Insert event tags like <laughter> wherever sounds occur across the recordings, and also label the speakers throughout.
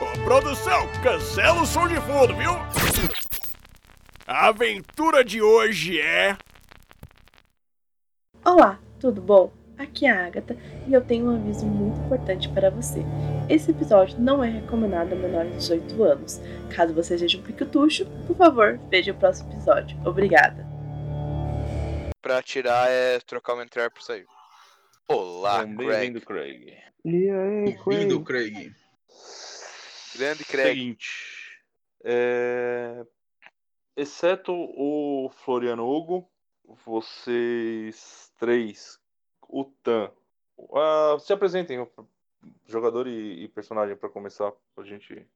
Speaker 1: Ô, produção, cancela o som de fundo, viu? A aventura de hoje é...
Speaker 2: Olá, tudo bom? Aqui é a Agatha e eu tenho um aviso muito importante para você. Esse episódio não é recomendado a menores de 18 anos. Caso você seja um piquetucho, por favor, veja o próximo episódio. Obrigada.
Speaker 3: Pra tirar é trocar o entrar por sair. Olá, Craig.
Speaker 4: Bem-vindo, Craig.
Speaker 5: E aí,
Speaker 6: Vindo,
Speaker 5: Craig?
Speaker 6: Craig.
Speaker 3: Grande Craig.
Speaker 4: Seguinte. é, Exceto o Floriano Hugo, vocês três, o Tan. ah, se apresentem, o jogador e, e personagem, para começar, pra gente.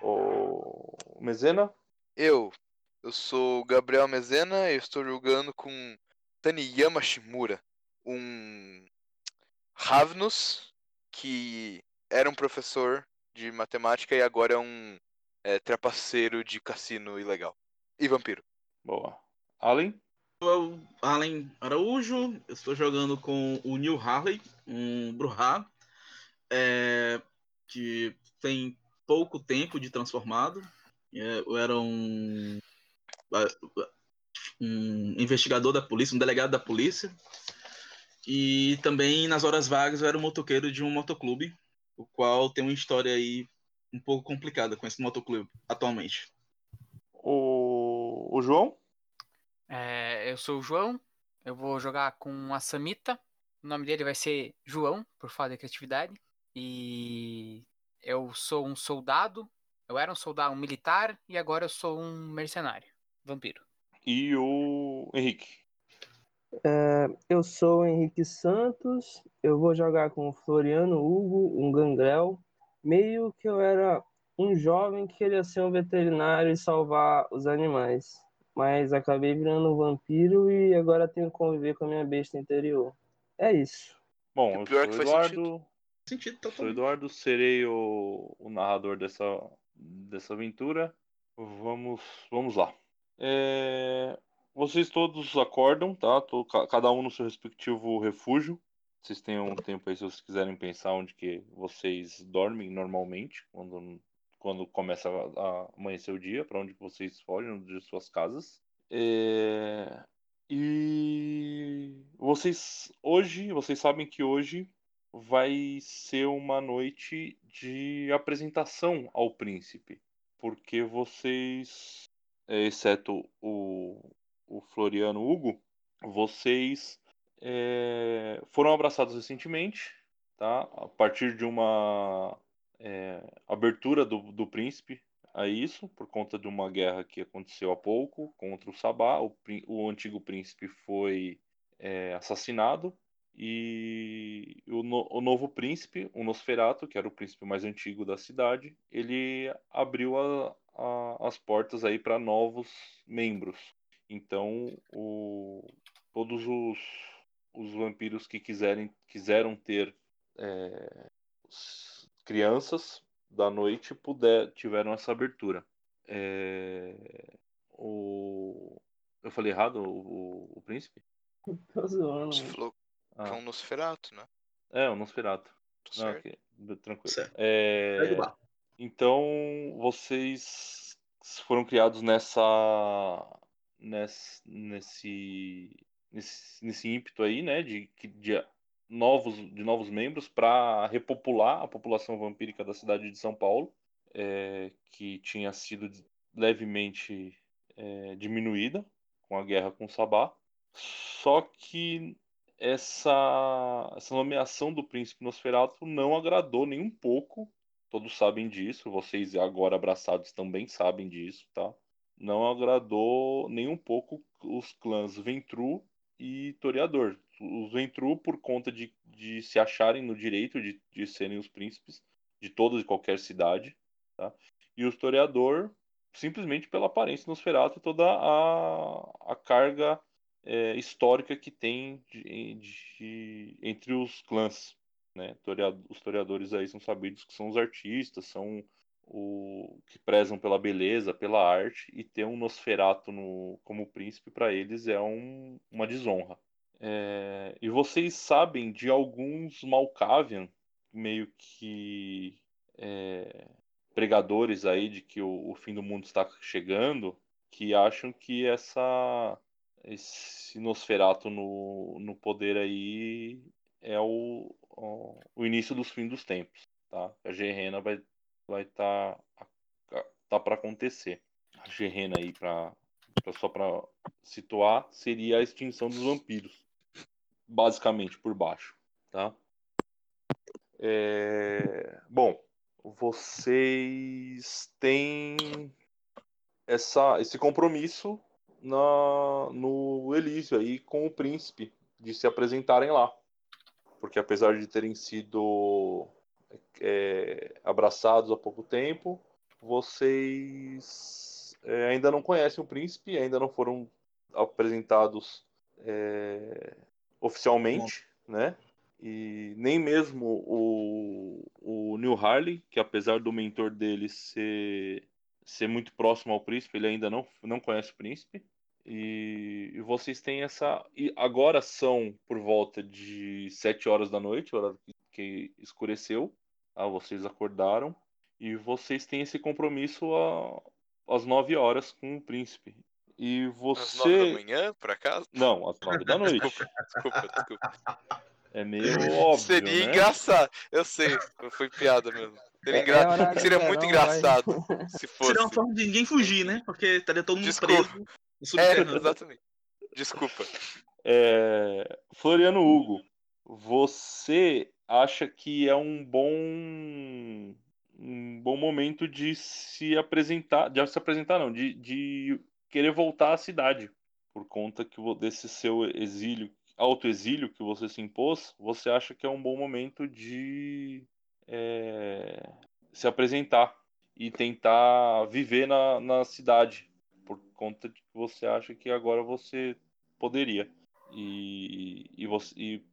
Speaker 4: O Mezena,
Speaker 3: Eu, eu sou o Gabriel Mezena e estou jogando com Taniyama Shimura, um Ravnus que era um professor de matemática e agora é um é, trapaceiro de cassino ilegal. E vampiro.
Speaker 4: boa. Allen,
Speaker 6: Eu, Allen Araújo, eu estou jogando com o Neil Harley, um Bruhá, é, que tem pouco tempo de transformado. É, eu era um, um investigador da polícia, um delegado da polícia. E também, nas horas vagas, eu era um motoqueiro de um motoclube, o qual tem uma história aí um pouco complicada com esse motoclube atualmente.
Speaker 4: o, o João,
Speaker 7: É, eu sou o João, eu vou jogar com a Samita. O nome dele vai ser João, por falta de criatividade. E eu sou um soldado, eu era um soldado, um militar, e agora eu sou um mercenário, vampiro.
Speaker 4: e o Henrique.
Speaker 5: É, eu sou o Henrique Santos, eu vou jogar com o Floriano Hugo, um gangrel. Meio que eu era um jovem que queria ser um veterinário e salvar os animais. Mas acabei virando um vampiro e agora tenho que conviver com a minha besta interior. É isso.
Speaker 4: Bom,
Speaker 3: É
Speaker 4: eu
Speaker 3: pior
Speaker 4: sou
Speaker 3: que
Speaker 4: o
Speaker 3: faz
Speaker 4: Eduardo.
Speaker 6: Sentido
Speaker 4: Sou
Speaker 6: totalmente.
Speaker 4: Eduardo, serei o, o narrador dessa, dessa aventura. Vamos, vamos lá. É, vocês todos acordam, tá? To- ca- cada um no seu respectivo refúgio. Vocês têm um tempo aí se vocês quiserem pensar onde que vocês dormem normalmente, quando, quando começa a, a amanhecer o dia, para onde que vocês fogem de suas casas. É, e vocês hoje, vocês sabem que hoje vai ser uma noite de apresentação ao príncipe, porque vocês, eh, exceto o, o Floriano Hugo, vocês eh, foram abraçados recentemente, tá? A partir de uma eh, abertura do, do príncipe a isso, por conta de uma guerra que aconteceu há pouco contra o Sabá, o, prín- o antigo príncipe foi eh, assassinado e o, no- o novo príncipe, o Nosferato, que era o príncipe mais antigo da cidade, ele abriu a- a- as portas aí para novos membros. Então, o- todos os, os vampiros que quiserem, quiseram ter é, s- crianças da noite puder, tiveram essa abertura. É, o- eu falei errado, o, o- o príncipe?
Speaker 5: Tô zoando.
Speaker 3: Você falou
Speaker 4: Ah,
Speaker 3: que é um Nosferato, né?
Speaker 4: é, o Nosferato.
Speaker 3: Tô
Speaker 4: Não,
Speaker 3: certo.
Speaker 4: ok. Ehm, Du- Tranquilo.
Speaker 6: Certo.
Speaker 4: É,
Speaker 6: Pega o barco.
Speaker 4: Então, vocês foram criados nessa, ness- nesse, nesse, nesse ímpeto aí, né, de, que- de novos, de novos membros para repopular a população vampírica da cidade de São Paulo, é, que tinha sido levemente é, diminuída com a guerra com Sabá. Só que essa, essa nomeação do príncipe Nosferatu não agradou nem um pouco. Todos sabem disso, vocês agora abraçados também sabem disso, tá? Não agradou nem um pouco os clãs Ventru e Toreador. Os Ventru, por conta de, de se acharem no direito de, de serem os príncipes de todas e qualquer cidade, tá? E os Toreador, simplesmente pela aparência Nosferatu e toda a, a carga é, histórica que tem de, de, entre os clãs. Né? Toreado, os toreadores aí são sabidos que são os artistas, são o que prezam pela beleza, pela arte, e ter um Nosferato no, como príncipe para eles é um, uma desonra. É, e vocês sabem de alguns Malkavian, meio que é, pregadores aí de que o, o fim do mundo está chegando, que acham que essa esse Nosferato no, no poder aí é o, o, o início dos fins dos tempos, tá? A Gerena vai vai estar tá, tá para acontecer. A Gerena aí para só para situar seria a extinção dos vampiros, basicamente por baixo, tá? É, bom, vocês têm essa, esse compromisso na, no Elísio aí com o príncipe de se apresentarem lá. Porque apesar de terem sido é, abraçados há pouco tempo, vocês é, ainda não conhecem o príncipe, ainda não foram apresentados é, oficialmente, né? E nem mesmo o, o Neil Harley, que apesar do mentor dele ser ser muito próximo ao príncipe, ele ainda não, não conhece o príncipe. E, e, vocês têm essa. E agora são por volta de 7 horas da noite, hora que escureceu. Ah, vocês acordaram. E vocês têm esse compromisso a, às 9 horas com o príncipe. E você.
Speaker 3: Às nove da manhã, por acaso?
Speaker 4: Não, às 9
Speaker 3: <laughs>
Speaker 4: da noite.
Speaker 3: Desculpa, desculpa.
Speaker 4: É meio óbvio.
Speaker 3: Seria
Speaker 4: né?
Speaker 3: engraçado. Eu sei, foi piada mesmo. Seria,
Speaker 5: É,
Speaker 3: engra-
Speaker 5: é horário de
Speaker 3: Seria muito
Speaker 5: verão, <laughs>
Speaker 3: engraçado se fosse.
Speaker 6: Seria uma forma de ninguém fugir, né? Porque estaria todo mundo
Speaker 3: Desculpa.
Speaker 6: preso. no
Speaker 3: É,
Speaker 6: subterrâneo.
Speaker 3: exatamente. Desculpa.
Speaker 4: É, Floriano Hugo, você acha que é um bom um bom momento de se apresentar, de se apresentar não, de, de querer voltar à cidade por conta que vo- desse seu exílio, autoexílio que você se impôs, você acha que é um bom momento de é, se apresentar e tentar viver na, na cidade por conta de que você acha que agora você poderia e, e, você- e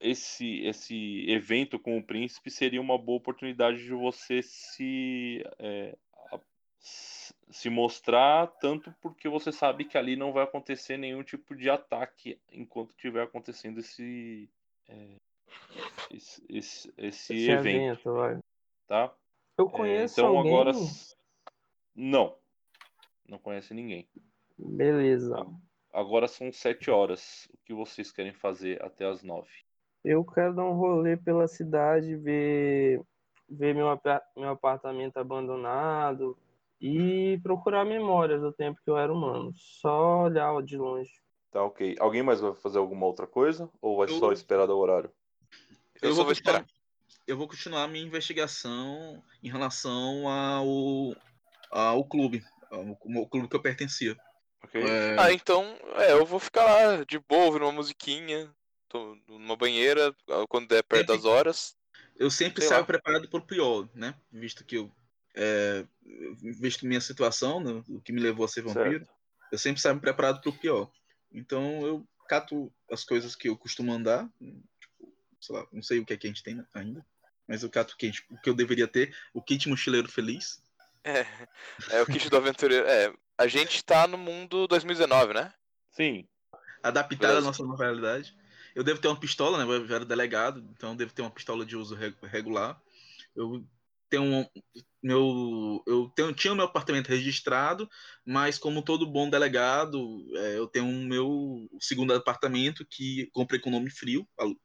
Speaker 4: esse, esse evento com o príncipe seria uma boa oportunidade de você se, é, a- s- se mostrar, tanto porque você sabe que ali não vai acontecer nenhum tipo de ataque enquanto estiver acontecendo esse, é, esse, esse, esse
Speaker 5: Esse
Speaker 4: evento,
Speaker 5: evento, vai.
Speaker 4: tá?
Speaker 5: é Eu
Speaker 4: É,
Speaker 5: conheço
Speaker 4: então
Speaker 5: alguém.
Speaker 4: agora. s- Não. Não conhece ninguém.
Speaker 5: Beleza.
Speaker 4: Agora são sete horas. O que vocês querem fazer até as nove?
Speaker 5: Eu quero dar um rolê pela cidade, ver, ver meu, apa- meu apartamento abandonado e procurar memórias do tempo que eu era humano. Só olhar de longe.
Speaker 4: Tá, ok. Alguém mais vai fazer alguma outra coisa? Ou vai
Speaker 6: Eu-
Speaker 4: só esperar dar o horário?
Speaker 3: Eu, só vou
Speaker 6: continuar-
Speaker 3: esperar.
Speaker 6: Eu vou continuar minha investigação em relação ao, ao clube, ao, ao clube que eu pertencia.
Speaker 4: Ok?
Speaker 6: É,
Speaker 3: Ah, então, é, eu vou ficar lá de boa, ouvindo uma musiquinha, tô numa banheira, ah, quando der perto
Speaker 4: <laughs>
Speaker 3: das horas.
Speaker 6: eu sempre
Speaker 3: sei
Speaker 6: saio
Speaker 3: lá.
Speaker 6: preparado para o pior, né? Visto que eu é, visto minha situação, né, o que me levou a ser vampiro,
Speaker 4: Certo.
Speaker 6: eu sempre saio preparado para o pior. Então eu cato as coisas que eu costumo andar, tipo, sei lá, não sei o que é que a gente tem ainda, mas eu cato o que, a gente- o que eu deveria ter, o kit mochileiro feliz.
Speaker 3: É, é o kit do aventureiro. É, a gente tá no mundo 2019, né?
Speaker 4: <laughs> Sim.
Speaker 6: adaptada à
Speaker 3: Beleza.
Speaker 6: nossa nova realidade. Eu devo ter uma pistola, né? Eu já era delegado, então eu devo ter uma pistola de uso reg- regular. Eu tenho um, meu, eu tenho, tinha o meu apartamento registrado, mas como todo bom delegado, é, eu tenho o meu segundo apartamento que comprei com nome frio alu-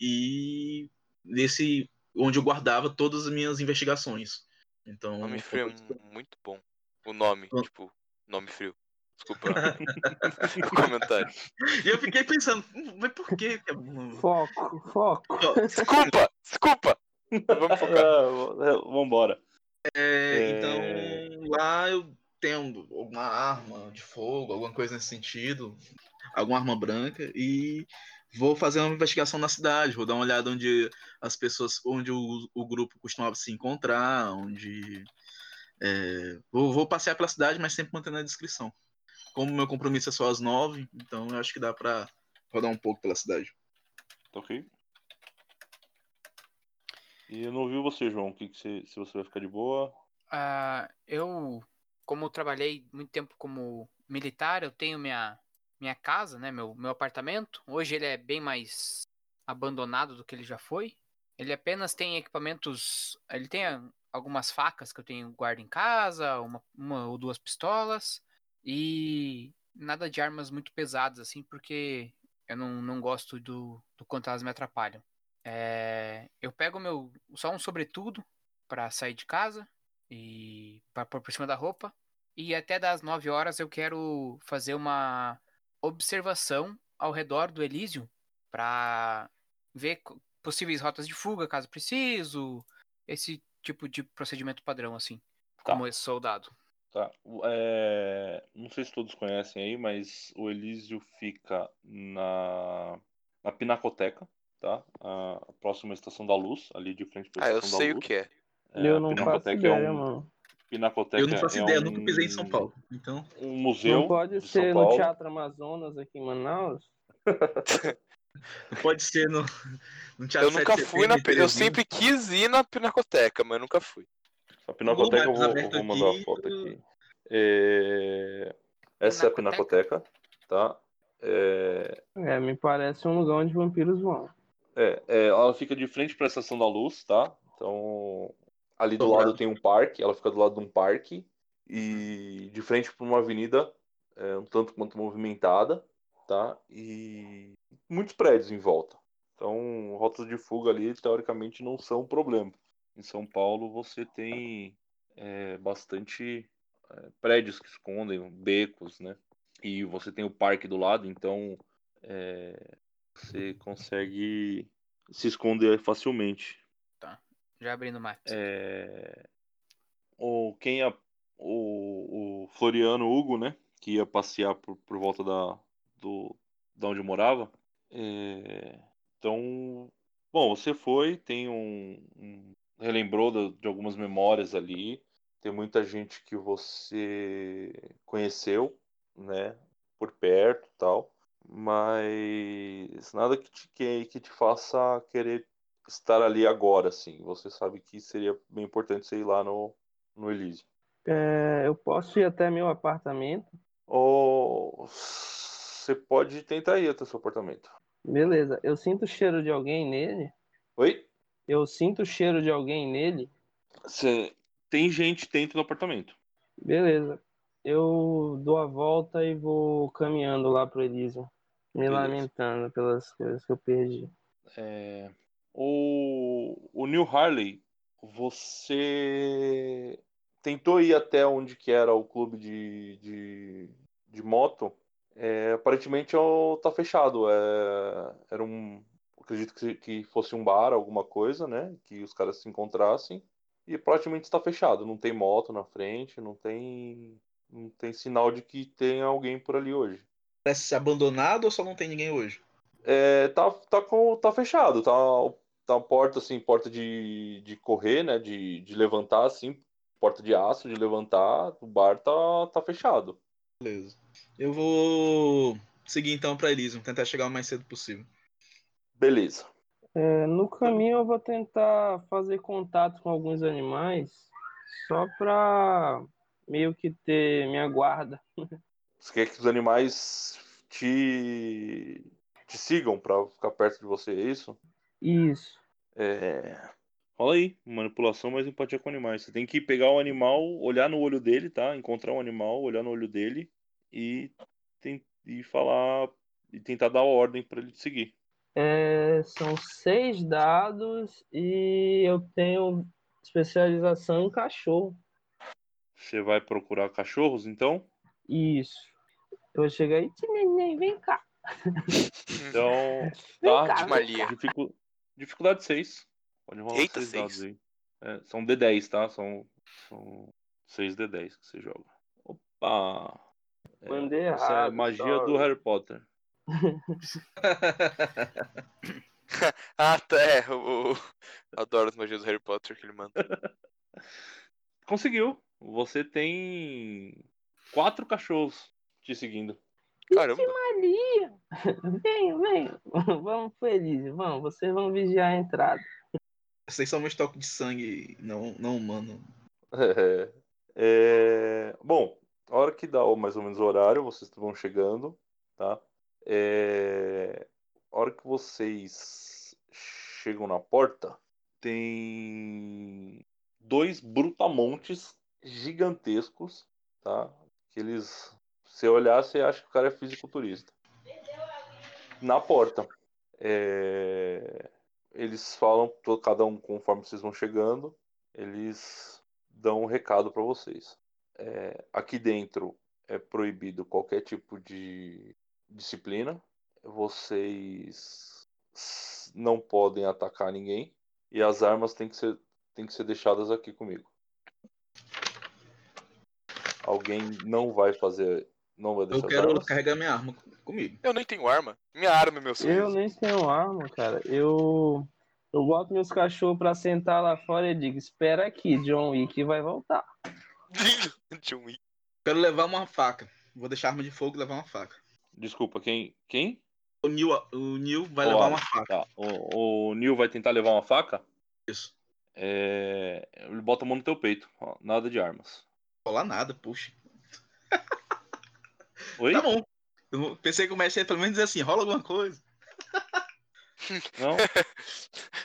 Speaker 6: e nesse onde eu guardava todas as minhas investigações. Então,
Speaker 3: é Nome frio é muito bom. O nome,
Speaker 6: Bom.
Speaker 3: tipo, nome frio.
Speaker 4: <laughs>
Speaker 3: Desculpa <laughs> o comentário.
Speaker 6: <laughs> E eu fiquei pensando, "Hum, mas por que que é bom?
Speaker 5: Foco, foco.
Speaker 3: Desculpa! Desculpa!
Speaker 4: <laughs>
Speaker 3: Vamos focar.
Speaker 4: É, é, vambora.
Speaker 6: É,
Speaker 4: É.
Speaker 6: Então lá eu tenho alguma arma de fogo, alguma coisa nesse sentido, alguma arma branca e vou fazer uma investigação na cidade, vou dar uma olhada onde as pessoas, onde o, o grupo costumava se encontrar, onde é, vou, vou passear pela cidade, mas sempre mantendo a descrição. Como meu compromisso é só às nove, então eu acho que dá pra rodar um pouco pela cidade.
Speaker 4: Tá ok? E eu não ouvi você, João. O que que você, se você vai ficar de boa?
Speaker 7: Ah, eu, como eu trabalhei muito tempo como militar, eu tenho minha, minha casa, né, meu, meu apartamento. Hoje ele é bem mais abandonado do que ele já foi. Ele apenas tem equipamentos. Ele tem a- algumas facas que eu tenho guardo em casa, uma, uma ou duas pistolas e nada de armas muito pesadas assim, porque eu não, não gosto do, do quanto elas me atrapalham. É, eu pego meu só um sobretudo para sair de casa e para pôr por cima da roupa. E até das 9 horas eu quero fazer uma observação ao redor do Elísio para ver co- possíveis rotas de fuga, caso preciso, esse tipo de procedimento padrão assim,
Speaker 4: Tá.
Speaker 7: como esse soldado.
Speaker 4: Tá. O- é, Não sei se todos conhecem aí, mas o Elísio fica na, na Pinacoteca, tá? A a próxima Estação da Luz, ali de frente para
Speaker 3: Ah, eu
Speaker 4: Estação da
Speaker 3: sei o
Speaker 4: Luz.
Speaker 3: que é.
Speaker 4: É,
Speaker 5: eu
Speaker 4: a
Speaker 5: não faço
Speaker 4: Pinacoteca é
Speaker 5: ideia,
Speaker 4: um-
Speaker 5: mano.
Speaker 3: Tá,
Speaker 4: Pinacoteca
Speaker 6: Eu não faço
Speaker 4: é
Speaker 6: ideia,
Speaker 4: um-
Speaker 6: nunca pisei em São Paulo.
Speaker 3: <laughs>
Speaker 6: Então,
Speaker 4: Um museu
Speaker 5: Não pode
Speaker 4: de São
Speaker 5: ser no
Speaker 4: Paulo.
Speaker 5: Teatro Amazonas aqui em Manaus?
Speaker 6: pode ser no, no Teatro
Speaker 3: Eu nunca
Speaker 6: 7 de
Speaker 3: fui na.
Speaker 6: setembro,
Speaker 3: pi- Eu sempre quis ir na Pinacoteca, mas nunca fui.
Speaker 4: A Pinacoteca eu
Speaker 6: Google Maps
Speaker 4: vou, eu
Speaker 6: aberto
Speaker 4: vou mandar
Speaker 6: aqui.
Speaker 4: a foto aqui. É, Essa é a Pinacoteca, tá? É...
Speaker 5: É, me parece um lugar onde vampiros vão.
Speaker 4: É, é, ela fica de frente para a Estação da Luz, tá? Então, ali do
Speaker 6: Sobrado.
Speaker 4: lado tem um parque, ela fica do lado de um parque e de frente para uma avenida é, um tanto quanto movimentada, tá? E muitos prédios em volta. Então, rotas de fuga ali, teoricamente, não são um problema. Em São Paulo, você tem é, bastante é, prédios que escondem, becos, né? E você tem o parque do lado, então é, você consegue se esconder facilmente.
Speaker 7: Já abrindo o Maps.
Speaker 4: É, o, quem ia- o, o Floriano Hugo, né? Que ia passear por, por volta da, do, da onde morava. é, então, bom, você foi, tem um. um- relembrou da- de algumas memórias ali. Tem muita gente que você conheceu, né? Por perto e tal. Mas nada que te, que, que te faça querer estar ali agora, assim. Você sabe que seria bem importante você ir lá no, no Elise.
Speaker 5: É, eu posso ir até meu apartamento?
Speaker 4: Ou você pode tentar ir até o seu apartamento.
Speaker 5: Beleza. Eu sinto o cheiro de alguém nele?
Speaker 4: Oi?
Speaker 5: Eu sinto o cheiro de alguém nele?
Speaker 4: Você... Tem gente dentro do apartamento.
Speaker 5: Beleza. Eu dou a volta e vou caminhando lá pro Elísio, me
Speaker 4: Beleza.
Speaker 5: lamentando pelas coisas que eu perdi.
Speaker 4: É, O... o Neil Harley, você tentou ir até onde que era o clube de, de, de moto. É, aparentemente é o- tá fechado. É, era um. Acredito que, se- que fosse um bar, alguma coisa, né? Que os caras se encontrassem. E praticamente está fechado. Não tem moto na frente, não tem. Não tem sinal de que tem alguém por ali hoje.
Speaker 6: parece ser abandonado ou só não tem ninguém hoje?
Speaker 4: É, tá, tá, com, tá fechado, tá, tá porta assim, porta de, de correr, né? De, de levantar, assim, porta de aço, de levantar, o bar tá, tá fechado.
Speaker 6: Beleza. Eu vou seguir então pra Elysium, tentar chegar o mais cedo possível. <laughs>
Speaker 4: Beleza.
Speaker 5: É, no caminho eu vou tentar fazer contato com alguns animais, só pra meio que ter minha guarda.
Speaker 4: Você quer que os animais te, te sigam pra ficar perto de você, é isso?
Speaker 5: Isso.
Speaker 4: É. Fala aí, manipulação mais empatia com animais. Você tem que pegar o animal, olhar no olho dele, tá? Encontrar o animal, olhar no olho dele e, ten- e falar e tentar dar ordem pra ele te seguir.
Speaker 5: É, são seis dados e eu tenho especialização em cachorro.
Speaker 4: Você vai procurar cachorros, então?
Speaker 5: Isso. Eu vou chegar aí, "Ti, neném, vem cá. <laughs>
Speaker 4: Então,
Speaker 5: Vem
Speaker 4: tá.
Speaker 5: cá,
Speaker 3: Uma linha.
Speaker 4: Dificu- Dificuldade 6. Pode rolar
Speaker 3: Eita,
Speaker 4: 6 dados
Speaker 3: seis.
Speaker 4: aí. É, são D10, tá? São, são 6 D10 que você joga. Opa! É,
Speaker 5: Mandei
Speaker 4: essa é a
Speaker 5: errado,
Speaker 4: magia
Speaker 5: sorry.
Speaker 4: do Harry Potter.
Speaker 3: Ah, tá, é. O... <laughs> o- Adoro as magias do Harry Potter que ele manda.
Speaker 4: Conseguiu! Você tem quatro cachorros te seguindo.
Speaker 3: Caramba.
Speaker 5: Ali, venha, venha. <laughs> Vamos felizes, vamos. Vocês vão vigiar a entrada.
Speaker 6: Vocês são um estoque de sangue não, não humano.
Speaker 4: É, <laughs> é, bom, a hora que dá o- mais ou menos o horário, vocês vão chegando, tá? É, a hora que vocês chegam na porta, tem dois brutamontes gigantescos, tá? Que eles, se olhar, você acha que o cara é fisiculturista. Na porta. É, eles falam, to- cada um conforme vocês vão chegando, eles dão um recado para vocês. É, aqui dentro é proibido qualquer tipo de disciplina. Vocês s- não podem atacar ninguém e as armas têm que ser, têm que ser deixadas aqui comigo. Alguém não vai fazer, não vai deixar
Speaker 6: Eu
Speaker 4: as
Speaker 6: quero
Speaker 4: armas.
Speaker 6: carregar minha arma comigo.
Speaker 3: Eu nem tenho arma. Minha arma, é meu
Speaker 5: Eu
Speaker 3: sorriso. <laughs>
Speaker 5: nem tenho arma, cara. Eu eu boto meus cachorros pra sentar lá fora e digo: Espera aqui, John Wick vai voltar.
Speaker 3: John Wick.
Speaker 6: Quero levar uma faca. Vou deixar a arma de fogo e levar uma faca.
Speaker 4: Desculpa, quem? Quem?
Speaker 6: O Neil, o Neil vai
Speaker 4: Ó,
Speaker 6: levar uma faca.
Speaker 4: Tá, O, o Neil vai tentar levar uma faca.
Speaker 6: Isso.
Speaker 4: É, ele bota a mão no teu peito. ó, nada de armas.
Speaker 6: Falar nada, puxa.
Speaker 4: Oi?
Speaker 6: Tá bom. Eu vou- pensei que o mestre ia pelo menos dizer assim, rola alguma coisa.
Speaker 4: Não,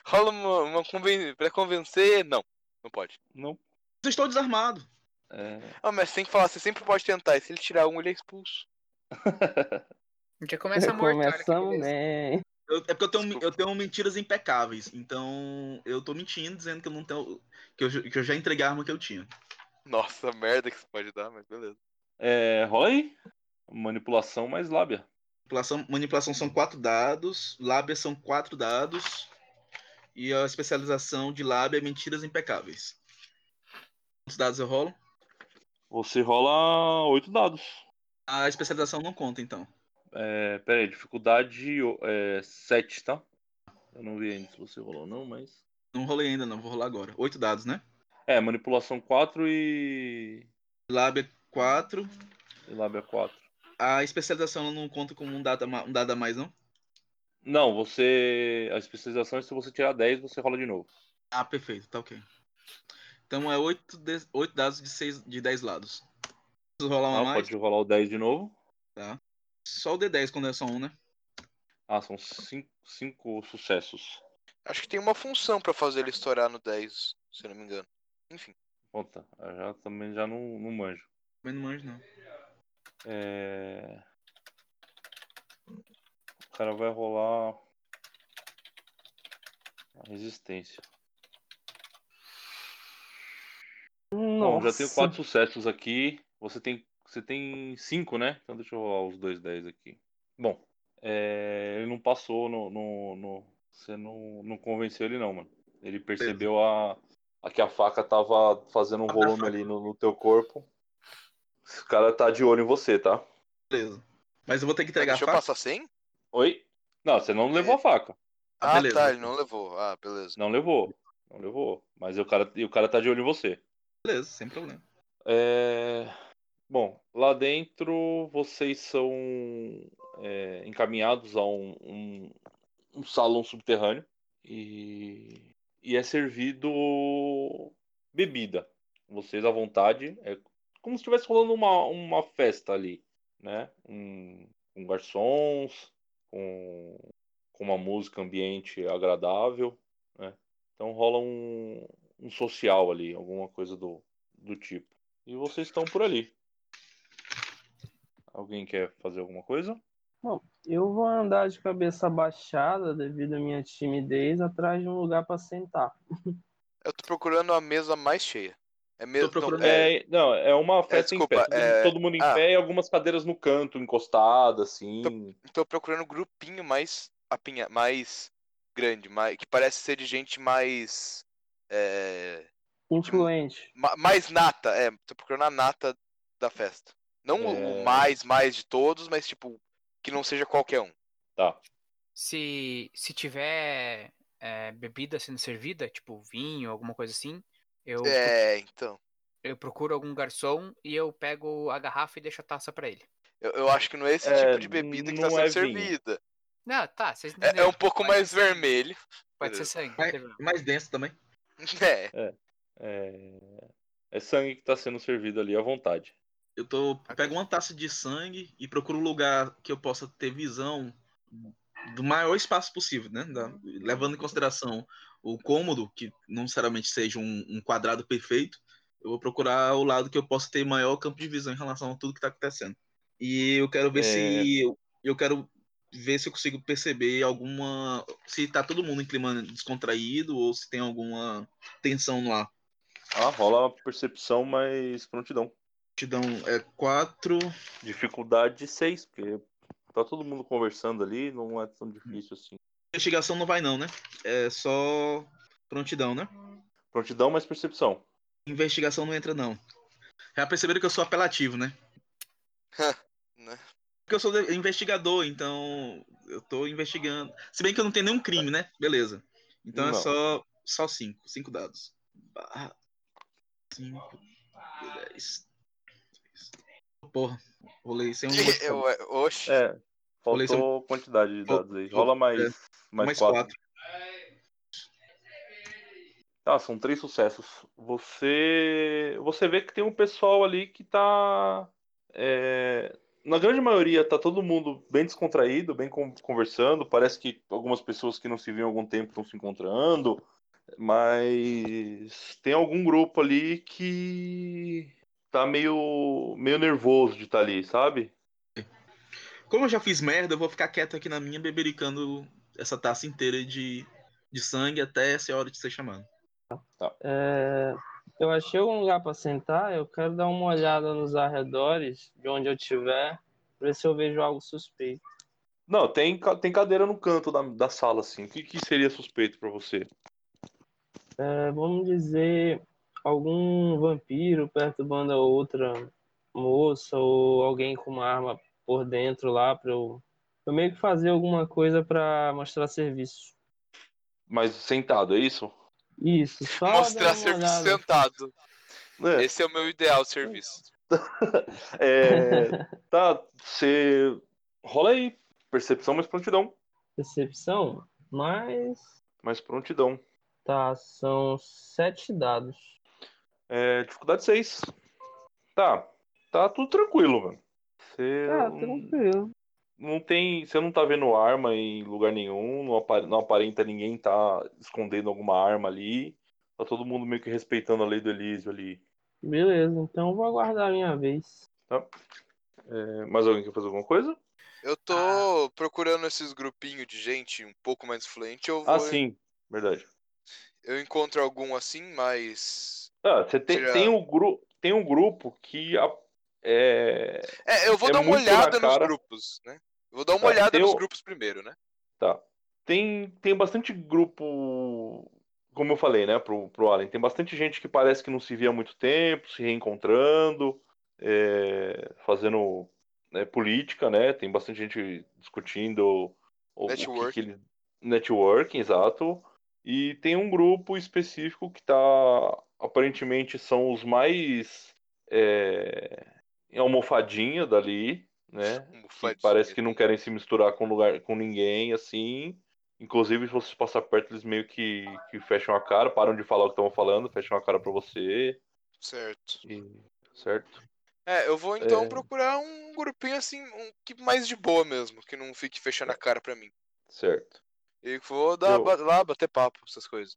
Speaker 3: Rola uma, uma conven... pra convencer. Não, não pode.
Speaker 4: não.
Speaker 6: Eu estou desarmado.
Speaker 4: É, <laughs>
Speaker 3: Ah, mas tem que falar, você sempre pode tentar. E se ele tirar um, ele é expulso.
Speaker 7: Já
Speaker 4: é,
Speaker 7: começa morto. olha que
Speaker 5: Começamos
Speaker 4: né?
Speaker 7: beleza.
Speaker 5: bem.
Speaker 6: Eu- é porque eu tenho,
Speaker 3: Desculpa.
Speaker 6: eu tenho mentiras impecáveis. Então eu tô mentindo, dizendo que eu não tenho. Que eu, que eu já entreguei a arma que eu tinha.
Speaker 3: Nossa, <laughs> merda que isso pode dar, mas beleza.
Speaker 4: é, rola aí. Manipulação mais lábia.
Speaker 6: Manipulação, manipulação são quatro dados, lábia são quatro dados. E a especialização de lábia é mentiras impecáveis. Quantos dados eu rolo?
Speaker 4: Você rola oito dados.
Speaker 6: A especialização não conta, então.
Speaker 4: É, pera aí, dificuldade é, 7, tá? Eu não vi ainda se você rolou ou não, mas.
Speaker 6: Não rolei ainda, não. Vou rolar agora. Oito dados, né?
Speaker 4: É, manipulação 4 e.
Speaker 6: Lábia, quatro.
Speaker 4: e lábia 4.
Speaker 6: A especialização ela não conta como um dado, a ma- um dado a mais, não?
Speaker 4: Não, você. A especialização é se você tirar 10, você rola de novo.
Speaker 6: Ah, perfeito. Tá ok. Então é oito, de- oito dados de, seis, de dez lados. Preciso rolar uma
Speaker 4: Ah,
Speaker 6: mais?
Speaker 4: pode rolar o 10 de novo.
Speaker 6: Só o D10 quando é só um, né?
Speaker 4: Ah, são 5 sucessos.
Speaker 3: Acho que tem uma função pra fazer ele estourar no 10, se eu não me engano. Enfim.
Speaker 4: Puta, eu já também já não, não manjo.
Speaker 6: Também não manjo, não.
Speaker 4: É... O cara vai rolar a resistência. Bom, já tenho
Speaker 5: Nossa.
Speaker 4: quatro sucessos aqui. Você tem, você tem cinco, né? Então deixa eu rolar os dois 10 aqui. Bom, é, ele não passou no, no, no- Você não, não convenceu ele não, mano. Ele percebeu a, a que a faca tava fazendo um
Speaker 6: Tava na
Speaker 4: volume
Speaker 6: faca.
Speaker 4: ali no, no teu corpo. Esse cara tá de olho em você, tá?
Speaker 6: Beleza. Mas eu vou ter que
Speaker 3: Ah,
Speaker 6: entregar a
Speaker 3: Deixa eu
Speaker 6: faca?
Speaker 3: passar sem?
Speaker 4: Oi? Não, você não levou a faca.
Speaker 6: Ah,
Speaker 3: Ah,
Speaker 6: beleza.
Speaker 3: tá, ele não levou. Ah, beleza.
Speaker 4: Não levou. Não levou. Mas o cara, e o cara tá de olho em você.
Speaker 6: Beleza, sem problema.
Speaker 4: É, Bom, lá dentro vocês são é, encaminhados a um, um- um salão subterrâneo e, e é servido bebida. Vocês à vontade. É como se estivesse rolando uma, uma festa ali, né? Um, com garçons, com, com uma música ambiente agradável, né? Então rola um, um social ali, alguma coisa do, do tipo. E vocês estão por ali. Alguém quer fazer alguma coisa?
Speaker 5: Eu vou andar de cabeça baixada devido à minha timidez atrás de um lugar pra sentar.
Speaker 3: Eu tô procurando a mesa mais cheia. É mesmo. não,
Speaker 6: procurando-
Speaker 3: é,
Speaker 4: É, não, é uma festa em pé.
Speaker 3: desculpa,
Speaker 4: Todo,
Speaker 3: é-
Speaker 4: todo mundo em
Speaker 3: ah.
Speaker 4: pé e algumas cadeiras no canto, encostadas, assim.
Speaker 3: tô procurando um grupinho mais apinha, mais grande, mais, que parece ser de gente mais. é,
Speaker 5: Influente.
Speaker 3: ma- mais nata, é. Tô procurando a nata da festa. Não o-
Speaker 4: É.
Speaker 3: o mais, mais de todos, mas tipo, que não seja qualquer um.
Speaker 4: Tá.
Speaker 7: Se, se tiver é, bebida sendo servida, tipo vinho, alguma coisa assim, eu,
Speaker 3: É, então.
Speaker 7: eu procuro algum garçom e eu pego a garrafa e deixo a taça pra ele.
Speaker 3: Eu, eu acho que não é esse
Speaker 4: É,
Speaker 3: tipo de bebida que tá
Speaker 4: não
Speaker 3: sendo
Speaker 4: é vinho.
Speaker 3: servida.
Speaker 7: Não, tá, vocês
Speaker 3: É- É,
Speaker 7: entenderam.
Speaker 3: um pouco
Speaker 7: Pode
Speaker 3: mais
Speaker 7: ser sangue,
Speaker 3: vermelho. <laughs>
Speaker 7: Pode ser sangue.
Speaker 6: Mas-
Speaker 7: entendeu?
Speaker 6: Mais denso também.
Speaker 3: É.
Speaker 4: É, é sangue que tá sendo servido ali à vontade.
Speaker 6: Eu tô pego uma taça de sangue e procuro um lugar que eu possa ter visão do maior espaço possível, né? Da- levando em consideração o cômodo, que não necessariamente seja um, um quadrado perfeito, eu vou procurar o lado que eu possa ter maior campo de visão em relação a tudo que tá acontecendo. E eu quero ver
Speaker 4: É.
Speaker 6: se eu, eu quero ver se eu consigo perceber alguma se tá todo mundo em clima descontraído ou se tem alguma tensão lá.
Speaker 4: Ah, rola uma percepção, mas prontidão.
Speaker 6: Te dão é quatro
Speaker 4: Dificuldade 6, porque tá todo mundo conversando ali, não é tão difícil assim.
Speaker 6: Investigação não vai não, né? É só prontidão, né?
Speaker 4: Prontidão mais percepção.
Speaker 6: Investigação não entra não. Já perceberam que eu sou apelativo, né?
Speaker 3: Né?
Speaker 6: Porque eu sou de- investigador, então eu tô investigando. Se bem que eu não tenho nenhum crime, né? Beleza. Então é
Speaker 4: Não.
Speaker 6: só só cinco, cinco dados. Barra cinco, dez. Porra, rolei sem um.
Speaker 3: <laughs> Eu, é, oxe.
Speaker 4: É,
Speaker 6: Falei
Speaker 4: faltou quantidade de dados aí. Rola mais,
Speaker 6: É,
Speaker 4: mais, quatro. Tá, são três sucessos. Você você vê que tem um pessoal ali que tá. é, Na grande maioria tá todo mundo bem descontraído, bem con- conversando. Parece que algumas pessoas que não se viam há algum tempo estão se encontrando. Mas tem algum grupo ali que tá meio, meio nervoso de estar ali, sabe?
Speaker 6: Como eu já fiz merda, eu vou ficar quieto aqui na minha, bebericando essa taça inteira de, de sangue até essa hora de ser chamado.
Speaker 5: É, eu achei um lugar para sentar, eu quero dar uma olhada nos arredores de onde eu estiver, ver se eu vejo algo suspeito.
Speaker 4: Não, tem, ca- tem cadeira no canto da, da sala, assim. O que, que seria suspeito pra você?
Speaker 5: É, vamos dizer, algum vampiro perturbando a outra moça ou alguém com uma arma por dentro lá para eu, eu meio que fazer alguma coisa para mostrar serviço.
Speaker 4: Mas sentado, é isso?
Speaker 5: Isso, só
Speaker 3: Mostrar
Speaker 5: dar uma
Speaker 3: serviço
Speaker 5: olhada.
Speaker 3: sentado.
Speaker 4: É.
Speaker 3: Esse é o meu ideal serviço.
Speaker 4: É, tá, você. Rola aí. Percepção mais prontidão.
Speaker 5: Percepção, mas
Speaker 4: Mais prontidão.
Speaker 5: tá, são sete dados.
Speaker 4: É, dificuldade 6. Tá. Tá tudo tranquilo, mano. Você
Speaker 5: Ah,
Speaker 4: não,
Speaker 5: tranquilo.
Speaker 4: não tem. Você não tá vendo arma em lugar nenhum. Não, apa- não aparenta ninguém tá escondendo alguma arma ali. Tá todo mundo meio que respeitando a lei do Elísio ali.
Speaker 5: Beleza, então vou aguardar a minha vez.
Speaker 4: É, mais alguém quer fazer alguma coisa?
Speaker 3: Eu tô
Speaker 4: Ah.
Speaker 3: procurando esses grupinhos de gente um pouco mais influente. Eu, vou,
Speaker 4: Ah, sim. Verdade.
Speaker 3: eu encontro algum assim, mas.
Speaker 4: Ah, você tem,
Speaker 3: Já-
Speaker 4: tem, um, gru, tem um grupo que. a- é,
Speaker 3: É, eu vou
Speaker 4: É
Speaker 3: dar uma
Speaker 4: muito na
Speaker 3: olhada nos
Speaker 4: cara.
Speaker 3: grupos, né? Eu vou dar uma
Speaker 4: Tá,
Speaker 3: olhada
Speaker 4: eu-
Speaker 3: nos grupos primeiro, né?
Speaker 4: tem, tem bastante grupo, como eu falei, né, pro, pro Alien, tem bastante gente que parece que não se via há muito tempo, se reencontrando, é, fazendo né, política, né? Tem bastante gente discutindo o, o que
Speaker 3: Networking.
Speaker 4: que ele- networking, exato. E tem um grupo específico que tá. Aparentemente são os mais é, almofadinha dali, né?
Speaker 3: Um
Speaker 4: que
Speaker 3: fadinha.
Speaker 4: parece que não querem se misturar com lugar com ninguém, assim. Inclusive, se você passar perto, eles meio que, que fecham a cara, param de falar o que estavam falando, fecham a cara pra você,
Speaker 3: Certo.
Speaker 4: e- certo?
Speaker 3: É, eu vou então
Speaker 4: É.
Speaker 3: procurar um grupinho assim, um que mais de boa mesmo, que não fique fechando a cara pra mim.
Speaker 4: Certo.
Speaker 3: E vou dar
Speaker 4: É. Eu-
Speaker 3: ba- lá bater papo, essas coisas.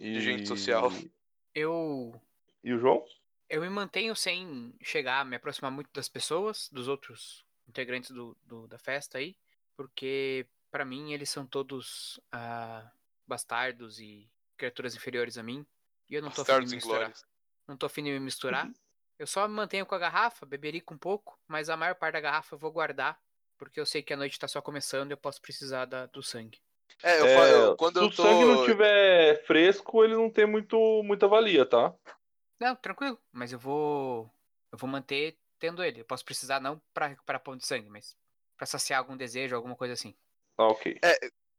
Speaker 4: E...
Speaker 3: Dirigente social.
Speaker 7: Eu,
Speaker 4: E o João?
Speaker 7: eu me mantenho sem chegar, a me aproximar muito das pessoas, dos outros integrantes do, do- da festa aí, porque pra mim eles são todos ah, bastardos e criaturas inferiores a mim, e eu não tô afim de
Speaker 3: Bastardos
Speaker 7: me misturar.
Speaker 3: inglórios.
Speaker 7: Não tô afim de me misturar. Eu só me mantenho com a garrafa, beberia com pouco, mas a maior parte da garrafa eu vou guardar, porque eu sei que a noite tá só começando e eu posso precisar da- do sangue.
Speaker 3: É, eu
Speaker 4: É,
Speaker 3: falo, eu- quando
Speaker 4: se
Speaker 3: eu
Speaker 4: o sangue não
Speaker 3: tô.
Speaker 4: tiver fresco, ele não tem muito, muita valia, tá?
Speaker 7: Não, tranquilo, mas eu vou. Eu vou manter tendo ele. Eu posso precisar não pra recuperar ponto de sangue, mas pra saciar algum desejo, alguma coisa assim.
Speaker 4: Tá, ok.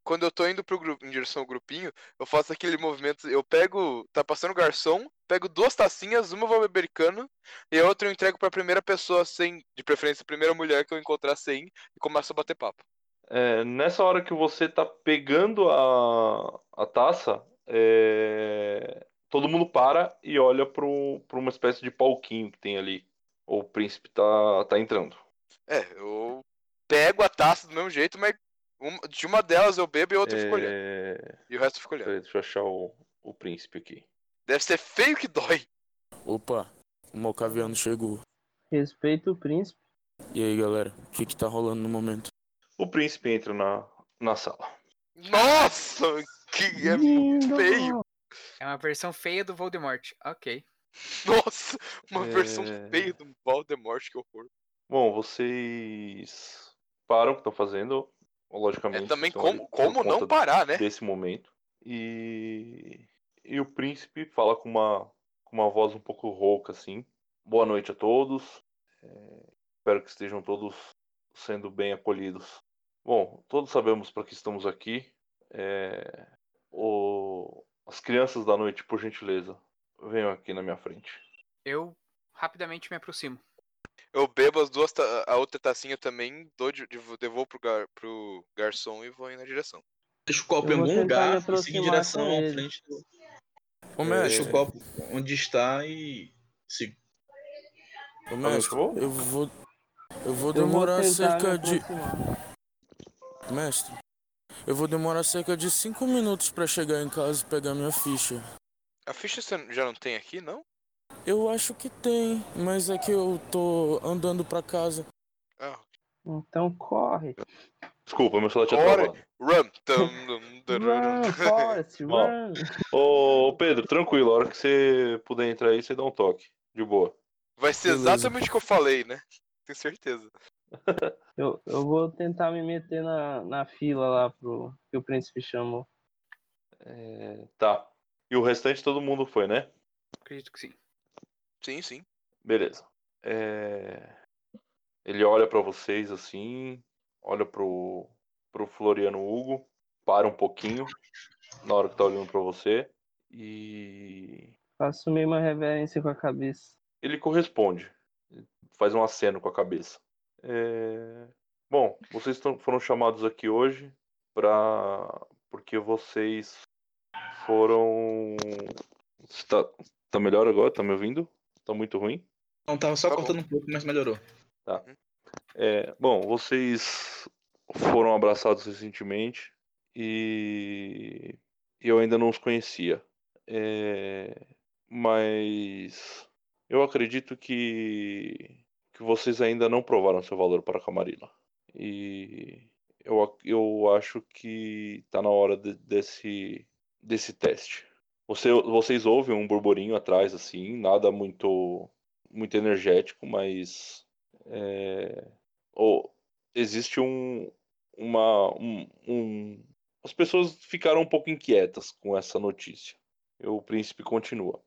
Speaker 3: Quando eu tô indo pro grupo, em direção ao grupinho, eu faço aquele movimento. Eu pego. Tá passando o garçom, pego duas tacinhas, uma eu vou beber cano, e a outra eu entrego pra primeira pessoa sem. De preferência, a primeira mulher que eu encontrar sem, e começo a bater papo.
Speaker 4: É, nessa hora que você tá pegando a, a taça, é, todo mundo para e olha pro, pra uma espécie de palquinho que tem ali. O príncipe tá, tá entrando.
Speaker 3: É, eu pego a taça do mesmo jeito, mas uma- de uma delas eu bebo e a outra eu fico olhando.
Speaker 4: É,
Speaker 3: E o resto eu fico olhando.
Speaker 4: peraí, deixa eu achar o, o príncipe aqui.
Speaker 3: Deve ser feio que dói.
Speaker 8: Opa, o Malcaviano chegou.
Speaker 5: Respeito o príncipe.
Speaker 8: E aí, galera, o que que tá rolando no momento?
Speaker 4: O príncipe entra na, na sala.
Speaker 3: Nossa, que é
Speaker 5: Lindo!
Speaker 3: feio.
Speaker 7: É uma versão feia do Voldemort. Ok.
Speaker 3: Nossa, uma versão
Speaker 4: É.
Speaker 3: feia do Voldemort, que horror. É
Speaker 4: Bom, vocês param o que estão fazendo, logicamente.
Speaker 3: É, também
Speaker 4: estão ali
Speaker 3: como,
Speaker 4: por
Speaker 3: como não
Speaker 4: conta
Speaker 3: parar, né?
Speaker 4: desse momento. E, e o príncipe fala com uma, com uma voz um pouco rouca, assim. Boa noite a todos. É, espero que estejam todos sendo bem acolhidos. Bom, todos sabemos para que estamos aqui. É, o- as crianças da noite, por gentileza, venham aqui na minha frente.
Speaker 7: Eu rapidamente me aproximo.
Speaker 3: Eu bebo as duas, ta- a outra tacinha também, dou de, de- devolvo pro, gar- pro garçom e vou indo na direção.
Speaker 6: Deixa o copo
Speaker 5: Eu
Speaker 6: em
Speaker 5: vou
Speaker 6: algum
Speaker 5: tentar me
Speaker 6: lugar e seguir em
Speaker 5: aproximar
Speaker 6: direção
Speaker 5: com
Speaker 6: à
Speaker 5: ele.
Speaker 6: frente.
Speaker 8: Ô,
Speaker 6: Deixa
Speaker 8: mestre,
Speaker 6: o copo onde está e sigo.
Speaker 8: ô, mestre,
Speaker 4: Falou,
Speaker 8: eu vou... Eu vou
Speaker 5: Eu vou
Speaker 8: demorar
Speaker 5: tentar
Speaker 8: cerca
Speaker 5: me
Speaker 8: de...
Speaker 5: aproximar.
Speaker 8: Mestre, eu vou demorar cerca de cinco minutos pra chegar em casa e pegar minha ficha.
Speaker 3: A ficha você n- já não tem aqui, não?
Speaker 8: Eu acho que tem, mas é que eu tô andando pra casa.
Speaker 3: Ah.
Speaker 5: Então corre.
Speaker 4: Desculpa, meu celular tinha
Speaker 3: Ora.
Speaker 4: travado.
Speaker 3: Run! Tum, dum,
Speaker 5: Run,
Speaker 3: dum, dum.
Speaker 5: Forrest,
Speaker 4: <laughs> Bom.
Speaker 5: run.
Speaker 4: Ô, Pedro, tranquilo, a hora que você puder entrar aí, você dá um toque. De boa.
Speaker 3: Vai ser
Speaker 8: Beleza.
Speaker 3: exatamente o que eu falei, né? Tenho certeza.
Speaker 5: Eu, eu vou tentar me meter na, na fila lá pro que o príncipe chamou.
Speaker 4: É, Tá. E o restante todo mundo foi, né?
Speaker 7: Acredito que sim.
Speaker 3: Sim, sim.
Speaker 4: Beleza. É, Ele olha pra vocês assim, olha pro... pro Floriano Hugo, para um pouquinho na hora que tá olhando pra você e
Speaker 5: Faço meio uma reverência com a cabeça.
Speaker 4: ele corresponde. Faz um aceno com a cabeça. É, Bom, vocês tão- foram chamados aqui hoje pra... porque vocês foram. Tá... tá melhor agora? Tá me ouvindo? Tá muito ruim?
Speaker 6: Não, tava só
Speaker 3: Tá bom.
Speaker 6: cortando um pouco, mas melhorou.
Speaker 4: É, bom, vocês foram abraçados recentemente e eu ainda não os conhecia. É, mas eu acredito que, que vocês ainda não provaram seu valor para a Camarilla. E eu, ac- eu acho que está na hora de- desse, desse teste. Você- vocês ouvem um burburinho atrás, assim, nada muito, muito energético, mas. é, ou existe um uma um, um- as pessoas ficaram um pouco inquietas com essa notícia. E o príncipe continua.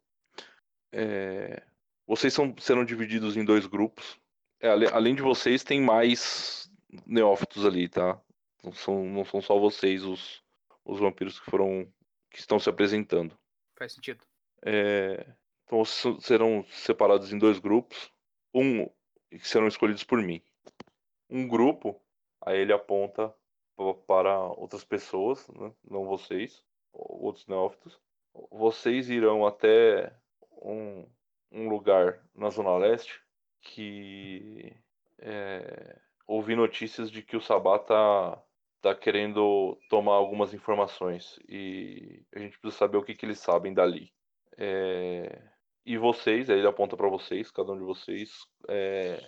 Speaker 4: É, Vocês são, serão divididos em dois grupos. É, ale- além de vocês, tem mais neófitos ali, tá? Não são, não são só vocês os, os vampiros que foram que estão se apresentando.
Speaker 7: Faz sentido.
Speaker 4: É, então vocês serão separados em dois grupos. Um que serão escolhidos por mim. Um grupo, aí ele aponta pa- para outras pessoas, né, não vocês, ou outros neófitos. Vocês irão até um, um lugar na Zona Leste que é, ouvi notícias de que o Sabá tá, tá querendo tomar algumas informações e a gente precisa saber o que, que eles sabem dali. É, E vocês, aí ele aponta para vocês, cada um de vocês, é,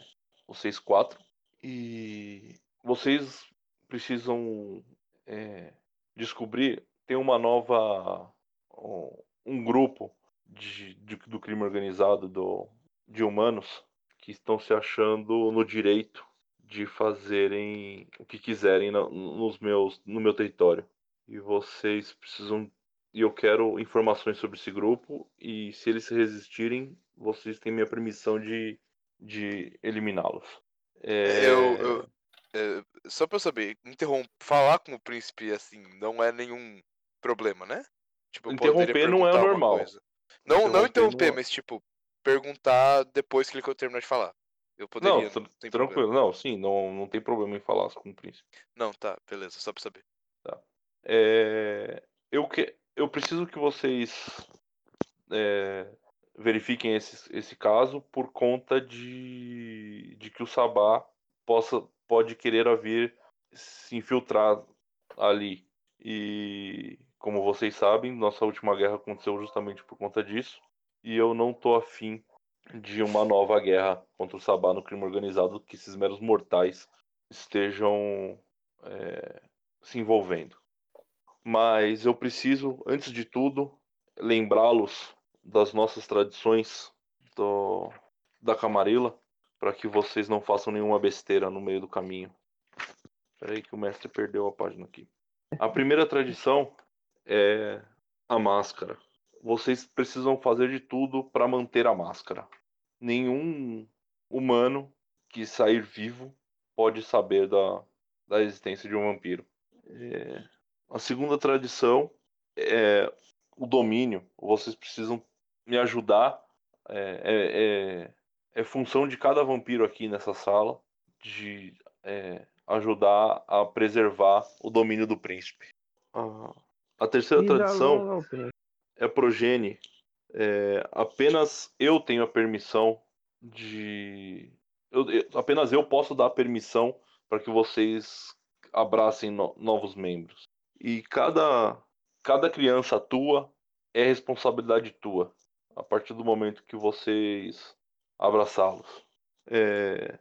Speaker 4: vocês quatro. E vocês precisam é, descobrir, tem uma nova. um- um grupo de, de- do crime organizado do, de humanos que estão se achando no direito de fazerem o que quiserem na- nos meus, no meu território. E vocês precisam. E eu quero informações sobre esse grupo. E se eles se resistirem, vocês têm minha permissão de, de eliminá-los. É,
Speaker 3: Eu, eu- é, só pra eu saber, interrom falar com o príncipe assim não é nenhum problema, né? Tipo, eu poderia
Speaker 4: Interromper não é o
Speaker 3: perguntar alguma
Speaker 4: normal.
Speaker 3: coisa. Não, não
Speaker 4: Interromper
Speaker 3: interromper,
Speaker 4: não é.
Speaker 3: mas tipo, perguntar depois que ele terminar de falar. Eu poderia,
Speaker 4: Não, tra-
Speaker 3: tem problema.
Speaker 4: tranquilo, não, sim, não, não tem problema em falar com o príncipe.
Speaker 3: Não, tá, beleza, só pra saber.
Speaker 4: É, eu, que, eu preciso que vocês é, verifiquem esse, esse caso por conta de, de que o Sabá possa, pode querer vir se infiltrar ali. E como vocês sabem, nossa última guerra aconteceu justamente por conta disso. E eu não tô afim de uma nova guerra contra o Sabá no crime organizado que esses meros mortais estejam é, se envolvendo mas eu preciso, antes de tudo, lembrá-los das nossas tradições do- da Camarilla, para que vocês não façam nenhuma besteira no meio do caminho. Peraí que o mestre perdeu a página aqui. A primeira tradição é a máscara. Vocês precisam fazer de tudo para manter a máscara. Nenhum humano que sair vivo pode saber da, da existência de um vampiro. É, a segunda tradição é o domínio. Vocês precisam me ajudar. É, é- é- é função de cada vampiro aqui nessa sala de é, ajudar a preservar o domínio do príncipe. A- A terceira
Speaker 5: Vida
Speaker 4: tradição
Speaker 5: longa ao príncipe.
Speaker 4: é progene. É, apenas eu tenho a permissão de. eu- eu- apenas eu posso dar a permissão para que vocês abracem no- novos membros. E cada, cada criança tua é responsabilidade tua. A partir do momento que vocês abraçá-los. É,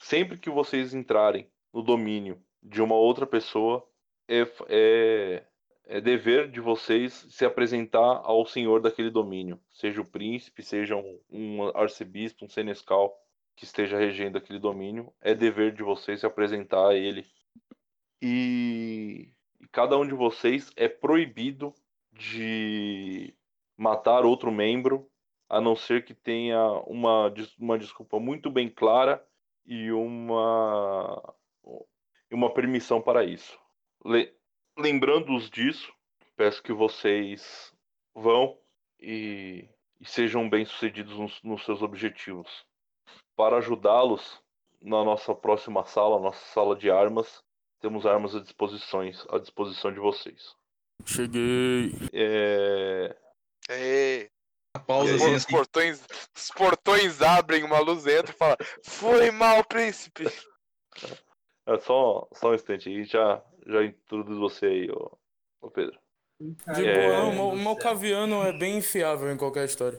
Speaker 4: sempre que vocês entrarem no domínio de uma outra pessoa, é f- é, é dever de vocês se apresentar ao senhor daquele domínio, seja o príncipe, seja um, um arcebispo, um senescal que esteja regendo aquele domínio, é dever de vocês se apresentar a ele. E, e cada um de vocês é proibido de matar outro membro, a não ser que tenha uma, des- uma desculpa muito bem clara e uma, e uma permissão para isso. Le- lembrando-os disso, peço que vocês vão e, e sejam bem-sucedidos nos, nos seus objetivos. Para ajudá-los, na nossa próxima sala, nossa sala de armas, temos armas à disposição, à disposição de vocês.
Speaker 8: Cheguei.
Speaker 4: É,
Speaker 3: É,
Speaker 6: A pausa
Speaker 3: pô,
Speaker 6: assim,
Speaker 3: os
Speaker 6: assim,
Speaker 3: portões, os portões abrem, uma luz entra e fala: Foi mal, príncipe!
Speaker 4: é só, só um instante aí, já, já introduz você aí, ô, ô Pedro.
Speaker 8: De
Speaker 4: É.
Speaker 8: boa, o mal- o malcaviano é bem infiável em qualquer história.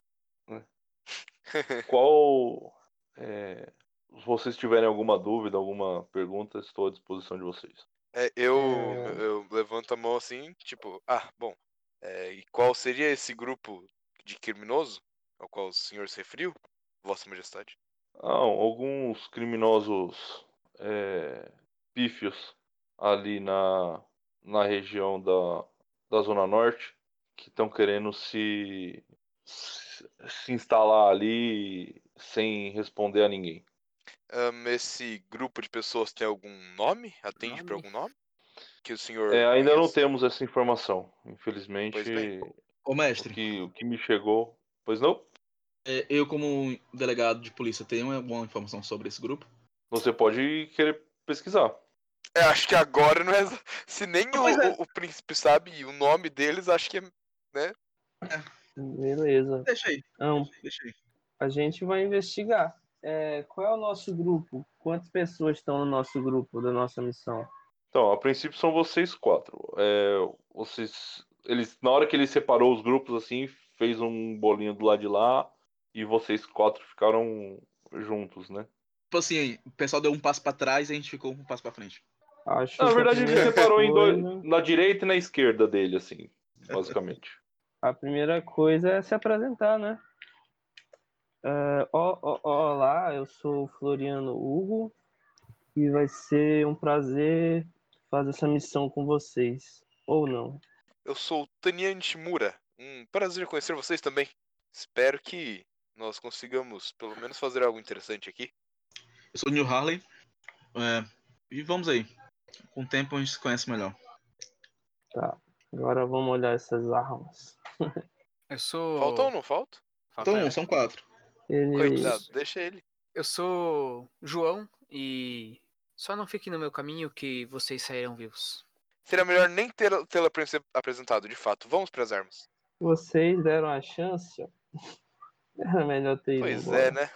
Speaker 4: Qual. é, se vocês tiverem alguma dúvida, alguma pergunta, estou à disposição de vocês.
Speaker 3: É, eu, eu levanto a mão assim, tipo, ah, bom, é, e qual seria esse grupo de criminoso ao qual o senhor se referiu, Vossa Majestade?
Speaker 4: Ah, alguns criminosos é, pífios ali na, na região da, da Zona Norte que estão querendo se, se, se instalar ali sem responder a ninguém.
Speaker 3: Ahn, esse grupo de pessoas tem algum nome? Atende por
Speaker 7: Nome?
Speaker 3: algum nome? Que o senhor.
Speaker 4: É, ainda não
Speaker 3: conheça?
Speaker 4: temos essa informação, infelizmente.
Speaker 3: Pois bem.
Speaker 6: Ô,
Speaker 4: O
Speaker 6: mestre,
Speaker 4: que, o que me chegou. Pois não?
Speaker 6: é, eu como delegado de polícia tenho alguma informação sobre esse grupo?
Speaker 4: Você pode querer pesquisar.
Speaker 3: É, acho que agora não é. exa- Se nem o,
Speaker 6: Pois é.
Speaker 3: o- o príncipe sabe o nome deles, acho que é.
Speaker 5: Beleza.
Speaker 6: Deixa aí,
Speaker 5: Então,
Speaker 6: deixa aí.
Speaker 5: a gente vai investigar. É, qual é o nosso grupo? Quantas pessoas estão no nosso grupo da nossa missão?
Speaker 4: Então, a princípio são vocês quatro. É, vocês, eles, na hora que ele separou os grupos assim, fez um bolinho do lado de lá e vocês quatro ficaram juntos, né?
Speaker 6: Tipo assim, o pessoal deu um passo pra trás e a gente ficou um passo pra frente.
Speaker 5: Acho
Speaker 4: Na
Speaker 5: que a
Speaker 4: verdade, ele
Speaker 5: <laughs> primeira né?
Speaker 4: separou em dois,
Speaker 5: coisa-
Speaker 4: na direita e na esquerda dele, assim, basicamente.
Speaker 5: A primeira coisa é se apresentar, né? É, ó- ó- olá, eu sou o Floriano Hugo e vai ser um prazer fazer essa missão com vocês. Ou não.
Speaker 3: Eu sou o Tanian Shimura. Um prazer conhecer vocês também. Espero que nós consigamos pelo menos fazer algo interessante aqui.
Speaker 6: Eu sou o Neil Harley. É, e vamos aí. Com o tempo a gente se conhece melhor.
Speaker 5: Agora vamos olhar essas armas.
Speaker 7: Eu sou.
Speaker 3: Falta ou não falta?
Speaker 7: Falta
Speaker 6: Então,
Speaker 7: eu.
Speaker 6: são quatro.
Speaker 5: Ele-
Speaker 3: Coitado, deixa ele.
Speaker 7: Eu sou João e só não fique no meu caminho que vocês sairão vivos.
Speaker 3: Seria melhor nem ter- tê-la apresen- apresentado, de fato. Vamos para as armas.
Speaker 5: Vocês deram a chance, <laughs> ó. Era melhor ter ido.
Speaker 3: Pois
Speaker 5: embora.
Speaker 3: é, né?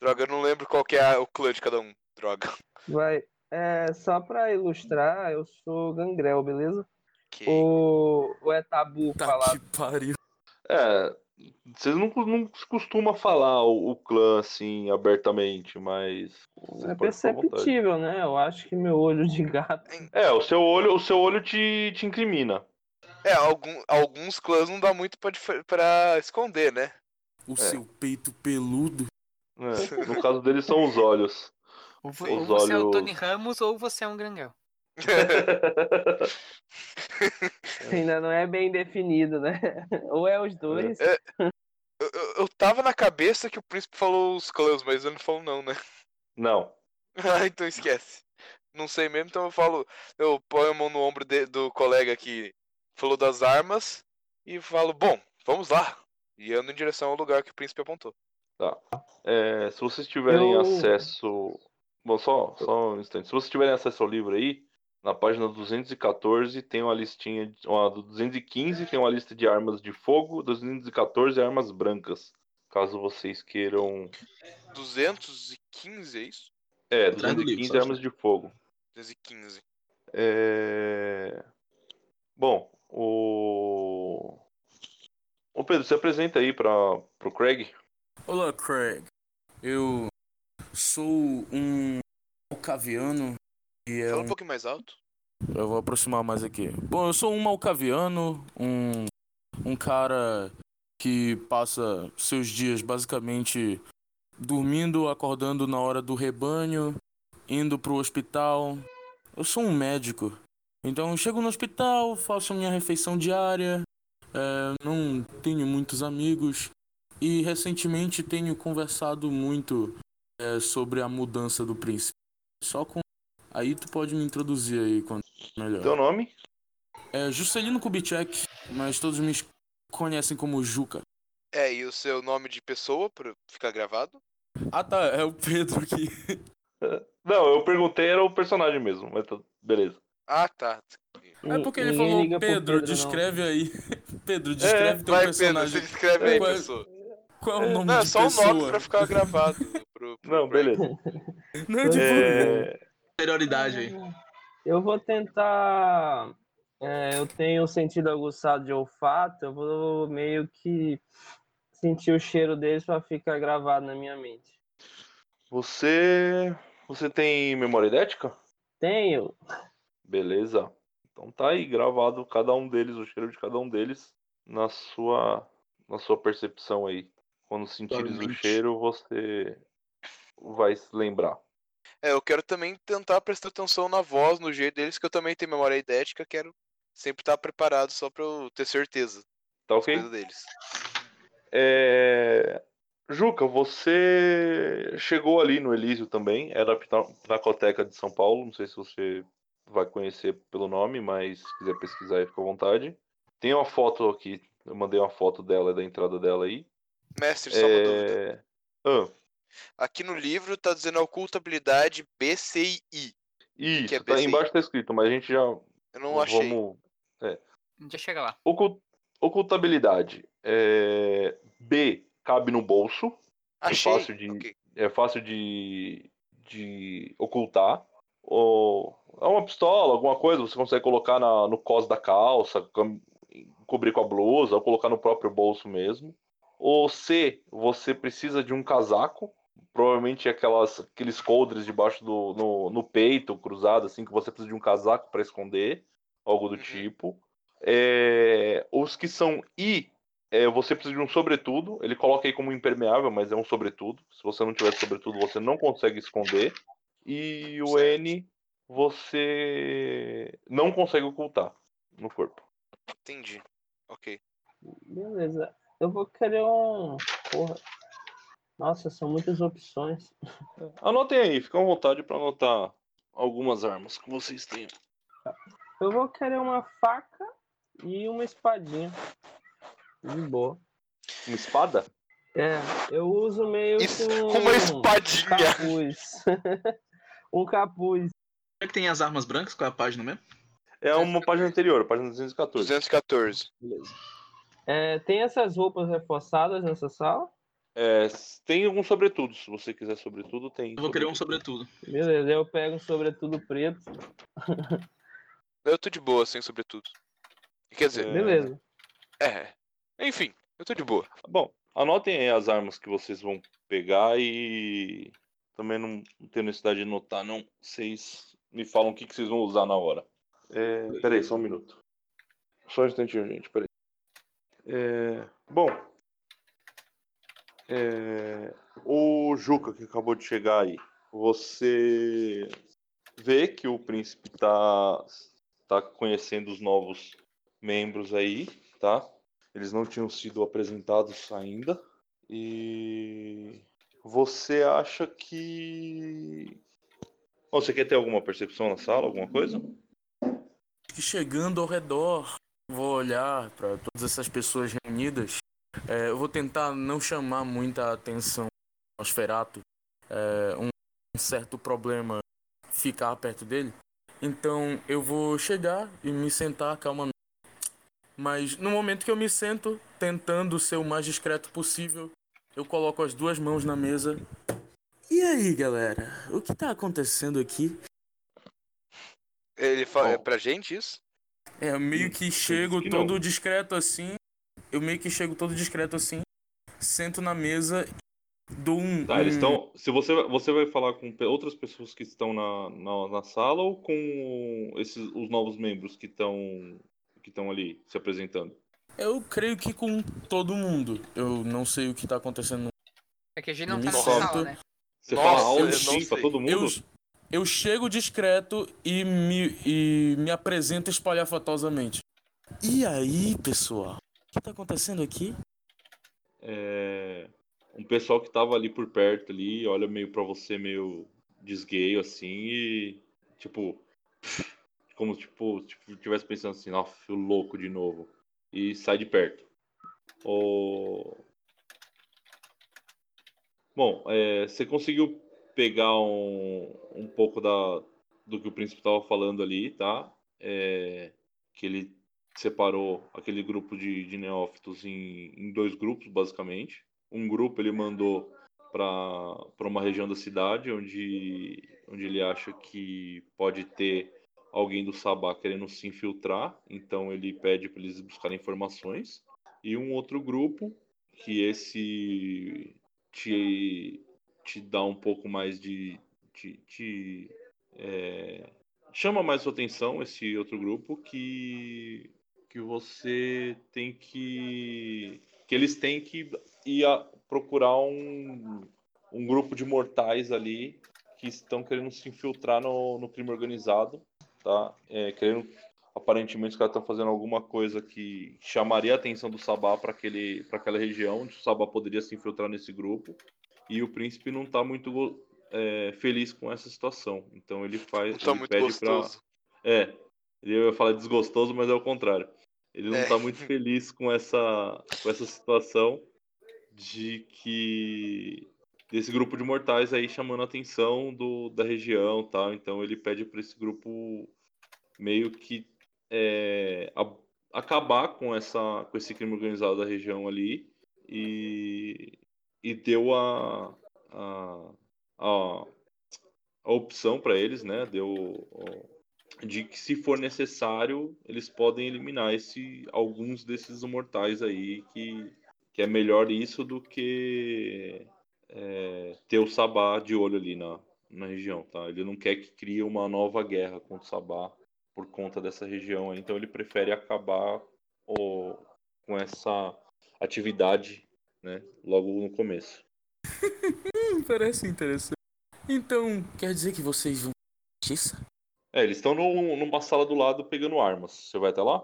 Speaker 3: Droga, eu não lembro qual que é o clã de cada um. Droga. <laughs>
Speaker 5: Vai. É, só pra ilustrar, eu sou gangrel, beleza?
Speaker 3: Que...
Speaker 5: Ou, ou é tabu
Speaker 8: Tá
Speaker 5: falar?
Speaker 8: que pariu.
Speaker 4: É, vocês não, não costuma falar o, o clã assim abertamente, mas.
Speaker 5: É
Speaker 4: pode ficar à vontade.
Speaker 5: perceptível, né? Eu acho que meu olho de gato.
Speaker 4: É, o seu olho, o seu olho te, te incrimina.
Speaker 3: É, algum- alguns clãs não dá muito pra dif- pra esconder, né?
Speaker 8: O seu peito peludo.
Speaker 4: É, no caso deles são os olhos.
Speaker 7: Ou, vo-
Speaker 4: Os
Speaker 7: ou você é o
Speaker 4: olhos-
Speaker 7: Tony Ramos ou você é um Grangel.
Speaker 5: Ainda não é bem definido, né? <laughs> Ou é os dois.
Speaker 3: É. Eu, eu- eu tava na cabeça que o príncipe falou os clãs, mas ele não falou não, né? <laughs>
Speaker 4: Não.
Speaker 3: Ah, então esquece. Não sei mesmo, então eu falo. Eu ponho a mão no ombro de- do colega que falou das armas e falo, bom, vamos lá. E ando em direção ao lugar que o príncipe apontou.
Speaker 4: É, se vocês tiverem
Speaker 5: Eu-
Speaker 4: acesso. Bom, só, só um instante. Se vocês tiverem acesso ao livro aí, na página 214 tem uma listinha. de- Uma, do 215 tem uma lista de armas de fogo, 214 armas brancas. Caso vocês queiram.
Speaker 3: 215, é isso?
Speaker 4: É,
Speaker 6: Atrás do livro,
Speaker 4: 215
Speaker 6: só
Speaker 4: armas de fogo.
Speaker 3: 215.
Speaker 4: É... Bom, o. Ô Pedro, se apresenta aí para pro Craig.
Speaker 8: Olá, Craig. Eu sou um malcaviano e é
Speaker 3: Fala
Speaker 8: um...
Speaker 3: um pouquinho mais alto.
Speaker 8: Eu vou aproximar mais aqui. Bom, eu sou um malcaviano, um, um cara que passa seus dias basicamente dormindo, acordando na hora do rebanho, indo pro hospital. Eu sou um médico. Então eu chego no hospital, faço a minha refeição diária, é, não tenho muitos amigos e recentemente tenho conversado muito é, sobre a mudança do príncipe. Só com. Aí tu pode me introduzir aí quando melhor.
Speaker 4: Teu nome?
Speaker 8: É Juscelino Kubitschek, mas todos me conhecem como Juca.
Speaker 3: É, e o seu nome de pessoa pra ficar gravado?
Speaker 8: Ah tá, é o Pedro aqui.
Speaker 4: Não, eu perguntei, era o personagem mesmo, mas tá- beleza.
Speaker 3: Ah, tá.
Speaker 8: É porque ele
Speaker 5: Ninguém
Speaker 8: falou,
Speaker 5: liga
Speaker 8: Pedro,
Speaker 5: pro não.
Speaker 8: descreve aí. <laughs> Pedro, descreve teu
Speaker 3: Vai, Pedro,
Speaker 8: um personagem.
Speaker 3: se descreve aí,
Speaker 8: Qual é-
Speaker 3: pessoa.
Speaker 8: Qual é o nome
Speaker 3: Não, é
Speaker 8: de
Speaker 3: só o
Speaker 8: pessoa?
Speaker 3: nome pra ficar gravado.
Speaker 4: <laughs>
Speaker 3: Pro, pro
Speaker 4: Não,
Speaker 3: Craig.
Speaker 4: beleza.
Speaker 8: Não, tipo,
Speaker 5: né?
Speaker 4: É,
Speaker 6: Superioridade aí.
Speaker 5: Eu vou tentar. é, eu tenho o sentido aguçado de olfato, eu vou meio que sentir o cheiro deles pra ficar gravado na minha mente.
Speaker 4: Você. Você tem memória idética?
Speaker 5: Tenho.
Speaker 4: Beleza. Então tá aí gravado cada um deles, o cheiro de cada um deles, na sua. na sua percepção aí. Quando sentires o
Speaker 6: Claramente.
Speaker 4: cheiro, você vai se lembrar.
Speaker 3: É, eu quero também tentar prestar atenção na voz, no jeito deles, que eu também tenho memória idética, quero sempre estar preparado só pra eu ter certeza
Speaker 4: Tá
Speaker 3: das
Speaker 4: ok?
Speaker 3: coisas deles.
Speaker 4: É... Juca, você chegou ali no Elísio também, era a pina- Pinacoteca de São Paulo, não sei se você vai conhecer pelo nome, mas se quiser pesquisar aí, fica à vontade. Tem uma foto aqui, eu mandei uma foto dela, da entrada dela aí.
Speaker 3: Mestre, só uma dúvida.
Speaker 4: É... Ah,
Speaker 3: Aqui no livro tá dizendo a ocultabilidade BCI.
Speaker 4: isso,
Speaker 3: é
Speaker 4: tá,
Speaker 3: BCI.
Speaker 4: embaixo tá escrito, mas a gente já...
Speaker 3: Eu não achei.
Speaker 4: Vamos...
Speaker 7: Já chega lá.
Speaker 4: Ocult- Ocultabilidade. É... B, cabe no bolso.
Speaker 3: Achei.
Speaker 4: fácil de-
Speaker 3: ok.
Speaker 4: é fácil de, de ocultar. Ou é uma pistola, alguma coisa, você consegue colocar na- no cos da calça, cam- cobrir com a blusa, ou colocar no próprio bolso mesmo. Ou C, você precisa de um casaco, provavelmente é aquelas, aqueles coldres debaixo do no, no peito, cruzado, assim, que você precisa de um casaco para esconder, algo do
Speaker 3: Uhum.
Speaker 4: tipo. É, os que são I, É, você precisa de um sobretudo. Ele coloca aí como impermeável, mas é um sobretudo. Se você não tiver sobretudo, você não consegue esconder. E o N, você não consegue ocultar no corpo.
Speaker 3: Entendi. Ok.
Speaker 5: Beleza. Eu vou querer um. Porra. Nossa, são muitas opções.
Speaker 4: Anotem aí, fica à vontade para anotar algumas armas que vocês têm.
Speaker 5: Eu vou querer uma faca e uma espadinha. De boa.
Speaker 4: Uma espada?
Speaker 5: É, eu uso meio
Speaker 3: Isso,
Speaker 5: que um
Speaker 3: <laughs> Uma espadinha.
Speaker 5: capuz. <laughs> um capuz.
Speaker 6: Como é que tem as armas brancas? Qual é a página mesmo?
Speaker 4: É uma página anterior, página 214.
Speaker 3: 214.
Speaker 5: É, tem essas roupas reforçadas nessa sala?
Speaker 4: É, tem alguns sobretudos, se você quiser sobretudo, tem.
Speaker 6: Eu vou querer um sobretudo.
Speaker 5: Beleza, eu pego um sobretudo preto.
Speaker 3: Eu tô de boa, assim, sem sobretudo. Quer dizer,
Speaker 5: Beleza.
Speaker 3: é. Enfim, eu tô de boa.
Speaker 4: Bom, anotem aí as armas que vocês vão pegar e também não não tenho necessidade de anotar, não. Vocês me falam o que, que vocês vão usar na hora. É... Peraí, só um minuto. Só um instantinho, gente, peraí. É, Bom, é, o Juca que acabou de chegar aí, você vê que o príncipe tá, tá conhecendo os novos membros aí, tá? Eles não tinham sido apresentados ainda. E você acha que. Ô, Você quer ter alguma percepção na sala, alguma coisa?
Speaker 8: que chegando ao redor, vou olhar para todas essas pessoas reunidas. É, eu vou tentar não chamar muita atenção ao Nosferatu. É, um, um certo problema ficar perto dele. Então eu vou chegar e me sentar calmamente. Mas no momento que eu me sento, tentando ser o mais discreto possível, eu coloco as duas mãos na mesa. E aí, galera? O que tá acontecendo aqui?
Speaker 3: Ele fala,
Speaker 4: Bom.
Speaker 3: é pra gente isso?
Speaker 8: É, eu meio que chego
Speaker 4: que não.
Speaker 8: todo discreto assim. Eu meio que chego todo discreto assim. Sento na mesa e dou um.
Speaker 4: Tá, eles
Speaker 8: um-
Speaker 4: estão. Se você, você vai falar com pe- outras pessoas que estão na, na, na sala ou com esses, os novos membros que estão que estão ali se apresentando?
Speaker 8: Eu creio que com todo mundo. Eu não sei o que tá acontecendo.
Speaker 7: É que a gente não tá na
Speaker 8: Nossa.
Speaker 7: sala, né?
Speaker 4: Você
Speaker 3: Nossa,
Speaker 4: fala alto
Speaker 8: eu
Speaker 4: assim
Speaker 3: não
Speaker 4: pra
Speaker 3: sei.
Speaker 4: todo mundo?
Speaker 8: Eu, eu chego discreto e me, e me apresento espalhafatosamente. E aí, pessoal? O que tá acontecendo aqui?
Speaker 4: É, um pessoal que tava ali por perto ali, olha meio pra você meio desgueio assim e tipo como tipo, tipo tivesse pensando assim, nossa, o louco de novo e sai de perto. O Bom, é, você conseguiu pegar um, um pouco da do que o príncipe tava falando ali, tá? É, que ele separou aquele grupo de, de neófitos em, em dois grupos, basicamente. Um grupo ele mandou para uma região da cidade onde, onde ele acha que pode ter alguém do Sabá querendo se infiltrar, então ele pede para eles buscarem informações. E um outro grupo, que esse te, te dá um pouco mais de. te, te, é, chama mais sua atenção esse outro grupo que que você tem que que eles têm que ir a procurar um, um grupo de mortais ali que estão querendo se infiltrar no, no crime organizado, tá? É, querendo aparentemente os caras estão fazendo alguma coisa que chamaria a atenção do Sabá para aquele para aquela região onde o Sabá poderia se infiltrar nesse grupo e o príncipe não está muito go- é, feliz com essa situação, então ele faz
Speaker 3: Não tá
Speaker 4: ele
Speaker 3: muito
Speaker 4: pede pra-
Speaker 3: gostoso.
Speaker 4: é, eu ia falar desgostoso, mas é o contrário. Ele não
Speaker 3: É.
Speaker 4: tá muito feliz com essa, com essa situação de que desse grupo de mortais aí chamando a atenção do, da região, tal. Então ele pede para esse grupo meio que é, a- acabar com essa com esse crime organizado da região ali e, e deu a, a, a, a opção para eles, né? Deu o- de que se for necessário, eles podem eliminar esse, alguns desses mortais aí, que, que é melhor isso do que é, ter o Sabá de olho ali na, na região, tá? Ele não quer que crie uma nova guerra contra o Sabá por conta dessa região aí, então ele prefere acabar ó, com essa atividade, né? Logo no começo.
Speaker 8: Hum, parece interessante. Então, quer dizer que vocês vão. Justiça?
Speaker 4: É, eles estão num- numa sala do lado pegando armas. Você vai até lá?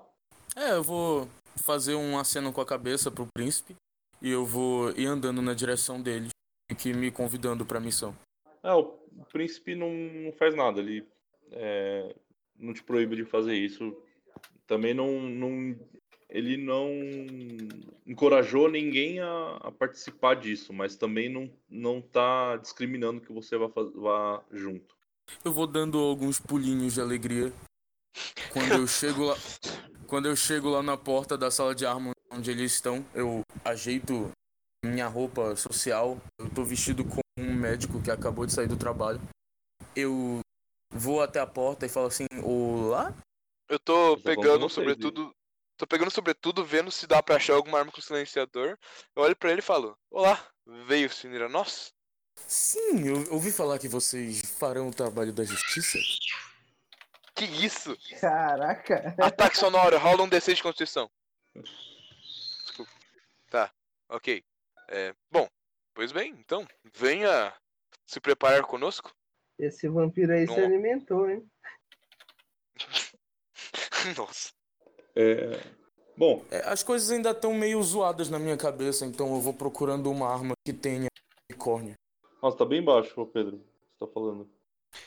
Speaker 8: É, eu vou fazer um aceno com a cabeça pro príncipe e eu vou ir andando na direção dele, que me convidando pra missão.
Speaker 4: É, o príncipe não, não faz nada, ele é, não te proíbe de fazer isso. Também não. não ele não encorajou ninguém a, a participar disso, mas também não, não tá discriminando que você vá, faz- vá junto.
Speaker 8: Eu vou dando alguns pulinhos de alegria quando eu chego lá, quando eu chego lá na porta da sala de arma onde eles estão, eu ajeito minha roupa social. Eu tô vestido como um médico que acabou de sair do trabalho. Eu vou até a porta e falo assim: "Olá?"
Speaker 3: Eu tô
Speaker 4: Mas tá bom pra
Speaker 3: pegando
Speaker 4: vocês,
Speaker 3: sobretudo. Tô pegando sobretudo, vendo se dá pra achar alguma arma com silenciador. Eu olho pra ele e falo: Olá, veio se unir a nós?
Speaker 8: Sim, eu ouvi falar que vocês farão o trabalho da justiça.
Speaker 3: Que isso?
Speaker 5: Caraca.
Speaker 3: Ataque sonoro, rola um DC de Constituição. Desculpa. Tá, ok. É, bom, pois bem, então, venha se preparar conosco. <laughs>
Speaker 5: Esse vampiro aí se
Speaker 3: Não.
Speaker 5: alimentou, hein?
Speaker 3: Nossa.
Speaker 4: É, bom,
Speaker 8: É, As coisas ainda estão meio zoadas na minha cabeça, então eu vou procurando uma arma que tenha unicórnio.
Speaker 4: nossa, tá bem baixo, ô Pedro. Você tá falando.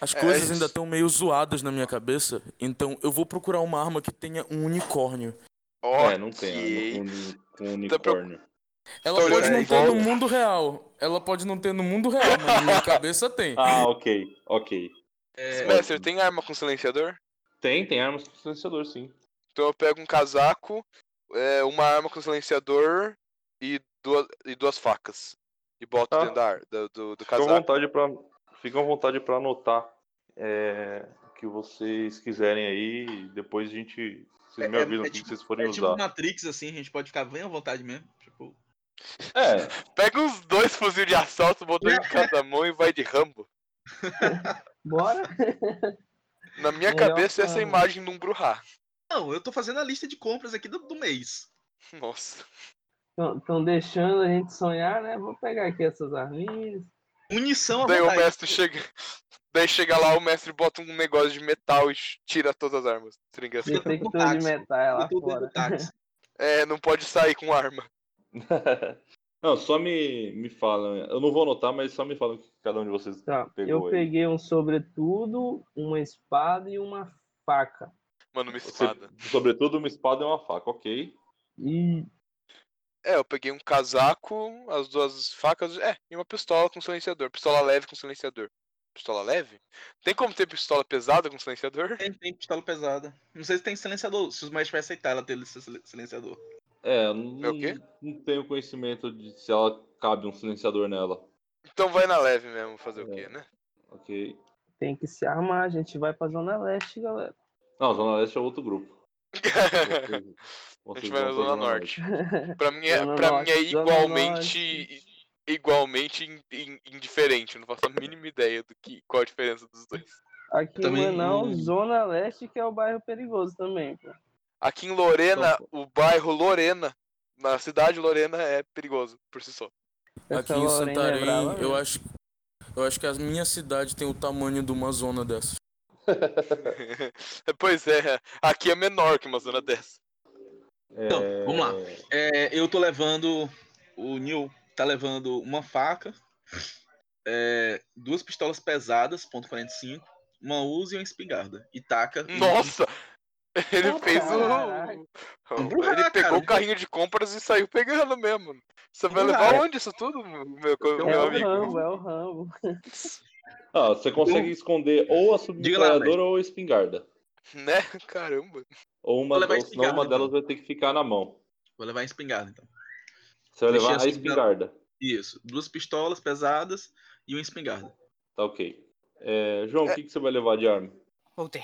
Speaker 8: As
Speaker 3: É,
Speaker 8: coisas
Speaker 3: isso.
Speaker 8: ainda estão meio zoadas na minha cabeça, então eu vou procurar uma arma que tenha um unicórnio.
Speaker 3: Ó,
Speaker 4: É, não tem arma com, uni- com
Speaker 3: Tá pro-
Speaker 4: unicórnio.
Speaker 8: Ela
Speaker 3: Tá
Speaker 8: pode
Speaker 3: olhando
Speaker 8: não
Speaker 3: aí,
Speaker 8: ter no
Speaker 3: volta.
Speaker 8: mundo real. Ela pode não ter no mundo real, mas na minha cabeça tem.
Speaker 4: Ah, ok, ok.
Speaker 6: É,
Speaker 3: Mestre, tem arma com silenciador?
Speaker 4: Tem, tem armas com silenciador, sim.
Speaker 3: Então eu pego um casaco, é, uma arma com silenciador e duas, e duas facas. E boto
Speaker 8: Ah.
Speaker 4: Tá.
Speaker 3: dentro da, ar- do, do,
Speaker 8: Então
Speaker 3: do
Speaker 4: Fica à
Speaker 3: casaco.
Speaker 4: vontade pra, fica à vontade para anotar é, o que vocês quiserem aí. Depois a gente. Vocês me
Speaker 6: É, é,
Speaker 4: avisam o
Speaker 6: é
Speaker 4: que
Speaker 6: tipo-
Speaker 4: vocês forem
Speaker 6: é tipo
Speaker 4: usar.
Speaker 6: Matrix, assim, a gente pode ficar bem à vontade mesmo. Tipo,
Speaker 4: É,
Speaker 3: Pega os dois fuzil de assalto,
Speaker 8: <laughs>
Speaker 3: bota um em cada mão e vai de rambo.
Speaker 5: Bora?
Speaker 3: Na minha
Speaker 5: Melhor
Speaker 3: cabeça, essa é a
Speaker 5: arma.
Speaker 3: imagem de um Bruhá.
Speaker 6: não, eu tô fazendo a lista de compras aqui do, do mês.
Speaker 3: Nossa.
Speaker 5: Estão deixando a gente sonhar, né? Vou pegar aqui essas arminhas.
Speaker 6: Munição à
Speaker 3: Daí o
Speaker 6: vontade.
Speaker 3: mestre chega. <laughs> Daí chega lá, o mestre bota um negócio de metal e tira todas as armas. Tá Tringa.
Speaker 5: Detector de metal lá
Speaker 6: Eu tô dentro
Speaker 5: fora.
Speaker 6: do táxi.
Speaker 5: <laughs>
Speaker 3: É, não pode sair com arma.
Speaker 6: É.
Speaker 4: <laughs> não, só me, me falam. Eu não vou anotar, mas só me falam o que cada um de vocês.
Speaker 5: Tá,
Speaker 4: Pegou
Speaker 5: eu
Speaker 4: aí.
Speaker 5: peguei um sobretudo, uma espada e uma faca.
Speaker 3: Mano, uma
Speaker 4: Você-
Speaker 3: espada.
Speaker 4: sobretudo, uma espada e uma faca, ok.
Speaker 5: E
Speaker 3: É, eu peguei um casaco, as duas facas, é, e uma pistola com silenciador. Pistola leve com silenciador. Pistola leve? Tem como ter pistola pesada com silenciador? <laughs>
Speaker 6: Tem, tem pistola pesada. Não sei se tem silenciador, se os mestres vai aceitar ela ter esse silen- silenciador.
Speaker 4: É, eu não,
Speaker 3: É o quê?
Speaker 4: não tenho conhecimento de se ela cabe um silenciador nela.
Speaker 3: Então vai na leve mesmo, fazer o quê, né?
Speaker 4: Ok.
Speaker 5: tem que se armar, a gente vai pra Zona Leste, galera.
Speaker 4: Não, Zona Leste é
Speaker 3: <laughs>
Speaker 4: outro grupo. Vocês-
Speaker 3: A
Speaker 4: vocês
Speaker 3: gente vai na
Speaker 4: vão pra
Speaker 3: Zona Norte. Pra mim é,
Speaker 5: Zona
Speaker 3: pra mim é
Speaker 5: Norte, Zona
Speaker 3: igualmente. Igualmente in- in- indiferente, eu não faço a mínima ideia do que qual a diferença dos dois.
Speaker 5: Aqui
Speaker 6: Também
Speaker 5: em Manaus,
Speaker 6: não-
Speaker 5: Zona Leste, que é o bairro perigoso também, pô.
Speaker 3: Aqui em Lorena,
Speaker 5: Então,
Speaker 3: o bairro Lorena, na cidade Lorena, é perigoso por si só.
Speaker 8: Aqui
Speaker 5: Essa
Speaker 8: em
Speaker 5: Lorena é
Speaker 8: Santarém,
Speaker 5: brava mesmo.
Speaker 8: eu acho, eu acho que a minha cidade tem o tamanho de uma zona dessas.
Speaker 3: <laughs> pois é, aqui é menor que uma zona
Speaker 5: <laughs>
Speaker 3: dessa.
Speaker 6: Então,
Speaker 4: É,
Speaker 6: vamos lá. É, eu tô levando. O Neil tá levando uma faca, é, duas pistolas pesadas, ponto .45, uma Uzi e uma espingarda. E taca. e-
Speaker 3: Nossa! Ele
Speaker 5: Ah,
Speaker 3: fez
Speaker 5: caraca.
Speaker 3: o.
Speaker 6: Um burraco,
Speaker 3: ele pegou
Speaker 6: cara.
Speaker 3: o carrinho de compras e saiu pegando mesmo. Você vai levar
Speaker 5: burraco.
Speaker 3: onde isso tudo, meu, co-
Speaker 4: tenho
Speaker 5: É
Speaker 3: meu
Speaker 5: o
Speaker 3: amigo?
Speaker 5: Rambo, é o Rambo.
Speaker 4: Ah, você consegue
Speaker 6: Eu-
Speaker 4: esconder ou a
Speaker 6: Diga lá,
Speaker 4: submetralhadora ou a espingarda.
Speaker 3: <laughs> Né? Caramba.
Speaker 4: Ou uma,
Speaker 6: Vou levar a
Speaker 4: ou senão uma
Speaker 6: espingarda, então.
Speaker 4: delas vai ter que ficar na mão.
Speaker 6: Vou levar a espingarda, então.
Speaker 4: Você vai
Speaker 6: Deixei
Speaker 4: levar
Speaker 6: a
Speaker 4: a espingarda.
Speaker 6: Isso. Duas pistolas pesadas e uma espingarda.
Speaker 4: Tá ok. É, João, o que, que você vai levar de arma?
Speaker 7: Voltei.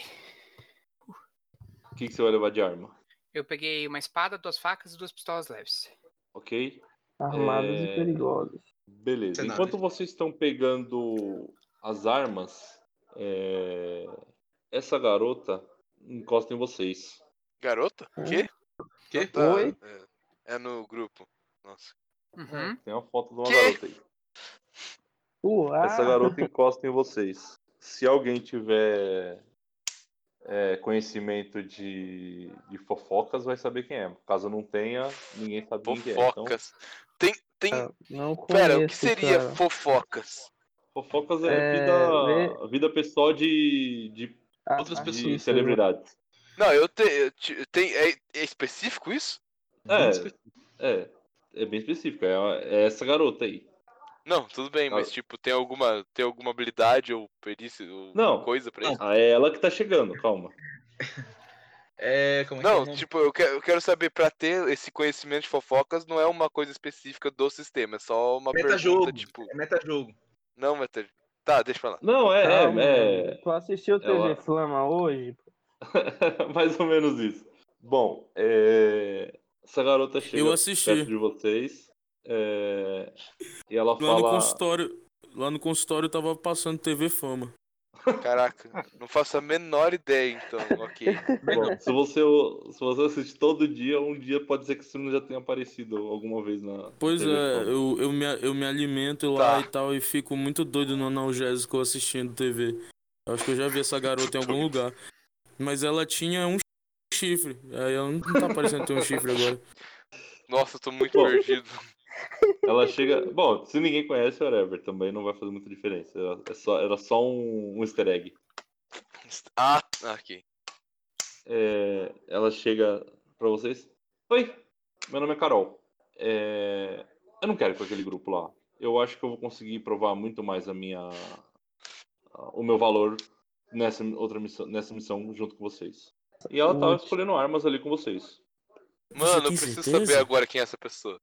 Speaker 4: O que, que você vai levar de arma?
Speaker 7: Eu peguei uma espada, duas facas e duas pistolas leves.
Speaker 4: Ok?
Speaker 5: Armados
Speaker 4: É.
Speaker 5: e perigosos.
Speaker 4: Beleza.
Speaker 6: Cenário.
Speaker 4: Enquanto vocês estão pegando as armas, é, essa garota encosta em vocês.
Speaker 3: Garota? Quê?
Speaker 6: Quê?
Speaker 3: Tá,
Speaker 5: Oi?
Speaker 3: é- É, no grupo. Nossa.
Speaker 7: Uhum.
Speaker 4: Tem uma foto de uma
Speaker 3: Que?
Speaker 4: garota aí.
Speaker 5: Uau!
Speaker 4: Essa garota encosta em vocês. Se alguém tiver é, conhecimento de, de fofocas, vai saber quem é. Caso não tenha, ninguém sabe quem que é. Então,
Speaker 3: Fofocas. Tem. tem...
Speaker 5: Ah, Não conheço,
Speaker 3: Pera, o que seria
Speaker 5: cara.
Speaker 3: fofocas?
Speaker 4: fofocas é,
Speaker 5: É,
Speaker 4: vida, vida pessoal de, de,
Speaker 5: Ah,
Speaker 6: outras
Speaker 5: ah,
Speaker 6: pessoas, né?
Speaker 4: de
Speaker 5: isso,
Speaker 4: celebridades.
Speaker 3: Não, eu tenho. Te, tem- é, é específico isso?
Speaker 4: É, é, é bem específico. É, é essa garota aí.
Speaker 3: Não, tudo bem, mas tipo, tem alguma, tem alguma habilidade ou perícia ou
Speaker 4: Não.
Speaker 3: coisa pra
Speaker 6: Não.
Speaker 3: isso?
Speaker 4: Ah, é ela que tá chegando, calma.
Speaker 6: É, como é que é o
Speaker 3: Não,
Speaker 6: nome?
Speaker 3: tipo, eu quero, eu quero saber pra ter esse conhecimento de fofocas não é uma coisa específica do sistema, é só uma
Speaker 6: Metajogo.
Speaker 3: pergunta, tipo.
Speaker 6: É metajogo.
Speaker 3: Não, Meta. Tá, deixa pra lá.
Speaker 4: Não, é, é,
Speaker 5: Calma,
Speaker 4: é,
Speaker 5: Tu assistiu TV
Speaker 4: Ela-
Speaker 5: Flama hoje?
Speaker 4: <laughs> Mais ou menos isso. Bom, é, essa garota chega
Speaker 8: Eu assisti.
Speaker 4: perto de vocês é, e ela
Speaker 8: Lá no
Speaker 4: fala...
Speaker 8: consultório. Lá no consultório tava passando TV Fama.
Speaker 3: Caraca, não faço a menor ideia, então, ok.
Speaker 8: <laughs>
Speaker 4: Bom, se, você, se você assiste todo dia, um dia pode ser que isso não já tenha aparecido alguma vez na
Speaker 8: Pois
Speaker 4: TV
Speaker 8: é,
Speaker 4: Fama.
Speaker 8: eu, eu, me, eu me alimento lá
Speaker 3: Tá.
Speaker 8: e tal e fico muito doido no analgésico assistindo TV. Eu Acho que eu já vi essa garota em algum lugar. Mas ela tinha um chifre. Aí ela não tá parecendo ter um chifre agora.
Speaker 3: Nossa, eu tô muito
Speaker 4: Bom.
Speaker 3: perdido. <laughs>
Speaker 4: Ela chega... Bom, se ninguém conhece, whatever, também não vai fazer muita diferença. Era é só, era só um, um easter egg.
Speaker 3: Ah, ok.
Speaker 4: É, ela chega pra vocês. Oi, meu nome é Carol. É, eu não quero ir pra aquele grupo lá. Eu acho que eu vou conseguir provar muito mais a minha, a- o meu valor nessa outra missão, nessa missão junto com vocês. E ela tava
Speaker 5: Putz.
Speaker 4: escolhendo armas ali com vocês.
Speaker 3: Mano, eu
Speaker 8: tem
Speaker 3: preciso
Speaker 8: certeza?
Speaker 3: saber agora quem é essa pessoa.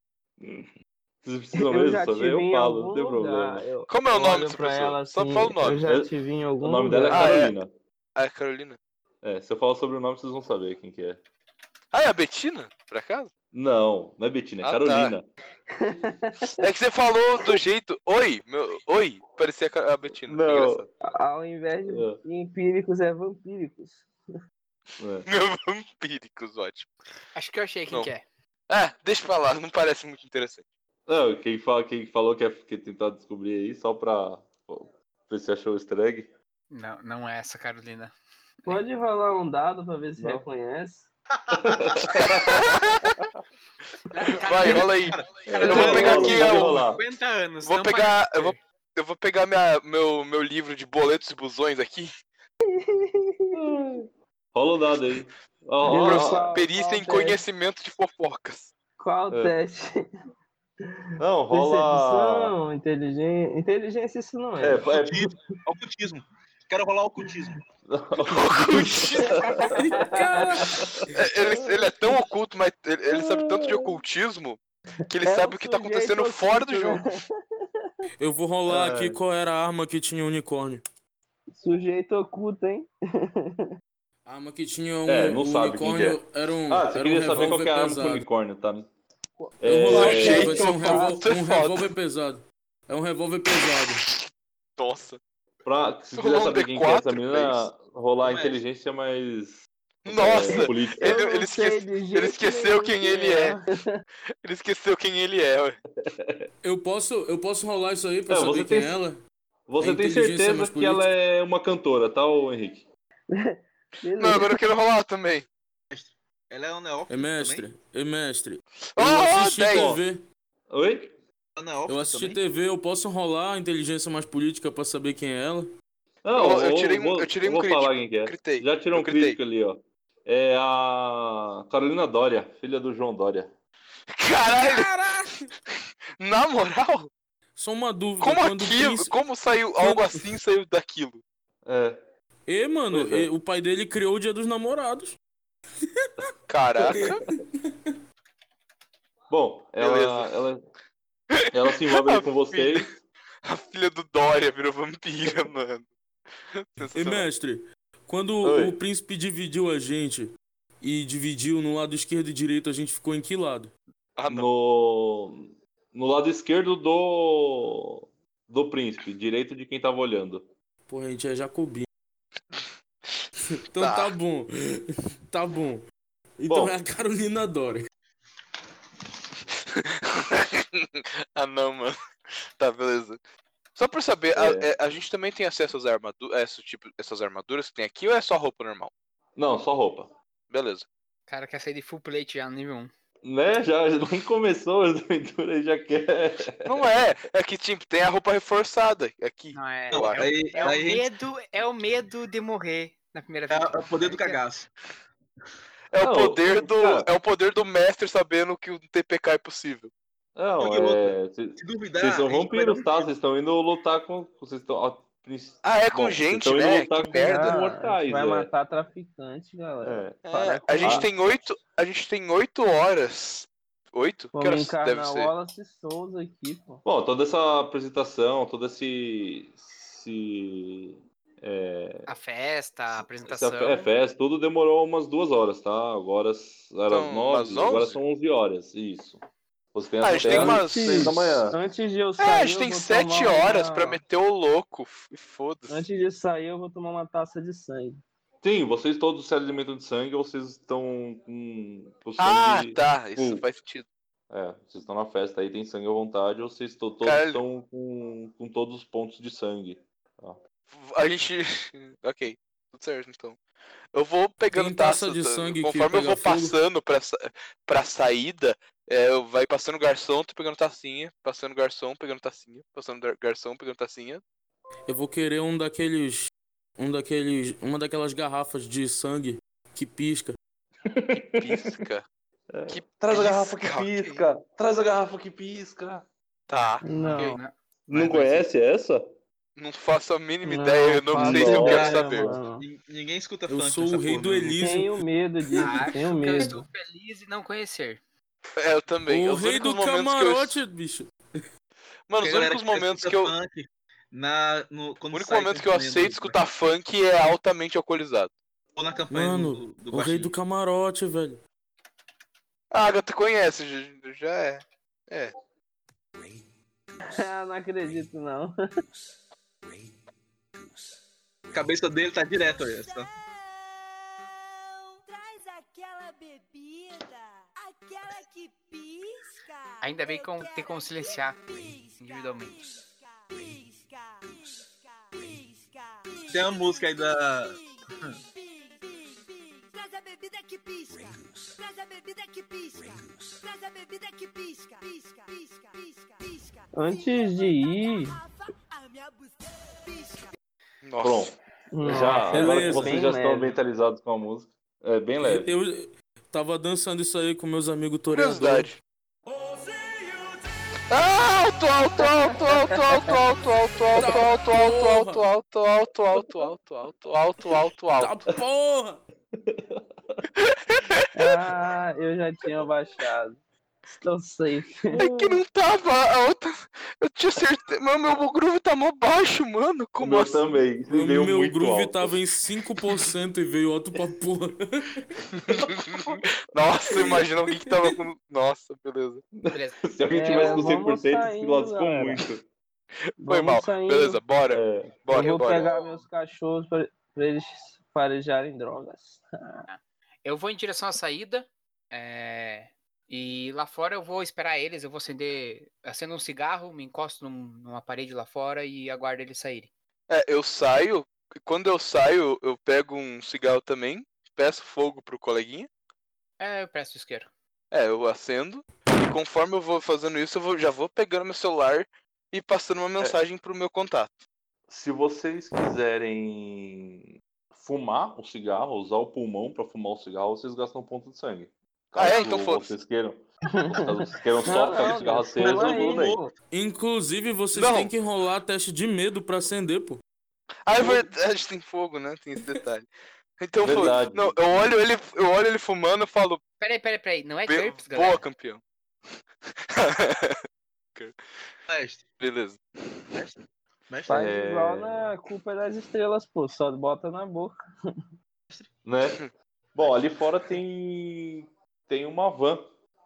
Speaker 4: Vocês
Speaker 5: <laughs>
Speaker 4: precisam mesmo saber? Eu
Speaker 5: em
Speaker 4: falo,
Speaker 5: algum
Speaker 4: não tem
Speaker 5: lugar.
Speaker 4: problema.
Speaker 5: Eu-
Speaker 3: Como é o
Speaker 5: eu
Speaker 3: nome
Speaker 5: olho
Speaker 3: dessa
Speaker 5: pra
Speaker 3: pessoa?
Speaker 5: ela
Speaker 3: Só
Speaker 5: assim,
Speaker 3: fala o nome.
Speaker 5: Eu já te vi em algum
Speaker 4: O nome dela é
Speaker 3: Ah,
Speaker 5: lugar.
Speaker 3: é.
Speaker 4: Carolina.
Speaker 3: Ah, é Carolina.
Speaker 4: É, se eu falar sobre o nome, vocês vão saber quem que é.
Speaker 3: Ah, é a Betina? Por acaso?
Speaker 4: Não, não é Betina, é
Speaker 3: Ah, tá.
Speaker 4: Carolina.
Speaker 3: É que você falou do jeito. Oi, meu. Oi, parecia a Ca- a Betina.
Speaker 4: Não.
Speaker 3: Engraçado.
Speaker 5: Ao invés de empíricos, é vampíricos.
Speaker 4: É.
Speaker 3: <laughs> Vampíricos, ótimo.
Speaker 7: Acho que eu achei quem
Speaker 3: Não.
Speaker 7: que é.
Speaker 3: Ah, deixa pra lá, não parece muito interessante.
Speaker 4: Não, quem, fala, quem falou que ia que ia tentar descobrir aí, só pra pra ver se achou o easter egg.
Speaker 7: Não, não é essa, Carolina.
Speaker 5: Pode rolar um dado pra ver se
Speaker 4: Não. <laughs>
Speaker 5: reconhece.
Speaker 3: Vai, rola aí. Eu
Speaker 7: Carolina,
Speaker 3: vou pegar
Speaker 7: Carolina,
Speaker 3: aqui
Speaker 4: Pode
Speaker 3: a.
Speaker 4: rolar.
Speaker 7: 50 anos.
Speaker 3: Vou
Speaker 7: não
Speaker 3: pegar.
Speaker 7: parece
Speaker 3: Eu vou, eu vou pegar minha, meu, meu livro de boletos e busões aqui.
Speaker 4: Rola o dado aí. Ó, ó,
Speaker 5: Meu
Speaker 4: ó.
Speaker 5: Deus.
Speaker 3: Prof- Perícia em
Speaker 5: qual
Speaker 3: conhecimento de fofocas.
Speaker 5: Qual
Speaker 4: É.
Speaker 5: teste?
Speaker 4: Não, rola.
Speaker 5: Percepção, inteligência. Inteligência, isso não
Speaker 4: É,
Speaker 5: é.
Speaker 4: <laughs> é.
Speaker 6: tipo Ocultismo. Quero rolar ocultismo.
Speaker 3: tá, É, Ele, ele é tão oculto, mas ele, ele sabe tanto de ocultismo que ele
Speaker 5: É
Speaker 3: sabe
Speaker 5: um
Speaker 3: o que tá
Speaker 5: sujeito
Speaker 3: acontecendo fora do
Speaker 5: oculto,
Speaker 3: jogo.
Speaker 5: né?
Speaker 8: Eu vou rolar
Speaker 4: Ai.
Speaker 8: aqui qual era a arma que tinha unicórnio.
Speaker 5: Sujeito oculto, hein?
Speaker 8: A arma que tinha um,
Speaker 4: É, não
Speaker 8: um
Speaker 4: sabe quem
Speaker 8: unicórnio era um.
Speaker 4: Ah, você
Speaker 8: era um
Speaker 4: queria saber qual
Speaker 8: revólver
Speaker 4: que é a arma com
Speaker 8: pesado.
Speaker 4: unicórnio, tá?
Speaker 8: Eu vou rolar
Speaker 4: É,
Speaker 8: aqui, vai
Speaker 3: Gente,
Speaker 8: ser um, revol...
Speaker 3: você é
Speaker 8: um
Speaker 3: foda.
Speaker 8: revólver pesado. É um revólver pesado.
Speaker 3: Nossa.
Speaker 4: pra, se
Speaker 3: Tu
Speaker 4: quiser
Speaker 3: rolou um
Speaker 4: saber quem que é essa
Speaker 3: D4,
Speaker 4: menina, rolar
Speaker 6: Não é.
Speaker 4: inteligência mais. É,
Speaker 3: Nossa! É,
Speaker 4: política.
Speaker 3: Ele-
Speaker 5: Eu
Speaker 3: ele
Speaker 5: não sei
Speaker 3: esquece-
Speaker 5: de jeito
Speaker 3: esqueceu
Speaker 5: nenhum
Speaker 3: quem ele é. Ele esqueceu quem ele é. ué.
Speaker 8: Eu posso, eu posso rolar isso aí pra
Speaker 4: É, você
Speaker 8: saber
Speaker 4: tem-
Speaker 8: quem é ela?
Speaker 4: Você
Speaker 8: É
Speaker 4: tem
Speaker 8: inteligência
Speaker 4: certeza
Speaker 8: mais
Speaker 4: que ela é uma cantora, tá, ô Henrique?
Speaker 5: <laughs> Beleza.
Speaker 3: é. Não, agora eu quero rolar também.
Speaker 6: Ela é um neófito
Speaker 8: É mestre, é mestre. Eu
Speaker 3: Oh,
Speaker 8: assisti
Speaker 3: 10!
Speaker 8: TV.
Speaker 4: Oi?
Speaker 6: também? Ela é
Speaker 8: Eu
Speaker 6: um
Speaker 8: assisti
Speaker 6: também?
Speaker 8: TV, eu posso rolar a inteligência mais política pra saber quem é ela?
Speaker 4: Não,
Speaker 3: Eu- eu
Speaker 4: vou-
Speaker 3: tirei um-
Speaker 4: vou-
Speaker 3: eu tirei um
Speaker 4: vou
Speaker 3: crítico.
Speaker 4: falar quem que é.
Speaker 3: Critei.
Speaker 4: Já tirou
Speaker 3: Eu
Speaker 4: um
Speaker 3: gritei.
Speaker 4: crítico ali, ó. É a Carolina Dória, filha do João Dória.
Speaker 3: Caralho! <laughs> Na moral?
Speaker 8: Só uma dúvida.
Speaker 3: Como
Speaker 8: quando o
Speaker 3: aquilo?
Speaker 8: príncipe-
Speaker 3: Como saiu
Speaker 8: quando-
Speaker 3: algo assim saiu daquilo?
Speaker 4: É.
Speaker 8: Ê, mano,
Speaker 4: Pois é.
Speaker 8: ê, o pai dele criou o Dia dos Namorados.
Speaker 3: Caraca.
Speaker 4: Bom, ela,
Speaker 3: Beleza.
Speaker 4: ela, ela se envolve
Speaker 3: <laughs>
Speaker 4: ali com vocês.
Speaker 3: A filha do Dória virou vampira, mano.
Speaker 8: Ê,
Speaker 3: Sensacional.
Speaker 8: mestre, quando
Speaker 4: Oi.
Speaker 8: o príncipe dividiu a gente e dividiu no lado esquerdo e direito, a gente ficou em que lado?
Speaker 3: Ah, não.
Speaker 4: No, no lado esquerdo do, do príncipe, direito de quem tava olhando.
Speaker 8: Porra, a gente é jacobino. <laughs> então
Speaker 3: Tá.
Speaker 8: tá. bom. Tá bom. Então
Speaker 4: Bom.
Speaker 8: é a Carolina Dória.
Speaker 3: <laughs> ah não, mano. Tá, beleza. Só pra saber, a-
Speaker 4: É.
Speaker 3: é, a, gente também tem acesso às armaduras, esse tipo, essas armaduras que tem aqui ou é só roupa normal?
Speaker 4: Não, só roupa.
Speaker 3: Beleza.
Speaker 7: O cara quer sair de full plate já no nível 1.
Speaker 4: Né? Já, já nem começou as aventuras e já quer.
Speaker 3: Não
Speaker 4: <laughs>
Speaker 3: é, é que tipo, tem a roupa reforçada aqui.
Speaker 7: Não, é,
Speaker 3: Não,
Speaker 7: é, o-
Speaker 6: aí,
Speaker 7: é o
Speaker 6: aí a gente-
Speaker 7: medo, é o medo de morrer na primeira
Speaker 6: é,
Speaker 7: vez.
Speaker 6: é o poder do cagaço.
Speaker 3: É o
Speaker 4: Não,
Speaker 3: poder
Speaker 4: o-
Speaker 3: do
Speaker 4: cara-
Speaker 3: é o poder do mestre sabendo que o TPK é possível.
Speaker 4: Não,
Speaker 6: Porque
Speaker 4: é. Vocês
Speaker 6: Se
Speaker 3: Ah,
Speaker 6: duvidar.
Speaker 4: vocês são
Speaker 6: a gente vai dar
Speaker 3: um
Speaker 6: um
Speaker 4: vampiros, tá? Vocês estão indo lutar com. Vocês estão. ó, princ-
Speaker 3: Ah, é com
Speaker 4: Bom,
Speaker 3: gente,
Speaker 4: então ele
Speaker 3: né?
Speaker 4: não tá
Speaker 3: Que
Speaker 4: com-
Speaker 3: merda.
Speaker 4: Ah,
Speaker 5: a gente
Speaker 4: mortais,
Speaker 5: vai
Speaker 4: é.
Speaker 5: matar traficante, galera.
Speaker 4: É.
Speaker 5: Para
Speaker 3: É,
Speaker 5: com
Speaker 3: a gente
Speaker 5: isso.
Speaker 3: tem oito, a gente tem oito horas. Oito? Que
Speaker 5: Vamos
Speaker 3: horas deve
Speaker 5: encarnar o
Speaker 3: ser?
Speaker 5: Wallace Souza aqui, pô.
Speaker 4: Bom, toda essa apresentação, toda esse. esse é,
Speaker 7: A festa, a apresentação.
Speaker 4: essa fe- é, festa, tudo demorou umas duas horas, tá? Agora s- era
Speaker 3: Então,
Speaker 4: as nove,
Speaker 3: umas
Speaker 4: agora
Speaker 3: 11?
Speaker 4: são onze horas, isso. Você tem
Speaker 3: Ah, a gente tem
Speaker 4: até-
Speaker 3: umas
Speaker 4: seis da manhã.
Speaker 5: Antes de eu
Speaker 3: É,
Speaker 5: sair.
Speaker 3: a gente
Speaker 5: eu
Speaker 3: tem
Speaker 5: vou
Speaker 3: sete
Speaker 5: tomar uma-
Speaker 3: horas pra meter o louco. f- e Foda-se.
Speaker 5: Antes de sair, eu vou tomar uma taça de sangue.
Speaker 4: Sim, vocês todos se alimentam de sangue, vocês estão com. com
Speaker 3: Ah,
Speaker 4: sangue-
Speaker 3: tá. Isso
Speaker 4: Hum.
Speaker 3: faz sentido.
Speaker 4: É, vocês estão na festa aí, tem sangue à vontade, ou vocês to- todos
Speaker 3: Caralho.
Speaker 4: estão com, com todos os pontos de sangue.
Speaker 3: A gente. <laughs> ok, tudo certo então. Eu vou pegando
Speaker 8: Tem taça
Speaker 3: taças,
Speaker 8: de
Speaker 3: tá?
Speaker 8: sangue que
Speaker 3: Conforme eu
Speaker 8: pega
Speaker 3: vou
Speaker 8: fogo?
Speaker 3: passando pra, sa- pra saída, é, eu- vai passando garçom, tô pegando tacinha. Passando garçom, pegando tacinha. Passando dar- garçom, pegando tacinha.
Speaker 8: Eu vou querer um daqueles. Um daqueles. Uma daquelas garrafas de sangue que pisca.
Speaker 3: Pisca.
Speaker 4: É.
Speaker 3: Que
Speaker 4: Traz a garrafa que
Speaker 3: pisca, ok.
Speaker 4: pisca! Traz a garrafa que pisca!
Speaker 3: Tá.
Speaker 5: Não.
Speaker 3: ok.
Speaker 4: Não conhece essa?
Speaker 3: Não faço a mínima
Speaker 5: Não,
Speaker 3: ideia, eu não
Speaker 5: para
Speaker 3: sei se eu
Speaker 4: não,
Speaker 3: quero
Speaker 5: cara,
Speaker 3: saber.
Speaker 5: mano.
Speaker 6: Nin- Ninguém escuta
Speaker 8: Eu
Speaker 6: funk
Speaker 8: sou
Speaker 6: nessa
Speaker 8: o rei
Speaker 6: porra,
Speaker 8: do
Speaker 6: né?
Speaker 8: Elísio.
Speaker 5: Tenho medo
Speaker 8: <laughs>
Speaker 5: disso,
Speaker 7: Ah, Acho
Speaker 5: tenho
Speaker 7: que eu
Speaker 5: medo.
Speaker 7: estou feliz em não conhecer.
Speaker 3: É, eu também.
Speaker 8: O
Speaker 3: Os
Speaker 8: rei
Speaker 3: únicos
Speaker 8: do
Speaker 3: momentos que
Speaker 8: camarote, bicho.
Speaker 3: eu... Mano,
Speaker 6: Tem
Speaker 3: os
Speaker 6: galera
Speaker 3: únicos momentos
Speaker 6: escuta
Speaker 3: que eu...
Speaker 6: funk Na, no,
Speaker 3: O
Speaker 6: quando
Speaker 3: único
Speaker 6: sai
Speaker 3: momento que eu
Speaker 6: campanha
Speaker 3: aceito
Speaker 6: do-
Speaker 3: escutar funk é altamente alcoolizado.
Speaker 6: Ou na campanha do,
Speaker 8: Mano,
Speaker 6: do, do
Speaker 8: o rei
Speaker 6: Guaxinim.
Speaker 8: do camarote, velho.
Speaker 3: A Ah, Agatha conhece, já- já é.
Speaker 5: Ah, não acredito, não. <laughs>
Speaker 6: A cabeça dele tá direto aí. Tá?
Speaker 9: Traz aquela bebida, aquela que pisca.
Speaker 7: Ainda bem que
Speaker 9: Eu
Speaker 7: eu- tem
Speaker 9: quero
Speaker 7: como silenciar
Speaker 9: que pisca,
Speaker 7: individualmente.
Speaker 9: pisca, Pisca, pisca, pisca, pisca.
Speaker 6: Tem uma música aí da-
Speaker 9: Pis, pis, pis, pis. Traz a bebida que pisca. Traz a bebida que pisca. Traz a bebida que pisca. Pisca, pisca, pisca, pisca.
Speaker 5: Antes de ir-
Speaker 9: A minha buceta pisca.
Speaker 3: Nossa.
Speaker 4: Pronto, já,
Speaker 5: Nossa,
Speaker 4: agora que
Speaker 8: beleza.
Speaker 4: vocês
Speaker 5: bem
Speaker 4: já estão
Speaker 5: leve.
Speaker 4: mentalizados com a música. É bem leve.
Speaker 8: Eu tava dançando isso aí com meus amigos toreadores.
Speaker 3: Curiosidade. Ah, alto, alto, alto, alto, alto, alto, alto,
Speaker 8: Tá
Speaker 3: alto, alto, alto, alto, alto, alto, alto, alto, alto, alto,
Speaker 8: Tá
Speaker 3: alto.
Speaker 8: porra!
Speaker 5: Ah, eu já tinha baixado. Estou safe.
Speaker 8: Tá
Speaker 3: É que não tava alta. Eu tinha certeza. Mas meu groove tá mó baixo, mano.
Speaker 4: O
Speaker 3: Como
Speaker 4: meu tá
Speaker 3: assim?
Speaker 4: também.
Speaker 8: O
Speaker 4: veio
Speaker 8: meu
Speaker 4: muito
Speaker 8: groove
Speaker 4: alto.
Speaker 8: tava em 5% e veio alto pra porra.
Speaker 3: Nossa, imagina alguém que tava com. Nossa, beleza.
Speaker 7: Beleza.
Speaker 4: Se alguém
Speaker 5: É,
Speaker 4: tivesse com 100%,
Speaker 5: vamos
Speaker 4: se
Speaker 5: saindo,
Speaker 4: lascou
Speaker 5: galera.
Speaker 4: muito.
Speaker 3: Foi
Speaker 5: Vamos
Speaker 3: mal.
Speaker 5: saindo.
Speaker 3: Beleza, bora.
Speaker 4: É,
Speaker 5: Eu
Speaker 3: Bora,
Speaker 5: vou
Speaker 3: bora.
Speaker 5: pegar meus cachorros pra, pra eles farejarem drogas.
Speaker 7: Eu vou em direção à saída. é, E lá fora eu vou esperar eles, eu vou acender. Acendo um cigarro, me encosto num- numa parede lá fora e aguardo eles saírem.
Speaker 3: É, eu saio. e Quando eu saio, eu pego um cigarro também. Peço fogo pro coleguinha.
Speaker 7: É, eu presto o isqueiro.
Speaker 3: É, eu acendo. E conforme eu vou fazendo isso, eu vou- já vou pegando meu celular e passando
Speaker 8: É.
Speaker 3: uma mensagem pro meu contato.
Speaker 4: se vocês quiserem fumar o cigarro, usar o pulmão pra fumar o cigarro, vocês gastam ponto de sangue.
Speaker 3: Ah, é?
Speaker 4: Caso
Speaker 3: Então foda-se.
Speaker 4: vocês queiram. Caso vocês queiram só
Speaker 5: <laughs> Não,
Speaker 4: ficar com
Speaker 5: não, é
Speaker 4: o cigarro
Speaker 5: meu,
Speaker 4: aceso,
Speaker 5: fala aí,
Speaker 4: tudo bem.
Speaker 5: pô.
Speaker 8: Inclusive, vocês
Speaker 3: Não.
Speaker 8: têm que enrolar teste de medo pra acender, pô.
Speaker 3: Ah, é verdade, tem fogo, né? Tem esse detalhe. Então, fogo.
Speaker 4: Verdade.
Speaker 3: Não, eu olho ele, eu olho ele fumando e falo,
Speaker 7: Peraí, peraí, peraí. Não é
Speaker 3: "Be-
Speaker 7: GURPS,
Speaker 3: boa,
Speaker 7: galera.
Speaker 3: campeão.
Speaker 6: Mestre,
Speaker 3: Beleza.
Speaker 6: mestre,
Speaker 5: Faz
Speaker 4: É.
Speaker 5: igual na culpa das estrelas, pô. Só bota na boca.
Speaker 4: né? Bom, ali fora tem tem uma van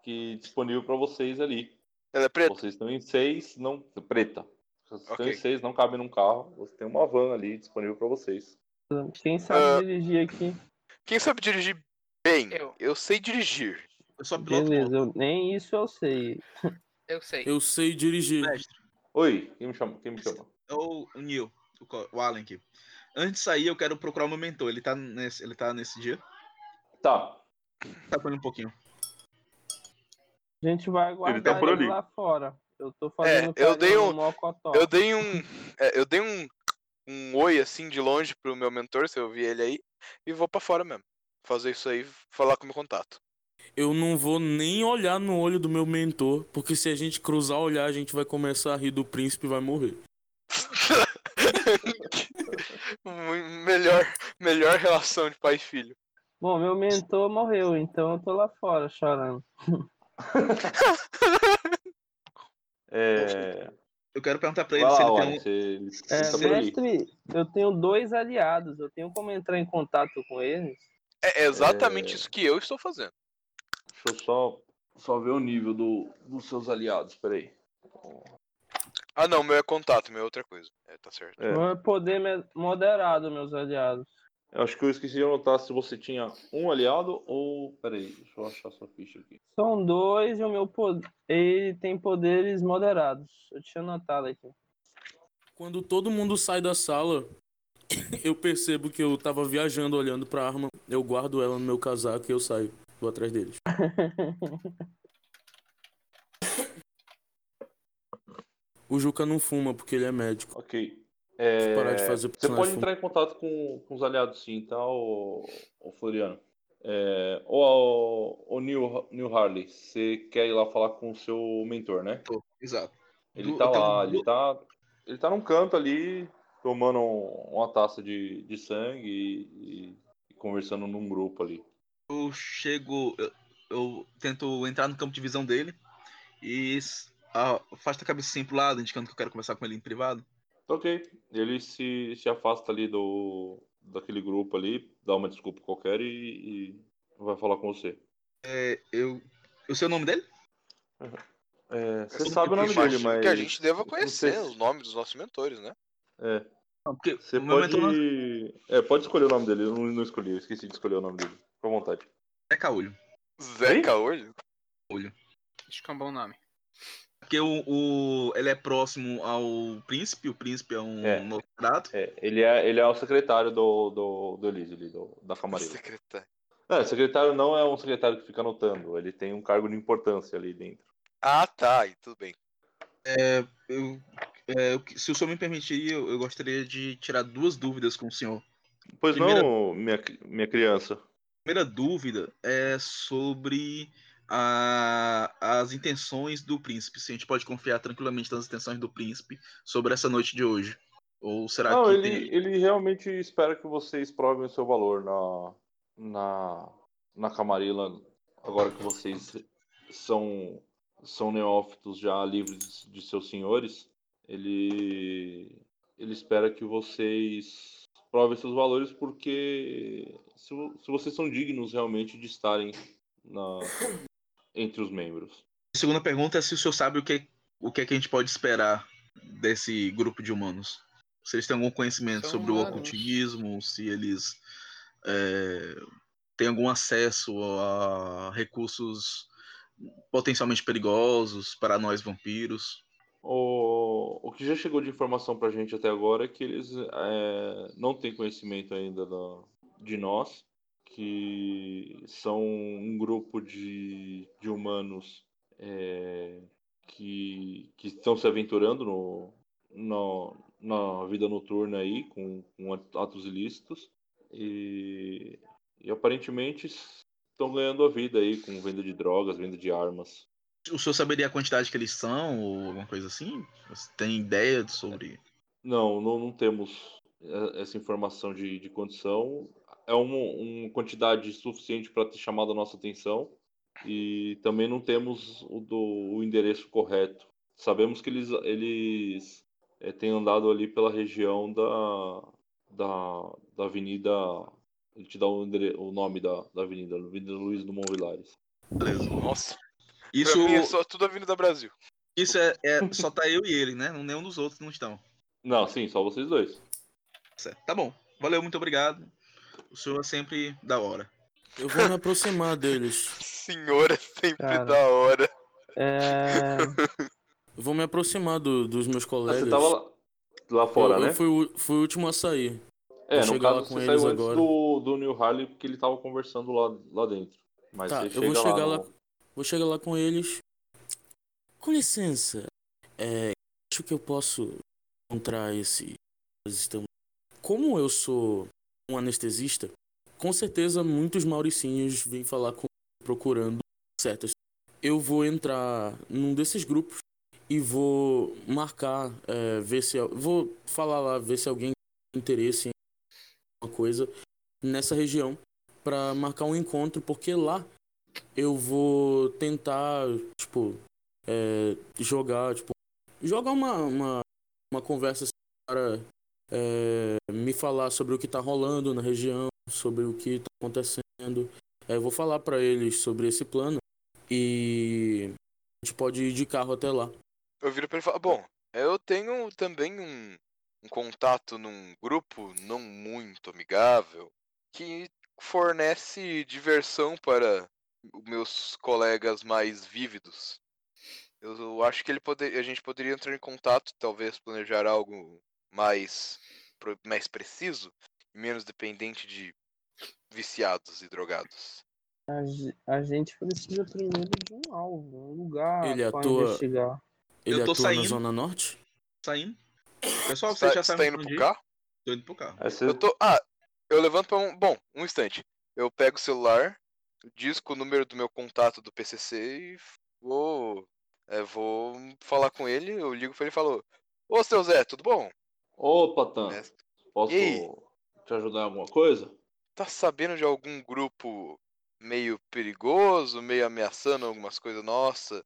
Speaker 4: que é disponível pra vocês ali.
Speaker 3: Ela é preta?
Speaker 4: Vocês estão em seis, não preta. Vocês estão em
Speaker 3: Ok.
Speaker 4: seis, não cabem num carro. Você tem uma van ali disponível pra vocês.
Speaker 5: Quem sabe
Speaker 3: Ah.
Speaker 5: dirigir aqui?
Speaker 3: Quem sabe dirigir bem?
Speaker 7: Eu.
Speaker 3: Eu sei dirigir. Tá
Speaker 6: eu sou piloto.
Speaker 5: Beleza, eu- nem isso eu sei.
Speaker 7: Eu sei.
Speaker 8: Eu sei dirigir.
Speaker 6: Mestre,
Speaker 4: Oi, quem me chama? Quem me chama?
Speaker 6: é o o Neil, o co- o Alan aqui. Antes de sair, eu quero procurar o meu mentor. Ele tá nesse, ele tá nesse dia.
Speaker 4: Tá.
Speaker 6: Tá com ele um pouquinho.
Speaker 5: A gente vai aguardar
Speaker 4: tá por
Speaker 5: ele
Speaker 4: ali.
Speaker 5: lá fora. Eu tô
Speaker 3: É,
Speaker 5: fazendo
Speaker 3: eu
Speaker 5: carinho
Speaker 3: dei um-
Speaker 5: no mocotó.
Speaker 3: Eu dei um. é, eu dei um, um oi assim de longe pro meu mentor, se eu vi ele aí, e vou pra fora mesmo. Fazer isso aí, falar com o meu contato.
Speaker 8: Eu não vou nem olhar no olho do meu mentor, porque se a gente cruzar olhar, a gente vai começar a rir do príncipe e vai
Speaker 3: <laughs>
Speaker 8: morrer.
Speaker 3: Mu- melhor, melhor relação de pai e filho.
Speaker 5: Bom, meu mentor morreu, então eu tô lá fora chorando.
Speaker 4: É...
Speaker 6: Eu quero perguntar pra
Speaker 4: Vai
Speaker 6: ele se
Speaker 4: lá,
Speaker 6: ele
Speaker 4: Warren,
Speaker 6: tem um.
Speaker 4: você, ele
Speaker 5: É,
Speaker 4: tá
Speaker 6: né?
Speaker 4: por ali.
Speaker 5: mestre, eu tenho dois aliados, eu tenho como entrar em contato com eles.
Speaker 3: É exatamente
Speaker 4: É.
Speaker 3: isso que eu estou fazendo.
Speaker 4: Deixa eu só, só ver o nível do, dos seus aliados, peraí.
Speaker 3: Ah não, meu é contato, meu é outra coisa. É, tá certo.
Speaker 4: É.
Speaker 5: Meu poder me- moderado, meus aliados.
Speaker 4: Eu acho que eu esqueci de anotar se você tinha um aliado ou. Peraí, deixa eu achar sua ficha aqui.
Speaker 5: São dois e o meu poder. Ele tem poderes moderados. Eu tinha anotado
Speaker 8: <laughs>
Speaker 5: aqui.
Speaker 8: Quando todo mundo sai da sala, <coughs> eu percebo que eu tava viajando olhando pra arma, eu guardo ela no meu casaco e eu saio, vou atrás deles. O Juca não fuma porque ele é médico.
Speaker 4: Ok. É,
Speaker 8: Deixa eu parar de fazer
Speaker 4: Você
Speaker 8: personagem
Speaker 4: pode entrar em contato com, com os aliados sim, tá, ô, ô Floriano? É, ô, ô, ô Neil, Neil Harley, você quer ir lá falar com o seu mentor, né?
Speaker 6: Exato.
Speaker 4: Ele
Speaker 6: Du-
Speaker 4: tá
Speaker 8: então,
Speaker 6: eu tenho
Speaker 4: lá,
Speaker 6: du-
Speaker 4: ele tá. Ele tá num canto ali, tomando um- uma taça de, de sangue e, e- e conversando num grupo ali.
Speaker 6: Eu chego. Eu, eu tento entrar no campo de visão dele e s- a- afasto a cabecinha pro lado, indicando que eu quero conversar com ele em privado.
Speaker 4: Tá Ok. Ele se, se afasta ali do daquele grupo ali, dá uma desculpa qualquer e, e vai falar com você.
Speaker 6: É, eu. Eu sei o nome dele?
Speaker 4: É, você
Speaker 6: Eu
Speaker 4: sabe o nome
Speaker 3: Imagino
Speaker 4: dele, mas.
Speaker 3: que a gente deva
Speaker 4: não sei
Speaker 3: conhecer
Speaker 4: se-
Speaker 3: os nomes dos nossos mentores, né?
Speaker 4: É,
Speaker 6: Não, porque
Speaker 4: você
Speaker 6: o meu
Speaker 4: pode.
Speaker 6: mentor
Speaker 4: É, pode escolher o nome dele. Eu não, não escolhi, eu esqueci de escolher o nome dele. Fica à vontade.
Speaker 6: é Caolho.
Speaker 3: Zé
Speaker 4: Oi? Tá
Speaker 3: Caolho?
Speaker 7: Acho que é um bom nome.
Speaker 6: Porque o, o- ele é próximo ao príncipe, o príncipe é um
Speaker 4: É.
Speaker 6: novato.
Speaker 4: É, ele é, ele é o secretário do, do, do Elise, ali, do- da camareira.
Speaker 3: Secretário.
Speaker 4: Não, secretário não é um secretário que fica anotando, ele tem um cargo de importância ali dentro.
Speaker 3: Ah, tá, e tudo bem.
Speaker 6: Eu- é, eu- se o senhor me permitir, eu, eu gostaria de tirar duas dúvidas com o senhor.
Speaker 4: Pois
Speaker 6: Primeira-
Speaker 4: não, minha, minha criança.
Speaker 6: A primeira dúvida é sobre a- as intenções do príncipe. Se a gente pode confiar tranquilamente nas intenções do príncipe sobre essa noite de hoje. Ou será
Speaker 4: Não,
Speaker 6: que
Speaker 4: ele,
Speaker 6: tem-
Speaker 4: ele realmente espera que vocês provem o seu valor na, na, na Camarilla, agora que vocês são, são neófitos já livres de seus senhores. Ele, ele espera que vocês provem seus valores, porque se, vo- se vocês são dignos realmente de estarem na, entre os membros.
Speaker 6: A segunda pergunta é se o senhor sabe o que, o que, é que a gente pode esperar desse grupo de humanos. Se eles têm algum conhecimento
Speaker 7: São
Speaker 6: sobre
Speaker 7: humanos.
Speaker 6: o ocultismo, se eles é, têm algum acesso a recursos potencialmente perigosos para nós vampiros.
Speaker 4: O, o que já chegou de informação pra gente até agora é que eles é, não têm conhecimento ainda da- de nós, que são um grupo de, de humanos é, que, que estão se aventurando no, no- na vida noturna aí, com, com atos ilícitos, e, e aparentemente estão ganhando a vida aí com venda de drogas, venda de armas.
Speaker 6: O senhor saberia a quantidade que eles são ou alguma coisa assim? Você tem ideia sobre.
Speaker 4: Não, não, não temos eh, essa informação de, de condição. É uma, uma quantidade suficiente para ter chamado a nossa atenção e também não temos o, do, o endereço correto. Sabemos que eles, eles eh, têm andado ali pela região da, da, da Avenida. Ele te dá o, endere- o nome da, da avenida, Avenida Luiz Dumont Vilares.
Speaker 6: Beleza.
Speaker 3: Nossa,
Speaker 6: Isso,
Speaker 3: pra mim é só tudo a Avenida Brasil.
Speaker 6: isso é, é- Só tá eu e ele, né? Nenhum dos outros não estão.
Speaker 4: Não, sim, só vocês dois.
Speaker 6: Certo. Tá bom. Valeu, muito obrigado. O senhor é sempre da hora.
Speaker 8: Eu vou me aproximar deles.
Speaker 3: Senhora é sempre
Speaker 5: Cara.
Speaker 3: da hora.
Speaker 5: É,
Speaker 8: Eu vou me aproximar do- dos meus
Speaker 4: Ah,
Speaker 8: colegas.
Speaker 4: Você tava lá, lá fora,
Speaker 8: eu,
Speaker 4: né?
Speaker 8: eu fui, o- fui o último a sair.
Speaker 4: É,
Speaker 8: vou
Speaker 4: no
Speaker 8: chegar lá
Speaker 4: caso
Speaker 8: com
Speaker 4: você
Speaker 8: eles
Speaker 4: saiu
Speaker 8: agora.
Speaker 4: antes do, do New Harley porque ele tava conversando lá, lá dentro. Mas
Speaker 8: Tá,
Speaker 4: você
Speaker 8: eu
Speaker 4: chega
Speaker 8: vou chegar
Speaker 4: lá.
Speaker 8: lá- Vou chegar lá com eles. Com licença. É, acho que eu posso encontrar esse. nós estamos- Como eu sou um anestesista, com certeza muitos mauricinhos vêm falar com procurando certas. Eu vou entrar ah, num desses grupos e vou marcar, é, ver se al- vou falar lá, ver se alguém tem interesse em alguma coisa nessa região para marcar um encontro, porque lá eu vou tentar, tipo, é, jogar, tipo, jogar uma, uma, uma conversa assim, para é, me falar sobre o que tá rolando na região, sobre o que tá acontecendo. É, eu vou falar para eles sobre esse plano e a gente pode ir de carro até lá.
Speaker 3: Eu viro pra ele e falo, bom, eu tenho também um, um contato num grupo não muito amigável que fornece diversão para o- meus colegas mais vívidos. Eu acho que ele poder, a gente poderia entrar em contato, talvez planejar algo mais, pro- mais preciso e menos dependente de viciados e drogados.
Speaker 5: a, ge- a gente precisa primeiro de um alvo, um lugar
Speaker 8: Ele
Speaker 5: para
Speaker 8: atua-
Speaker 5: investigar.
Speaker 8: Ele
Speaker 6: Eu tô
Speaker 8: atua
Speaker 6: saindo.
Speaker 8: na Zona Norte?
Speaker 6: Saindo. Pessoal,
Speaker 3: Você
Speaker 6: vocês já
Speaker 3: tá, você tá
Speaker 6: sabem
Speaker 3: indo
Speaker 6: onde
Speaker 3: pro
Speaker 6: ir?
Speaker 3: carro?
Speaker 6: Tô indo pro carro.
Speaker 4: Aí você-
Speaker 3: Eu tô. Ah, eu levanto pra um. Bom, um instante. Eu pego o celular, disco o número do meu contato do PCC e vou. é, vou falar com ele. Eu ligo pra ele e falo: Ô seu Zé, tudo bom?
Speaker 4: Opa, Tan,
Speaker 3: É,
Speaker 4: posso
Speaker 3: E aí?
Speaker 4: te ajudar em alguma coisa?
Speaker 3: tá sabendo de algum grupo meio perigoso, meio ameaçando algumas coisas nossa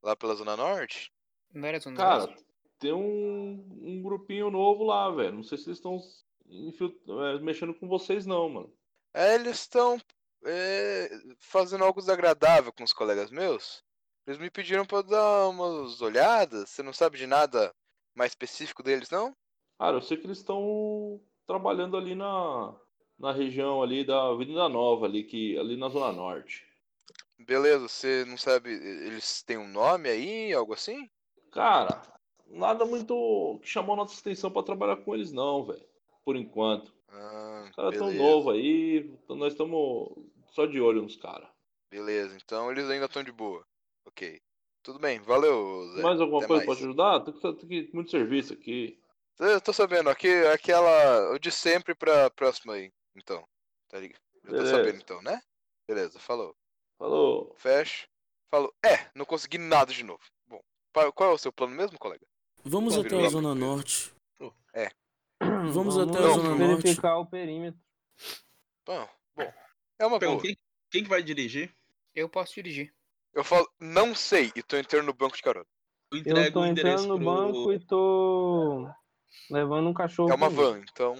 Speaker 3: lá pela Zona Norte?
Speaker 7: Não era Zona
Speaker 4: Cara,
Speaker 7: Norte?
Speaker 4: tem um, um grupinho novo lá, velho. Não sei se eles estão infil- é, mexendo com vocês, não, mano.
Speaker 3: É, eles estão é, fazendo algo desagradável com os colegas meus. Eles me pediram pra eu dar umas olhadas. Você não sabe de nada mais específico deles, não?
Speaker 4: Cara, eu sei que eles estão trabalhando ali na, na região ali da Avenida Nova, ali, que, ali na Zona Norte.
Speaker 3: Beleza, você não sabe. e- Eles têm um nome aí, algo assim?
Speaker 4: Cara, nada muito que chamou nossa atenção pra trabalhar com eles, não, velho. Por enquanto.
Speaker 3: Ah,
Speaker 4: Os caras tão
Speaker 3: beleza.
Speaker 4: novo aí, então nós estamos só de olho nos caras.
Speaker 3: Beleza, então eles ainda estão de boa. Ok. Tudo bem, valeu, Zé.
Speaker 4: Mais alguma
Speaker 3: até
Speaker 4: coisa pra
Speaker 3: mais.
Speaker 4: te ajudar? Tem, que- tem que- muito serviço aqui.
Speaker 3: Eu tô sabendo, aqui, aquela. O de sempre pra próxima aí, então. Tá ligado? Eu tô
Speaker 4: Beleza.
Speaker 3: sabendo então, né? Beleza, falou.
Speaker 4: Falou.
Speaker 3: Fecho. Falo, é, não consegui nada de novo. Bom, pa- qual é o seu plano mesmo, colega?
Speaker 8: Vamos
Speaker 3: Pô,
Speaker 8: até
Speaker 3: virou
Speaker 8: a
Speaker 3: lá
Speaker 8: Zona
Speaker 3: pro Pedro.
Speaker 8: Norte.
Speaker 3: É.
Speaker 5: Vamos,
Speaker 8: até
Speaker 3: a Zona
Speaker 8: Norte.
Speaker 5: verificar o perímetro.
Speaker 3: Bom, bom. É uma
Speaker 6: Pegou,
Speaker 3: boa.
Speaker 6: quem, quem que vai dirigir?
Speaker 7: Eu posso dirigir.
Speaker 3: Eu falo, não sei, e tô entrando no banco de carona.
Speaker 6: Eu
Speaker 5: Eu
Speaker 6: entrego
Speaker 5: tô
Speaker 6: o
Speaker 5: entrando
Speaker 6: endereço
Speaker 5: no
Speaker 6: pro...
Speaker 5: banco e tô levando um cachorro.
Speaker 3: É uma
Speaker 5: comigo.
Speaker 8: <laughs>
Speaker 3: van, então.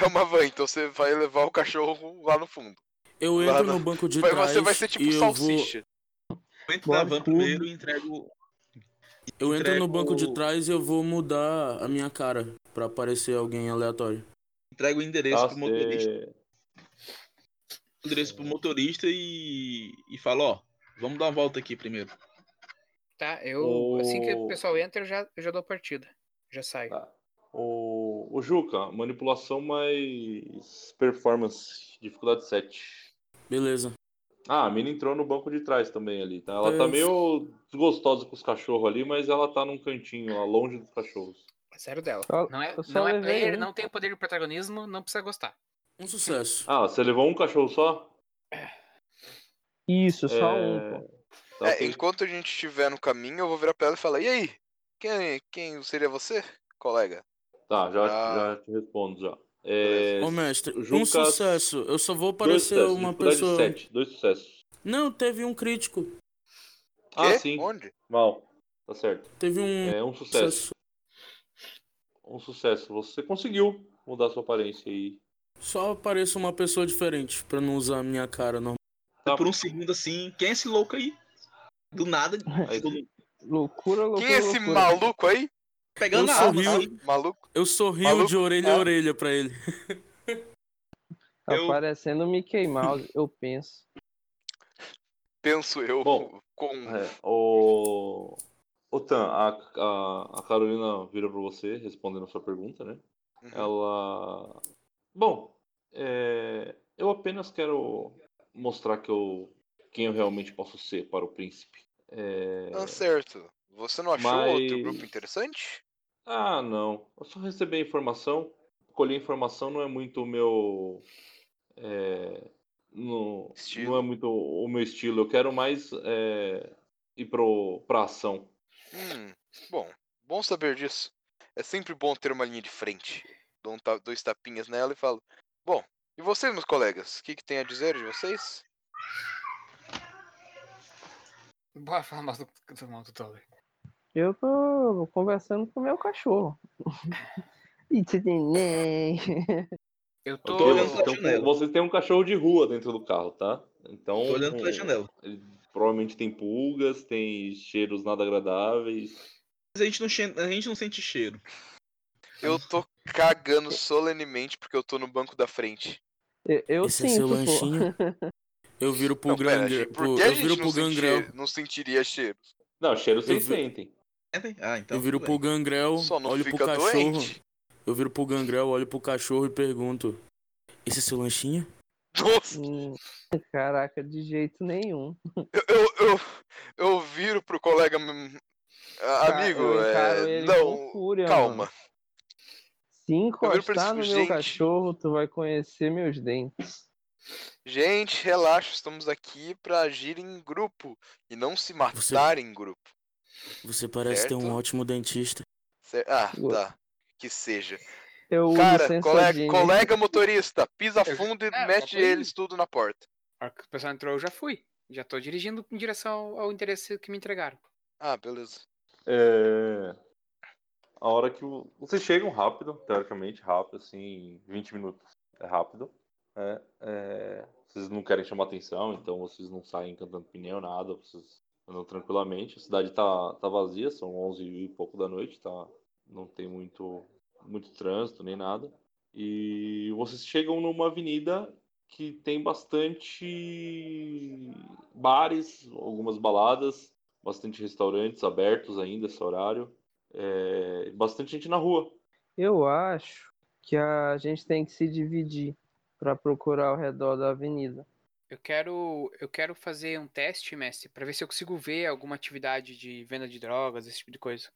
Speaker 3: É uma van, então você vai levar o cachorro lá no fundo.
Speaker 8: Eu
Speaker 3: Lá
Speaker 8: entro
Speaker 3: na-
Speaker 8: no banco de
Speaker 3: Vai-
Speaker 8: trás
Speaker 3: você vai ser tipo
Speaker 8: e eu vou
Speaker 3: salsicha.
Speaker 6: Eu entro na
Speaker 5: Bora,
Speaker 6: van
Speaker 5: tudo.
Speaker 6: primeiro e entrego.
Speaker 8: Eu entro
Speaker 6: Entrego-
Speaker 8: no banco de trás e eu vou mudar a minha cara pra aparecer alguém aleatório.
Speaker 6: Entrego o endereço
Speaker 4: Tá,
Speaker 6: pro motorista.
Speaker 4: cê-
Speaker 6: O endereço pro motorista e. e falo, ó, vamos dar uma volta aqui primeiro.
Speaker 7: Tá, eu.
Speaker 4: O-
Speaker 7: Assim que o pessoal entra, eu já, eu já dou partida. Já saio.
Speaker 4: Tá. O, o Juca, manipulação mais performance, dificuldade 7.
Speaker 8: Beleza.
Speaker 4: Ah, a mina entrou no banco de trás também ali, tá? Ela tá
Speaker 8: Beleza.
Speaker 4: meio desgostosa com os cachorros ali, mas ela tá num cantinho lá, longe dos cachorros.
Speaker 7: É Sério dela.
Speaker 5: Eu-
Speaker 7: Não é,
Speaker 5: eu só
Speaker 7: não é
Speaker 5: levei
Speaker 7: player,
Speaker 5: um.
Speaker 7: não tem o poder de protagonismo, não precisa gostar.
Speaker 8: Um sucesso.
Speaker 4: Ah, você levou um cachorro só?
Speaker 5: Isso, só
Speaker 4: É,
Speaker 5: um. pô.
Speaker 4: Tá,
Speaker 3: É,
Speaker 4: tem-
Speaker 3: enquanto a gente estiver no caminho, eu vou virar pra ela e falar, e aí? Quem, quem seria você, colega?
Speaker 4: tá, já,
Speaker 3: Ah.
Speaker 4: já te respondo já. É,
Speaker 8: Ô mestre, um
Speaker 4: Jucas,
Speaker 8: sucesso. Eu só vou
Speaker 4: dois
Speaker 8: parecer
Speaker 4: sucessos,
Speaker 8: uma
Speaker 4: dificuldade
Speaker 8: pessoa.
Speaker 4: 7, dois sucessos.
Speaker 8: Não, teve um crítico.
Speaker 4: Ah,
Speaker 3: Quê?
Speaker 4: sim,
Speaker 3: Onde?
Speaker 4: mal. Tá certo.
Speaker 8: Teve um
Speaker 4: É um sucesso.
Speaker 8: sucesso.
Speaker 4: Um sucesso. Você conseguiu mudar sua aparência aí.
Speaker 8: Só apareço uma pessoa diferente pra não usar a minha cara normal.
Speaker 4: Tá,
Speaker 6: Por um segundo assim, quem é esse louco aí? Do
Speaker 5: <laughs>
Speaker 6: nada, tipo,
Speaker 4: aí-
Speaker 6: do-
Speaker 5: Loucura, loucura.
Speaker 3: Quem é esse
Speaker 5: loucura.
Speaker 3: maluco aí?
Speaker 6: pegando
Speaker 8: Eu
Speaker 6: a arma.
Speaker 8: sorrio.
Speaker 3: Tá
Speaker 6: assim.
Speaker 3: Maluco?
Speaker 8: Eu sorrio
Speaker 3: Maluco,
Speaker 8: de orelha a
Speaker 3: tá?
Speaker 8: orelha pra ele.
Speaker 5: Tá
Speaker 6: Eu-
Speaker 5: parecendo o Mickey Mouse, eu penso.
Speaker 3: Penso eu,
Speaker 4: Bom,
Speaker 3: Com um
Speaker 4: É, o... o Tan, a, a, a Carolina vira para você, respondendo a sua pergunta, né?
Speaker 3: Uhum.
Speaker 4: Ela. Bom, é, eu apenas quero mostrar que eu, quem eu realmente posso ser para o príncipe. É,
Speaker 3: Tá certo. Você não achou outro grupo
Speaker 4: Mas-
Speaker 3: interessante?
Speaker 4: Ah, não. Eu só receber informação. Colher informação não é muito o meu. é, no-
Speaker 3: Estilo.
Speaker 4: não é muito o meu estilo. Eu quero mais é, ir pro, pra ação.
Speaker 3: Hum, bom, bom saber disso. É sempre bom ter uma linha de frente. Dou um ta- dois tapinhas nela e falo: Bom, e vocês, meus colegas? O que, que tem a dizer de vocês?
Speaker 7: Bora falar mais do, do mal do Toller.
Speaker 5: Eu tô conversando com o meu cachorro. <laughs> E você tem nem.
Speaker 7: Eu
Speaker 4: Ok,
Speaker 7: tô.
Speaker 6: tô olhando
Speaker 4: vocês,
Speaker 6: pra
Speaker 4: têm um,
Speaker 6: janela.
Speaker 4: vocês têm um cachorro de rua dentro do carro, tá? Então,
Speaker 6: Tô olhando
Speaker 3: é.
Speaker 6: pela
Speaker 4: hum,
Speaker 6: janela.
Speaker 4: ele provavelmente tem pulgas, tem cheiros nada agradáveis.
Speaker 6: Mas a gente não, che- a gente não sente cheiro.
Speaker 3: Eu tô cagando solenemente porque eu tô no banco da frente.
Speaker 5: Eu, eu
Speaker 8: Esse é seu
Speaker 5: sinto, pô. <laughs>
Speaker 8: lanchinho. Eu viro pro
Speaker 3: Não, pera,
Speaker 8: Grande.
Speaker 3: gente,
Speaker 8: pro-
Speaker 3: Por que a
Speaker 8: Eu
Speaker 3: gente
Speaker 8: viro
Speaker 3: não,
Speaker 8: pro Gangrel.
Speaker 3: sentir, não sentiria cheiro?
Speaker 4: Não, cheiro vocês
Speaker 8: vi-
Speaker 4: sentem.
Speaker 6: Sentem? Ah, então.
Speaker 8: Eu viro
Speaker 6: tudo
Speaker 8: pro
Speaker 6: bem.
Speaker 8: Gangrel,
Speaker 3: Só não
Speaker 8: olho pro
Speaker 3: fica
Speaker 8: cachorro.
Speaker 3: doente.
Speaker 8: Eu viro pro Gangrel, olho pro cachorro e pergunto: Esse é seu lanchinho?
Speaker 3: Nossa,
Speaker 5: Hum, Caraca, de jeito nenhum.
Speaker 3: eu, eu, eu, eu viro pro colega. hum, ah,
Speaker 5: Ca-
Speaker 3: Amigo,
Speaker 5: Tá, eu encaro
Speaker 3: é,
Speaker 5: ele com
Speaker 3: não,
Speaker 5: fúria,
Speaker 3: calma.
Speaker 5: mano. Se
Speaker 3: pra ele e
Speaker 5: encostar no
Speaker 3: digo,
Speaker 5: meu
Speaker 3: "Gente."
Speaker 5: cachorro, tu vai conhecer meus dentes.
Speaker 3: Gente, relaxa, estamos aqui pra agir em grupo e não se matar em grupo.
Speaker 8: Você parece ter um
Speaker 3: Certo.
Speaker 8: ótimo dentista.
Speaker 3: Cer- Ah,
Speaker 5: Boa.
Speaker 3: tá. Que seja.
Speaker 5: Eu uso
Speaker 3: Cara,
Speaker 5: sensor
Speaker 3: colega,
Speaker 5: de-
Speaker 3: colega motorista, pisa
Speaker 7: Eu-
Speaker 3: fundo e
Speaker 7: é,
Speaker 3: mete
Speaker 7: tá bem.
Speaker 3: eles tudo na porta.
Speaker 7: A hora que o pessoal entrou, eu já fui. Já tô dirigindo em direção ao, ao endereço que me entregaram.
Speaker 3: Ah, beleza.
Speaker 4: É... A hora que o- vocês chegam rápido, teoricamente rápido, assim, 20 minutos é rápido. né? É, Vocês não querem chamar atenção, então vocês não saem cantando pneu, nada, vocês andam tranquilamente. A cidade tá, tá vazia, são 11 e pouco da noite, tá? não tem muito, muito trânsito nem nada. E vocês chegam numa avenida que tem bastante bares, algumas baladas bastante restaurantes abertos ainda esse horário, é, bastante gente na rua.
Speaker 5: Eu acho que a gente tem que se dividir pra procurar ao redor da avenida.
Speaker 7: Eu quero, eu quero fazer um teste, mestre, pra ver se eu consigo ver alguma atividade de venda de drogas, esse tipo de coisa.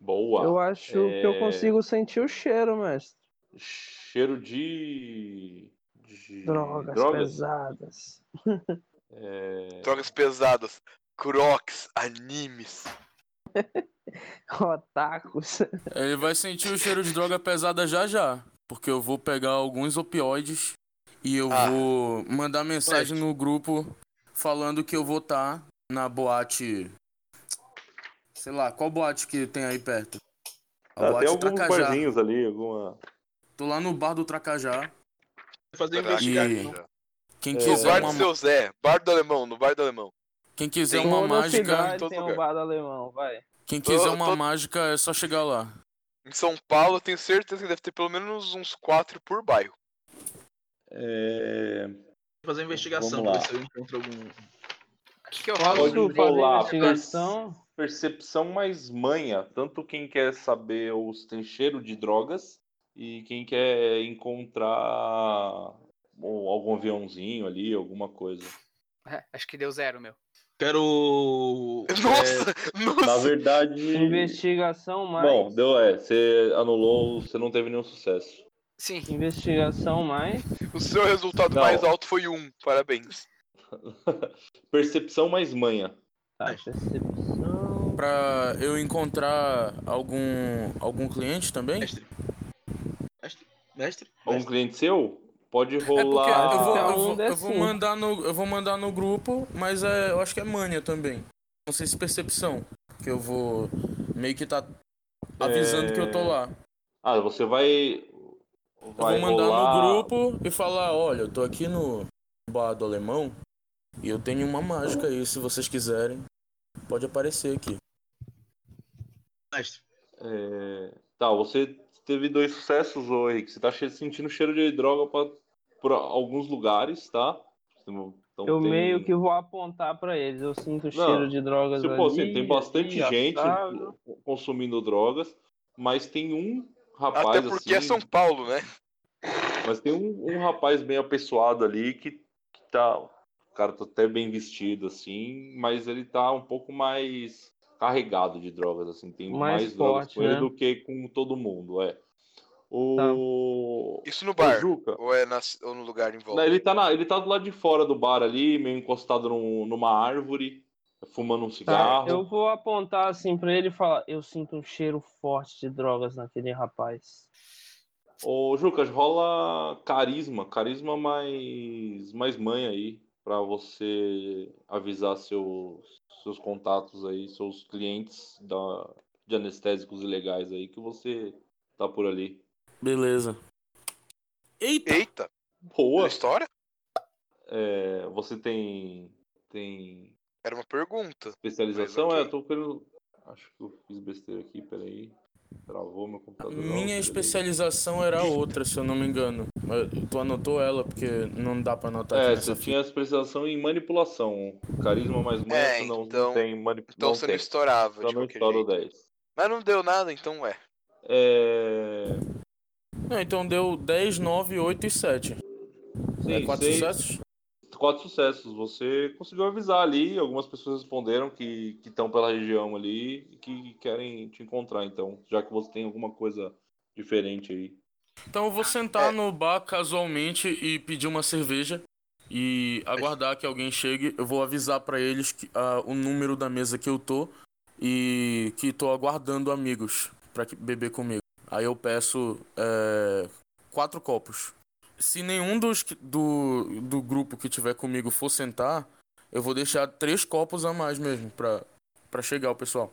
Speaker 4: Boa.
Speaker 5: eu acho que eu
Speaker 4: é.
Speaker 5: consigo sentir o cheiro, mestre.
Speaker 4: Cheiro de, de
Speaker 5: Drogas,
Speaker 4: drogas.
Speaker 5: pesadas. <laughs>
Speaker 4: É,
Speaker 3: Drogas pesadas, crocs, animes.
Speaker 5: Otacos.
Speaker 8: Ele vai sentir o cheiro de droga pesada já já. Porque eu vou pegar alguns opioides e eu
Speaker 3: Ah.
Speaker 8: vou mandar mensagem no grupo falando que eu vou estar na boate. Sei lá, qual boate que tem aí perto? A
Speaker 4: tá, tem
Speaker 8: boate
Speaker 4: alguns
Speaker 8: Tracajá.
Speaker 4: barzinhos ali, alguma.
Speaker 8: Tô lá no bar do Tracajá.
Speaker 6: Fazer
Speaker 3: Caraca,
Speaker 6: investigar.
Speaker 8: E-
Speaker 3: tá, cara.
Speaker 8: Quem
Speaker 4: É.
Speaker 3: No
Speaker 8: quiser
Speaker 3: bar
Speaker 8: uma,
Speaker 3: do seu Zé, bar do alemão, no bar do alemão.
Speaker 8: quem quiser
Speaker 3: tem
Speaker 8: uma
Speaker 5: Toda
Speaker 8: mágica,
Speaker 5: cidade
Speaker 3: todo
Speaker 5: tem um
Speaker 3: lugar.
Speaker 5: bar do alemão, vai.
Speaker 8: quem quiser
Speaker 3: Eu
Speaker 8: uma
Speaker 3: tô-
Speaker 8: mágica é só chegar lá.
Speaker 3: Em São Paulo, eu tenho certeza que deve ter pelo menos uns quatro por bairro. <laughs>
Speaker 4: É,
Speaker 6: Fazer uma investigação
Speaker 4: Vamos
Speaker 6: pra
Speaker 4: lá.
Speaker 6: ver se eu encontro algum.
Speaker 7: O que, que eu
Speaker 5: Posso
Speaker 7: rolo?
Speaker 4: Pode
Speaker 5: fazer
Speaker 4: rolar,
Speaker 5: investigação?
Speaker 4: percepção mais manha, tanto quem quer saber os tem cheiro de drogas e quem quer encontrar bom, algum aviãozinho ali, alguma coisa.
Speaker 7: É, <laughs> Acho que deu zero, meu.
Speaker 4: É,
Speaker 6: Quero.
Speaker 3: Nossa,
Speaker 4: Na
Speaker 3: nossa.
Speaker 4: verdade,
Speaker 5: Investigação mais.
Speaker 4: Bom, deu é. Você anulou, você não teve nenhum sucesso.
Speaker 7: Sim.
Speaker 5: Investigação mais.
Speaker 3: O seu resultado
Speaker 4: Não.
Speaker 3: mais alto foi um. Parabéns.
Speaker 4: Percepção mais manha.
Speaker 5: Tá, percepção.
Speaker 8: Pra eu encontrar algum algum cliente também?
Speaker 6: Mestre. Mestre? Mestre?
Speaker 4: Um
Speaker 6: Mestre?
Speaker 4: cliente seu pode
Speaker 8: É porque
Speaker 4: rolar.
Speaker 8: eu vou, eu
Speaker 5: um
Speaker 8: vou,
Speaker 5: D5.
Speaker 8: eu vou mandar no eu vou mandar no grupo, mas é, eu acho que é mania também. Não sei se percepção, que eu vou meio que tá avisando
Speaker 4: É,
Speaker 8: que eu tô lá.
Speaker 4: Ah, você vai.
Speaker 8: Eu
Speaker 4: Vai
Speaker 8: vou mandar
Speaker 4: rolar...
Speaker 8: no grupo e falar, olha, eu tô aqui no bar do alemão e eu tenho uma mágica aí, se vocês quiserem, pode aparecer aqui.
Speaker 6: Mestre.
Speaker 4: É, Tá, você teve dois sucessos, ô Henrique. Você tá che- sentindo cheiro de droga pra... por alguns lugares, tá? Então
Speaker 5: Eu
Speaker 4: tem-
Speaker 5: meio que vou apontar pra eles. Eu sinto
Speaker 4: Não,
Speaker 5: o cheiro de drogas
Speaker 4: Tipo
Speaker 5: ali.
Speaker 4: assim, tem bastante
Speaker 5: aqui,
Speaker 4: gente
Speaker 5: assado. tá?
Speaker 4: consumindo drogas, mas tem um
Speaker 3: Até
Speaker 4: rapaz
Speaker 3: porque é
Speaker 4: assim,
Speaker 3: São Paulo, né?
Speaker 4: mas tem um, um rapaz bem apessoado ali que, que tá, o cara tá até bem vestido assim, mas ele tá um pouco mais carregado de drogas assim, tem mais,
Speaker 5: Mais
Speaker 4: drogas
Speaker 5: forte,
Speaker 4: com ele
Speaker 5: né?
Speaker 4: do que com todo mundo, é.
Speaker 5: Tá.
Speaker 4: O,
Speaker 3: Isso no
Speaker 4: o
Speaker 3: bar.
Speaker 4: Juca,
Speaker 3: Ou é nas- ou no lugar em
Speaker 4: Não,
Speaker 3: volta.
Speaker 4: ele, tá na- ele tá do lado de fora do bar ali, meio encostado num- numa árvore, fumando um
Speaker 5: Tá,
Speaker 4: cigarro.
Speaker 5: eu vou apontar assim pra ele e falar: Eu sinto um cheiro forte de drogas naquele rapaz.
Speaker 4: Ô, Jucas, rola carisma, carisma mais, mais mãe aí, pra você avisar seus, seus contatos aí, seus clientes da, de anestésicos ilegais aí, que você tá por ali.
Speaker 8: Beleza. Eita!
Speaker 3: Eita, boa
Speaker 4: Boa!
Speaker 3: história?
Speaker 4: É, você tem, tem
Speaker 3: Era uma pergunta.
Speaker 4: especialização?
Speaker 3: Mas ok.
Speaker 4: É, eu tô querendo. Acho que eu fiz besteira aqui, peraí. Travou meu computador.
Speaker 8: Minha
Speaker 4: peraí.
Speaker 8: especialização era outra, se eu não me engano. Mas Tu anotou ela, porque não dá pra anotar aqui
Speaker 4: É,
Speaker 8: nessa
Speaker 4: você
Speaker 8: fita.
Speaker 4: tinha especialização em manipulação. Carisma mais mãe,
Speaker 3: É,
Speaker 4: tu não, não
Speaker 3: então-
Speaker 4: tem manipulação.
Speaker 3: Então você não estourava
Speaker 4: Só
Speaker 3: de
Speaker 4: não
Speaker 3: qualquer
Speaker 4: estoura o
Speaker 3: jeito.
Speaker 4: 10.
Speaker 3: Mas não deu nada, então ué.
Speaker 4: É.
Speaker 8: Não, então deu 10, 9, 8 e 7.
Speaker 4: Sim,
Speaker 8: É 4
Speaker 4: seis-
Speaker 8: sucessos?
Speaker 4: quatro sucessos. Você conseguiu avisar ali, algumas pessoas responderam que estão pela região ali e que querem te encontrar, então, já que você tem alguma coisa diferente aí.
Speaker 8: Então eu vou sentar
Speaker 3: É.
Speaker 8: no bar casualmente e pedir uma cerveja e aguardar que alguém chegue. Eu vou avisar pra eles que, ah, o número da mesa que eu tô e que tô aguardando amigos pra que- beber comigo. Aí eu peço é, quatro copos. Se nenhum dos que- do, do grupo que tiver comigo for sentar, eu vou deixar três copos a mais mesmo pra, pra chegar o pessoal.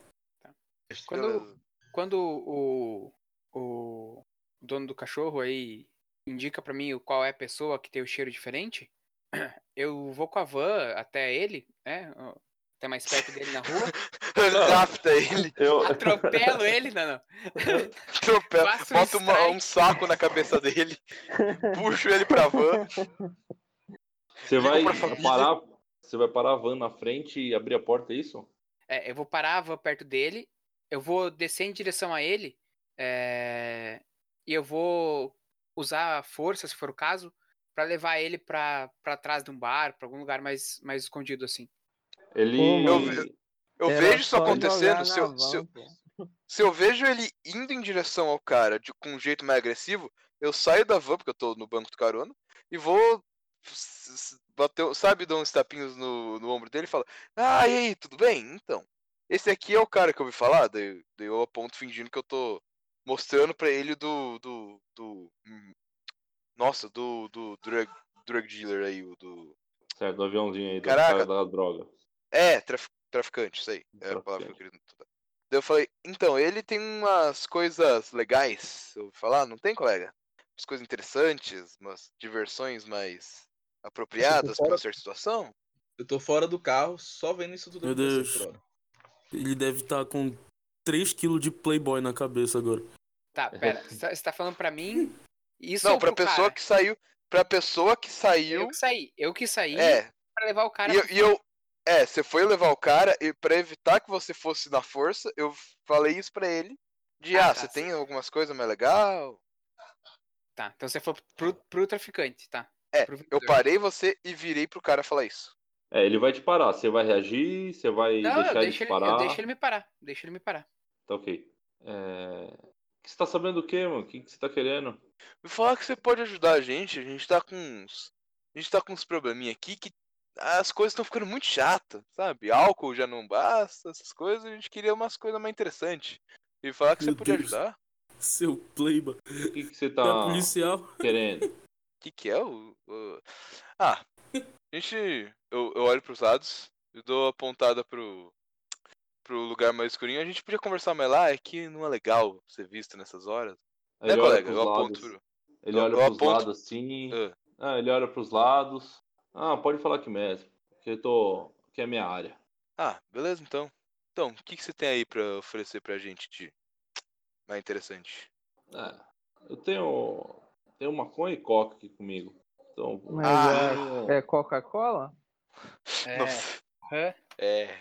Speaker 7: Quando, quando o, o dono do cachorro aí indica pra mim o- qual é a pessoa que tem o cheiro diferente, <clears throat> eu vou com a van até ele, né? Até mais perto dele na
Speaker 8: <laughs>
Speaker 7: rua.
Speaker 3: Rapta ele, <laughs>
Speaker 4: Eu...
Speaker 8: Ah,
Speaker 7: Atropelo ele, não, não.
Speaker 3: atropela,
Speaker 7: Faço um
Speaker 3: bota uma-
Speaker 7: strike.
Speaker 3: um saco na cabeça dele, <laughs> puxa ele pra van.
Speaker 4: Você vai
Speaker 3: pra família.
Speaker 4: parar. Você vai parar a van na frente e abrir a porta, é isso?
Speaker 7: É, eu vou parar a van perto dele, eu vou descer em direção a ele, é, e eu vou usar a força, se for o caso, pra levar ele pra pra trás de um bar, pra algum lugar mais, mais escondido assim.
Speaker 4: Ele.
Speaker 5: Pô,
Speaker 3: mas- Eu
Speaker 5: Era
Speaker 3: vejo isso
Speaker 5: só jogar
Speaker 3: acontecendo,
Speaker 5: na
Speaker 3: se eu,
Speaker 5: van,
Speaker 3: se, eu,
Speaker 5: pô.
Speaker 3: se eu vejo ele indo em direção ao cara de, com um jeito mais agressivo, eu saio da van, porque eu tô no banco do carona, e vou s- s- bater, um, sabe, dar uns tapinhos no, no ombro dele e falo, ah, e aí, tudo bem? Então, esse aqui é o cara que eu ouvi falar, daí, daí eu aponto fingindo que eu tô mostrando pra ele do, do, do hum, nossa, do, do drug, drug dealer aí, o do,
Speaker 4: Certo, do aviãozinho aí, do
Speaker 3: Caraca.
Speaker 4: cara da droga.
Speaker 3: é, traf- traficante, isso aí. Era a palavra que eu queria. notar. Daí eu falei, então, ele tem umas coisas legais, eu ouvi falar, não tem, colega? Umas coisas interessantes, umas diversões mais apropriadas para
Speaker 6: fora-
Speaker 3: certa situação?
Speaker 6: Eu tô fora do carro, só vendo isso tudo
Speaker 8: Meu
Speaker 6: acontecer
Speaker 8: Deus.
Speaker 6: por hora.
Speaker 8: Ele deve estar com 3kg de Playboy na cabeça agora.
Speaker 7: Tá,
Speaker 8: <laughs>
Speaker 7: pera, você tá- você tá falando pra mim? Isso
Speaker 3: não,
Speaker 7: ou
Speaker 3: pra
Speaker 7: pro
Speaker 3: pessoa
Speaker 7: cara?
Speaker 3: que saiu. Pra pessoa que
Speaker 7: Eu
Speaker 3: saiu.
Speaker 7: que saí, eu que saí
Speaker 3: É,
Speaker 7: pra levar o cara.
Speaker 3: e eu, e eu- É, você foi levar o cara e pra evitar que você fosse na força, eu falei isso pra ele. De, ah,
Speaker 7: Ah, tá,
Speaker 3: você
Speaker 7: sim.
Speaker 3: tem algumas coisas mais legal?
Speaker 7: Tá, então você foi pro, pro traficante, tá?
Speaker 3: É,
Speaker 7: Pro
Speaker 3: Eu
Speaker 7: vendedor.
Speaker 3: parei você e virei pro cara falar isso.
Speaker 4: É, ele vai te parar. Você vai reagir, você vai
Speaker 7: Não, eu
Speaker 4: deixar ele
Speaker 7: deixo
Speaker 4: te
Speaker 7: ele, eu
Speaker 4: parar.
Speaker 7: deixo ele me parar. Deixo ele me parar.
Speaker 8: <laughs>
Speaker 4: Tá ok. É... que Você tá sabendo o quê, mano? O que que você tá querendo?
Speaker 3: Me falar que você pode ajudar a gente. A gente tá com uns. A gente tá com uns probleminha aqui que as coisas estão ficando muito chatas, sabe? Álcool já não basta, essas coisas. A gente queria umas coisas mais interessantes. E falar que
Speaker 8: Meu
Speaker 3: você podia
Speaker 8: Deus.
Speaker 3: ajudar.
Speaker 8: Seu Playboy.
Speaker 4: O que que você
Speaker 6: <laughs>
Speaker 8: Tá
Speaker 6: É
Speaker 4: tá
Speaker 8: policial.
Speaker 4: querendo?
Speaker 3: O que, que é o. o- Ah, a gente. Eu, eu olho pros lados, eu dou a pontada pro. pro lugar mais escurinho. A gente podia conversar mais lá, é que não é legal ser visto nessas horas.
Speaker 4: Aí
Speaker 3: né,
Speaker 4: ele olha
Speaker 3: colega?
Speaker 4: pros
Speaker 3: Eu aponto
Speaker 4: lados.
Speaker 3: pro.
Speaker 4: Ele
Speaker 3: eu-
Speaker 4: olha
Speaker 3: eu
Speaker 4: pros
Speaker 3: aponto-
Speaker 4: lados assim.
Speaker 3: Ah.
Speaker 4: Ah, ele olha pros lados. Ah, pode falar que mesmo. Que eu tô. Que é minha área.
Speaker 3: Ah, beleza então. Então, o que, que você tem aí pra oferecer pra gente de mais interessante? <laughs>
Speaker 4: Ah, eu tenho. Tenho maconha e coca aqui comigo. Então.
Speaker 5: Mas
Speaker 3: Ah.
Speaker 4: eu-
Speaker 5: é, é Coca-Cola?
Speaker 7: É.
Speaker 3: Nossa.
Speaker 7: Hã?
Speaker 3: É.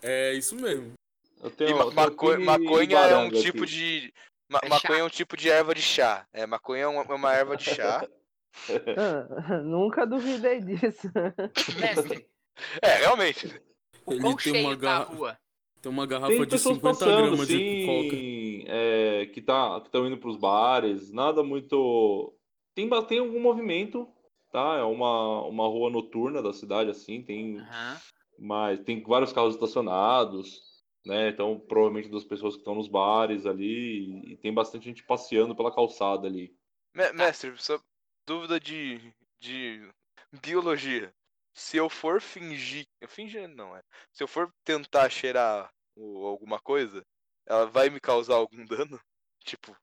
Speaker 8: É isso mesmo.
Speaker 4: Eu
Speaker 3: E
Speaker 4: tenho,
Speaker 3: ma-
Speaker 4: eu tenho
Speaker 3: maco-
Speaker 4: um, aqui
Speaker 3: maconha é um
Speaker 4: baranga
Speaker 3: tipo
Speaker 4: aqui.
Speaker 3: de. ma-
Speaker 7: É chá.
Speaker 3: maconha é um tipo de erva de chá. É, maconha é uma, é uma erva de chá. É.
Speaker 5: Ah, <laughs> nunca duvidei disso. <laughs>
Speaker 7: Mestre,
Speaker 3: É, realmente.
Speaker 7: o
Speaker 8: Ele
Speaker 7: quão
Speaker 8: tem uma
Speaker 7: cheio tá a
Speaker 8: garra-
Speaker 7: rua?
Speaker 8: Tem uma
Speaker 4: Tem
Speaker 8: garrafa Ah, de
Speaker 4: pessoas
Speaker 8: 50
Speaker 4: passando,
Speaker 8: gramas de coca.
Speaker 4: sim, é, que tá, que estão indo para os bares, nada muito. Tem, ba- tem algum movimento, tá? É uma, uma rua noturna da cidade, assim, tem,
Speaker 7: Aham.
Speaker 4: mas tem vários carros estacionados, né? Então, provavelmente das pessoas que estão nos bares ali, e tem bastante gente passeando pela calçada ali.
Speaker 3: Me- Mestre, só dúvida de, de biologia. Se eu for fingir. Fingir não é. Se eu for tentar cheirar o- alguma coisa, ela vai me causar algum dano? <laughs> Tipo,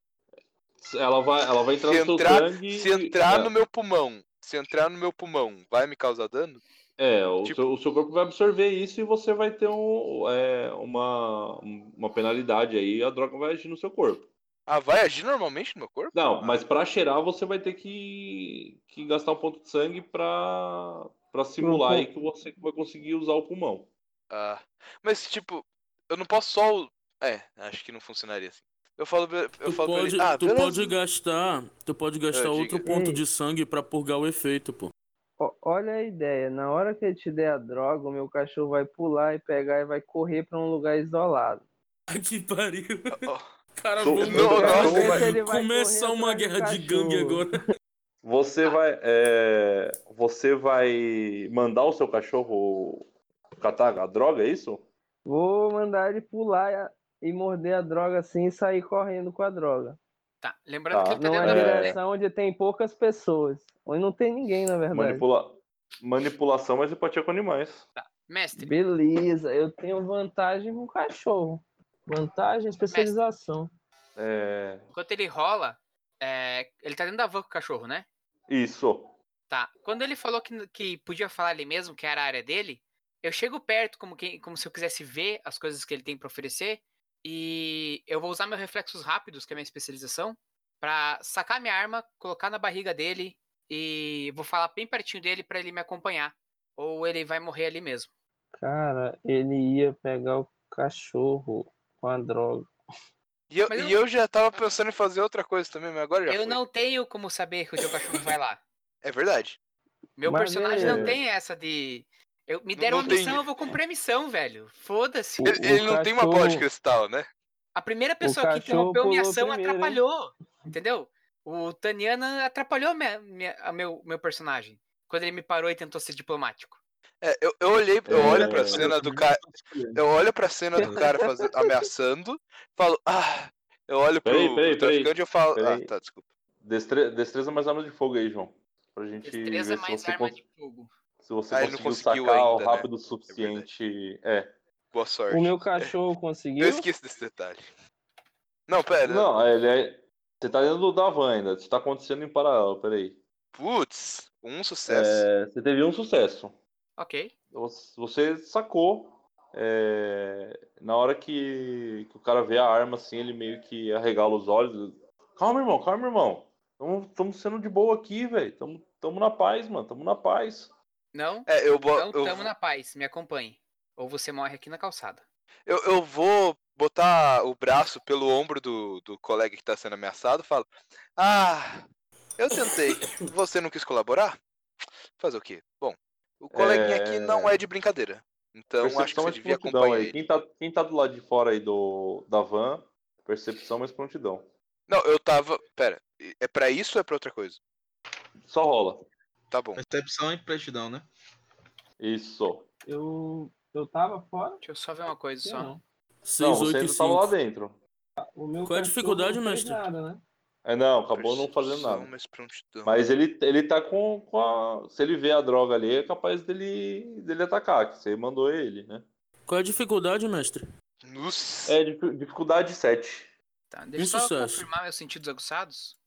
Speaker 4: Ela vai, ela vai entrar
Speaker 3: se
Speaker 4: no seu
Speaker 3: entrar,
Speaker 4: sangue.
Speaker 3: se entrar
Speaker 4: é,
Speaker 3: no meu pulmão, se entrar no meu pulmão, vai me causar dano?
Speaker 4: É, o,
Speaker 3: Tipo-
Speaker 4: seu, o seu corpo vai absorver isso e você vai ter um, é, uma, um, uma penalidade aí, a droga vai agir no seu corpo.
Speaker 3: Ah, vai agir normalmente no meu corpo?
Speaker 4: Não, mas pra cheirar você vai ter que, que gastar um ponto de sangue pra, pra simular aí que você vai conseguir usar o pulmão.
Speaker 3: Ah, mas tipo, eu não posso só. u- É, acho que não funcionaria assim. Eu falo, pra- eu
Speaker 8: Tu
Speaker 3: falo pra
Speaker 8: pode,
Speaker 3: ele. Ah,
Speaker 8: tu
Speaker 3: beleza.
Speaker 8: pode gastar, tu pode gastar
Speaker 3: Ah,
Speaker 8: outro
Speaker 3: diga.
Speaker 8: ponto
Speaker 5: Ei.
Speaker 8: de sangue pra purgar o efeito, pô. <laughs>
Speaker 5: Ó, Olha a ideia. Na hora que ele te der a droga, o meu cachorro vai pular e pegar e vai correr pra um lugar isolado.
Speaker 8: Que pariu.
Speaker 3: Ó,
Speaker 8: Cara,
Speaker 4: Tô-
Speaker 8: vamos
Speaker 3: não,
Speaker 8: vamos
Speaker 3: nossa,
Speaker 8: começar
Speaker 3: mas-
Speaker 5: Ele vai
Speaker 8: começar
Speaker 5: correr
Speaker 8: uma
Speaker 5: atrás do
Speaker 8: guerra de gangue
Speaker 5: cachorro.
Speaker 8: agora.
Speaker 4: Você vai, é, você vai mandar o seu cachorro catar a droga, é isso?
Speaker 5: Vou mandar ele pular e a- e morder a droga assim e sair correndo com a droga.
Speaker 7: Tá, lembrando
Speaker 4: Tá.
Speaker 7: que ele tá
Speaker 5: Não
Speaker 7: dentro
Speaker 5: é
Speaker 7: da
Speaker 4: É.
Speaker 5: direção onde tem poucas pessoas. Onde não tem ninguém, na verdade.
Speaker 4: Manipula- Manipulação, mas empatia com animais.
Speaker 7: Mestre,
Speaker 5: Beleza, eu tenho vantagem com o cachorro. Vantagem, especialização.
Speaker 4: É,
Speaker 7: enquanto ele rola, é, ele tá dentro da van com o cachorro, né?
Speaker 4: isso.
Speaker 7: Tá. Quando ele falou que, que podia falar ali mesmo, que era a área dele, eu chego perto, como, quem, como se eu quisesse ver as coisas que ele tem pra oferecer, e eu vou usar meus reflexos rápidos, que é minha especialização, pra sacar minha arma, colocar na barriga dele e vou falar bem pertinho dele pra ele me acompanhar. Ou ele vai morrer ali mesmo.
Speaker 5: Cara, ele ia pegar o cachorro com a droga.
Speaker 3: E eu,
Speaker 7: Mas eu-
Speaker 3: e eu já tava pensando em fazer outra coisa também, mas agora já
Speaker 7: Eu
Speaker 3: foi.
Speaker 7: não tenho como saber que o teu cachorro vai lá.
Speaker 3: É verdade.
Speaker 7: Meu
Speaker 5: Mas
Speaker 7: personagem
Speaker 5: é-
Speaker 7: não tem essa de. Eu, me
Speaker 3: Não-
Speaker 7: deram
Speaker 3: não
Speaker 7: uma
Speaker 3: tem.
Speaker 7: missão, eu vou cumprir a missão, velho. Foda-se.
Speaker 5: O-
Speaker 3: Ele,
Speaker 5: o
Speaker 3: ele não tem uma bola de
Speaker 5: cachorro-
Speaker 3: cristal, né?
Speaker 7: A primeira pessoa que
Speaker 5: cachorro
Speaker 7: interrompeu minha
Speaker 5: pulou
Speaker 7: ação
Speaker 5: primeiro, hein?
Speaker 7: atrapalhou. Entendeu? O Taniana atrapalhou minha, minha- a meu, meu personagem. Quando ele me parou e tentou ser diplomático.
Speaker 3: É, eu, eu olhei, eu
Speaker 4: É.
Speaker 3: olho pra cena do cara. Eu olho pra cena do cara
Speaker 7: <laughs>
Speaker 3: faze- ameaçando, falo, ah, eu olho pro,
Speaker 4: Peraí, peraí,
Speaker 3: pro
Speaker 4: peraí.
Speaker 3: traficante e eu falo.
Speaker 4: Peraí.
Speaker 3: Ah, tá, desculpa.
Speaker 4: Destre- Destreza mais arma de fogo aí, João. Pra gente ver
Speaker 7: Destreza
Speaker 4: se
Speaker 7: mais
Speaker 4: você,
Speaker 7: arma
Speaker 4: cons-
Speaker 7: de fogo.
Speaker 4: se você
Speaker 3: Ah, ele não
Speaker 4: conseguiu
Speaker 3: conseguiu
Speaker 4: sacar o
Speaker 3: ainda, né?
Speaker 4: rápido o suficiente. É.
Speaker 3: Boa sorte.
Speaker 5: O meu cachorro conseguiu?
Speaker 3: Eu esqueci desse detalhe. Não, pera.
Speaker 4: Não, ele é. Você tá dentro da van ainda. Isso tá acontecendo em paralelo, peraí.
Speaker 3: Putz, um sucesso.
Speaker 4: É, você teve um sucesso.
Speaker 7: Ok.
Speaker 4: Você- Você sacou. é, na hora que, que o cara vê a arma, assim, ele meio que arregala os olhos. Calma, irmão, calma, irmão. Estamos sendo de boa aqui, velho. Tamo, tamo na paz, mano. Tamo na paz.
Speaker 7: Não,
Speaker 3: É, eu, bo-
Speaker 7: não
Speaker 3: eu,
Speaker 7: Então, tamo na paz. Me acompanhe. Ou você morre aqui na calçada.
Speaker 3: eu, eu vou botar o braço pelo ombro do, do colega que tá sendo ameaçado e falo: Ah, eu tentei. Você não quis colaborar? Fazer o quê? Bom, o coleguinha aqui não é de brincadeira. Então acho que
Speaker 4: Percepção
Speaker 3: você
Speaker 4: mais
Speaker 3: devia
Speaker 4: prontidão
Speaker 3: acompanhar
Speaker 4: aí.
Speaker 3: ele.
Speaker 4: Quem tá, quem tá do lado de fora aí do, da van, percepção mais prontidão.
Speaker 3: Não, eu tava. Pera, é pra isso ou é pra outra coisa?
Speaker 4: Só rola.
Speaker 3: Tá bom.
Speaker 6: Percepção e prontidão, né?
Speaker 4: Isso.
Speaker 5: Eu, eu tava fora?
Speaker 7: Deixa eu só ver uma coisa
Speaker 5: Eu
Speaker 7: só.
Speaker 5: não.
Speaker 4: não, você ainda tava lá
Speaker 8: 685.
Speaker 4: dentro.
Speaker 5: O meu
Speaker 8: Qual é a
Speaker 5: cachorro
Speaker 8: dificuldade,
Speaker 5: não fez
Speaker 8: mestre?
Speaker 5: nada, né?
Speaker 4: É, não, acabou não fazendo
Speaker 3: Percepção,
Speaker 4: nada.
Speaker 3: Mas, prontidão.
Speaker 4: Mas ele, ele tá com, com a. Se ele vê a droga ali, é capaz dele, dele atacar, que você mandou ele, né?
Speaker 8: Qual é a dificuldade, mestre?
Speaker 3: Nossa.
Speaker 4: É, difi- dificuldade 7.
Speaker 7: Tá, deixa eu
Speaker 8: Um
Speaker 7: só
Speaker 8: sucesso.
Speaker 7: confirmar meus sentidos aguçados.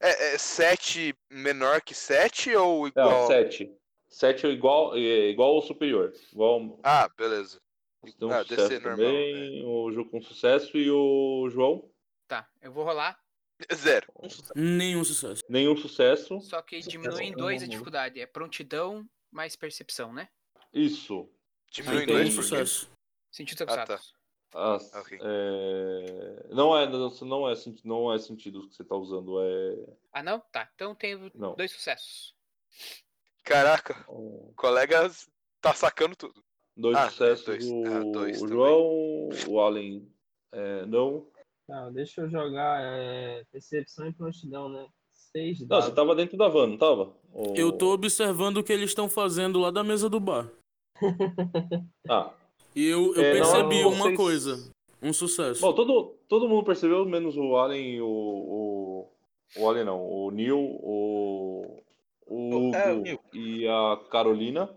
Speaker 3: É, é 7 menor que 7 ou
Speaker 4: Não,
Speaker 3: igual?
Speaker 4: 7. 7 é igual, é igual ou superior. Igual.
Speaker 3: Ah, beleza.
Speaker 4: Então,
Speaker 3: Ah,
Speaker 4: sucesso
Speaker 3: DC normal, né?
Speaker 4: também. O Ju com sucesso e o João,
Speaker 7: Tá, eu vou rolar,
Speaker 3: né? <laughs> Zero.
Speaker 8: Nenhum sucesso.
Speaker 4: nenhum sucesso. um
Speaker 7: só que diminui em dois a dificuldade. É prontidão mais É percepção, né?
Speaker 4: Isso.
Speaker 3: Diminui em
Speaker 4: tem
Speaker 3: dois
Speaker 4: um
Speaker 3: por quê?
Speaker 8: sucesso.
Speaker 7: Sentido
Speaker 3: Ah, tá.
Speaker 7: satisfatório.
Speaker 4: As-
Speaker 3: Ok.
Speaker 4: é, Não é, não, não é, senti- não é sentido que você tá usando, é.
Speaker 7: Ah, não? Tá. Então tenho
Speaker 4: Não.
Speaker 7: dois sucessos.
Speaker 3: Caraca,
Speaker 4: é,
Speaker 3: o colega tá sacando tudo.
Speaker 4: Dois
Speaker 3: Ah,
Speaker 4: sucessos.
Speaker 3: dois.
Speaker 4: O,
Speaker 3: Ah, dois
Speaker 4: o
Speaker 3: também.
Speaker 4: João, o Allen é, não.
Speaker 5: Tá, deixa eu jogar é, percepção e prontidão, né? Seis
Speaker 4: Não, você tá
Speaker 3: Ah.
Speaker 8: <laughs>
Speaker 5: dados.
Speaker 4: tava dentro da van, não tava? O-
Speaker 8: Eu tô observando o que eles estão fazendo lá da mesa do bar.
Speaker 5: Então,
Speaker 4: Ah.
Speaker 8: E eu, eu
Speaker 4: É, não,
Speaker 8: percebi uma
Speaker 4: vocês-
Speaker 8: coisa. Um sucesso.
Speaker 4: Bom, todo, todo mundo percebeu, menos o Allen e o. O, o Allen não, o Neil, o. O Hugo
Speaker 6: é, o Neil.
Speaker 4: e a Carolina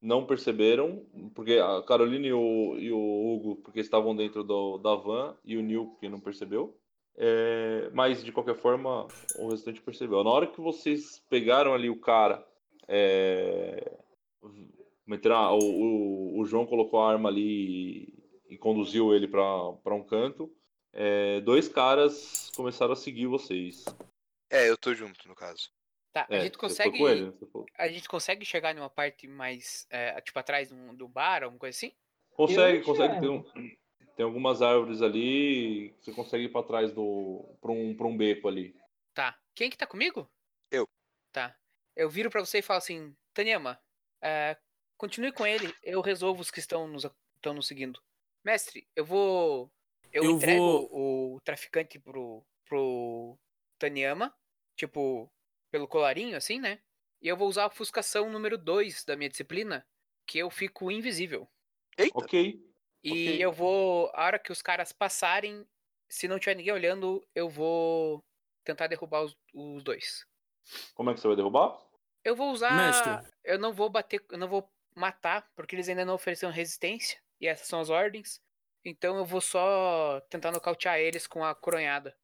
Speaker 4: não perceberam, porque a Carolina e o, e o Hugo, porque estavam dentro do, da van, e o Neil, porque não percebeu. É, mas, de qualquer forma, o restante percebeu. Na hora que vocês pegaram ali o cara. É, meteram a- o, o, o João colocou a arma ali e- e conduziu ele para um canto. É, dois caras começaram a seguir vocês.
Speaker 3: É, eu tô junto, no caso.
Speaker 7: Tá,
Speaker 4: É,
Speaker 7: a gente
Speaker 4: você foi
Speaker 7: consegue.
Speaker 4: com ele, né? Você foi-
Speaker 7: A gente consegue chegar numa parte mais. é, tipo, atrás de um- do bar, alguma coisa assim?
Speaker 4: Consegue,
Speaker 5: Eu
Speaker 4: consegue.
Speaker 5: enxergo.
Speaker 4: Tem, um- tem algumas árvores ali. Você consegue ir para trás do. para um, pra um beco ali.
Speaker 7: Tá. Quem que tá comigo?
Speaker 3: Eu.
Speaker 7: Tá. Eu viro pra você e falo assim, Tanyama, é, continue com ele, eu resolvo os que estão nos, estão nos seguindo. Mestre, eu vou. Eu,
Speaker 8: Eu
Speaker 7: entrego
Speaker 8: vou-
Speaker 7: o traficante pro, pro Tanyama, tipo, pelo colarinho, assim, né? E eu vou usar a ofuscação número 2 da minha disciplina, que eu fico invisível.
Speaker 3: Eita,
Speaker 4: Ok.
Speaker 7: E
Speaker 4: Ok.
Speaker 7: eu vou, a hora que os caras passarem, se não tiver ninguém olhando, eu vou tentar derrubar os, os dois.
Speaker 4: Como é que você vai derrubar?
Speaker 7: Eu vou usar.
Speaker 8: Mestre.
Speaker 7: Eu não vou bater, eu não vou matar, porque eles ainda não ofereceram resistência. E essas são as ordens. Então eu vou só tentar nocautear eles com a coronhada.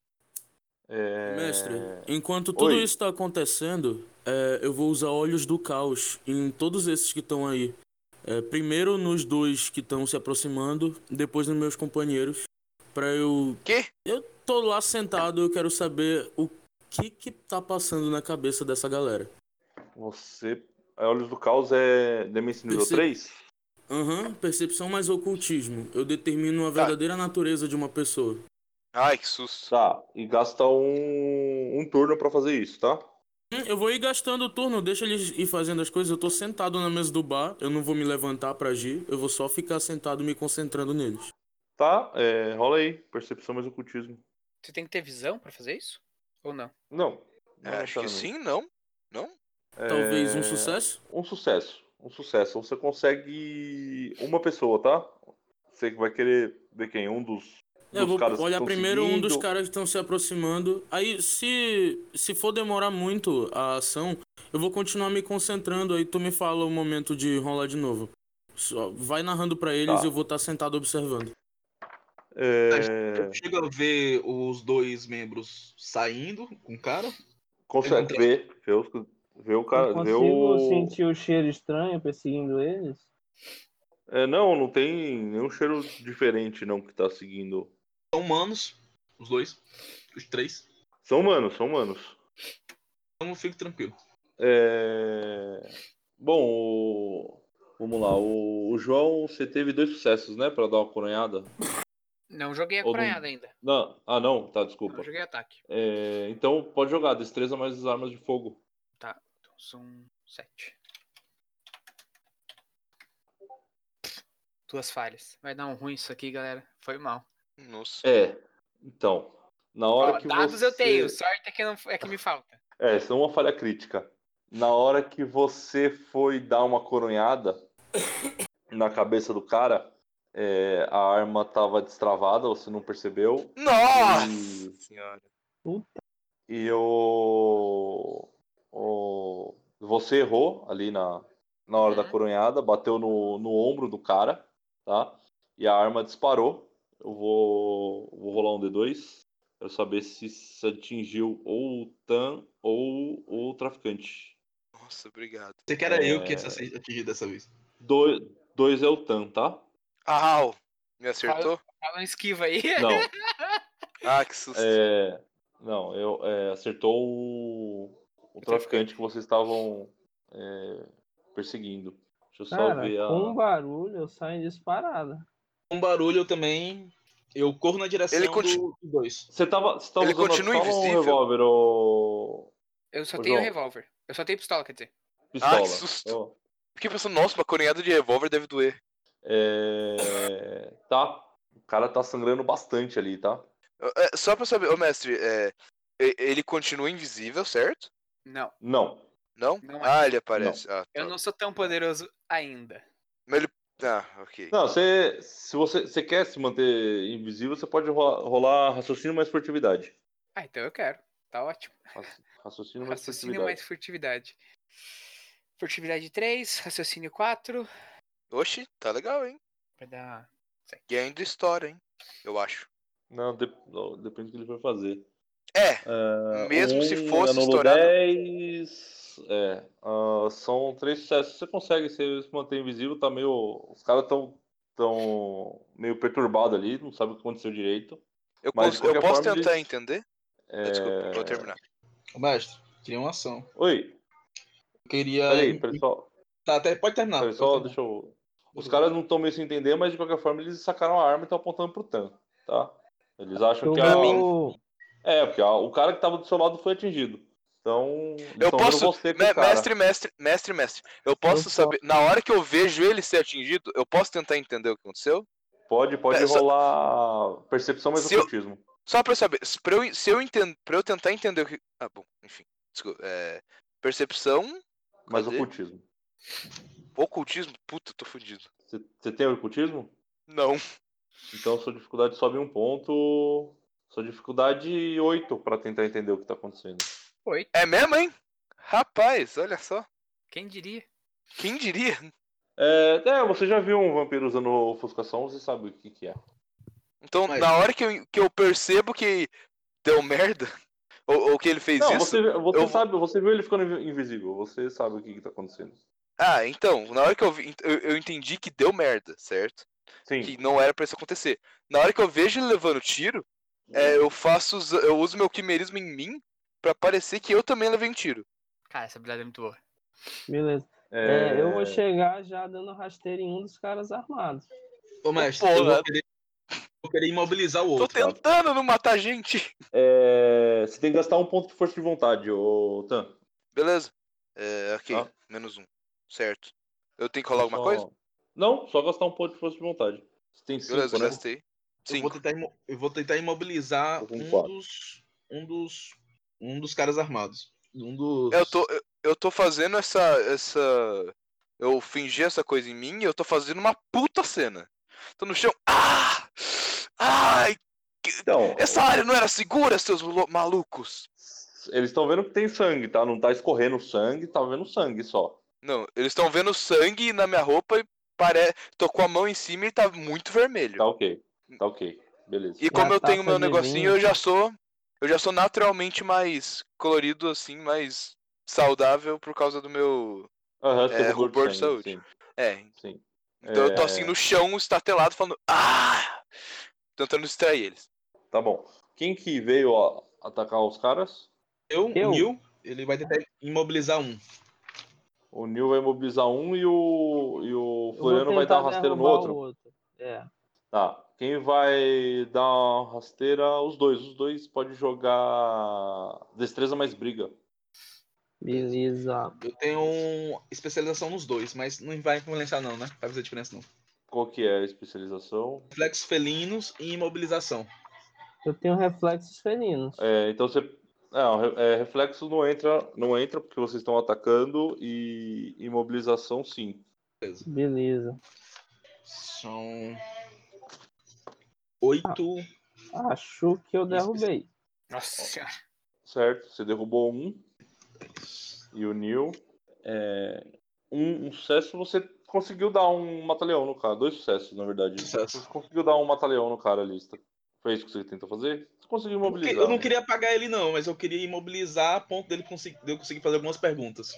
Speaker 4: É,
Speaker 8: Mestre, enquanto tudo
Speaker 4: Oi.
Speaker 8: isso está acontecendo, é, eu vou usar olhos do caos em todos esses que estão aí. É, primeiro nos dois que estão se aproximando, depois nos meus companheiros, Pra eu.
Speaker 3: Quê?
Speaker 8: Eu tô lá sentado, eu quero saber o que que tá passando na cabeça dessa galera.
Speaker 4: Você. A Olhos do Caos é Demência nível
Speaker 8: Perce-
Speaker 4: 3?
Speaker 8: Aham, percepção mais ocultismo. Eu
Speaker 4: Tá.
Speaker 8: determino a verdadeira natureza de uma pessoa.
Speaker 3: Ai, que susto.
Speaker 4: Tá. E gasta um, um turno para fazer isso, tá?
Speaker 8: Hum, Eu vou ir gastando o turno, deixa eles ir fazendo as coisas. Eu tô sentado na mesa do bar, eu não vou me levantar pra agir, eu vou só ficar sentado me concentrando neles.
Speaker 4: Tá, é, rola aí. Percepção mais ocultismo.
Speaker 7: Você tem que ter visão pra fazer isso? Ou não?
Speaker 4: Não. não
Speaker 3: É, acho que
Speaker 4: necessariamente.
Speaker 3: sim, não.
Speaker 4: É,
Speaker 8: Talvez um sucesso?
Speaker 4: Um sucesso. Um sucesso. Você consegue uma pessoa, tá? Você que vai querer ver quem? Um dos.
Speaker 8: É, eu
Speaker 4: dos
Speaker 8: vou
Speaker 4: caras que
Speaker 8: olhar
Speaker 4: tão
Speaker 8: primeiro um dos
Speaker 4: seguindo.
Speaker 8: caras que estão se aproximando. Aí, se, se for demorar muito a ação, eu vou continuar me concentrando. Aí tu me fala o momento de rolar de novo. Só vai narrando pra eles
Speaker 4: Tá.
Speaker 8: e eu vou estar sentado observando.
Speaker 4: É,
Speaker 6: Eu chego a ver os dois membros saindo com o cara.
Speaker 4: consegue ver, ver, os- ver o cara.
Speaker 5: eu
Speaker 4: Ver
Speaker 5: consigo
Speaker 4: o...
Speaker 5: sentir o cheiro estranho perseguindo eles?
Speaker 4: É, não, não tem nenhum cheiro diferente, não, que tá seguindo.
Speaker 6: São humanos, os dois, os três.
Speaker 4: São humanos, são humanos.
Speaker 6: Então eu fico tranquilo.
Speaker 4: É... Bom, o- vamos lá. O, o João, você teve dois sucessos, né? Pra dar uma coronhada?
Speaker 7: Não joguei a
Speaker 4: Ou não-
Speaker 7: coronhada ainda.
Speaker 4: Não, ah, não, tá, desculpa.
Speaker 7: Não joguei ataque.
Speaker 4: É, então pode jogar, destreza mais as armas de fogo.
Speaker 7: Então são sete. Duas falhas. Vai dar um ruim isso aqui, galera. Foi mal.
Speaker 3: Nossa.
Speaker 4: É, então. Na hora
Speaker 7: Ó,
Speaker 4: que
Speaker 7: dados
Speaker 4: você...
Speaker 7: eu tenho, sorte é que, não, é que me falta.
Speaker 4: É, isso é uma falha crítica. Na hora que você foi dar uma
Speaker 7: <laughs>
Speaker 4: coronhada na cabeça do cara, é, a arma tava destravada, você não percebeu.
Speaker 3: Nossa
Speaker 4: E-
Speaker 3: senhora.
Speaker 4: E o, o- você errou ali na, na hora da
Speaker 7: Uhum.
Speaker 4: coronhada, bateu no, no ombro do cara, tá? E a arma disparou. Eu vou, vou rolar um D2. Quero saber se, se atingiu ou o Tan ou o traficante.
Speaker 3: Nossa, obrigado.
Speaker 6: Você que era
Speaker 4: É.
Speaker 6: eu que ia ser atingido dessa vez.
Speaker 4: Dois, dois é o Tan, tá?
Speaker 3: Au! Me acertou?
Speaker 7: Fala um esquiva aí.
Speaker 4: Não,
Speaker 3: Ah, que susto.
Speaker 4: é, não eu, é, acertou o, o traficante que vocês estavam é, perseguindo. Deixa eu só
Speaker 5: Cara,
Speaker 4: ver a.
Speaker 5: com um barulho eu saio disparada.
Speaker 6: Com Um barulho eu também. Eu corro na direção
Speaker 3: Ele
Speaker 6: do-
Speaker 3: continu-
Speaker 6: do 2.
Speaker 4: Você tava, você tava
Speaker 3: Ele
Speaker 4: usando
Speaker 3: continua
Speaker 4: só
Speaker 3: invisível?
Speaker 4: um revólver ou
Speaker 7: Eu só
Speaker 4: Ô,
Speaker 7: tenho
Speaker 4: João.
Speaker 7: revólver. Eu só tenho pistola, quer dizer.
Speaker 4: pistola?
Speaker 3: que susto.
Speaker 4: Ó.
Speaker 3: Fiquei pensando, nossa, uma coronhada de revólver deve doer.
Speaker 4: É, Tá. O cara tá sangrando bastante ali, tá?
Speaker 3: É, só pra saber, ô mestre, é, e- ele continua invisível, certo?
Speaker 7: Não,
Speaker 4: Não.
Speaker 3: Não?
Speaker 7: Não é.
Speaker 3: ah, ele aparece. Ah,
Speaker 7: eu
Speaker 3: tá.
Speaker 7: não sou tão poderoso ainda.
Speaker 3: Ah, ok.
Speaker 4: Não, você. Se você, você quer se manter invisível, você pode rolar, rolar raciocínio mais furtividade.
Speaker 7: Ah, então eu quero. Tá ótimo.
Speaker 4: Raci- Raciocínio mais
Speaker 7: Raciocínio
Speaker 4: furtividade.
Speaker 7: mais furtividade. Furtividade 3, raciocínio 4.
Speaker 3: Oxi, tá legal, hein?
Speaker 7: Vai dar.
Speaker 3: E ainda história, hein? Eu acho.
Speaker 4: Não, de- não, depende do que ele for fazer.
Speaker 3: É,
Speaker 4: É,
Speaker 3: Mesmo
Speaker 4: um
Speaker 3: se fosse
Speaker 4: anulou
Speaker 3: estourado.
Speaker 4: 10, é, ah, são três sucessos. Você consegue se se manter invisível, tá meio. Os caras estão tão meio perturbados ali, não sabem o que aconteceu direito.
Speaker 3: eu,
Speaker 4: Mas,
Speaker 3: cons-
Speaker 4: de
Speaker 3: eu
Speaker 4: qualquer
Speaker 3: posso
Speaker 4: forma,
Speaker 3: tentar
Speaker 4: ele-
Speaker 3: entender?
Speaker 4: É,
Speaker 3: Desculpa, vou terminar.
Speaker 6: Ô, Mestre, queria uma ação.
Speaker 4: Oi,
Speaker 6: Eu queria.
Speaker 4: peraí, pessoal.
Speaker 6: Tá, até- pode terminar.
Speaker 4: Peraí, só deixa eu. Os caras não estão meio sem entender, mas de qualquer forma eles sacaram a arma e estão apontando pro Tan, tá? Eles
Speaker 6: Então,
Speaker 4: acham
Speaker 5: Eu
Speaker 4: que a...
Speaker 5: vou-
Speaker 4: É, porque a- o cara que tava do seu lado foi atingido. Então. eles
Speaker 3: Eu
Speaker 4: tão vendo
Speaker 3: posso.
Speaker 4: Você com o
Speaker 3: Me-
Speaker 4: cara.
Speaker 3: mestre, mestre, mestre, mestre. Eu posso
Speaker 5: Eu
Speaker 3: saber. Na hora que eu vejo ele ser atingido, eu posso tentar entender o que aconteceu?
Speaker 4: Pode, pode
Speaker 3: É, só-
Speaker 4: rolar percepção mais
Speaker 3: Se eu-
Speaker 4: ocultismo.
Speaker 3: Só pra eu saber. Se, pra eu, en- se eu, entendo, pra eu tentar entender o que. Ah, bom, enfim. Desculpa. é, percepção,
Speaker 4: Mais
Speaker 3: Cadê?
Speaker 4: ocultismo.
Speaker 3: ocultismo. Puta, tô fudido.
Speaker 4: Você você tem ocultismo?
Speaker 3: Não.
Speaker 4: Então sua dificuldade sobe um ponto. Sua dificuldade 8 pra tentar entender o que tá acontecendo.
Speaker 7: Oi,
Speaker 3: É mesmo, hein? Rapaz, olha só.
Speaker 7: quem diria?
Speaker 3: Quem diria?
Speaker 4: É, é, você já viu um vampiro usando ofuscação, você sabe o que, que é.
Speaker 3: Então,
Speaker 6: Mas-
Speaker 3: na hora que eu, que eu percebo que deu merda, <laughs> ou, ou que ele fez
Speaker 4: Não,
Speaker 3: isso.
Speaker 4: você, você
Speaker 3: eu-
Speaker 4: sabe, você viu ele ficando invi- invisível, você sabe o que, que tá acontecendo.
Speaker 3: Ah, então, na hora que eu vi, eu, eu entendi que deu merda, certo?
Speaker 4: Sim.
Speaker 3: Que não era pra isso acontecer. Na hora que eu vejo ele levando tiro, é,
Speaker 4: Hum.
Speaker 3: eu faço. os- Eu uso meu quimerismo em mim pra parecer que eu também levei um tiro.
Speaker 7: Cara, essa habilidade é muito boa.
Speaker 5: Beleza. É, eu vou chegar já dando rasteiro em um dos caras armados.
Speaker 6: Ô, mestre,
Speaker 3: Pô,
Speaker 6: eu
Speaker 3: né?
Speaker 6: vou querer, vou querer imobilizar o
Speaker 3: Tô
Speaker 6: outro. tá?
Speaker 3: tentando não matar gente. <laughs>
Speaker 4: é, Você tem que gastar um ponto de força de vontade, ô Tan.
Speaker 3: Beleza. É, ok.
Speaker 4: Tá.
Speaker 3: Menos um. Certo. Eu tenho que rolar alguma coisa?
Speaker 4: Não, só gastar um ponto de força de vontade. Você tem 5,
Speaker 3: Beleza,
Speaker 4: né?
Speaker 3: gastei.
Speaker 6: Eu
Speaker 3: Cinco.
Speaker 6: vou tentar, imo- eu vou tentar imobilizar
Speaker 4: Tô com
Speaker 6: um
Speaker 4: quatro.
Speaker 6: dos, um dos. Um dos caras armados. Um dos.
Speaker 3: Eu tô, eu, eu tô fazendo essa, essa. Eu fingi essa coisa em mim e eu tô fazendo uma puta cena. Tô no chão. Ah! Ai!
Speaker 4: Então,
Speaker 3: Essa área não era segura, seus lo- malucos!
Speaker 4: Eles estão vendo que tem sangue, tá? Não tá escorrendo sangue, tá vendo sangue só.
Speaker 3: Não, eles estão vendo sangue na minha roupa e pare... tô com a mão em cima e tá muito vermelho.
Speaker 4: Tá ok. Tá ok. Beleza.
Speaker 3: E como
Speaker 5: Uma
Speaker 3: eu tenho
Speaker 5: taça
Speaker 3: meu
Speaker 5: de
Speaker 3: negocinho,
Speaker 5: vinho.
Speaker 3: eu já sou. Eu já sou naturalmente mais colorido, assim, mais saudável por causa do meu.
Speaker 4: Aham, você
Speaker 3: É,
Speaker 4: tem
Speaker 3: rubor de
Speaker 4: sangue,
Speaker 3: saúde.
Speaker 4: Sim,
Speaker 3: É,
Speaker 4: sim.
Speaker 3: Então eu tô assim
Speaker 4: É.
Speaker 3: no chão, estatelado, falando. Ah! Tentando distrair eles.
Speaker 4: Tá bom. Quem que veio ó, atacar os caras?
Speaker 6: Eu,
Speaker 5: Eu?
Speaker 6: o Neil, ele vai tentar imobilizar um.
Speaker 4: O Neil vai mobilizar um e o, e o
Speaker 5: Eu vou
Speaker 4: Floriano vai dar
Speaker 5: tentar
Speaker 4: rasteira no
Speaker 5: derrubar o
Speaker 4: outro.
Speaker 5: outro. É.
Speaker 4: Tá. Quem vai dar rasteira? Os dois. Os dois pode jogar destreza mais briga.
Speaker 5: Beleza.
Speaker 6: Eu tenho um especialização nos dois, mas não vai influenciar não, né? Vai fazer diferença não.
Speaker 4: Qual que é a especialização?
Speaker 6: Reflexos felinos e imobilização.
Speaker 5: Eu tenho reflexos felinos.
Speaker 4: É, então você. Não, re- é, reflexo não entra, não entra porque vocês estão atacando e imobilização sim.
Speaker 5: Beleza.
Speaker 6: São oito.
Speaker 5: Acho que eu derrubei.
Speaker 7: Nossa senhora.
Speaker 4: Certo? Você derrubou um e o Neil. É, um, um sucesso você conseguiu dar um mataleão no cara. Dois sucessos, na verdade.
Speaker 6: Sucesso.
Speaker 4: Você conseguiu dar um mataleão no cara ali. Você- tá, Foi isso que você tentou fazer? Você conseguiu imobilizar.
Speaker 6: Eu não
Speaker 4: né?
Speaker 6: queria apagar ele não, mas eu queria imobilizar a ponto dele conseguir, de eu conseguir fazer algumas perguntas.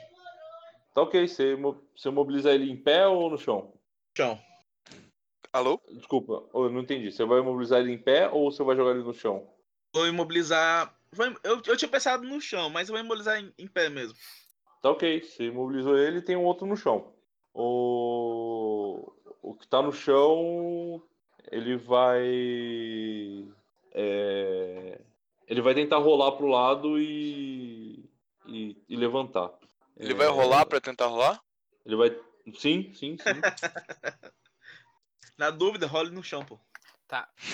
Speaker 4: Tá ok, você, imo- você mobiliza ele em pé ou no chão?
Speaker 6: Tchau.
Speaker 3: Alô?
Speaker 4: Desculpa, eu não entendi. Você vai mobilizar ele em pé ou você vai jogar ele no chão?
Speaker 6: Vou imobilizar. vou im- Eu, eu tinha pensado no chão, mas eu vou imobilizar em, em pé mesmo.
Speaker 4: Tá ok, você imobilizou ele e tem um outro no chão. O, o que tá no chão, ele vai. é, ele vai tentar rolar pro lado e, e, e levantar.
Speaker 3: Ele
Speaker 4: É,
Speaker 3: vai rolar pra tentar rolar? <laughs>
Speaker 4: Ele vai. Sim, sim, sim.
Speaker 6: Na dúvida, role no chão, pô.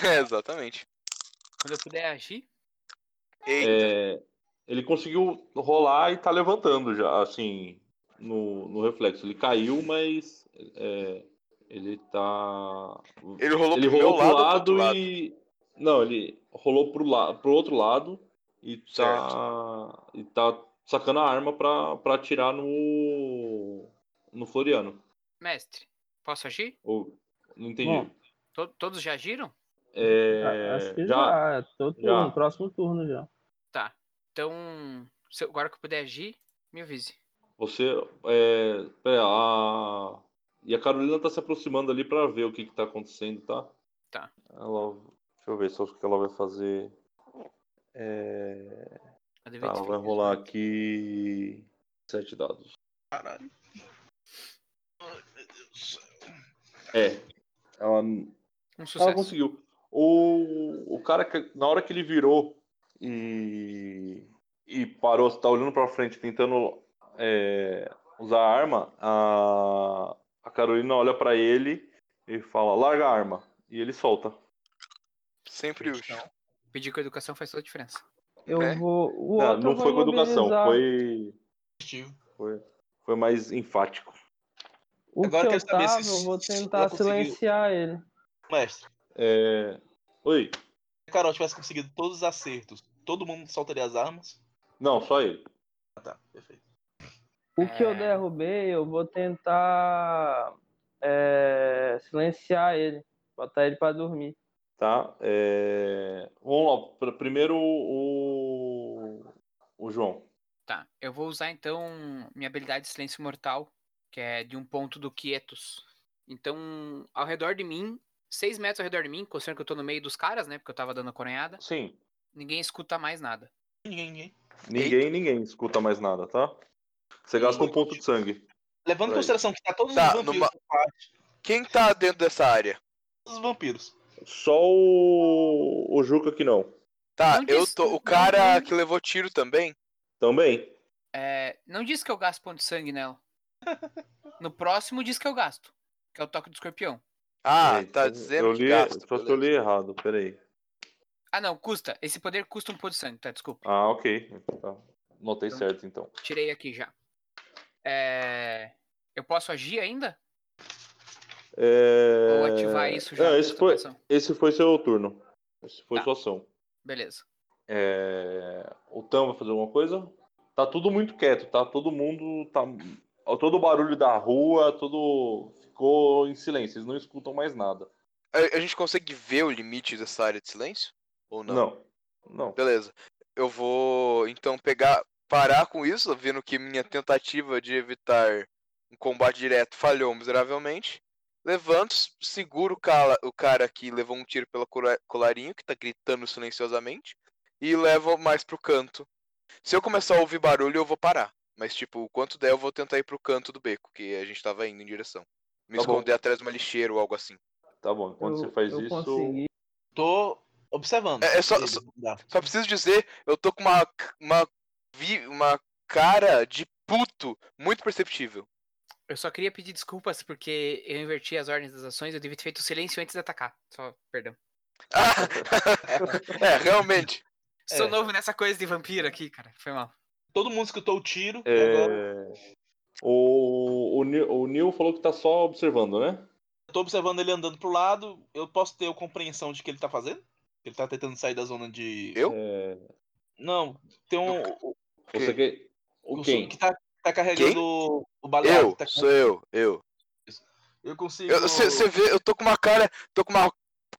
Speaker 3: É, exatamente.
Speaker 7: tá. Quando eu puder agir,
Speaker 3: Ei,
Speaker 4: É, ele conseguiu rolar e tá levantando já, assim, no, no reflexo. Ele caiu, mas é, ele tá.
Speaker 3: ele rolou
Speaker 4: ele
Speaker 3: pro meu
Speaker 4: rolou
Speaker 3: lado, ou
Speaker 4: pro lado,
Speaker 3: pro outro lado.
Speaker 4: e. Não, ele rolou pro, la... pro outro lado e tá. E tá sacando a arma pra, pra atirar no. no Floriano.
Speaker 7: mestre, posso agir?
Speaker 4: Ou... Não entendi.
Speaker 5: Bom,
Speaker 7: To- todos já agiram?
Speaker 4: É,
Speaker 5: A- Acho que
Speaker 4: já.
Speaker 5: já, tô
Speaker 4: já.
Speaker 5: turno, próximo turno já.
Speaker 7: Então, se eu- agora que eu puder agir, me avise.
Speaker 4: Você. É, pera, a... E a Carolina tá se aproximando ali pra ver o que, que tá acontecendo, tá?
Speaker 7: Tá.
Speaker 4: Ela... Deixa eu ver só o que ela vai fazer. É...
Speaker 7: Eu
Speaker 4: Tá,
Speaker 7: devia ter
Speaker 4: ela vai
Speaker 7: feito
Speaker 4: rolar
Speaker 3: né?
Speaker 4: aqui. Sete dados.
Speaker 6: Caralho. Ai, meu Deus do céu.
Speaker 4: É. Ela,
Speaker 7: Um
Speaker 4: ela
Speaker 7: sucesso.
Speaker 4: conseguiu. O, o cara, que- na hora que ele virou e, e parou, tá olhando pra frente, tentando é, usar a arma, a, a Carolina olha pra ele e fala: larga a arma. E ele solta.
Speaker 3: Sempre útil.
Speaker 7: Pedir com a educação faz toda a diferença.
Speaker 5: Eu
Speaker 3: É.
Speaker 5: vou. O
Speaker 4: Né? Não, Ah, não
Speaker 5: outro eu vou
Speaker 4: foi com educação,
Speaker 5: imobilizar.
Speaker 4: foi,
Speaker 6: Positivo.
Speaker 4: foi mais enfático.
Speaker 5: O
Speaker 6: Agora eu
Speaker 5: que eu
Speaker 6: quero saber
Speaker 5: tava,
Speaker 6: se
Speaker 5: eu vou
Speaker 6: se ela
Speaker 5: tentar
Speaker 6: conseguiu.
Speaker 5: silenciar ele.
Speaker 6: Mestre,
Speaker 4: É, Oi.
Speaker 6: se a Carol tivesse conseguido todos os acertos, todo mundo soltaria as armas?
Speaker 4: Não, só ele.
Speaker 6: Ah, tá. Perfeito.
Speaker 5: O que eu
Speaker 7: É.
Speaker 5: derrubei, eu vou tentar é, silenciar ele, botar ele pra dormir.
Speaker 4: Tá? É, Vamos lá. pr- Primeiro o, o João.
Speaker 7: Tá, eu vou usar então minha habilidade de silêncio mortal, que é de um ponto do Quietus. Então, ao redor de mim, seis metros ao redor de mim, considerando que eu tô no meio dos caras, né? Porque eu tava dando a coronhada,
Speaker 4: Sim.
Speaker 7: ninguém escuta mais nada.
Speaker 6: Ninguém, ninguém.
Speaker 4: Ninguém, ninguém escuta mais nada, tá? Você gasta um ponto de sangue.
Speaker 6: Levando em
Speaker 4: Vai.
Speaker 6: consideração que tá todos
Speaker 3: Tá,
Speaker 6: os vampiros
Speaker 3: numa-
Speaker 6: na parte,
Speaker 3: Quem tá dentro dessa área?
Speaker 6: todos os vampiros.
Speaker 4: Só o, o Juca que não.
Speaker 3: Tá,
Speaker 7: Não
Speaker 3: eu
Speaker 7: disse-
Speaker 3: tô.
Speaker 7: não,
Speaker 3: O cara
Speaker 7: não.
Speaker 3: que levou tiro também?
Speaker 4: Também.
Speaker 7: É, não diz que eu gasto ponto de sangue nela. No próximo diz que eu gasto, que é o toque do escorpião.
Speaker 3: Ah,
Speaker 4: Peraí,
Speaker 3: tá
Speaker 4: É, então, eu-
Speaker 3: dizendo
Speaker 4: eu
Speaker 3: que
Speaker 4: li,
Speaker 3: gasta.
Speaker 4: Só se eu li errado, peraí.
Speaker 7: Ah, não, custa. Esse poder custa um ponto de sangue, tá? Desculpa.
Speaker 4: Ah, ok. Tá. Notei
Speaker 7: Então-
Speaker 4: certo, então.
Speaker 7: Tirei aqui já. É, Eu posso agir ainda?
Speaker 4: É...
Speaker 7: Ou ativar isso já?
Speaker 4: Não,
Speaker 7: na
Speaker 4: esse, foi,
Speaker 7: concentração?
Speaker 4: esse foi seu turno. Esse foi
Speaker 7: Tá.
Speaker 4: sua ação.
Speaker 7: Beleza.
Speaker 4: É, O Tam vai fazer alguma coisa? Tá tudo muito quieto, tá? Todo mundo tá. Todo o barulho da rua, todo. Ficou em silêncio, eles não escutam mais nada.
Speaker 3: A, a gente consegue ver o limite dessa área de silêncio? Ou não?
Speaker 4: Não. Não.
Speaker 3: Beleza. Eu vou então pegar. parar com isso, vendo que minha tentativa de evitar um combate direto falhou miseravelmente. Levanto, seguro o cara, o cara que levou um tiro pelo cola- colarinho, que tá gritando silenciosamente, e levo mais pro canto. Se eu começar a ouvir barulho, eu vou parar. Mas, tipo, o quanto der, eu vou tentar ir pro canto do beco, que a gente tava indo em direção. Me
Speaker 4: Tá bom.
Speaker 3: esconder atrás de uma lixeira ou algo assim.
Speaker 4: Tá bom, enquanto
Speaker 5: eu,
Speaker 4: você faz
Speaker 5: eu
Speaker 4: isso.
Speaker 5: consegui.
Speaker 6: Tô observando.
Speaker 3: É, é só-
Speaker 6: Eles,
Speaker 3: só-
Speaker 6: não dá.
Speaker 3: Só preciso dizer, eu tô com uma, uma, vi- uma cara de puto muito perceptível. <laughs>
Speaker 7: Eu só queria pedir desculpas porque eu inverti as ordens das ações, eu devia ter feito silêncio antes de atacar. Só, perdão.
Speaker 3: é, realmente.
Speaker 7: Sou
Speaker 6: É.
Speaker 7: novo nessa coisa de vampiro aqui, cara. Foi mal. <laughs>
Speaker 6: Todo mundo escutou o tiro. e Agora
Speaker 4: É, O, o, Ni- o Neil falou que tá só observando, né?
Speaker 6: eu tô observando ele andando pro lado. Eu posso ter a compreensão de que ele tá fazendo? Ele tá tentando sair da zona de.
Speaker 3: Eu?
Speaker 4: É,
Speaker 6: Não, tem um.
Speaker 4: Você que. O
Speaker 6: o
Speaker 4: quem?
Speaker 6: que tá, tá carregando
Speaker 3: Quem?
Speaker 6: o, o baleado.
Speaker 3: Eu,
Speaker 6: tá
Speaker 3: sou eu, eu.
Speaker 6: Eu consigo.
Speaker 3: Você vê, eu tô com uma cara. Tô com uma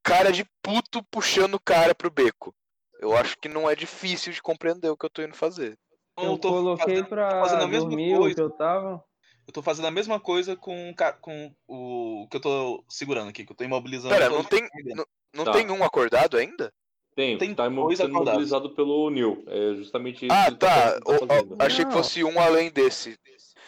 Speaker 3: cara de puto puxando o cara pro beco. Eu acho que não é difícil de compreender o que eu tô indo fazer.
Speaker 6: Não,
Speaker 5: eu coloquei
Speaker 6: fazendo,
Speaker 5: pra
Speaker 6: fazendo a mesma
Speaker 5: dormir o
Speaker 6: coisa.
Speaker 5: que eu tava.
Speaker 6: eu tô fazendo a mesma coisa com, o ca- com o que eu tô segurando aqui, que eu tô imobilizando.
Speaker 3: Pera,
Speaker 6: todo
Speaker 3: não
Speaker 6: mundo
Speaker 3: tem-
Speaker 6: carregando.
Speaker 3: Não
Speaker 4: Tá.
Speaker 3: tem um acordado ainda?
Speaker 4: Tem,
Speaker 6: Tem
Speaker 4: tá imo-
Speaker 6: dois
Speaker 4: sendo
Speaker 6: acordados.
Speaker 4: mobilizado pelo Neil. É justamente isso
Speaker 3: Ah,
Speaker 4: que ele
Speaker 3: tá.
Speaker 4: tá
Speaker 3: o- o-
Speaker 4: fazendo.
Speaker 3: achei que
Speaker 5: Não.
Speaker 3: fosse um além desse.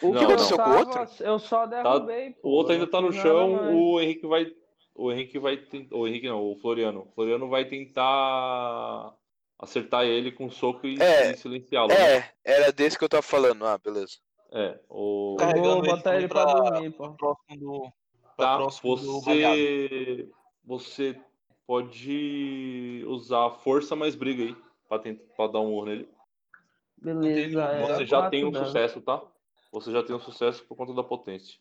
Speaker 5: O
Speaker 4: Não, não.
Speaker 5: que
Speaker 4: Tá,
Speaker 5: eu,
Speaker 3: aconteceu com o
Speaker 5: tava,
Speaker 3: outro?
Speaker 5: eu só derrubei.
Speaker 4: O outro ainda tá no
Speaker 5: não fiz nada
Speaker 4: chão,
Speaker 5: mais.
Speaker 4: o Henrique vai. O Henrique vai. ten- O Henrique não, o Floriano. O Floriano vai tentar acertar ele com um soco e,
Speaker 3: É,
Speaker 4: e silenciá-lo. né?
Speaker 3: É, era desse que eu tava falando. Ah, beleza.
Speaker 4: É, o.
Speaker 5: Eu vou
Speaker 6: Carregando ele
Speaker 5: botar ele pra
Speaker 6: pra-
Speaker 5: dormir, pô.
Speaker 6: Próximo do.
Speaker 4: Tá,
Speaker 6: próximo do baleado.
Speaker 4: você. Você pode usar força mais briga aí pra, tentar, pra dar um ouro nele.
Speaker 5: Beleza. é
Speaker 4: Você já
Speaker 5: quatro
Speaker 4: tem um
Speaker 5: danos.
Speaker 4: sucesso, tá? Você já tem um sucesso por conta da potência.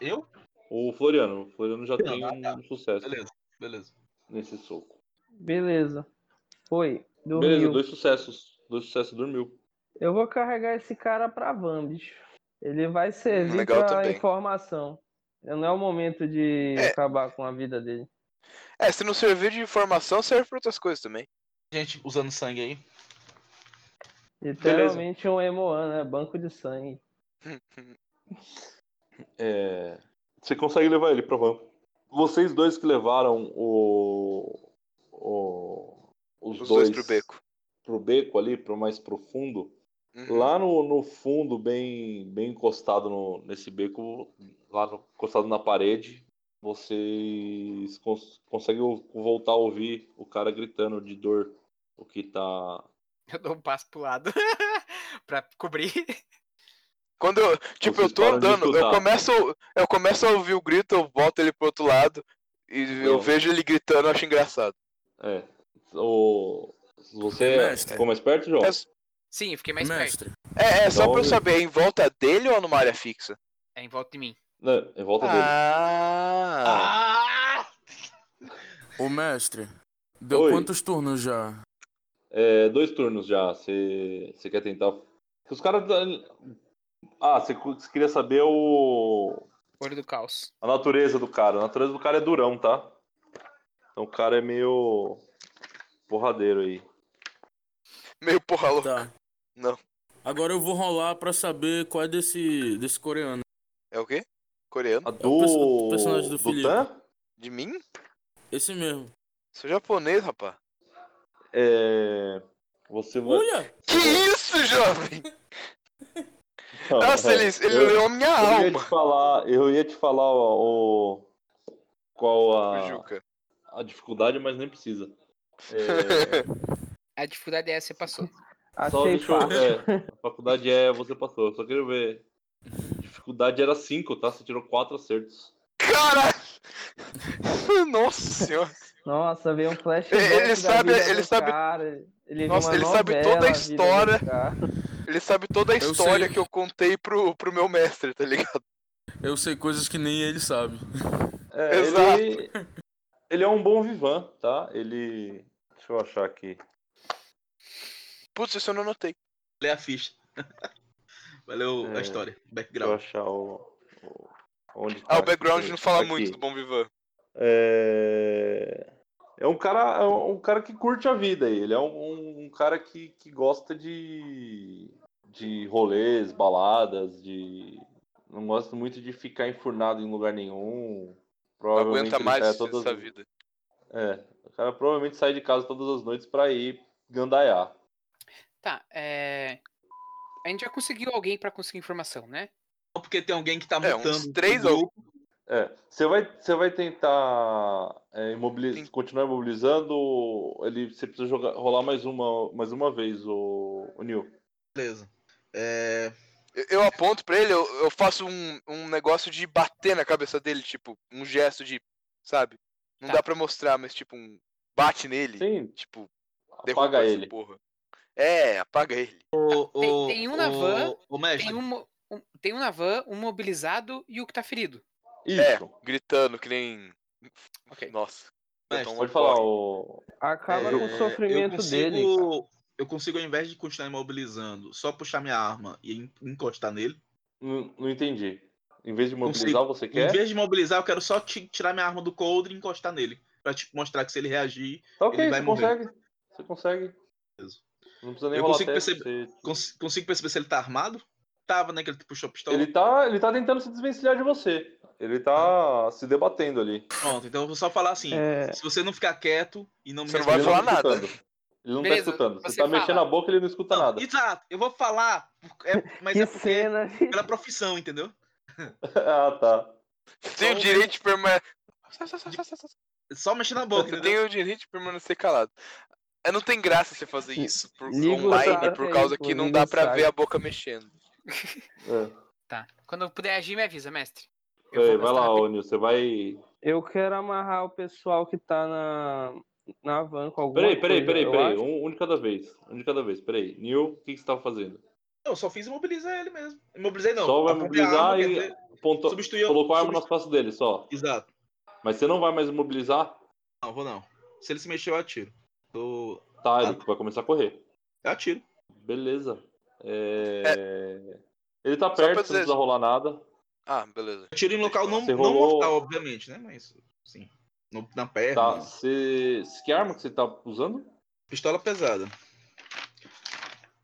Speaker 6: Eu?
Speaker 4: O Floriano. O Floriano já
Speaker 6: Não,
Speaker 4: tem
Speaker 6: ah,
Speaker 4: um
Speaker 6: tá.
Speaker 4: sucesso
Speaker 6: Beleza, beleza.
Speaker 4: nesse soco.
Speaker 5: Beleza. Foi. Dormiu.
Speaker 4: Beleza, dois sucessos. Dois sucessos, dormiu.
Speaker 5: Eu vou carregar esse cara pra van, bicho. Ele vai servir
Speaker 3: Legal
Speaker 5: pra
Speaker 3: também.
Speaker 5: informação. Não é o momento de
Speaker 3: É.
Speaker 5: acabar com a vida dele.
Speaker 3: É, se não servir de informação, serve pra outras coisas também.
Speaker 6: Gente usando sangue aí.
Speaker 5: Literalmente um Emoan, né? Banco de sangue.
Speaker 4: É, Você consegue levar ele pra van. Vocês dois que levaram o. o- Os,
Speaker 3: Os dois pro beco.
Speaker 4: pro beco ali, pro mais profundo.
Speaker 3: Uhum.
Speaker 4: Lá no, no fundo, bem, bem encostado no- nesse beco, lá no- encostado na parede, vocês cons conseguem ou- voltar a ouvir o cara gritando de dor. O que tá.
Speaker 7: Eu dou um passo pro lado <laughs> pra cobrir.
Speaker 3: Quando eu, tipo,
Speaker 4: Vocês
Speaker 3: eu tô
Speaker 4: param de
Speaker 3: andando, eu
Speaker 4: escutar.
Speaker 3: começo, eu começo a ouvir o grito, eu volto ele pro outro lado e eu
Speaker 4: Não.
Speaker 3: vejo ele gritando, eu acho engraçado.
Speaker 4: É. O... Você
Speaker 8: Mestre.
Speaker 4: ficou mais perto, João?
Speaker 3: É,
Speaker 7: Sim, eu fiquei mais perto.
Speaker 8: Mestre,
Speaker 3: é, é só pra eu
Speaker 4: Então-
Speaker 3: saber, é em volta dele ou numa área fixa?
Speaker 7: É em volta de mim.
Speaker 4: Não, em volta dele.
Speaker 3: Ah,
Speaker 6: Ah!
Speaker 8: o mestre. Deu
Speaker 4: Oi.
Speaker 8: quantos turnos já?
Speaker 4: É, dois turnos já. Você você quer tentar. Os caras. da- Ah, você cu- você queria saber o.
Speaker 7: Olho do caos.
Speaker 4: A natureza do cara. A natureza do cara é durão, tá? Então o cara é meio. Porradeiro aí.
Speaker 3: meio porra louco.
Speaker 8: Tá.
Speaker 3: Não.
Speaker 8: Agora eu vou rolar pra saber qual é desse, desse coreano.
Speaker 3: É o quê? Coreano?
Speaker 4: A
Speaker 8: perso-
Speaker 4: do.
Speaker 8: É o personagem do Felipe.
Speaker 4: Tan?
Speaker 3: De mim?
Speaker 8: Esse mesmo.
Speaker 3: Sou japonês, rapá.
Speaker 4: É. Você vai.
Speaker 8: Olha!
Speaker 3: Que isso, jovem? Nossa, ele, ele
Speaker 4: é, Eu-
Speaker 3: leu a minha
Speaker 4: Eu ia te
Speaker 3: alma.
Speaker 4: falar, eu ia te falar ó, o. Qual
Speaker 3: O
Speaker 4: a,
Speaker 3: Juca.
Speaker 4: a dificuldade, mas nem precisa.
Speaker 3: <laughs>
Speaker 4: É,
Speaker 7: A dificuldade é essa, você passou.
Speaker 4: Só
Speaker 5: Achei
Speaker 4: deixa eu,
Speaker 5: fácil.
Speaker 4: é, a faculdade é, você passou. Eu só quero ver. Dificuldade era 5, tá? Você tirou 4 acertos.
Speaker 3: Caralho! <laughs> Nossa senhora.
Speaker 5: Nossa, veio um flashback ele da
Speaker 3: sabe-
Speaker 5: vida
Speaker 3: ele
Speaker 5: do
Speaker 3: sabe-
Speaker 5: cara. Ele viu
Speaker 3: Nossa,
Speaker 5: uma
Speaker 3: ele sabe
Speaker 5: novela
Speaker 3: toda a
Speaker 5: da vida do
Speaker 3: história.
Speaker 5: cara.
Speaker 3: Ele sabe toda a
Speaker 8: Eu
Speaker 3: história
Speaker 8: sei.
Speaker 3: que eu contei pro, pro meu mestre, tá ligado?
Speaker 8: Eu sei coisas que nem ele sabe.
Speaker 4: É,
Speaker 3: Exato.
Speaker 4: Ele, ele é um bom vivan, tá? Ele. Deixa eu achar aqui.
Speaker 3: Putz, isso eu não anotei.
Speaker 6: Lê a ficha. <laughs> Valeu
Speaker 4: É.
Speaker 6: a história.
Speaker 4: Deixa eu
Speaker 6: Background.
Speaker 4: achar o. o- onde
Speaker 3: Ah,
Speaker 4: tá
Speaker 3: o background
Speaker 4: aqui.
Speaker 3: não fala
Speaker 4: Aqui.
Speaker 3: muito do Bom Vivan.
Speaker 4: É... é um cara, é um cara que curte a vida aí. Ele é um, um cara que, que gosta de de rolês, baladas, de não gosta muito de ficar enfurnado em lugar nenhum.
Speaker 3: Não
Speaker 4: Provavelmente
Speaker 3: aguenta
Speaker 4: ele
Speaker 3: mais
Speaker 4: sai
Speaker 3: essa
Speaker 4: todas-
Speaker 3: vida.
Speaker 4: É, o cara provavelmente sai de casa todas as noites pra ir gandaiar.
Speaker 7: Tá, é. A gente já conseguiu alguém pra conseguir informação, né?
Speaker 6: Não Porque tem alguém que tá
Speaker 3: É,
Speaker 6: mutando.
Speaker 3: uns três
Speaker 6: o
Speaker 3: ou-
Speaker 6: grupo.
Speaker 4: É, você vai, você vai tentar é, imobili-
Speaker 3: Sim.
Speaker 4: continuar imobilizando. Ele, você precisa jogar, rolar mais uma, mais uma vez o, o Neil.
Speaker 6: Beleza. É,
Speaker 3: Eu, eu aponto pra ele, eu, eu faço um, um negócio de bater na cabeça dele, tipo, um gesto de. Sabe? Não
Speaker 7: Tá.
Speaker 3: dá pra mostrar, mas tipo, um. Bate nele.
Speaker 4: Sim,
Speaker 3: Tipo, derruba
Speaker 4: apaga
Speaker 3: essa
Speaker 4: ele.
Speaker 3: porra. É, apaga ele.
Speaker 6: o-
Speaker 7: Tá, tem-
Speaker 6: o-
Speaker 7: tem um na
Speaker 6: o-
Speaker 7: van,
Speaker 6: O
Speaker 5: É,
Speaker 6: mestre.
Speaker 7: Tem um, mo- um- tem um na van, um mobilizado e o que tá ferido.
Speaker 3: É,
Speaker 4: Isso.
Speaker 3: então Gritando, que nem.
Speaker 7: Ok.
Speaker 3: Nossa.
Speaker 6: Mas
Speaker 3: eu tomo
Speaker 4: Pode
Speaker 3: um
Speaker 4: falar,
Speaker 3: porre.
Speaker 4: o.
Speaker 5: Acaba
Speaker 6: É,
Speaker 5: com o sofrimento
Speaker 6: eu consigo,
Speaker 5: dele. cara.
Speaker 6: Eu consigo, ao invés de continuar imobilizando, só puxar minha arma e en- encostar nele.
Speaker 4: Não, não entendi. Em vez de mobilizar, você
Speaker 6: Em
Speaker 4: quer?
Speaker 6: vez de imobilizar, eu quero só ti- tirar minha arma do coldre e encostar nele. Pra te mostrar que se ele reagir,
Speaker 4: Tá ok,
Speaker 6: ele vai
Speaker 4: você
Speaker 6: morrer.
Speaker 4: consegue. Você consegue.
Speaker 6: Beleza.
Speaker 4: Não precisa nem
Speaker 6: Eu
Speaker 4: rolar
Speaker 6: consigo
Speaker 4: teste, você-
Speaker 6: cons- consigo perceber se ele tá armado? Tava, né? Que ele puxou a pistola.
Speaker 4: Ele tá, ele tá tentando se desvencilhar de você. Ele tá se debatendo ali.
Speaker 6: Pronto, então eu vou só falar assim.
Speaker 5: É,
Speaker 6: Se você não ficar quieto e não me
Speaker 3: Você não
Speaker 6: responder,
Speaker 3: vai falar
Speaker 4: Ele não tá
Speaker 3: nada.
Speaker 4: escutando. Ele não
Speaker 7: Beleza,
Speaker 4: tá escutando. Você,
Speaker 7: você
Speaker 4: tá mexendo
Speaker 7: fala.
Speaker 4: a boca e ele não escuta nada.
Speaker 6: Exato, eu vou falar, é- mas
Speaker 5: que
Speaker 6: é porque
Speaker 5: cena.
Speaker 6: pela profissão, entendeu?
Speaker 4: <laughs> ah, tá.
Speaker 3: Tem o direito de permanecer.
Speaker 6: É Só mexer na boca,
Speaker 3: Você
Speaker 6: entendeu?
Speaker 3: tem o direito de permanecer calado. É, Não tem graça você fazer isso por
Speaker 5: Liga o
Speaker 3: online
Speaker 5: saco
Speaker 3: por
Speaker 5: aí,
Speaker 3: causa
Speaker 5: pô,
Speaker 3: que não
Speaker 5: liga
Speaker 3: dá
Speaker 5: o
Speaker 3: pra
Speaker 5: saco.
Speaker 3: ver a boca mexendo.
Speaker 4: É.
Speaker 7: Tá. Quando eu puder agir, me avisa, mestre. Eu
Speaker 4: Ei,
Speaker 7: vou
Speaker 4: vai lá,
Speaker 7: gastar rapidinho.
Speaker 4: Onil. Você vai.
Speaker 5: Eu quero amarrar o pessoal que tá na, na van com alguma
Speaker 4: Peraí, peraí,
Speaker 5: coisa,
Speaker 4: peraí,
Speaker 5: eu
Speaker 4: peraí.
Speaker 5: acho.
Speaker 4: Um, um de cada vez. Um de cada vez. Peraí. Nil, o que, que você tava fazendo?
Speaker 6: Eu só fiz imobilizar ele mesmo. Imobilizei não.
Speaker 4: Só vai
Speaker 6: apontei a
Speaker 4: imobilizar
Speaker 6: arma,
Speaker 4: e-
Speaker 6: quer dizer,
Speaker 4: Ponto...
Speaker 6: Substituiu-
Speaker 4: Colocou a arma
Speaker 6: substitu-
Speaker 4: nas costas dele só.
Speaker 6: Exato.
Speaker 4: Mas você não vai mais mobilizar?
Speaker 6: Não, vou não. Se ele se mexer, eu atiro. Tô...
Speaker 4: Tá, ele vai começar a correr.
Speaker 6: Eu atiro.
Speaker 4: Beleza. É... Ele tá
Speaker 3: pra
Speaker 4: perto, você não
Speaker 3: dizer-
Speaker 4: precisa rolar nada.
Speaker 3: Ah, beleza.
Speaker 6: Atiro em local não,
Speaker 4: Você
Speaker 6: não
Speaker 4: rolou-
Speaker 6: mortal, obviamente, né? Mas, sim. No- na perna.
Speaker 4: Tá, você. Que arma que você tá usando?
Speaker 6: Pistola pesada.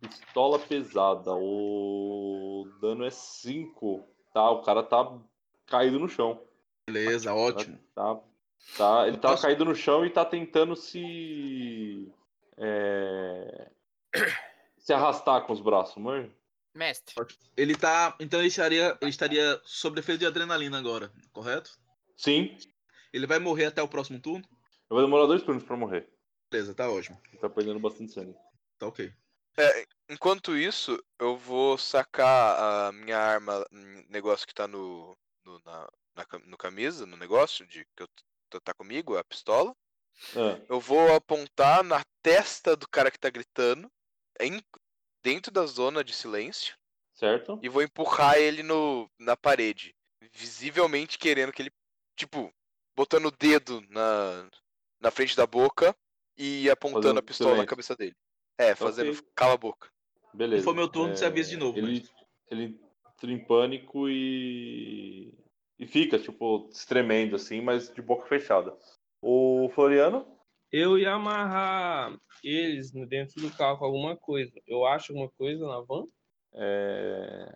Speaker 4: Pistola pesada. O dano é 5. Tá, o cara tá caído no chão.
Speaker 6: Beleza, ótimo.
Speaker 4: Tá, tá, ele tá
Speaker 6: Posso-
Speaker 4: caído no chão e tá tentando se.
Speaker 6: <coughs>
Speaker 4: é, se arrastar com os braços, é? mãe.
Speaker 7: Mestre,
Speaker 6: Ele tá. Então ele estaria, ele estaria sob efeito de adrenalina agora, correto?
Speaker 4: Sim.
Speaker 6: Ele vai morrer até o próximo turno?
Speaker 4: Vai demorar dois turnos pra morrer.
Speaker 6: Beleza, tá ótimo.
Speaker 4: Ele tá perdendo bastante sangue.
Speaker 6: Tá ok.
Speaker 3: Enquanto isso, eu vou sacar a minha arma, hum, negócio que tá no, no, na, na cam- no camisa, no negócio de que eu, t- tá comigo, a pistola.
Speaker 4: Ah,
Speaker 3: Eu vou apontar na testa do cara que tá gritando, é em- dentro da zona de silêncio,
Speaker 4: certo?
Speaker 3: e vou empurrar ele no, na parede, visivelmente querendo que ele, tipo, botando o dedo na, na frente da boca e apontando
Speaker 4: Fazendo
Speaker 3: a pistola na
Speaker 4: silêncio.
Speaker 3: cabeça dele. É, fazendo cala a boca.
Speaker 4: Beleza. É,
Speaker 6: Se for meu turno, você avisa de novo,
Speaker 4: Ele, ele entra em pânico e. E fica, tipo, tremendo assim, mas de boca fechada. O Floriano?
Speaker 5: Eu ia amarrar eles no dentro do carro com alguma coisa. Eu acho alguma coisa na van?
Speaker 4: É,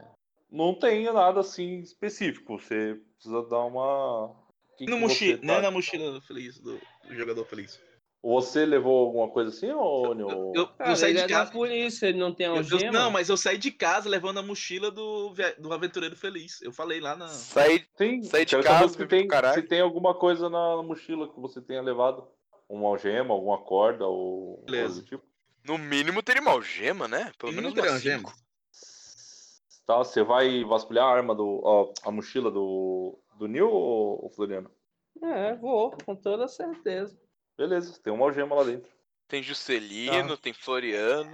Speaker 4: Não tem nada assim específico. Você precisa dar uma. O que
Speaker 6: E no
Speaker 4: que
Speaker 6: mochila,
Speaker 4: você
Speaker 6: né?
Speaker 4: tá-
Speaker 6: Na mochila feliz do, do jogador feliz.
Speaker 4: Você levou alguma coisa assim, ou
Speaker 6: Eu,
Speaker 4: não?
Speaker 6: eu- eu
Speaker 5: Cara,
Speaker 6: saí
Speaker 5: ele
Speaker 6: de
Speaker 5: é da
Speaker 6: casa.
Speaker 5: polícia, ele não tem
Speaker 6: eu- eu-
Speaker 5: algema.
Speaker 6: não, mas eu saí de casa levando a mochila do, via- do aventureiro feliz. Eu falei lá
Speaker 4: Ah.
Speaker 6: na.
Speaker 3: Saí,
Speaker 4: Tem,
Speaker 3: saí de
Speaker 4: quero saber
Speaker 3: casa,
Speaker 4: se
Speaker 3: bebi
Speaker 4: tem,
Speaker 3: pra caralho.
Speaker 4: se tem alguma coisa na mochila que você tenha levado. Uma algema, alguma corda ou algo
Speaker 6: Beleza.
Speaker 4: do tipo.
Speaker 3: no mínimo teria uma algema, né? Pelo menos
Speaker 6: Mínimo teria uma
Speaker 3: uma
Speaker 6: algema.
Speaker 3: cinco.
Speaker 4: Tá, você vai vasculhar a arma do. ó, a mochila do. do Neil ou, ou Floriano?
Speaker 5: É, vou, com toda certeza.
Speaker 4: Beleza, tem uma algema lá dentro.
Speaker 3: Tem Juscelino, tem Floriano.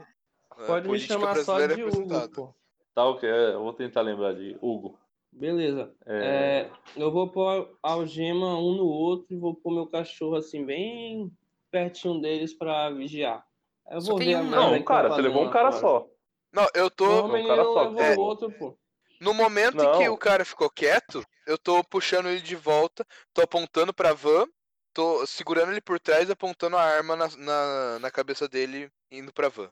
Speaker 4: É,
Speaker 3: A
Speaker 5: Pode me
Speaker 3: política
Speaker 5: chamar só
Speaker 3: brasileira
Speaker 5: de
Speaker 3: é
Speaker 5: Hugo,
Speaker 3: apresentada.
Speaker 5: pô.
Speaker 4: Tá, ok. é, Eu vou tentar lembrar de Hugo.
Speaker 5: Beleza.
Speaker 4: É,
Speaker 5: É, eu vou pôr a algema um no outro e vou pôr meu cachorro assim, bem pertinho deles pra vigiar. Eu
Speaker 7: Só
Speaker 5: vou
Speaker 7: tem
Speaker 5: ver
Speaker 7: um,
Speaker 5: a
Speaker 7: não.
Speaker 5: merda
Speaker 4: Não,
Speaker 5: que
Speaker 4: cara,
Speaker 5: tá
Speaker 4: você levou um
Speaker 5: fazendo
Speaker 4: cara
Speaker 5: agora.
Speaker 4: só.
Speaker 3: Não, eu
Speaker 5: Não,
Speaker 3: tô.
Speaker 5: o
Speaker 4: Um
Speaker 5: menino
Speaker 4: cara só,
Speaker 5: levou
Speaker 4: é.
Speaker 5: o outro, pô.
Speaker 3: No momento em que
Speaker 4: Não.
Speaker 3: o cara ficou quieto, eu tô puxando ele de volta, tô apontando pra van, tô segurando ele por trás, apontando a arma na, na, na cabeça dele, indo pra van.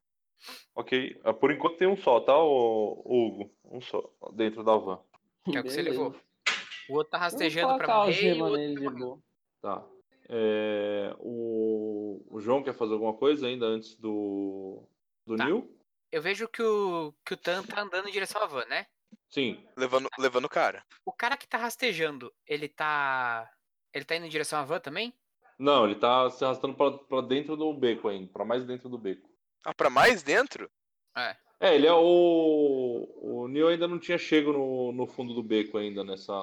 Speaker 4: Ok. ah, Por enquanto tem um só, tá, o Hugo? Um só, dentro da van.
Speaker 7: é o que você
Speaker 5: Beleza.
Speaker 7: levou. O outro tá
Speaker 5: Eu vou
Speaker 7: rastejando pra
Speaker 5: colocar a
Speaker 7: morrer e o
Speaker 5: algema
Speaker 7: outro...
Speaker 5: nele de boa.
Speaker 4: Tá. É, o, o João quer fazer alguma coisa ainda antes do. do
Speaker 7: Tá.
Speaker 4: Neil?
Speaker 7: Eu vejo que o, que o Tan tá andando em direção à van, né?
Speaker 4: Sim.
Speaker 3: Levando, levando o cara.
Speaker 7: O cara que tá rastejando, ele tá... Ele tá indo em direção à van também?
Speaker 4: Não, ele tá se arrastando pra, pra dentro do beco ainda, pra mais dentro do beco.
Speaker 3: Ah, pra mais dentro?
Speaker 4: É, ele é o. O Neil ainda não tinha chego no, no fundo do beco ainda nessa.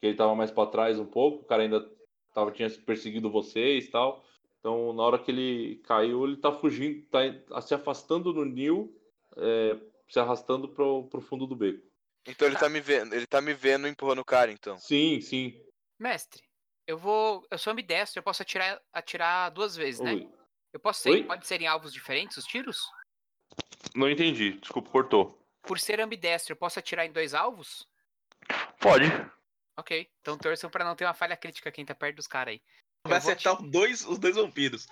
Speaker 4: Que ele tava mais pra trás um pouco, o cara ainda tava, tinha perseguido vocês e tal. Então, na hora que ele caiu, ele tá fugindo, tá in- se afastando do Neil, é, se arrastando pro, pro fundo do beco.
Speaker 3: Então ele tá me vendo, ele tá me vendo empurrando o cara, então.
Speaker 4: Sim, sim.
Speaker 7: Mestre, eu vou... Eu sou ambidestro, eu posso atirar, atirar duas vezes, né?
Speaker 4: Oi.
Speaker 7: Eu posso ser...
Speaker 4: Oi?
Speaker 7: Pode ser em alvos diferentes os tiros?
Speaker 4: Não entendi, desculpa, cortou.
Speaker 7: Por ser ambidestro, eu posso atirar em dois alvos?
Speaker 4: Pode.
Speaker 7: Ok, então torçam pra não ter uma falha crítica quem tá perto dos caras aí. Eu
Speaker 6: Vai
Speaker 7: vou
Speaker 4: um
Speaker 6: acertar os dois, os dois vampiros.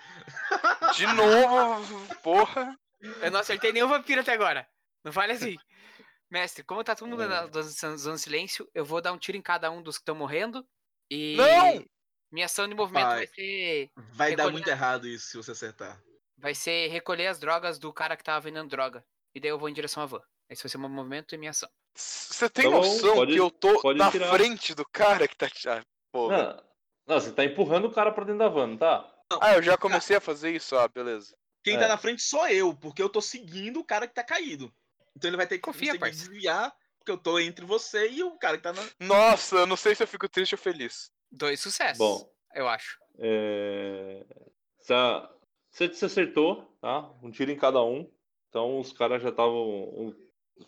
Speaker 3: De novo, porra.
Speaker 7: Eu não acertei nenhum vampiro até agora. Não vale assim. <laughs> Mestre, como tá todo mundo
Speaker 4: É.
Speaker 7: na na zona de silêncio, eu vou dar um tiro em cada um dos que estão morrendo. E.
Speaker 3: Não!
Speaker 7: Minha ação de movimento
Speaker 6: Vai.
Speaker 7: vai ser.
Speaker 6: Vai dar
Speaker 7: Recolher-
Speaker 6: muito errado isso se você acertar.
Speaker 7: vai ser recolher as drogas do cara que tava vendendo droga. E daí eu vou em direção à van. Esse vai ser meu movimento e minha ação.
Speaker 3: Você tem
Speaker 4: Então,
Speaker 3: noção
Speaker 4: pode-
Speaker 3: que eu tô
Speaker 4: pode
Speaker 3: na
Speaker 4: tirar.
Speaker 3: frente do cara que tá. te- Ah, pô.
Speaker 4: Não, não, você tá empurrando o cara pra dentro da van, não tá?
Speaker 3: Ah, eu já comecei a fazer isso, ah, beleza.
Speaker 6: Quem
Speaker 4: É.
Speaker 6: tá na frente sou eu, porque eu tô seguindo o cara que tá caído. Então ele vai ter que
Speaker 7: Confia,
Speaker 6: conseguir
Speaker 7: parça.
Speaker 6: desviar, porque eu tô entre você e o cara que tá na.
Speaker 3: Nossa, eu não sei se eu fico triste ou feliz.
Speaker 7: Dois sucessos,
Speaker 4: Bom,
Speaker 7: eu acho.
Speaker 4: é... Você- Você se acertou, tá? Um tiro em cada um. Então os caras já estavam um,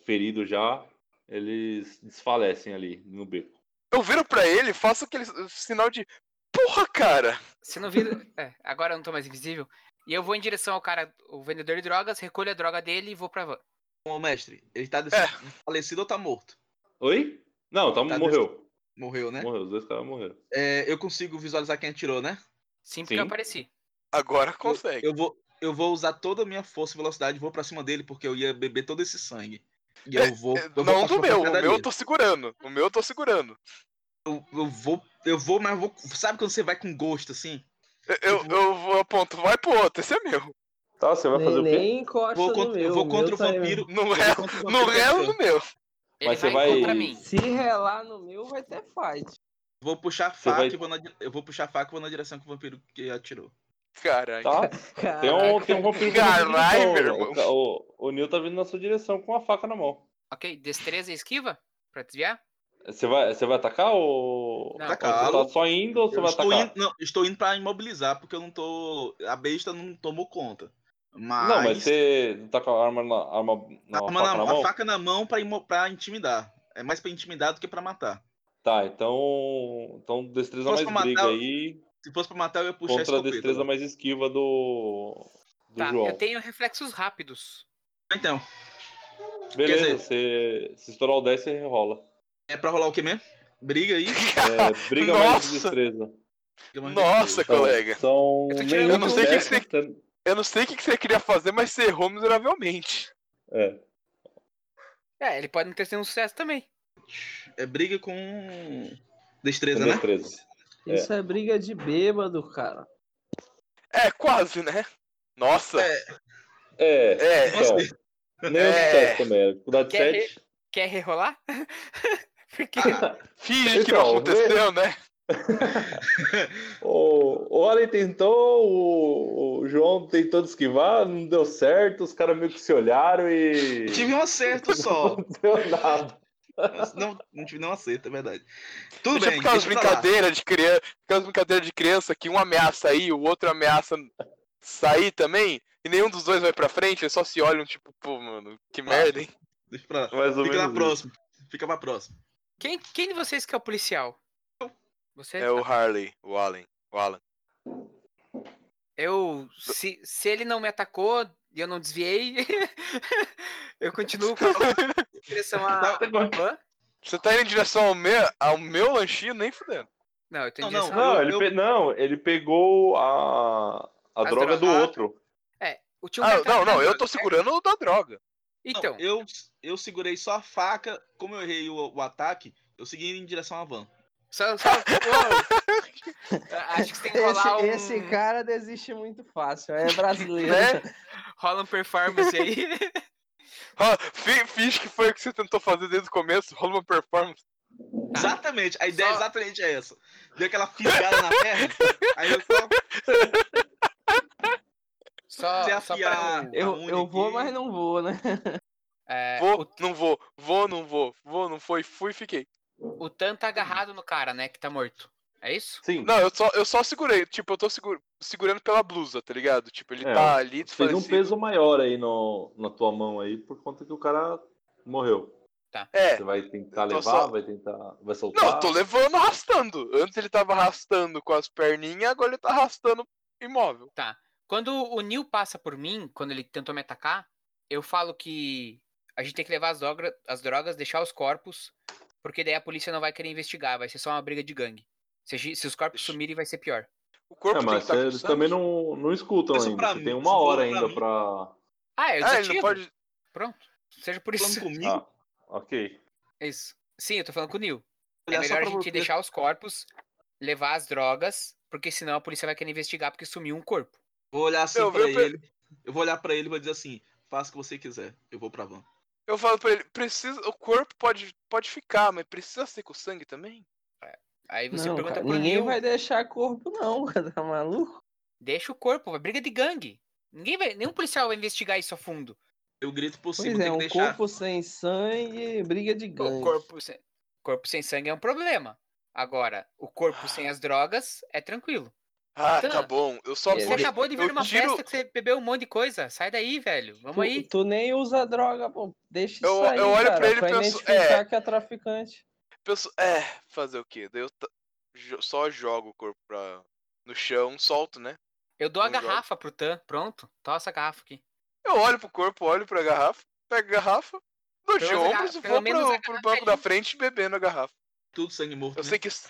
Speaker 4: feridos já. Eles desfalecem ali no beco.
Speaker 3: Eu viro pra ele, faço aquele sinal de. Porra, cara!
Speaker 7: Você não vira. <laughs> É, agora eu não tô mais invisível. E eu vou em direção ao cara, o vendedor de drogas, recolho a droga dele e vou pra van.
Speaker 6: Ô, mestre, ele tá des-
Speaker 3: É.
Speaker 6: falecido ou tá morto?
Speaker 4: Oi? Não, tá,
Speaker 6: Tá
Speaker 4: morreu.
Speaker 6: Morreu, né?
Speaker 4: Morreu, os dois caras morreram.
Speaker 6: É, eu consigo visualizar quem atirou, né?
Speaker 7: Sim, porque
Speaker 4: Sim.
Speaker 7: eu apareci.
Speaker 3: Agora consegue.
Speaker 6: Eu vou, eu vou usar toda a minha força e velocidade e vou pra cima dele, porque eu ia beber todo esse sangue. E eu vou.
Speaker 3: É,
Speaker 6: eu vou
Speaker 3: não
Speaker 6: pra
Speaker 3: do
Speaker 6: cima
Speaker 3: meu,
Speaker 6: pra
Speaker 3: o
Speaker 6: cada
Speaker 3: meu eu
Speaker 6: dele.
Speaker 3: tô segurando. O meu eu tô segurando.
Speaker 6: Eu, eu vou, eu vou, mas eu vou. Sabe quando você vai com gosto assim?
Speaker 3: Eu- Eh, Eu, eu vou aponto, vai pro outro, esse é meu.
Speaker 4: Tá, você vai fazer
Speaker 5: Nem,
Speaker 4: o quê?
Speaker 5: nem encosta
Speaker 6: Vou
Speaker 5: no
Speaker 6: contra-
Speaker 5: meu.
Speaker 6: eu vou
Speaker 5: o
Speaker 6: contra
Speaker 5: meu
Speaker 6: o
Speaker 5: tá-
Speaker 6: vampiro.
Speaker 3: Não
Speaker 6: eu vou
Speaker 3: é,
Speaker 6: contra o
Speaker 3: não
Speaker 6: vampiro
Speaker 3: é
Speaker 6: que
Speaker 3: o meu.
Speaker 7: Ele
Speaker 4: Mas você
Speaker 7: vai,
Speaker 4: vai-
Speaker 7: contra mim.
Speaker 5: Se relar no meu, vai ter fight.
Speaker 6: Vou puxar a faca
Speaker 4: vai-
Speaker 6: e vou na, di- eu vou puxar a faca e vou na direção que o vampiro que atirou.
Speaker 3: Caralho.
Speaker 4: Tá? Tem um, tem um vampiro vindo na sua
Speaker 3: Caralho,
Speaker 4: direção,
Speaker 3: meu
Speaker 4: ó. então, O, o, o Neil tá vindo na sua direção com a faca na mão.
Speaker 7: Ok, destreza e esquiva? Pra desviar?
Speaker 4: Você vai, você vai atacar ou. ou
Speaker 7: Não.
Speaker 6: Atacá-lo.
Speaker 4: Você tá só indo ou você
Speaker 6: Eu
Speaker 4: vai
Speaker 6: estou,
Speaker 4: atacar?
Speaker 6: indo, não, estou indo pra imobilizar, porque eu não tô. A besta não tomou conta. Mas.
Speaker 4: Não, mas você tá com a arma na, arma, na,
Speaker 6: a,
Speaker 4: faca
Speaker 6: arma na-
Speaker 4: na
Speaker 6: a
Speaker 4: mão?
Speaker 6: faca na mão pra, imo- pra intimidar. É mais pra intimidar do que pra matar.
Speaker 4: Tá, então. Então, destreza
Speaker 6: Posso
Speaker 4: mais briga
Speaker 6: matar-
Speaker 4: aí
Speaker 6: Se fosse pra matar, eu ia puxar
Speaker 4: contra a
Speaker 6: escopeta. né?
Speaker 4: destreza mais esquiva do. Do
Speaker 7: Tá,
Speaker 4: João.
Speaker 7: eu tenho reflexos rápidos.
Speaker 6: Então,
Speaker 4: Beleza,
Speaker 6: quer dizer-
Speaker 4: você. Se estourar o 10, você
Speaker 7: <laughs>
Speaker 4: rerola.
Speaker 6: é pra rolar o que mesmo? Briga aí.
Speaker 4: É, briga mais de
Speaker 3: Nossa!
Speaker 4: destreza.
Speaker 6: Briga
Speaker 3: <laughs>
Speaker 6: mais-
Speaker 3: Nossa,
Speaker 4: São-
Speaker 3: colega.
Speaker 4: São.
Speaker 7: Eu tô tirando um
Speaker 4: nenhum
Speaker 7: Eu não
Speaker 3: sei o que
Speaker 4: sucesso,
Speaker 3: você-
Speaker 4: você-
Speaker 3: Eu não sei o que que você queria fazer, mas você errou miseravelmente.
Speaker 4: É.
Speaker 7: É, ele pode não ter sido um sucesso também.
Speaker 6: É briga com. Destreza,
Speaker 4: com
Speaker 6: né?
Speaker 4: Destreza.
Speaker 5: Isso é briga de bêbado,
Speaker 3: <laughs>
Speaker 5: cara.
Speaker 3: É, quase, né? Nossa.
Speaker 6: É.
Speaker 4: É.
Speaker 3: É,
Speaker 4: Então, nem
Speaker 3: É.
Speaker 4: o sucesso também. é Dificuldade
Speaker 7: Quer
Speaker 4: 7.
Speaker 7: Quer rerolar? <laughs> porque
Speaker 3: finge que
Speaker 4: Então,
Speaker 3: não aconteceu, né?
Speaker 4: O, o Allen tentou, o, o João tentou esquivar, não deu certo, os caras meio que se olharam e.
Speaker 6: Tive um acerto só.
Speaker 4: Não <laughs> deu <laughs> nada.
Speaker 6: não, não tive nenhum acerto, é verdade. Tudo
Speaker 3: Deixa
Speaker 6: bem.
Speaker 3: ficar umas
Speaker 6: deixa pra lá.
Speaker 3: brincadeiras de criança, aquelas brincadeiras de criança que um ameaça aí, o outro ameaça sair também, e nenhum dos dois vai pra frente, eles só se olham, tipo, pô, mano, que merda, hein?
Speaker 6: Deixa pra lá.
Speaker 4: Mais ou
Speaker 6: Fica na
Speaker 4: menos isso.
Speaker 6: próxima. Fica pra próxima.
Speaker 7: quem, quem de vocês que é o policial? Você?
Speaker 3: É o Harley, o Allen, o Alan.
Speaker 7: Eu. Se, se ele não me atacou e eu não desviei, <laughs> eu continuo com a
Speaker 6: <laughs>
Speaker 7: em direção à
Speaker 6: Tá-
Speaker 7: à van.
Speaker 3: Você tá indo em direção ao meu, ao meu lanchinho, nem fudendo.
Speaker 7: Não, eu tô
Speaker 6: Não,
Speaker 7: em
Speaker 6: não,
Speaker 7: direção à
Speaker 4: Não,
Speaker 7: van.
Speaker 4: ele,
Speaker 6: Eu-
Speaker 4: pe- não, ele pegou a, a
Speaker 7: As
Speaker 4: droga do
Speaker 7: drogas.
Speaker 4: outro.
Speaker 7: O tio
Speaker 3: Ah, não,
Speaker 7: Beto tá
Speaker 3: não, eu
Speaker 7: andando,
Speaker 3: tô
Speaker 7: né?
Speaker 3: segurando o da droga.
Speaker 6: Não,
Speaker 7: Então,
Speaker 6: eu, eu segurei só a faca. Como eu errei o, o ataque, eu segui em direção à van.
Speaker 7: só. só- Uou. <laughs> Acho que você tem que
Speaker 5: Esse,
Speaker 7: rolar um.
Speaker 5: esse cara desiste muito fácil. É brasileiro.
Speaker 3: Né?
Speaker 7: Rola um performance aí. <laughs>
Speaker 3: Ah, fi- finge que foi o que você tentou fazer desde o começo, rola uma performance.
Speaker 6: Exatamente. A ideia
Speaker 7: Tá. Só-
Speaker 6: exatamente é essa. Deu aquela fisgada na perna. Aí eu
Speaker 7: <laughs>
Speaker 6: só é
Speaker 7: Só, só pra.
Speaker 6: desafiar.
Speaker 5: <laughs> Eu, eu vou, mas não vou, né?
Speaker 7: É,
Speaker 3: Vou, não vou, vou, não vou, vou, não foi, fui, fiquei.
Speaker 7: o Tan tá agarrado no cara, né? Que tá morto. É isso?
Speaker 4: Sim,
Speaker 3: Não, eu só, eu só segurei, tipo, eu tô seguro, segurando pela blusa, tá ligado? Tipo, ele
Speaker 4: É,
Speaker 3: tá ali
Speaker 4: fez um
Speaker 3: desfalecido.
Speaker 4: peso maior aí no, na tua mão aí, por conta que o cara morreu.
Speaker 3: É,
Speaker 4: Você vai tentar
Speaker 3: eu tô
Speaker 4: levar,
Speaker 3: só-
Speaker 4: vai tentar. Vai soltar.
Speaker 3: Não, eu tô levando arrastando. Antes ele tava arrastando com as perninhas, agora ele tá arrastando imóvel.
Speaker 7: Quando o Neil passa por mim, quando ele tentou me atacar, eu falo que a gente tem que levar as, droga- as drogas, deixar os corpos, porque daí a polícia não vai querer investigar, vai ser só uma briga de gangue. Se, a gente- se os corpos
Speaker 3: Ixi.
Speaker 7: sumirem, vai ser pior.
Speaker 3: O corpo tem
Speaker 4: É,
Speaker 3: que tá
Speaker 4: mas
Speaker 3: estar
Speaker 4: eles também não, não escutam
Speaker 6: Isso pra
Speaker 4: ainda. Você
Speaker 6: mim,
Speaker 4: tem
Speaker 6: isso
Speaker 4: uma hora
Speaker 6: pra
Speaker 4: ainda
Speaker 6: mim.
Speaker 4: pra.
Speaker 7: Ah, eu
Speaker 3: Ah, ele
Speaker 7: desativo.
Speaker 3: não pode.
Speaker 7: Pronto. Seja por
Speaker 6: Falando
Speaker 7: isso.
Speaker 6: comigo,
Speaker 4: Ah, ok.
Speaker 7: É <laughs> isso. Sim, eu tô falando com o Neil. É
Speaker 6: olhar só
Speaker 7: melhor a
Speaker 6: pra
Speaker 7: gente
Speaker 6: você.
Speaker 7: deixar os corpos, levar as drogas, porque senão a polícia vai querer investigar porque sumiu um corpo.
Speaker 6: Vou olhar assim
Speaker 3: Eu
Speaker 6: pra
Speaker 3: vi o pe-
Speaker 6: ele. Eu vou olhar pra ele e vou dizer assim: faça o que você quiser, eu vou pra van.
Speaker 3: Eu falo pra ele, precisa, o corpo pode, pode ficar, mas precisa ser com sangue também?
Speaker 7: Aí
Speaker 6: Tipo,
Speaker 7: você
Speaker 5: Não,
Speaker 7: pergunta
Speaker 5: cara,
Speaker 7: pro
Speaker 5: ninguém
Speaker 7: Neil,
Speaker 5: vai deixar corpo, não, <laughs> cara. Tá maluco?
Speaker 7: deixa o corpo, vai briga de gangue. Ninguém vai, nenhum policial vai investigar isso a fundo.
Speaker 6: Eu grito por cima,
Speaker 5: Pois é,
Speaker 6: tem
Speaker 5: um
Speaker 6: que deixar.
Speaker 5: corpo sem sangue, briga de gangue.
Speaker 7: O corpo, sem- corpo sem sangue é um problema. Agora, o
Speaker 5: Ah.
Speaker 7: corpo sem as drogas é tranquilo.
Speaker 3: Ah,
Speaker 7: Tá.
Speaker 3: tá bom. Eu só
Speaker 7: Você
Speaker 5: Ele-
Speaker 7: acabou de vir
Speaker 3: eu
Speaker 7: numa
Speaker 3: tiro-
Speaker 7: festa que você bebeu um monte de coisa. Sai daí, velho. Vamos
Speaker 5: Tu,
Speaker 7: aí.
Speaker 5: tu nem usa droga, pô. Deixa
Speaker 3: Eu-
Speaker 5: isso aí,
Speaker 3: eu olho
Speaker 5: cara,
Speaker 3: pra ele e penso,
Speaker 5: identificar que é traficante.
Speaker 3: penso, é, fazer o quê? Daí eu t- jo- só jogo o corpo pra, no chão, solto, né?
Speaker 7: Eu dou a
Speaker 3: Não joga.
Speaker 7: garrafa pro Tan. Pronto. Toma essa garrafa aqui.
Speaker 3: Eu olho pro corpo, olho pra garrafa, pego a garrafa, dou de
Speaker 7: Pelo menos a
Speaker 3: ombros e
Speaker 7: garra- pelo
Speaker 3: vou
Speaker 7: menos a
Speaker 3: pro, pro
Speaker 7: garrafa
Speaker 3: banco
Speaker 7: é
Speaker 3: da frente bebendo a garrafa.
Speaker 6: Tudo sangue morto.
Speaker 3: Eu
Speaker 6: né?
Speaker 3: sei que. es-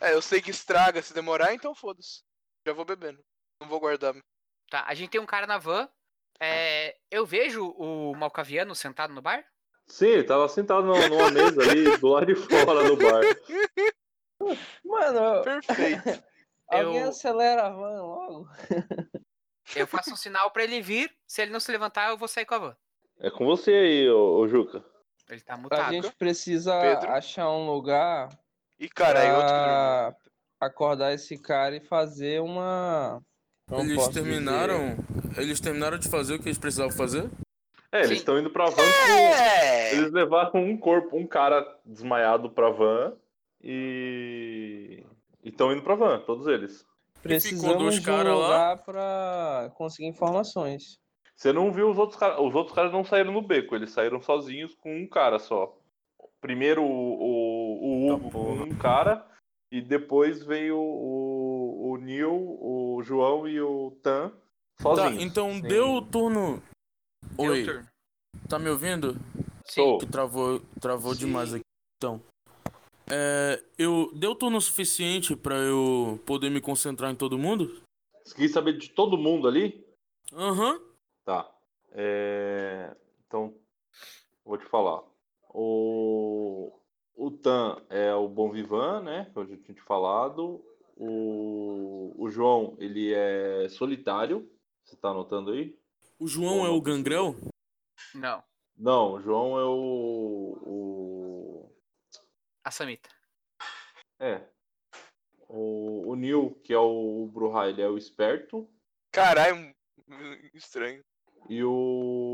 Speaker 3: É, eu sei que estraga se demorar, então foda-se. Já vou bebendo. Não vou guardar.
Speaker 7: Tá, a gente tem um cara na van. É,
Speaker 5: Ah.
Speaker 7: eu vejo o Malcaviano sentado no bar.
Speaker 4: Sim, ele tava sentado numa- numa mesa ali, do lado de fora do bar.
Speaker 5: Mano, eu-
Speaker 3: Perfeito.
Speaker 5: alguém
Speaker 7: Eu-
Speaker 5: acelera a van logo.
Speaker 7: <laughs> Eu
Speaker 5: <laughs>
Speaker 7: faço um sinal pra ele vir. Se ele não se levantar, eu vou sair com a van.
Speaker 4: É com você aí, ô, ô Juca.
Speaker 7: Ele tá
Speaker 5: A
Speaker 7: mutado.
Speaker 5: gente precisa
Speaker 3: Pedro.
Speaker 5: achar um lugar
Speaker 3: E cara, aí é outro que dormiu.
Speaker 5: pra acordar esse cara e fazer uma... Como
Speaker 8: Eles
Speaker 5: posso dizer?
Speaker 8: terminaram. Eles terminaram de fazer o que eles precisavam fazer?
Speaker 4: É, eles
Speaker 7: Sim.
Speaker 4: estão indo pra van. com-
Speaker 3: É!
Speaker 4: Eles levaram um corpo, um cara desmaiado pra van e. E estão indo pra van, todos eles.
Speaker 8: dois
Speaker 5: Precisamos de um
Speaker 8: cara lá.
Speaker 5: lugar pra conseguir informações.
Speaker 4: Você não viu os outros caras. Os outros caras não saíram no beco, eles saíram sozinhos com um cara só. Primeiro o, o, o Hugo com um cara, e depois veio o, o Neil, o João e o Tan
Speaker 8: Tá,
Speaker 4: sozinhos.
Speaker 8: então
Speaker 5: Sim.
Speaker 8: deu o turno.
Speaker 7: Deu
Speaker 8: Oi,
Speaker 7: turno.
Speaker 8: tá me ouvindo?
Speaker 7: Sim.
Speaker 4: Tô.
Speaker 8: Que travou, travou
Speaker 6: Sim.
Speaker 8: demais aqui. Então, é, eu deu turno suficiente pra eu poder me concentrar em todo mundo?
Speaker 4: Você quis saber de todo mundo ali?
Speaker 8: Aham.
Speaker 4: Tá. É, Então, vou te falar. O, o Tan é o Bom Vivan, né? Que eu já tinha te falado. O, o João, ele é solitário. Você tá anotando aí?
Speaker 8: O João é o gangrel?
Speaker 7: Não.
Speaker 4: Não, o João é o. o-
Speaker 7: A Samita.
Speaker 4: é. O, o Neil, que é o Bruhá, ele é o esperto.
Speaker 3: Caralho, estranho.
Speaker 4: E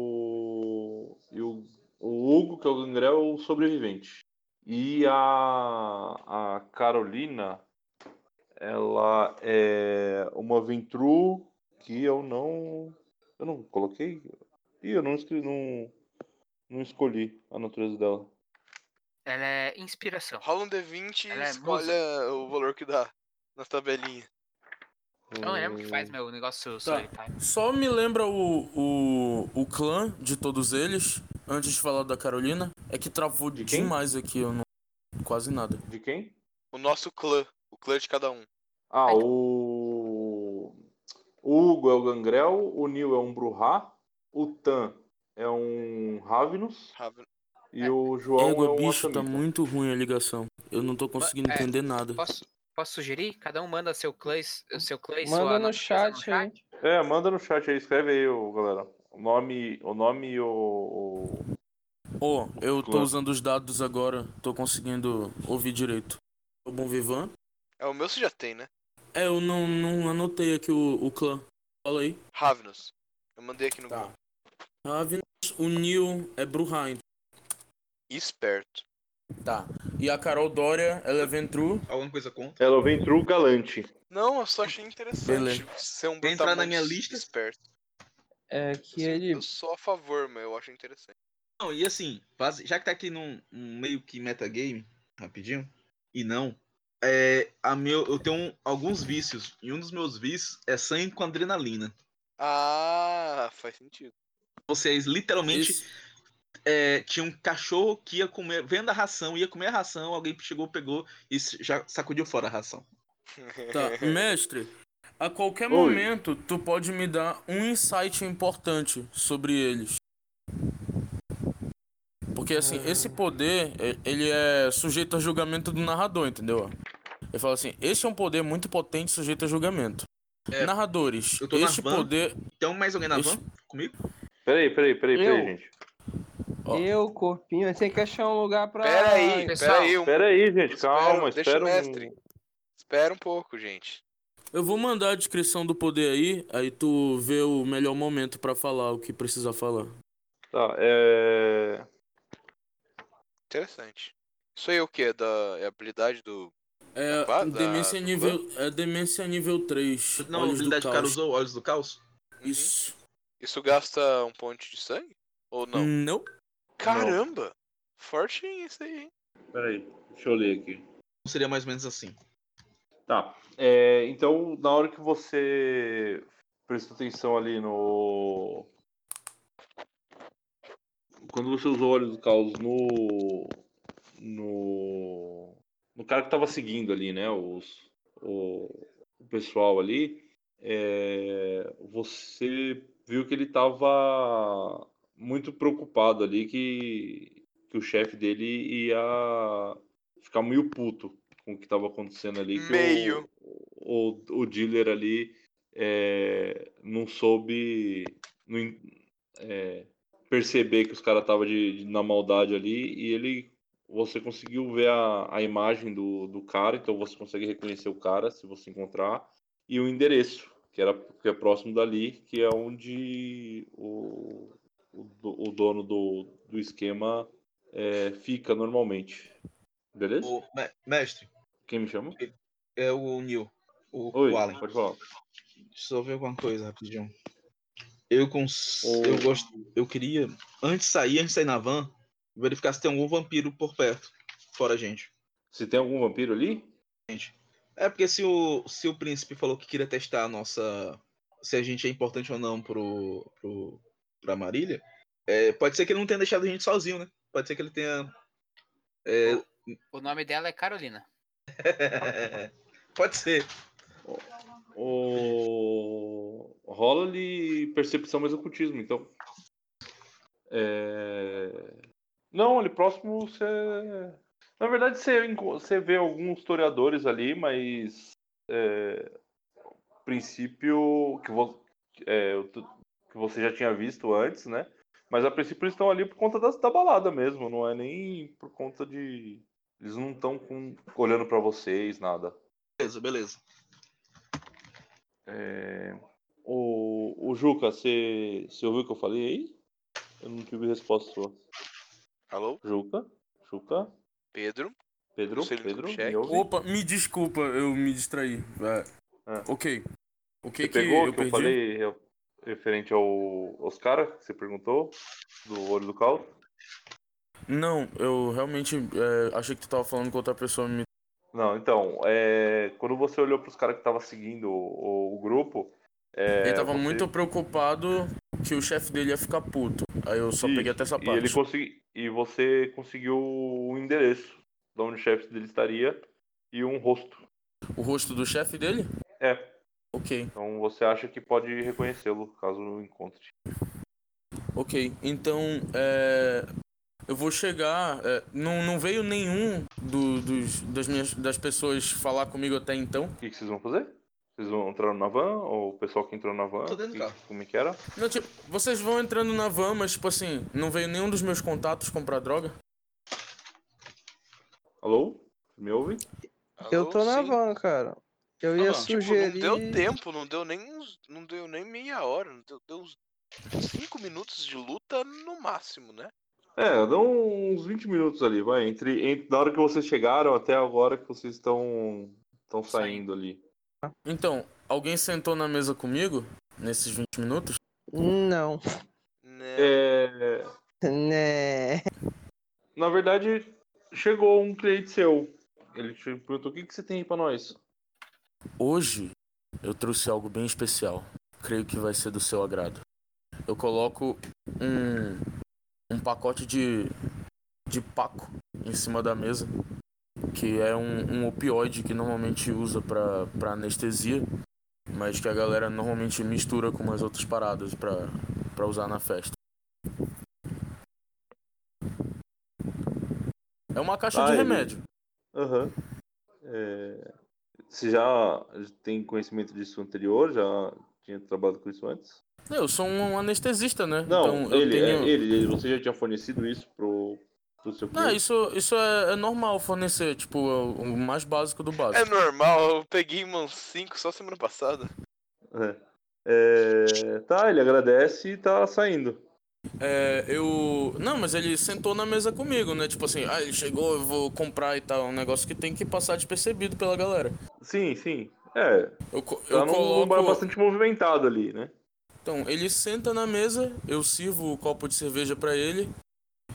Speaker 4: o. E o, o Hugo, que é o Gangrel, é o sobrevivente. E a, a Carolina, ela é uma Ventru que eu não. Eu não coloquei. Ih, eu não escrevi. Não, não escolhi a natureza dela.
Speaker 7: Ela é inspiração.
Speaker 3: Rola um D20 e
Speaker 7: Ela é
Speaker 3: escolha o valor que dá na tabelinha.
Speaker 7: Eu não lembro o que faz meu
Speaker 5: Tá.
Speaker 7: negócio solitário.
Speaker 8: Só me lembra o, o, o clã de todos eles, antes de falar da Carolina. É que travou
Speaker 4: De quem?
Speaker 8: demais aqui, eu não. Quase nada.
Speaker 4: Hum, De quem?
Speaker 3: O nosso clã. O clã de cada um.
Speaker 4: Ah, o... o Hugo é o Gangrel, o Neil é um Bruhá, o Tan é um Ravenus
Speaker 3: Raven-
Speaker 4: e o João é
Speaker 8: Égua,
Speaker 4: um
Speaker 8: bicho, tá
Speaker 4: Assamita.
Speaker 8: muito ruim a ligação. Eu não tô conseguindo
Speaker 7: É.
Speaker 8: entender nada.
Speaker 7: Posso, posso sugerir? Cada um manda seu clã, e- seu clã e sua
Speaker 5: Manda no
Speaker 7: natureza
Speaker 5: chat aí.
Speaker 4: É, manda no chat aí, escreve aí, ô, galera. O nome, o nome e o, o-
Speaker 8: Ó, eu tô
Speaker 4: Clã.
Speaker 8: usando os dados agora, tô conseguindo ouvir direito. O Bom Vivan?
Speaker 3: É, o meu você já tem, né?
Speaker 8: É, eu não, não anotei aqui o, o clã. Fala aí.
Speaker 3: Ravenous. Eu mandei aqui no
Speaker 8: Tá.
Speaker 3: grupo.
Speaker 8: Ravenus, o Neil é Bruhain.
Speaker 3: Esperto.
Speaker 8: Tá. E a Carol Dória, ela é Ventru.
Speaker 6: Alguma coisa contra.
Speaker 4: Ela vem True É Galante.
Speaker 3: Não, eu só achei interessante
Speaker 8: Beleza.
Speaker 3: ser um
Speaker 6: Quer entrar na
Speaker 3: brutamontes
Speaker 6: minha lista?
Speaker 3: Esperto.
Speaker 5: É que
Speaker 3: Assim,
Speaker 5: ele
Speaker 3: Eu sou a favor, mas eu acho interessante.
Speaker 6: Não, e assim, base- já que tá aqui num, num meio que metagame, rapidinho, e não, é, a meu, eu tenho um- alguns vícios, e um dos meus vícios é sangue com adrenalina.
Speaker 3: Ah, faz sentido.
Speaker 6: Vocês literalmente
Speaker 8: Isso.
Speaker 6: é, tinha um cachorro que ia comer, vendo a ração, ia comer a ração, alguém chegou, pegou e s- já sacudiu fora a ração.
Speaker 8: Tá. Mestre, a qualquer
Speaker 4: Oi.
Speaker 8: momento tu pode me dar um insight importante sobre eles. Porque assim, esse poder, e- ele é sujeito a julgamento do narrador, entendeu? Ele fala assim, esse é um poder muito potente sujeito a julgamento.
Speaker 6: É,
Speaker 8: Narradores,
Speaker 6: eu tô na
Speaker 8: este
Speaker 6: van.
Speaker 8: poder.
Speaker 6: Então, mais alguém na
Speaker 8: Isso.
Speaker 6: van comigo?
Speaker 4: Peraí, peraí, peraí, peraí,
Speaker 5: Eu?
Speaker 4: gente.
Speaker 3: então,
Speaker 8: Ó.
Speaker 5: Eu, corpinho, tem que achar um lugar pra.
Speaker 3: Pera aí,
Speaker 7: Pessoal,
Speaker 3: pera aí. Um...
Speaker 4: Peraí, gente,
Speaker 3: Espera,
Speaker 4: calma,
Speaker 3: deixa
Speaker 4: espera
Speaker 3: o
Speaker 4: um-
Speaker 3: mestre. Espera um pouco, gente.
Speaker 8: Eu vou mandar a descrição do poder aí, aí tu vê o melhor momento pra falar o que precisa falar.
Speaker 4: Tá, é.
Speaker 3: Interessante. Isso aí é o quê? Da... É a habilidade do...
Speaker 8: É
Speaker 3: Quase,
Speaker 8: demência
Speaker 3: ah,
Speaker 8: nível, é demência nível 3.
Speaker 6: Não, a
Speaker 8: olhos do
Speaker 6: habilidade que o cara
Speaker 8: caos.
Speaker 6: usou, Olhos do Caos.
Speaker 3: Uhum.
Speaker 8: Isso.
Speaker 3: Isso gasta um ponto de sangue? Ou não?
Speaker 8: Não.
Speaker 3: Caramba! Forte isso aí, hein?
Speaker 4: Peraí, deixa eu ler aqui.
Speaker 6: Seria mais ou menos assim.
Speaker 4: Tá. é, então, na hora que você prestou atenção ali no. Quando você usou o olho do caos no. No. No cara que tava seguindo ali, né? Os, o, o pessoal ali. é, você viu que ele tava muito preocupado ali que, que o chefe dele ia ficar meio puto com o que tava acontecendo ali. que o-
Speaker 3: Meio.
Speaker 4: o, o dealer ali é, não soube não en- é, perceber que os caras estavam de, de- na maldade ali e ele você conseguiu ver a, a imagem do, do cara, então você consegue reconhecer o cara se você encontrar e o endereço que era que é próximo dali, que é onde o, o, do- o dono do, do esquema é, fica normalmente. Beleza?
Speaker 6: O me- mestre,
Speaker 4: Quem me chama?
Speaker 6: é o Neil. O,
Speaker 4: Oi,
Speaker 6: o Allen.
Speaker 4: pode falar.
Speaker 6: Deixa eu ver alguma coisa rapidinho. Eu cons...
Speaker 4: Ô.
Speaker 6: eu gosto, eu queria antes de sair, antes de sair na van, verificar se tem algum vampiro por perto, fora a gente.
Speaker 4: Se tem algum vampiro ali?
Speaker 6: É porque se o se o príncipe falou que queria testar a nossa se a gente é importante ou não pro pro pra Marília, é, pode ser que ele não tenha deixado a gente sozinho, né? Pode ser que ele tenha é, <laughs>
Speaker 7: O nome dela é Carolina.
Speaker 6: pode ser.
Speaker 4: O... Rola ali percepção mais ocultismo, então. É... Não, ali próximo você. Na verdade, você, enco- você vê alguns historiadores ali, mas. É... o Princípio que, vo... é, o tu- que você já tinha visto antes, né? Mas a princípio eles estão ali por conta das- da balada mesmo, não é nem por conta de. Eles não estão com... olhando pra vocês, nada.
Speaker 6: Beleza, beleza.
Speaker 4: É, O, o Juca, você, você ouviu o que eu falei aí? Eu não tive resposta sua.
Speaker 3: Alô?
Speaker 4: Juca? Juca?
Speaker 3: Pedro?
Speaker 4: Pedro?
Speaker 3: Não sei, ele não
Speaker 4: Pedro?
Speaker 3: consegue.
Speaker 4: Me ouve?
Speaker 8: Opa, me desculpa, eu me distraí. É.
Speaker 4: Ah.
Speaker 8: Ok. O que
Speaker 4: Você
Speaker 8: que
Speaker 4: pegou o
Speaker 8: eu
Speaker 4: que
Speaker 8: perdi?
Speaker 4: eu falei re- referente ao, aos caras que você perguntou? Do olho do caos?
Speaker 8: Não, eu realmente é, achei que tu tava falando com outra pessoa. Me...
Speaker 4: Não, então, é, quando você olhou pros caras que estavam seguindo o, o grupo. é,
Speaker 8: ele tava
Speaker 4: você-
Speaker 8: muito preocupado que o chefe dele ia ficar puto. Aí eu só
Speaker 4: Isso,
Speaker 8: peguei até essa
Speaker 4: E, ele
Speaker 8: parte.
Speaker 4: consegui... e você conseguiu o endereço de onde o chefe dele estaria e um rosto.
Speaker 8: O rosto do chefe dele?
Speaker 4: É,
Speaker 8: Ok,
Speaker 4: Então você acha que pode reconhecê-lo caso o encontre.
Speaker 8: ok. Então, é, eu vou chegar. é, não, não veio nenhum do- dos, das, minhas, das pessoas falar comigo até então.
Speaker 4: O que, que vocês vão fazer? Vocês vão entrar na van? Ou o pessoal que entrou na van?
Speaker 6: Tô dentro do
Speaker 4: Que-
Speaker 6: carro.
Speaker 4: Como é que era?
Speaker 8: Não, tipo, vocês vão entrando na van, mas, tipo assim, não veio nenhum dos meus contatos comprar droga?
Speaker 4: Alô? Me ouve?
Speaker 5: Eu
Speaker 3: Alô?
Speaker 5: tô na
Speaker 3: Sim.
Speaker 5: van, cara. Eu
Speaker 6: van.
Speaker 5: ia
Speaker 6: Tipo,
Speaker 3: Tipo,
Speaker 5: sugerir.
Speaker 3: não deu tempo, não deu nem uns, não deu nem meia hora, não deu, deu uns 5 minutos de luta no máximo, né?
Speaker 4: É, dá uns 20 minutos ali, vai. Entre, entre da hora que vocês chegaram até agora que vocês estão estão saindo ali.
Speaker 8: Então, alguém sentou na mesa comigo nesses 20 minutos?
Speaker 5: Não.
Speaker 3: Né?
Speaker 4: É,
Speaker 5: Né.
Speaker 4: na verdade, chegou um cliente seu. Ele te perguntou o que, que você tem aí pra nós.
Speaker 8: Hoje eu trouxe algo bem especial. Creio que vai ser do seu agrado. Eu coloco um, um pacote de, de paco em cima da mesa, que é um, um opioide que normalmente usa pra pra anestesia, mas que a galera normalmente mistura com umas outras paradas pra pra usar na festa. É uma caixa
Speaker 4: Ah,
Speaker 8: de É
Speaker 4: ele-
Speaker 8: remédio.
Speaker 4: Aham. É, Você já tem conhecimento disso anterior? Já tinha trabalhado com isso antes?
Speaker 6: Eu sou um anestesista, né?
Speaker 4: Não,
Speaker 6: Então, eu
Speaker 4: ele,
Speaker 6: tenho-
Speaker 4: é- ele, ele- você já tinha fornecido isso pro, pro seu
Speaker 6: Não,
Speaker 4: cliente?
Speaker 6: isso, isso é, é normal fornecer, tipo, é o o mais básico do básico.
Speaker 3: É normal, eu peguei uns 5 só semana passada.
Speaker 4: É. É, tá, ele agradece e tá saindo.
Speaker 6: É, eu. Não, mas ele sentou na mesa comigo, né? Tipo assim, ah, ele chegou, eu vou comprar e tal. Um negócio que tem que passar despercebido pela galera.
Speaker 4: Sim, sim. É,
Speaker 6: Eu, co- eu
Speaker 4: tá num
Speaker 6: coloco.
Speaker 4: bar bastante movimentado ali, né?
Speaker 6: Então, ele senta na mesa, eu sirvo o copo de cerveja pra ele.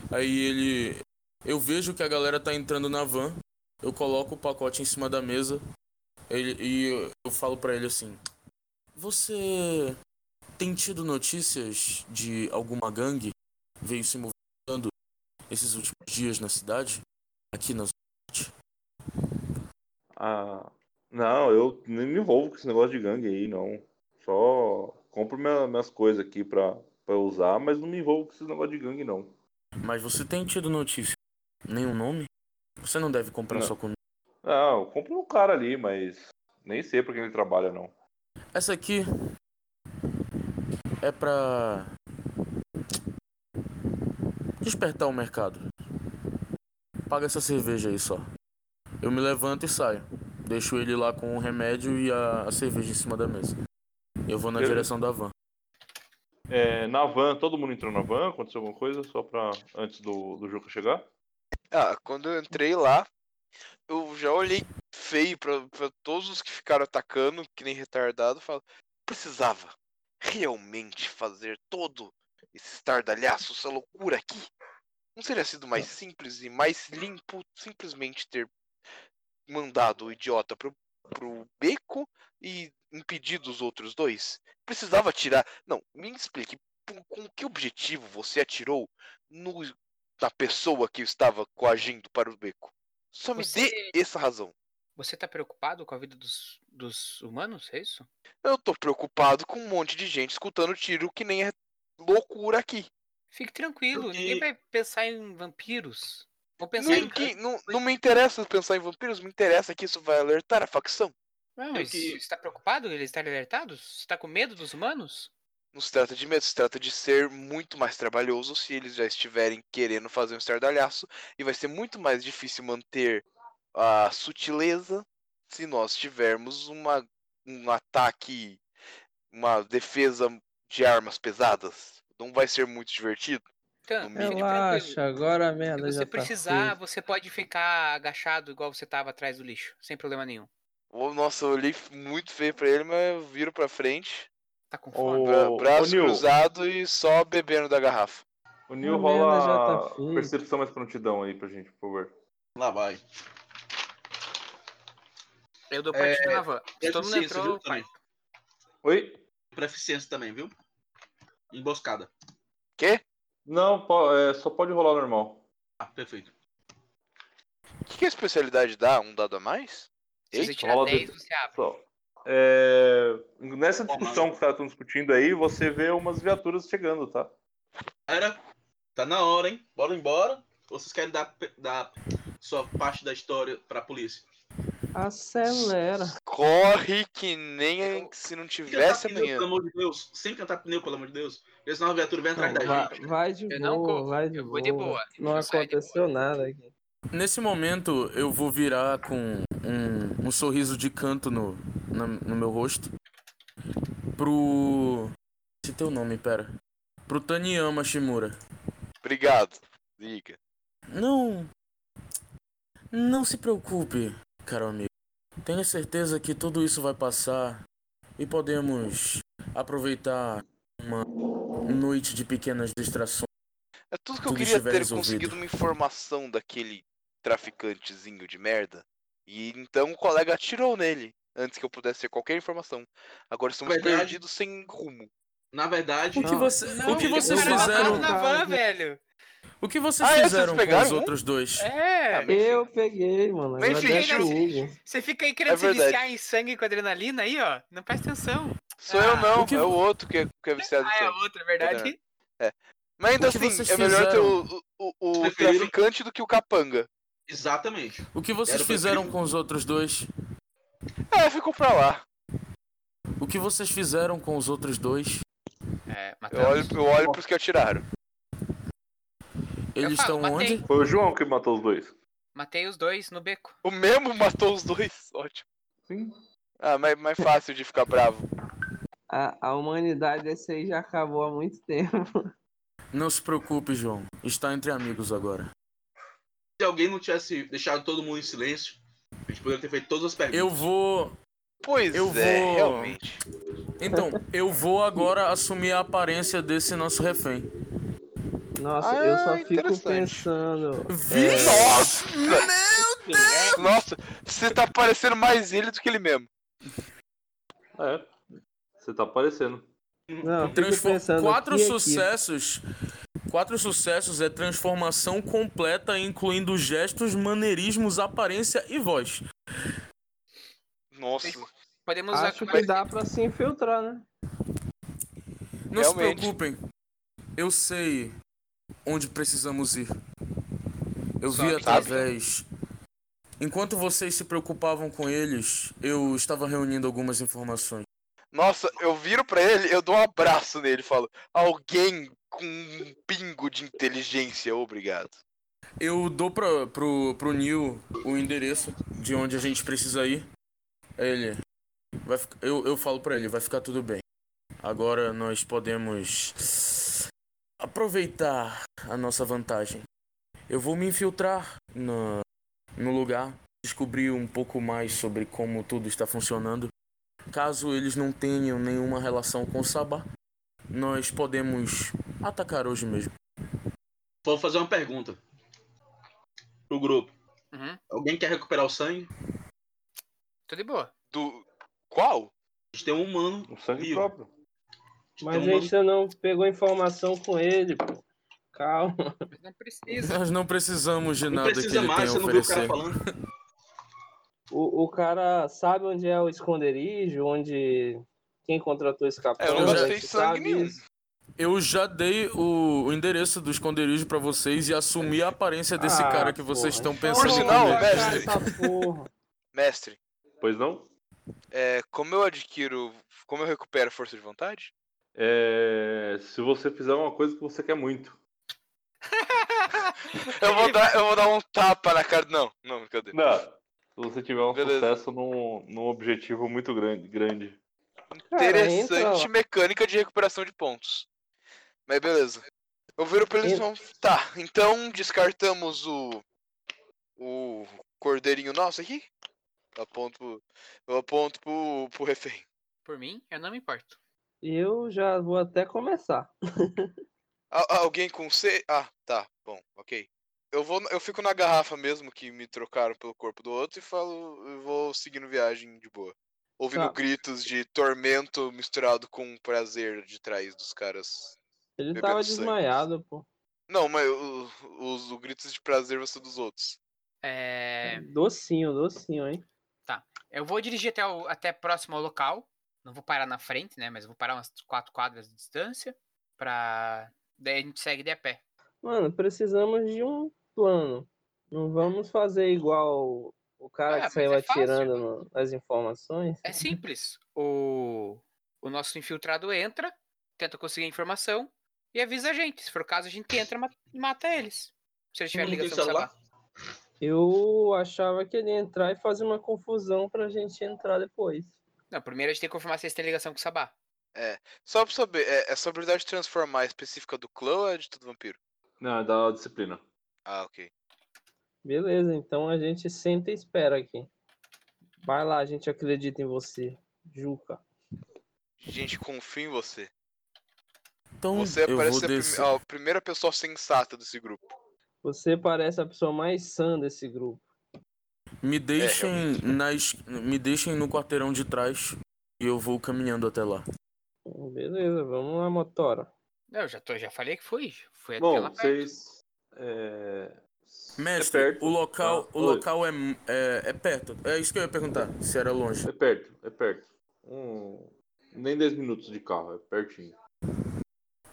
Speaker 6: Aí ele. Eu vejo que a galera tá entrando na van. Eu coloco o pacote em cima da mesa. Ele, e eu, eu falo pra ele assim: Você tem tido notícias de alguma gangue que veio se movimentando esses últimos dias na cidade? Aqui na zona norte?"
Speaker 4: Ah, não, eu nem me envolvo com esse negócio de gangue aí, não. Só compro minha- minhas coisas aqui pra, pra eu usar, mas não me envolvo com esse negócio de gangue, não.
Speaker 6: Mas você tem tido notícias? Nenhum nome? Você não deve comprar
Speaker 4: Não.
Speaker 6: só com
Speaker 4: Não, eu compro um cara ali, mas nem sei pra quem ele trabalha, não.
Speaker 6: Essa aqui é pra despertar o mercado. Paga essa cerveja aí só. Eu me levanto e saio. Deixo ele lá com o remédio e a, a cerveja em cima da mesa. Eu vou na
Speaker 4: Beleza.
Speaker 6: direção da van.
Speaker 4: É, na van, todo mundo entrou na van? Aconteceu alguma coisa só pra antes do, do Juca chegar?
Speaker 3: Ah, quando eu entrei lá, eu já olhei feio pra, pra todos os que ficaram atacando, que nem retardado, falo, precisava realmente fazer todo esse estardalhaço, essa loucura aqui? Não seria sido mais simples e mais limpo simplesmente ter mandado o idiota pro, pro beco e impedido os outros dois? Precisava atirar. Não, me explique, com- com que objetivo você atirou no da pessoa que estava coagindo para o beco. Só me
Speaker 7: Você-
Speaker 3: dê essa razão.
Speaker 7: Você tá preocupado com a vida dos, dos humanos, é isso?
Speaker 3: Eu tô preocupado com um monte de gente escutando tiro que nem é loucura aqui.
Speaker 7: Fique tranquilo,
Speaker 2: Porque-
Speaker 7: ninguém vai pensar em vampiros. Vou pensar em.
Speaker 3: Ninguém, não, não me interessa pensar em vampiros, me interessa que isso vai alertar a facção.
Speaker 7: Não,
Speaker 2: É
Speaker 7: mas
Speaker 2: que-
Speaker 7: Você está preocupado? Eles estarem alertados? Você está com medo dos humanos?
Speaker 3: Não se trata de medo, se trata de ser muito mais trabalhoso se eles já estiverem querendo fazer um estardalhaço. E vai ser muito mais difícil manter a sutileza se nós tivermos uma, um ataque, uma defesa de armas pesadas. Não vai ser muito divertido.
Speaker 7: Então,
Speaker 3: No
Speaker 7: fique
Speaker 3: mínimo.
Speaker 7: tranquilo.
Speaker 5: Relaxa, agora a
Speaker 7: Se
Speaker 5: merda já
Speaker 7: você
Speaker 5: tá
Speaker 7: precisar,
Speaker 5: feita.
Speaker 7: você pode ficar agachado igual você tava atrás do lixo, sem problema nenhum.
Speaker 3: Ô, Nossa, eu olhei muito feio pra ele, mas eu viro pra frente,
Speaker 7: Tá com
Speaker 4: Ô,
Speaker 7: fome.
Speaker 3: bra-
Speaker 4: ô,
Speaker 3: braço
Speaker 4: Nil.
Speaker 3: cruzado e só bebendo da garrafa.
Speaker 4: O Nil
Speaker 5: A merda já
Speaker 4: rola
Speaker 5: tá feita.
Speaker 4: percepção mais prontidão aí pra gente, por favor.
Speaker 2: Lá vai.
Speaker 7: Eu dou partida na van. Se
Speaker 2: é
Speaker 7: todo mundo
Speaker 2: suficiente,
Speaker 7: entrou,
Speaker 2: viu,
Speaker 7: vai.
Speaker 4: Oi?
Speaker 2: Pra eficiência também, viu? Emboscada.
Speaker 3: Quê?
Speaker 4: Não, po- é, só pode rolar normal.
Speaker 2: Ah, perfeito.
Speaker 3: O que, que a especialidade dá? Um dado a mais?
Speaker 7: Se você
Speaker 3: Eita,
Speaker 7: tirar
Speaker 4: rola
Speaker 7: 10, você abre.
Speaker 4: Só. É, nessa discussão que tá estão discutindo aí, você vê umas viaturas chegando, tá?
Speaker 2: Era. Tá na hora, hein? Bora embora. Ou vocês querem dar, pe- dar sua parte da história pra polícia?
Speaker 5: Acelera.
Speaker 3: Corre que nem se não
Speaker 2: Sem cantar
Speaker 3: tivesse
Speaker 2: pneu,
Speaker 3: amanhã.
Speaker 2: pelo amor de Deus. Sem cantar pneu, pelo amor de Deus. Porque senão a viatura vem atrás
Speaker 5: Não,
Speaker 2: da
Speaker 5: vai,
Speaker 2: gente.
Speaker 5: vai de
Speaker 7: Eu não
Speaker 5: boa,
Speaker 7: corro,
Speaker 5: vai de
Speaker 7: eu
Speaker 5: boa.
Speaker 7: vou de boa.
Speaker 5: Não
Speaker 7: Eu saio de
Speaker 5: aconteceu nada aqui.
Speaker 6: Nesse momento, eu vou virar com um, um sorriso de canto no, na- no meu rosto. Pro. Esse teu nome, pera. Pro Taniyama Shimura.
Speaker 3: Obrigado. Liga.
Speaker 6: Não. Não se preocupe, caro amigo. Tenha certeza que tudo isso vai passar e podemos aproveitar uma noite de pequenas distrações.
Speaker 3: É tudo que eu
Speaker 6: Tudo
Speaker 3: queria
Speaker 6: estiver
Speaker 3: ter
Speaker 6: resolvido.
Speaker 3: conseguido uma informação daquele traficantezinho de merda. E então o colega atirou nele antes que eu pudesse ter qualquer informação. Agora estamos
Speaker 2: Verdade.
Speaker 3: perdidos sem rumo.
Speaker 2: Na verdade,
Speaker 6: O que,
Speaker 5: Não.
Speaker 6: você, o que
Speaker 2: ele
Speaker 6: vocês
Speaker 2: foi matado
Speaker 6: fizeram?
Speaker 7: na van, velho.
Speaker 6: O que vocês
Speaker 3: Ah, é? Vocês
Speaker 6: fizeram com os
Speaker 3: pegaram um?
Speaker 6: outros dois?
Speaker 7: É.
Speaker 5: Eu peguei, mano.
Speaker 3: Mas
Speaker 5: Agora
Speaker 3: enfim,
Speaker 5: deixa o
Speaker 7: não-
Speaker 5: Hugo.
Speaker 7: Você fica aí querendo
Speaker 3: É
Speaker 7: se
Speaker 3: verdade.
Speaker 7: viciar em sangue com adrenalina aí, ó. Não presta atenção.
Speaker 3: Sou
Speaker 7: Ah,
Speaker 3: eu não,
Speaker 6: o que
Speaker 3: é
Speaker 6: vo-
Speaker 3: o outro que é, que é viciado em
Speaker 7: Ah, é
Speaker 3: sangue.
Speaker 7: outra, é verdade.
Speaker 3: Mas ainda
Speaker 6: O que
Speaker 3: assim,
Speaker 6: vocês
Speaker 3: é melhor ter o, o- o- o
Speaker 2: Preferiram?
Speaker 3: traficante do que o capanga.
Speaker 2: exatamente.
Speaker 6: O que vocês
Speaker 2: Era pra
Speaker 6: fizeram
Speaker 2: ter-
Speaker 6: com os outros dois?
Speaker 3: É, ficou pra lá.
Speaker 6: O que vocês fizeram com os outros dois?
Speaker 7: É,
Speaker 3: Eu
Speaker 7: matamos.
Speaker 3: olho, eu olho pros que atiraram.
Speaker 6: Eles
Speaker 7: falo,
Speaker 6: estão
Speaker 7: matei.
Speaker 6: onde?
Speaker 4: Foi o João que matou os dois.
Speaker 7: Matei os dois no beco.
Speaker 3: O mesmo matou os dois. <laughs> Ótimo.
Speaker 4: Sim.
Speaker 3: Ah, mais, mais fácil de ficar bravo.
Speaker 5: A, a humanidade esse aí já acabou há muito tempo.
Speaker 6: Não se preocupe, João. Está entre amigos agora.
Speaker 10: Se alguém não tivesse deixado todo mundo em silêncio, a gente poderia ter feito todas as perguntas.
Speaker 6: Eu vou.
Speaker 3: Pois
Speaker 6: Eu
Speaker 3: é,
Speaker 6: vou-
Speaker 3: realmente.
Speaker 6: Então, eu vou agora assumir a aparência desse nosso refém.
Speaker 5: Nossa,
Speaker 3: Ah,
Speaker 5: eu só fico
Speaker 3: interessante.
Speaker 5: pensando.
Speaker 6: Vixe!
Speaker 3: Nossa! Nossa, você tá parecendo mais ele do que ele mesmo.
Speaker 4: É. Você tá aparecendo.
Speaker 5: Não, eu fico
Speaker 6: Transfor-
Speaker 5: pensando
Speaker 6: Quatro
Speaker 5: aqui e aqui.
Speaker 6: sucessos. Quatro sucessos é transformação completa, incluindo gestos, maneirismos, aparência e voz.
Speaker 3: Nossa.
Speaker 7: Podemos usar
Speaker 5: Acho
Speaker 7: como-
Speaker 5: que dá pra se infiltrar, né?
Speaker 6: Não se
Speaker 3: Realmente.
Speaker 6: preocupem. Eu sei onde precisamos ir. Eu
Speaker 7: Só
Speaker 6: vi
Speaker 7: que-
Speaker 6: através. Enquanto vocês se preocupavam com eles, eu estava reunindo algumas informações.
Speaker 3: Nossa, eu viro pra ele, eu dou um abraço nele e falo: Alguém com um pingo de inteligência, obrigado.
Speaker 6: Eu dou pra, pro, pro Neil o endereço de onde a gente precisa ir. É Ele. Vai, fi- eu, eu falo pra ele, vai ficar tudo bem. Agora nós podemos aproveitar a nossa vantagem. Eu vou me infiltrar no, no lugar, descobrir um pouco mais sobre como tudo está funcionando. Caso eles não tenham nenhuma relação com o Sabá, nós podemos atacar hoje mesmo.
Speaker 10: Vou fazer uma pergunta pro grupo.
Speaker 7: Uhum,
Speaker 10: Alguém quer recuperar o sangue?
Speaker 7: Tô de boa.
Speaker 3: Do. Qual?
Speaker 10: A gente tem um humano.
Speaker 4: O sangue
Speaker 10: Vivo.
Speaker 4: próprio.
Speaker 10: A gente
Speaker 5: Mas a
Speaker 10: tem um humano.
Speaker 5: gente não pegou informação com ele, pô. Calma.
Speaker 7: Não
Speaker 6: <laughs>
Speaker 7: precisa.
Speaker 6: Nós não precisamos de
Speaker 10: Não
Speaker 6: nada que
Speaker 10: precisa
Speaker 6: ele
Speaker 10: mais,
Speaker 6: tenha
Speaker 10: você
Speaker 6: a
Speaker 10: não viu o cara
Speaker 6: oferecer.
Speaker 10: falando.
Speaker 5: O, o cara sabe onde é o esconderijo, onde. Quem contratou escapou.
Speaker 3: É, eu não
Speaker 5: né?
Speaker 3: gastei sangue
Speaker 5: Sabe
Speaker 3: nenhum.
Speaker 5: isso?
Speaker 6: Eu já dei o, o endereço do esconderijo pra vocês e assumi a aparência desse
Speaker 5: Ah,
Speaker 6: cara que vocês
Speaker 5: porra.
Speaker 6: estão
Speaker 3: Por
Speaker 6: pensando.
Speaker 3: sinal,
Speaker 6: comer.
Speaker 3: mestre.
Speaker 5: Essa porra.
Speaker 3: Mestre,
Speaker 4: Pois não?
Speaker 3: é, como eu adquiro. Como eu recupero força de vontade?
Speaker 4: É, se você fizer uma coisa que você quer muito.
Speaker 3: Eu vou dar, eu vou dar um tapa na cara. Não, não, cadê?
Speaker 4: Não. Se você tiver um
Speaker 3: Beleza.
Speaker 4: sucesso num, num objetivo muito grande, grande.
Speaker 5: Cara,
Speaker 3: Interessante
Speaker 5: entra-
Speaker 3: mecânica de recuperação de pontos. Mas beleza. Eu viro pra eles e
Speaker 5: Entra.
Speaker 3: falo, Tá, então descartamos o. O cordeirinho nosso aqui? Eu aponto, pro- eu aponto pro, pro refém.
Speaker 7: Por mim, eu não me importo.
Speaker 5: Eu já vou até começar.
Speaker 3: Al- alguém com C? Ah, tá. Bom, ok. Eu, vou, eu fico na garrafa mesmo que me trocaram pelo corpo do outro e falo. Eu vou seguindo viagem de boa. Ouvindo
Speaker 5: Tá.
Speaker 3: gritos de tormento misturado com prazer de trás dos caras
Speaker 5: Ele
Speaker 3: Bebendo
Speaker 5: tava
Speaker 3: sangue.
Speaker 5: desmaiado, pô.
Speaker 3: Não, mas o- os, os gritos de prazer vão ser dos outros.
Speaker 7: É,
Speaker 5: Docinho, docinho, hein?
Speaker 7: eu vou dirigir até, o- até próximo ao local. Não vou parar na frente, né? Mas vou parar umas quatro quadras de distância. Pra. Daí a gente segue de a pé.
Speaker 5: Mano, precisamos de um plano. Não vamos fazer igual o
Speaker 7: Ah,
Speaker 5: cara que
Speaker 7: mas
Speaker 5: saiu
Speaker 7: é fácil.
Speaker 5: atirando no- nas informações.
Speaker 10: Uhum.
Speaker 7: É simples. O, o nosso infiltrado entra, tenta conseguir a informação e avisa a gente. Se for o caso, a gente entra e ma- e mata eles. Se eles
Speaker 10: Todo
Speaker 7: tiverem
Speaker 10: mundo tem
Speaker 7: ligação com o
Speaker 10: celular?
Speaker 7: Sabá.
Speaker 5: Eu achava que ele ia entrar e fazer uma confusão pra gente entrar depois.
Speaker 7: Não, primeiro a gente tem que confirmar se eles têm ligação com o Sabá.
Speaker 3: Só pra saber, é, essa habilidade de transformar é específica do clã ou é de todo vampiro?
Speaker 4: Não, é da disciplina.
Speaker 3: Ah, ok.
Speaker 5: Beleza, então a gente senta e espera aqui. Vai lá, a gente acredita em você, Juca.
Speaker 3: Gente, confio em você.
Speaker 6: Então
Speaker 3: Você
Speaker 6: eu
Speaker 3: parece
Speaker 6: vou
Speaker 3: ser a, prime-
Speaker 6: descer.
Speaker 3: a primeira pessoa sensata desse grupo.
Speaker 5: Você parece a pessoa mais sã desse grupo.
Speaker 4: É,
Speaker 6: Me deixem nas, me deixem no quarteirão de trás e eu vou caminhando até lá.
Speaker 5: Beleza, vamos lá, motora.
Speaker 7: Não, eu já, tô, já falei que fui. Fui
Speaker 3: É
Speaker 7: até
Speaker 4: Bom,
Speaker 7: lá perto.
Speaker 4: vocês. É...
Speaker 6: Mestre,
Speaker 4: é perto.
Speaker 6: o local,
Speaker 4: Ah,
Speaker 6: o
Speaker 4: oi.
Speaker 6: local é, é é perto. É isso que eu ia perguntar, se era longe.
Speaker 4: É perto, é perto. Hum, nem 10 minutos de carro, é pertinho.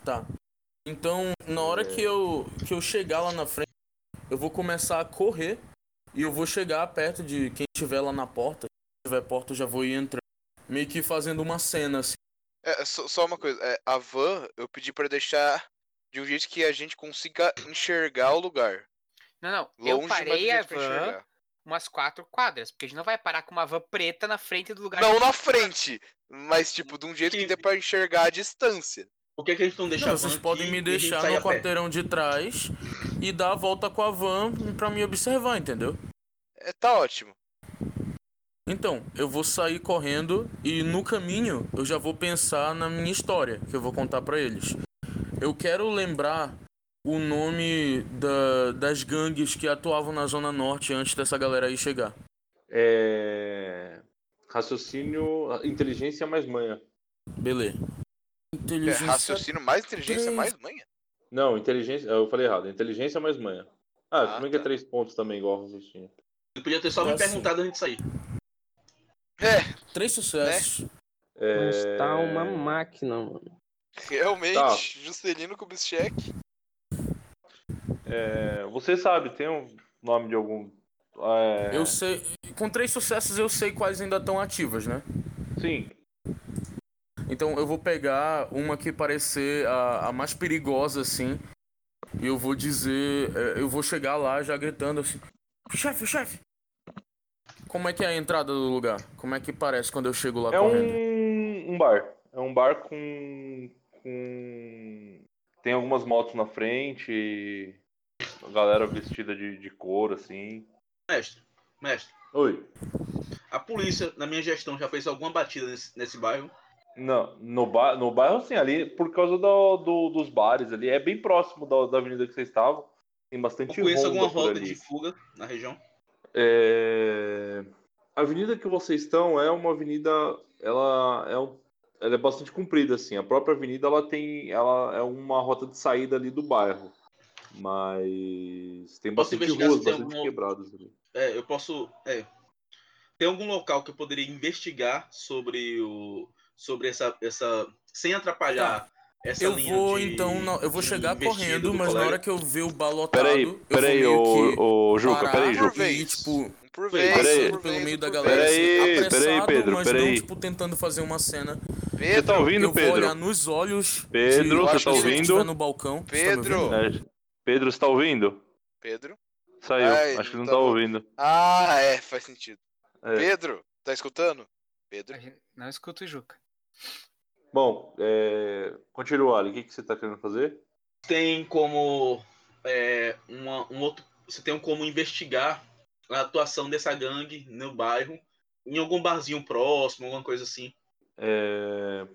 Speaker 6: Tá. Então, na hora que eu, que eu chegar lá na frente, eu vou começar a correr e eu vou chegar perto de quem estiver lá na porta.
Speaker 8: tiver porta, eu já vou ir entrando. Meio que fazendo uma cena, assim.
Speaker 3: É, só, só uma coisa, é, a van eu pedi pra deixar de um jeito que a gente consiga enxergar o lugar.
Speaker 7: Não, não. eu
Speaker 3: Longe, mas do
Speaker 7: parei a
Speaker 3: jeito pra
Speaker 7: van
Speaker 3: enxergar.
Speaker 7: umas quatro quadras, porque a gente não vai parar com uma van preta na frente do lugar.
Speaker 3: Não na frente, mas tipo, de um jeito que dê pra enxergar a distância.
Speaker 6: Por que, que a gente não deixa
Speaker 8: Não,
Speaker 6: a
Speaker 8: vocês
Speaker 6: van
Speaker 8: podem
Speaker 6: aqui e
Speaker 8: me
Speaker 6: Tá a gente
Speaker 8: deixar
Speaker 6: sai
Speaker 8: no
Speaker 6: a pé?
Speaker 8: quarteirão de trás e dar a volta com a van pra me observar, entendeu?
Speaker 3: É, tá ótimo.
Speaker 8: Então, eu vou sair correndo e no caminho eu já vou pensar na minha história que eu vou contar pra eles. Eu quero lembrar o nome da- das gangues que atuavam na Zona Norte antes dessa galera aí chegar.
Speaker 4: É... Raciocínio, inteligência mais manha.
Speaker 8: Beleza.
Speaker 3: É,
Speaker 8: Inteligência.
Speaker 3: raciocínio, mais inteligência,
Speaker 8: Três.
Speaker 3: mais manha.
Speaker 4: Não, inteligência. Eu falei errado. Inteligência mais manha. Ah,
Speaker 3: Ah,
Speaker 4: como é que é
Speaker 3: tá.
Speaker 4: três pontos também, igual raciocínio?
Speaker 6: Eu podia ter só
Speaker 8: Tá
Speaker 6: me perguntado antes de sair.
Speaker 3: É,
Speaker 8: Três sucessos.
Speaker 4: É...
Speaker 5: Mas tá uma máquina, mano.
Speaker 3: realmente,
Speaker 4: Tá.
Speaker 3: Juscelino Kubitschek.
Speaker 4: é, Você sabe, tem um nome de algum. É...
Speaker 8: Eu sei. Com três sucessos eu sei quais ainda estão ativas, né?
Speaker 4: Sim.
Speaker 8: Então eu vou pegar uma que parecer a, a mais perigosa, assim. E eu vou dizer. é, Eu vou chegar lá já gritando assim: Chefe, chefe! Como é que é a entrada do lugar? Como é que parece quando eu chego lá
Speaker 4: É
Speaker 8: correndo?
Speaker 4: um, um bar. É um bar com, com. Tem algumas motos na frente. A galera vestida de, de couro, assim.
Speaker 6: Mestre, mestre,
Speaker 4: Oi.
Speaker 6: a polícia, na minha gestão, já fez alguma batida nesse, nesse bairro.
Speaker 4: Não, no, ba no bairro, assim, ali, por causa do, do- dos bares ali, é bem próximo da, da avenida que vocês estavam. Tem
Speaker 6: Eu
Speaker 4: bastante
Speaker 6: conheço
Speaker 4: ronda
Speaker 6: alguma
Speaker 4: por
Speaker 6: rota
Speaker 4: ali.
Speaker 6: de fuga na região.
Speaker 4: É, A avenida que vocês estão é uma avenida, ela é, um- ela é bastante comprida assim. A própria avenida ela tem, ela é uma rota de saída ali do bairro, mas tem
Speaker 6: Posso
Speaker 4: bastante
Speaker 6: investigar
Speaker 4: ruas,
Speaker 6: se tem
Speaker 4: bastante
Speaker 6: algum-
Speaker 4: quebradas ali.
Speaker 6: É, eu posso. É. Tem algum local que eu poderia investigar sobre o. sobre essa. essa sem atrapalhar essa
Speaker 8: Tá. Eu
Speaker 6: linha
Speaker 8: vou
Speaker 6: de-
Speaker 8: então, na- eu vou
Speaker 6: de
Speaker 8: chegar
Speaker 6: investido
Speaker 8: correndo,
Speaker 6: do
Speaker 8: mas na
Speaker 6: colega.
Speaker 8: hora que eu ver o balotado,
Speaker 4: Peraí,
Speaker 8: eu
Speaker 4: peraí,
Speaker 8: vou meio que
Speaker 4: ô, ô, Juca,
Speaker 8: parar
Speaker 4: peraí,
Speaker 3: um Por
Speaker 4: Juca.
Speaker 8: e,
Speaker 3: vez.
Speaker 8: tipo,
Speaker 3: Um por
Speaker 8: passando
Speaker 3: vez,
Speaker 4: Peraí.
Speaker 3: um por
Speaker 8: pelo
Speaker 3: vez,
Speaker 8: meio
Speaker 3: um
Speaker 8: da
Speaker 3: por
Speaker 8: galera,
Speaker 3: vez.
Speaker 4: Peraí,
Speaker 8: assim, apressado,
Speaker 4: peraí, Pedro,
Speaker 8: mas não,
Speaker 4: peraí.
Speaker 8: tipo, tentando fazer uma cena.
Speaker 4: Você tá
Speaker 3: Pedro,
Speaker 4: ouvindo,
Speaker 8: eu vou olhar
Speaker 4: Pedro?
Speaker 8: nos olhos de-
Speaker 4: Pedro,
Speaker 3: você
Speaker 8: de
Speaker 3: tá
Speaker 8: quem
Speaker 4: ouvindo?
Speaker 8: estiver no balcão. Vocês estão me
Speaker 3: Pedro.
Speaker 8: ouvindo?
Speaker 4: É, Pedro, você tá ouvindo?
Speaker 3: Pedro.
Speaker 4: É. Saiu,
Speaker 3: Ai,
Speaker 4: acho que não
Speaker 3: tá
Speaker 4: tá,
Speaker 3: bom.
Speaker 4: ouvindo.
Speaker 3: Ah, é, faz sentido.
Speaker 4: É.
Speaker 3: Pedro, tá escutando?
Speaker 7: A
Speaker 3: Pedro.
Speaker 7: gente Não escuta o Juca.
Speaker 4: Bom, é... continua, Ali, o que, que você tá querendo fazer?
Speaker 6: tem como é, uma- um outro você tem como investigar a atuação dessa gangue no bairro em algum barzinho próximo alguma coisa assim
Speaker 4: É...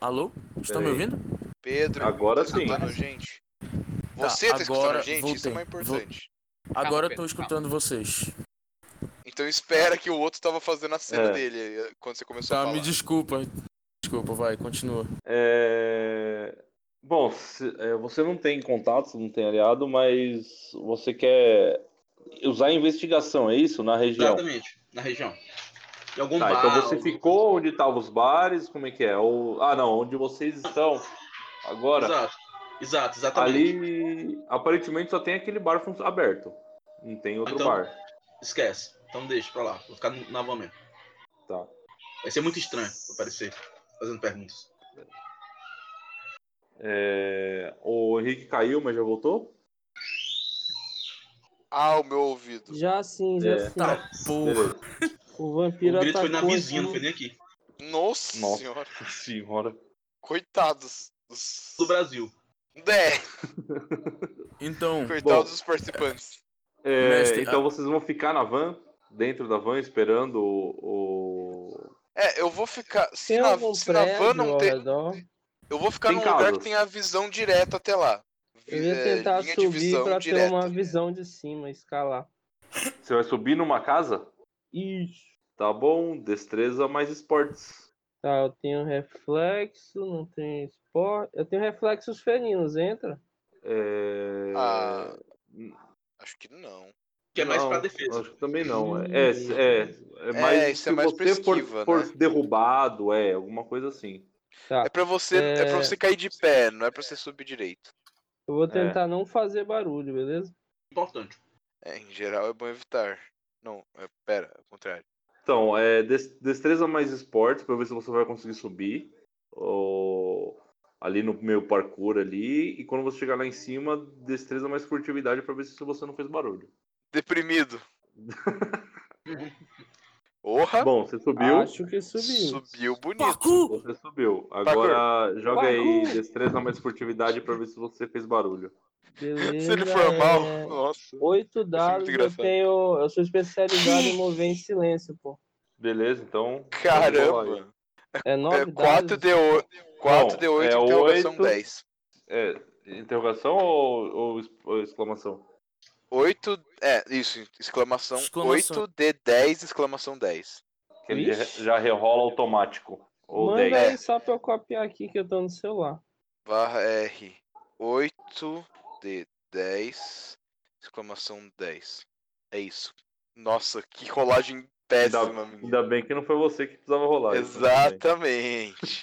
Speaker 8: Alô? Estão me
Speaker 4: Peraí.
Speaker 8: ouvindo?
Speaker 3: Pedro,
Speaker 4: Agora
Speaker 3: tá
Speaker 4: sim.
Speaker 3: escutando a gente? Você tá, escutando
Speaker 8: agora
Speaker 3: a gente? Isso
Speaker 8: voltei.
Speaker 3: é mais importante.
Speaker 8: Agora eu
Speaker 7: Pedro,
Speaker 8: tô <laughs> escutando vocês.
Speaker 3: Então espera que o outro tava fazendo a cena
Speaker 4: É.
Speaker 3: dele eh, quando você começou a
Speaker 8: Tá,
Speaker 3: falar.
Speaker 8: me desculpa. Desculpa, vai, continua.
Speaker 4: É, Bom, se- é, você não tem contatos, não tem aliado, mas você quer usar a investigação, é isso? Na região.
Speaker 6: exatamente na região em algum
Speaker 4: Tá,
Speaker 6: bar
Speaker 4: então você
Speaker 6: algum-
Speaker 4: ficou onde estavam os bares, como é que é? Ou... Ah, não, onde vocês estão agora.
Speaker 6: exato exato exatamente
Speaker 4: Ali, aparentemente, só tem aquele bar fun- aberto. Não tem outro
Speaker 6: Então-
Speaker 4: bar.
Speaker 6: esquece então deixa pra lá vou ficar no- na van mesmo
Speaker 4: Tá.
Speaker 6: vai ser muito estranho aparecer fazendo perguntas
Speaker 4: É, O Henrique caiu, mas já voltou?
Speaker 3: Ah, o meu ouvido.
Speaker 5: Já sim, já
Speaker 4: É.
Speaker 5: sim.
Speaker 6: tá
Speaker 8: Porra.
Speaker 4: Beleza.
Speaker 5: O
Speaker 6: o
Speaker 5: vampiro
Speaker 6: grito foi na
Speaker 5: atacou
Speaker 6: vizinha não
Speaker 5: aqui.
Speaker 6: foi nem aqui
Speaker 3: Nossa,
Speaker 4: Nossa.
Speaker 3: senhora.
Speaker 4: <laughs> Senhora.
Speaker 3: Coitados dos.
Speaker 6: do Brasil
Speaker 3: É,
Speaker 8: Então,
Speaker 3: coitados
Speaker 4: Bom.
Speaker 3: dos participantes.
Speaker 4: É,
Speaker 8: Mestre,
Speaker 4: então vocês vão ficar na van, dentro da van, esperando o. o-
Speaker 3: É, eu vou ficar. Se
Speaker 5: Tem
Speaker 3: na,
Speaker 5: algum
Speaker 3: se na
Speaker 5: prédio
Speaker 3: van não
Speaker 5: ao
Speaker 3: tem.
Speaker 5: redor?
Speaker 3: Eu vou ficar
Speaker 4: Tem
Speaker 3: num lugar que
Speaker 4: casas.
Speaker 3: tem a visão direta até lá.
Speaker 5: Eu ia
Speaker 3: É,
Speaker 5: tentar
Speaker 3: linha de
Speaker 5: subir
Speaker 3: visão
Speaker 5: pra ter
Speaker 3: direta.
Speaker 5: uma visão de cima, escalar.
Speaker 4: Você vai subir numa casa?
Speaker 5: Isso.
Speaker 4: Tá bom, destreza mais esportes.
Speaker 5: Tá, eu tenho reflexo, não tenho esporte. Eu tenho reflexos felinos, entra.
Speaker 4: É,
Speaker 3: Ah, Acho que não.
Speaker 6: que é mais
Speaker 4: não,
Speaker 6: pra defesa
Speaker 4: Acho que também não. É, é, é mais
Speaker 3: É, isso
Speaker 4: se
Speaker 3: é mais
Speaker 4: você
Speaker 3: pra
Speaker 4: for,
Speaker 3: esquiva,
Speaker 4: for
Speaker 3: né?
Speaker 4: derrubado, é, alguma coisa assim.
Speaker 5: Tá.
Speaker 3: É pra você, é... pra
Speaker 5: É.
Speaker 3: você cair de pé, não é pra você subir direito.
Speaker 5: Eu vou tentar não fazer barulho, beleza?
Speaker 6: importante
Speaker 3: É, em geral é bom evitar. Não, é, pera, é o contrário.
Speaker 4: Então, é des- destreza mais esportes para ver se você vai conseguir subir ou- ali no meu parkour ali. E quando você chegar lá em cima, destreza mais furtividade para ver se você não fez barulho. <laughs>
Speaker 3: Deprimido. Porra,
Speaker 4: Bom, você subiu.
Speaker 5: Ah, Acho Tá que subiu.
Speaker 3: subiu <laughs> bonito.
Speaker 8: Pacu!
Speaker 4: Você subiu. Agora joga aí
Speaker 5: Parkour!
Speaker 4: destreza mais furtividade para ver se você fez barulho.
Speaker 3: Se
Speaker 5: Beleza.
Speaker 3: ele for mal,
Speaker 5: é,
Speaker 3: nossa.
Speaker 5: Oito dados, eu
Speaker 3: engraçado.
Speaker 5: tenho. Eu sou especializado em mover em silêncio, pô.
Speaker 4: Beleza, então. vamos lá.
Speaker 3: Caramba.
Speaker 5: É nove
Speaker 3: É
Speaker 5: dados.
Speaker 3: 4 de 8, 4 de
Speaker 4: Não,
Speaker 3: 8
Speaker 4: é
Speaker 3: interrogação
Speaker 4: oito.
Speaker 3: 10.
Speaker 4: É, interrogação ou, ou ex- ou exclamação?
Speaker 3: 8, é, isso, exclamação,
Speaker 8: Exclamação.
Speaker 3: 8 de 10, exclamação 10.
Speaker 4: Que ele
Speaker 5: Ixi.
Speaker 4: já rerola automático. Ou
Speaker 5: Manda
Speaker 4: 10.
Speaker 5: aí só pra eu copiar aqui que eu tô no celular.
Speaker 3: Barra R, 8 de 10, exclamação 10. É isso. Nossa, que rolagem péssima, menino.
Speaker 4: Ainda bem que não foi você que precisava rolar. isso, né?
Speaker 3: Exatamente.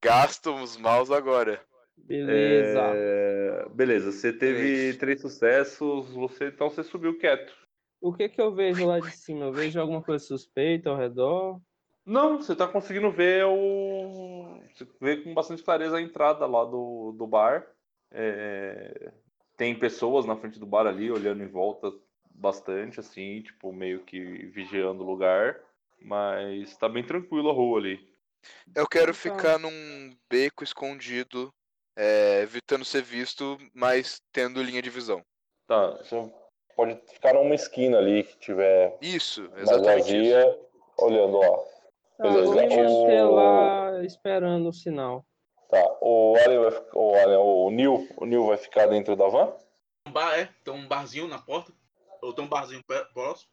Speaker 3: Gasto os maus agora.
Speaker 5: Beleza.
Speaker 4: É, Beleza, você teve
Speaker 3: Três.
Speaker 4: três sucessos, você então você subiu quieto.
Speaker 5: O que que eu vejo lá de cima? Eu vejo alguma coisa suspeita ao redor?
Speaker 4: Não, você tá conseguindo ver o. Você vê com bastante clareza a entrada lá do, do bar. É, Tem pessoas na frente do bar ali, olhando em volta bastante, assim, tipo, meio que vigiando o lugar. Mas tá bem tranquilo a rua ali.
Speaker 3: Eu quero
Speaker 5: Então.
Speaker 3: ficar num beco escondido, é, evitando ser visto, mas tendo linha de visão.
Speaker 4: Tá, você pode ficar numa esquina ali que tiver
Speaker 3: Isso,
Speaker 4: mais
Speaker 3: exatamente isso.
Speaker 4: vazia, olhando, ó.
Speaker 5: Tá, eu vou me
Speaker 4: Beleza.
Speaker 5: manter lá esperando o sinal.
Speaker 4: Tá, o Alien vai ficar. O, Alien, o, Neil, o Neil vai ficar dentro da van?
Speaker 6: Um bar, é? Tem um barzinho na porta. Ou tem um barzinho pé- próximo.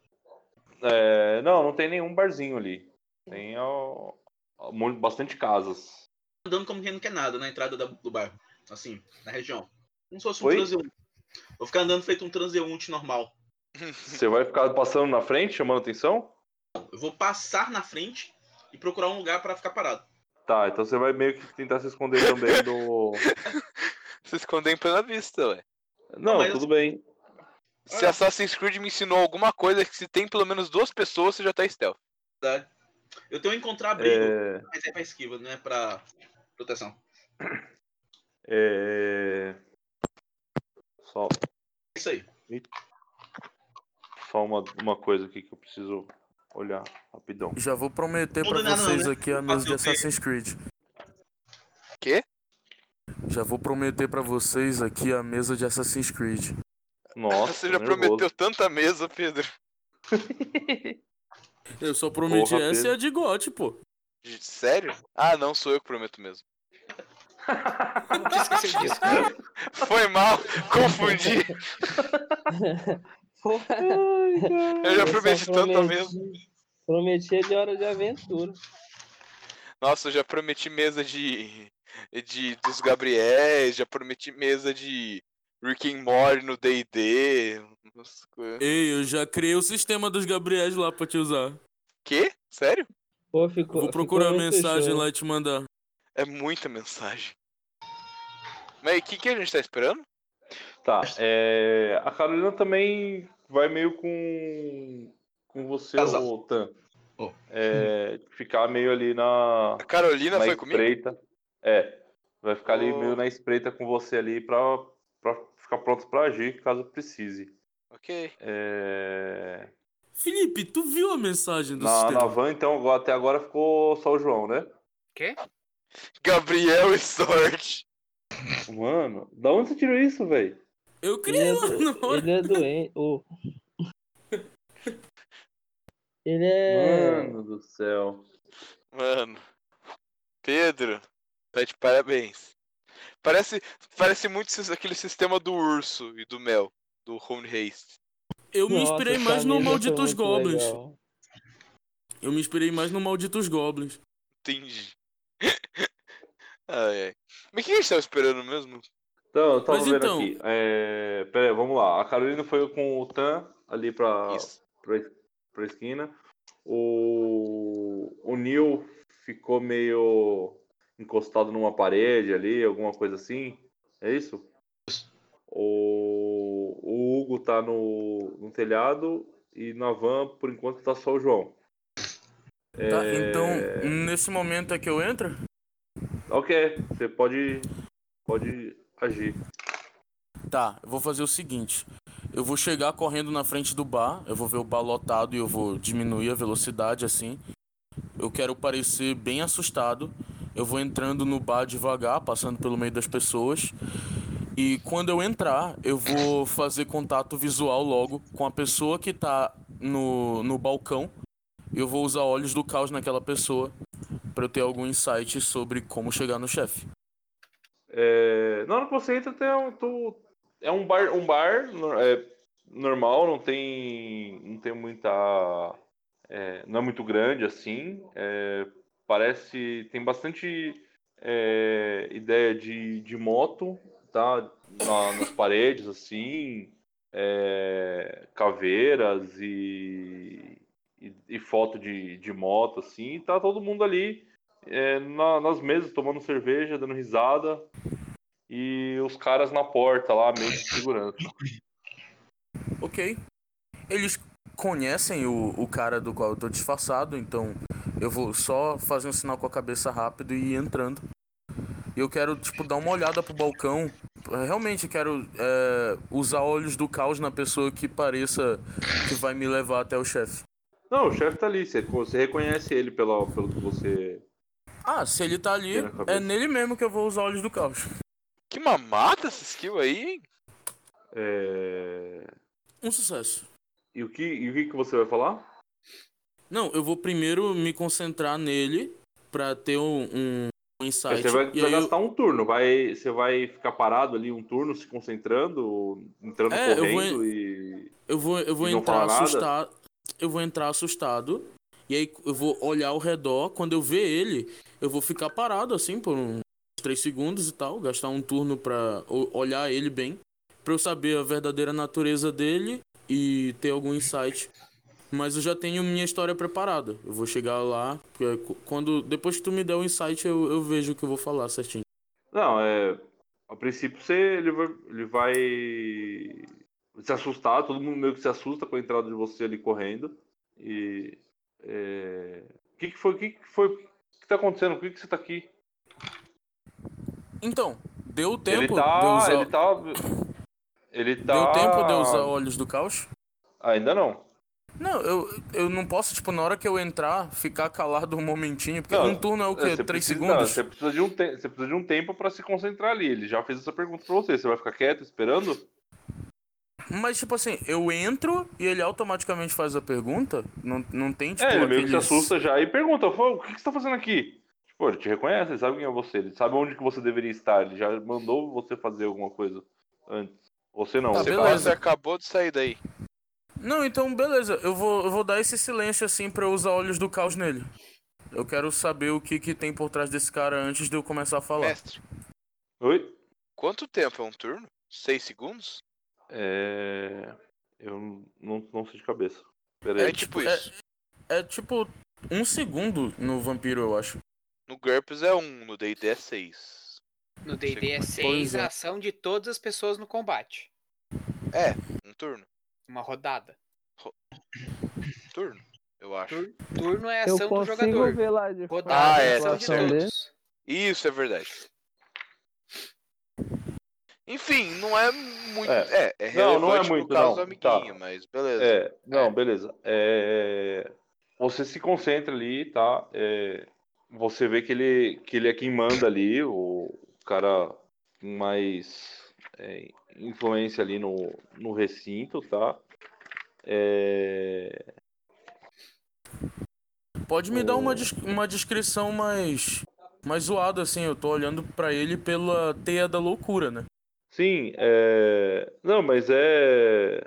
Speaker 4: É, não, não tem nenhum barzinho ali. Tem ó, ó, muito, bastante casas.
Speaker 6: Andando como quem não quer nada na entrada da- do bairro. Assim, na região. Como se fosse um
Speaker 4: Oi?
Speaker 6: transeunte. Vou ficar andando feito um transeunte normal.
Speaker 4: Você vai ficar passando na frente, chamando atenção?
Speaker 6: Eu vou passar na frente e procurar um lugar pra ficar parado.
Speaker 4: Tá, então você vai meio que tentar se esconder também
Speaker 6: <laughs>
Speaker 4: do.
Speaker 3: Se esconder em plena vista, ué.
Speaker 4: Não,
Speaker 6: mas-
Speaker 4: tudo bem.
Speaker 3: Se Assassin's Creed me ensinou alguma coisa, é que se tem pelo menos duas pessoas, você já tá stealth.
Speaker 6: Tá? Eu tenho encontrar abrigo,
Speaker 4: É,
Speaker 6: mas é pra esquiva, não é pra proteção.
Speaker 4: é... Só,
Speaker 6: É isso aí.
Speaker 4: só uma, uma coisa aqui que eu preciso olhar rapidão.
Speaker 8: Já vou prometer pra
Speaker 6: Muda nada não,
Speaker 8: vocês
Speaker 6: né?
Speaker 8: aqui a mesa de Assassin's Creed.
Speaker 3: Quê?
Speaker 8: Já vou prometer pra vocês aqui a mesa de Assassin's Creed.
Speaker 4: Nossa,
Speaker 3: você já
Speaker 4: tô nervoso.
Speaker 3: prometeu tanta mesa, Pedro.
Speaker 8: Eu só prometi
Speaker 4: Porra,
Speaker 8: essa e
Speaker 4: Pedro.
Speaker 8: a de gote, pô.
Speaker 3: Gente, Sério? Ah, não, sou eu que prometo mesmo.
Speaker 7: Como disse que você disse?
Speaker 3: Foi mal, confundi.
Speaker 5: Porra,
Speaker 3: <laughs> Eu já prometi
Speaker 5: é
Speaker 3: tá tanta mesa.
Speaker 5: Prometi de hora de aventura.
Speaker 3: Nossa, eu já prometi mesa de, de dos Gabriéis, já prometi mesa de Rick and Morty no D&D. umas coisas.
Speaker 8: Ei, eu já criei o sistema dos Gabriels lá pra te usar.
Speaker 3: Quê? Sério?
Speaker 5: Pô, ficou,
Speaker 8: Vou procurar a
Speaker 5: ficou muito
Speaker 8: mensagem
Speaker 5: show.
Speaker 8: lá e te mandar.
Speaker 3: É muita mensagem. Mas o que, que a gente tá esperando?
Speaker 4: Tá, é, a Carolina também vai meio com, com você,
Speaker 6: Casal.
Speaker 4: ô, Tan.
Speaker 6: Oh.
Speaker 4: É, ficar meio ali na,
Speaker 3: A Carolina
Speaker 4: na
Speaker 3: foi comigo?
Speaker 4: espreita. É, vai ficar ali
Speaker 3: Oh.
Speaker 4: meio na espreita com você ali pra, pra ficar pronto pra agir caso precise.
Speaker 3: Ok.
Speaker 4: É,
Speaker 8: Felipe, tu viu a mensagem do
Speaker 4: na, na
Speaker 8: sistema?
Speaker 4: van, então, agora- até agora ficou só o João, né?
Speaker 3: Gabriel e Sorte.
Speaker 4: Mano, da onde você tirou isso, velho?
Speaker 8: Eu criei
Speaker 5: Ele é,
Speaker 8: lá na
Speaker 5: do-
Speaker 8: hora.
Speaker 5: ele é doente. ô. Ele é.
Speaker 4: Mano do céu.
Speaker 3: Mano. Pedro, tá de parabéns. Parece, parece muito sis- aquele sistema do urso e do mel, do Home Haste.
Speaker 8: Eu me
Speaker 5: Nossa,
Speaker 8: inspirei
Speaker 5: essa
Speaker 8: mais no
Speaker 5: mesa foi
Speaker 8: Malditos
Speaker 5: muito
Speaker 8: Goblins.
Speaker 5: legal.
Speaker 8: Eu me inspirei mais no Malditos Goblins.
Speaker 3: Entendi. <laughs> ai, ai. Mas o que a gente tava esperando mesmo?
Speaker 4: Então, eu tava
Speaker 8: Mas
Speaker 4: vendo
Speaker 8: então-
Speaker 4: aqui. É, pera aí, vamos lá. A Carolina foi com o Tan ali
Speaker 8: Ah,
Speaker 4: pra,
Speaker 3: Isso.
Speaker 4: pra, pra esquina. O, o Neil ficou meio encostado numa parede ali, alguma coisa assim. É isso? O, o Hugo tá no, no telhado E na van, por enquanto, tá só o João.
Speaker 8: Tá,
Speaker 4: É,
Speaker 8: então, nesse momento é que eu entro?
Speaker 4: Ok, você pode. Pode agir.
Speaker 8: Tá, eu vou fazer o seguinte. Eu vou chegar correndo na frente do bar, eu vou ver o bar lotado e eu vou diminuir a velocidade assim. Eu quero parecer bem assustado. Eu vou entrando no bar devagar, passando pelo meio das pessoas. E quando eu entrar, eu vou fazer contato visual logo com a pessoa que tá no, no balcão. E eu vou usar olhos do caos naquela pessoa pra eu ter algum insight sobre como chegar no chefe.
Speaker 4: É, na hora que você entra, tem um, tu- é um bar, um bar no- é, normal, não tem, não tem muita, é, não é muito grande assim. é, parece, tem bastante é, ideia de, de moto, tá? Na- nas paredes assim, é, caveiras e, e, e foto de, de moto assim. E tá todo mundo ali é, na- nas mesas tomando cerveja, dando risada e os caras na porta lá, meio que segurando.
Speaker 8: Ok. Eles conhecem o, o cara do qual eu tô disfarçado, então eu vou só fazer um sinal com a cabeça rápido e ir entrando. E eu quero, tipo, dar uma olhada pro balcão. Eh, Realmente quero eh, usar olhos do caos na pessoa que pareça que vai me levar até o chefe.
Speaker 4: Não, o chefe tá ali, você, você reconhece ele pela, pelo que você.
Speaker 8: Ah, se ele tá ali,
Speaker 4: Tira a cabeça.
Speaker 8: é nele mesmo que eu vou usar olhos do caos.
Speaker 3: Que mamata essa skill aí, hein?
Speaker 4: é,
Speaker 8: Um sucesso.
Speaker 4: E o que, e o que, que você vai falar?
Speaker 8: Não, eu vou primeiro me concentrar nele pra ter um, um insight.
Speaker 4: você vai,
Speaker 8: e
Speaker 4: vai
Speaker 8: aí eu-
Speaker 4: gastar um turno, vai, você vai ficar parado ali um turno, se concentrando, entrando
Speaker 8: É, eu vou
Speaker 4: correndo e.
Speaker 8: Eu vou, eu vou
Speaker 4: E não
Speaker 8: entrar
Speaker 4: falar nada?
Speaker 8: assustado. Eu vou entrar assustado. E aí eu vou olhar ao redor. Quando eu ver ele, eu vou ficar parado assim por uns 3 segundos e tal. Gastar um turno pra o- olhar ele bem. Pra eu saber a verdadeira natureza dele e ter algum insight. Mas eu já tenho minha história preparada. Eu vou chegar lá. porque é qu- Quando, depois que tu me der o insight, eu, eu vejo o que eu vou falar certinho.
Speaker 4: Não, é. A princípio você ele vai, ele vai se assustar, todo mundo meio que se assusta com a entrada de você ali correndo. E. é, O que, que foi? O que, que foi? O que tá acontecendo? Por que, que você tá aqui?
Speaker 8: Então, deu o tempo
Speaker 4: ele
Speaker 8: de eu
Speaker 4: tá.
Speaker 8: usar.
Speaker 4: Ele tá. Ele
Speaker 8: Deu
Speaker 4: tá.
Speaker 8: tempo de eu usar olhos do caos?
Speaker 4: Ainda não.
Speaker 8: Não, eu, eu não posso, tipo, na hora que eu entrar, ficar calado um momentinho, porque
Speaker 4: Não,
Speaker 8: um turno é o
Speaker 4: você
Speaker 8: quê? Três
Speaker 4: precisa-
Speaker 8: segundos?
Speaker 4: Você precisa, de um te- você precisa de um tempo pra se concentrar ali. Ele já fez essa pergunta pra você. Você vai ficar quieto esperando?
Speaker 8: Mas, tipo assim, eu entro e ele automaticamente faz a pergunta? Não, não tem, tipo,
Speaker 4: É, ele meio que se
Speaker 8: aqueles-
Speaker 4: assusta já e pergunta, "Pô, o que que você tá fazendo aqui? Tipo, ele te reconhece, ele sabe quem é você, ele sabe onde que você deveria estar, ele já mandou você fazer alguma coisa antes. Você não,
Speaker 8: Tá,
Speaker 4: você
Speaker 3: Você
Speaker 8: beleza.
Speaker 4: fala,
Speaker 3: quase acabou de sair daí.
Speaker 8: Não, então, beleza, eu vou, eu vou dar esse silêncio, assim, pra eu usar olhos do caos nele. Eu quero saber o que, que tem por trás desse cara antes de eu começar a falar.
Speaker 3: Mestre,
Speaker 4: assim, Oi?
Speaker 3: quanto tempo é um turno? Seis segundos?
Speaker 4: É... Eu não, não sei de cabeça. Pera
Speaker 3: É,
Speaker 4: aí.
Speaker 3: tipo
Speaker 8: é-
Speaker 3: isso.
Speaker 8: É, tipo, um segundo no vampiro, eu acho.
Speaker 3: No GURPS é um, no D&D é seis.
Speaker 7: No D&D é
Speaker 3: Pois
Speaker 7: 6
Speaker 8: é.
Speaker 7: a ação de todas as pessoas no combate.
Speaker 3: Um turno.
Speaker 7: Uma rodada.
Speaker 3: Turno, eu acho.
Speaker 7: Tur- Turno é
Speaker 5: Eu
Speaker 7: ação do
Speaker 5: consigo
Speaker 7: jogador.
Speaker 5: ver lá de fora
Speaker 7: Rodada
Speaker 3: Ah,
Speaker 7: é
Speaker 3: é,
Speaker 5: a
Speaker 7: ação de
Speaker 3: tá
Speaker 5: atuação
Speaker 3: certo.
Speaker 5: dele.
Speaker 7: todos.
Speaker 3: Isso é verdade. Enfim, não é muito.
Speaker 4: É.
Speaker 3: É, é, relevante
Speaker 4: Não, não é muito,
Speaker 3: no caso do
Speaker 4: não.
Speaker 3: amiguinho,
Speaker 4: Tá.
Speaker 3: mas beleza.
Speaker 4: É, não, beleza. É, Você se concentra ali, tá? É, Você vê que ele, que ele é quem manda ali, o cara com mais é, influência ali no, no recinto, tá? É,
Speaker 8: Pode me dar uma,
Speaker 4: O-
Speaker 8: des- uma descrição mais... mais zoada, assim, eu tô olhando pra ele pela teia da loucura, né?
Speaker 4: Sim, é... Não, mas é...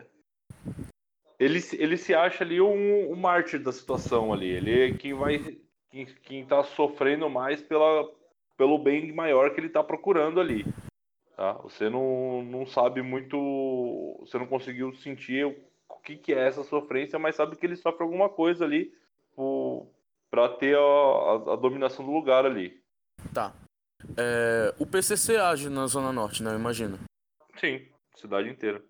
Speaker 4: Ele, se- ele se acha ali um, um mártir da situação ali. Ele é quem vai... Quem, quem tá sofrendo mais pela, pelo bem maior que ele tá procurando ali. Tá? Você não, não sabe muito... Você não conseguiu sentir o que, que é essa sofrência, mas sabe que ele sofre alguma coisa ali pro- pra ter a, a- a dominação do lugar ali.
Speaker 8: Tá. É, o PCC age na Zona Norte, né? Eu imagino.
Speaker 4: Sim, cidade inteira.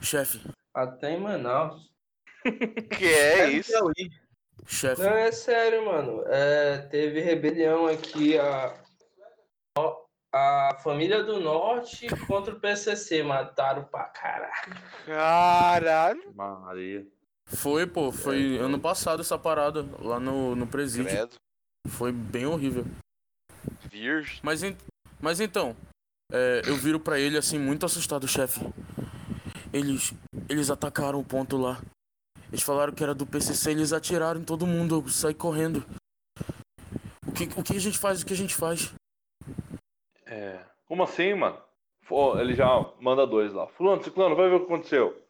Speaker 8: Chefe,
Speaker 5: Até em Manaus.
Speaker 3: Que é isso?
Speaker 11: Piauí.
Speaker 6: Chefe,
Speaker 5: Não, é sério, mano. É, teve rebelião aqui, a, a família do norte contra o PCC. Mataram pra caralho.
Speaker 3: Caralho.
Speaker 4: Maria.
Speaker 6: foi, pô,
Speaker 3: É.
Speaker 6: foi ano passado essa parada, lá no, no presídio.
Speaker 3: Credo.
Speaker 6: Foi bem horrível.
Speaker 3: Virgem.
Speaker 6: Mas, en- mas então, é, eu viro pra ele assim, muito assustado, chefe. Eles, eles atacaram o ponto lá. Eles falaram que era do PCC, eles atiraram em todo mundo, eu saí correndo. O que, o que a gente faz? O que a gente faz?
Speaker 4: É. Como assim, mano? Fo- Ele já manda dois lá. Fulano, ciclano, vai ver o que aconteceu.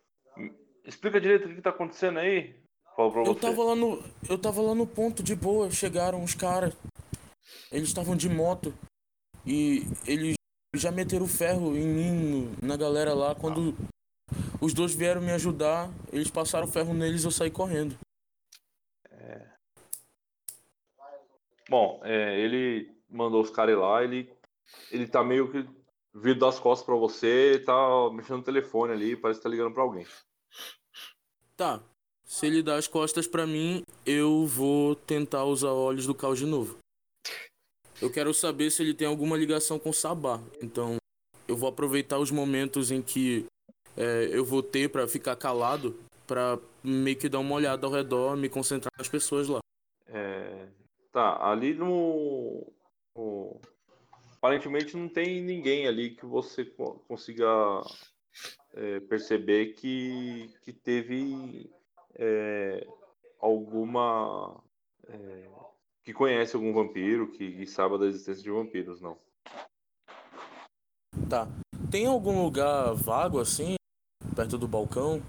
Speaker 4: Explica direito o que que tá acontecendo aí. Fala pra
Speaker 6: Eu
Speaker 4: você.
Speaker 6: tava lá no, eu tava lá no ponto de boa, chegaram os caras. Eles estavam de moto e eles já meteram ferro em mim, no- na galera lá. Quando os dois vieram me ajudar, eles passaram ferro neles, eu saí correndo.
Speaker 4: Bom, é, ele mandou os caras ir lá, ele, ele tá meio que vindo das costas pra você, ele tá mexendo no telefone ali, parece que tá ligando pra alguém.
Speaker 6: Tá. Se ele dá as costas pra mim, eu vou tentar usar olhos do caos de novo. Eu quero saber se ele tem alguma ligação com o Sabá. Então, eu vou aproveitar os momentos em que é, eu vou ter pra ficar calado, pra meio que dar uma olhada ao redor, me concentrar nas pessoas lá.
Speaker 4: É, tá, ali no, no- Aparentemente não tem ninguém ali que você co- consiga é, perceber que, que teve é, alguma. é, que conhece algum vampiro, que, que saiba da existência de vampiros, não.
Speaker 6: Tá. Tem algum lugar vago assim, perto do balcão?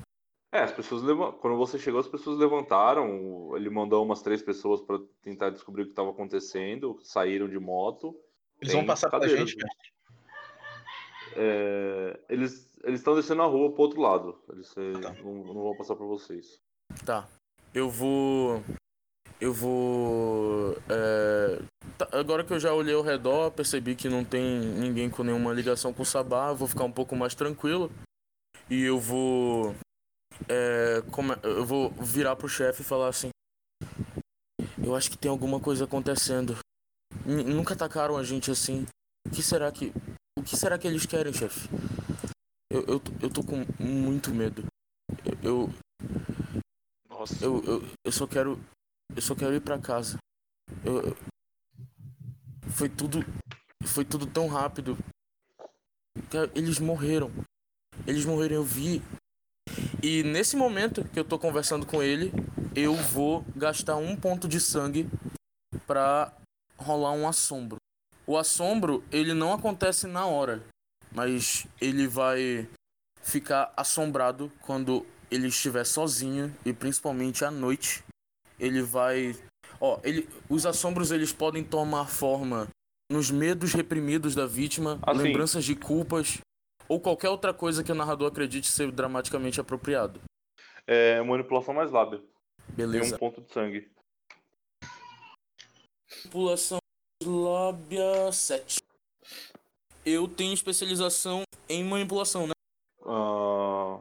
Speaker 4: É, as pessoas levan- quando você chegou, as pessoas levantaram. o- Ele mandou umas três pessoas pra tentar descobrir o que estava acontecendo. Saíram de moto.
Speaker 11: Eles
Speaker 4: Tem
Speaker 11: vão passar pela
Speaker 4: cadeiras,
Speaker 11: gente,
Speaker 4: né?
Speaker 11: cara.
Speaker 4: É, eles eles estão descendo a rua pro outro lado. Eles eh,
Speaker 11: Ah, tá.
Speaker 4: não, não vão passar pra vocês.
Speaker 6: Tá. Eu vou. Eu vou. é, tá, agora que eu já olhei ao redor, percebi que não tem ninguém com nenhuma ligação com o Sabá, eu vou ficar um pouco mais tranquilo. E eu vou. é, come- eu vou virar pro chefe e falar assim. Eu acho que tem alguma coisa acontecendo. N- nunca atacaram a gente assim. O que será que. O que será que eles querem, chefe? Eu, eu, tô- eu tô com muito medo. Eu- eu,
Speaker 3: Nossa.
Speaker 6: eu, eu, eu só quero. Eu só quero ir pra casa. Eu, eu- foi tudo. Foi tudo tão rápido. Cara, Eles morreram. Eles morreram, eu vi. E nesse momento que eu tô conversando com ele, eu vou gastar um ponto de sangue pra rolar um assombro. O assombro, ele não acontece na hora, mas ele vai ficar assombrado quando ele estiver sozinho e principalmente à noite, ele vai. Ó, ele... os assombros eles podem tomar forma nos medos reprimidos da vítima,
Speaker 4: Assim.
Speaker 6: lembranças de culpas ou qualquer outra coisa que o narrador acredite ser dramaticamente apropriado.
Speaker 4: É manipulação mais lábia. Tem um
Speaker 6: Beleza.
Speaker 4: ponto de sangue.
Speaker 6: Manipulação lábia 7. Eu tenho especialização em manipulação, né?
Speaker 4: Ah,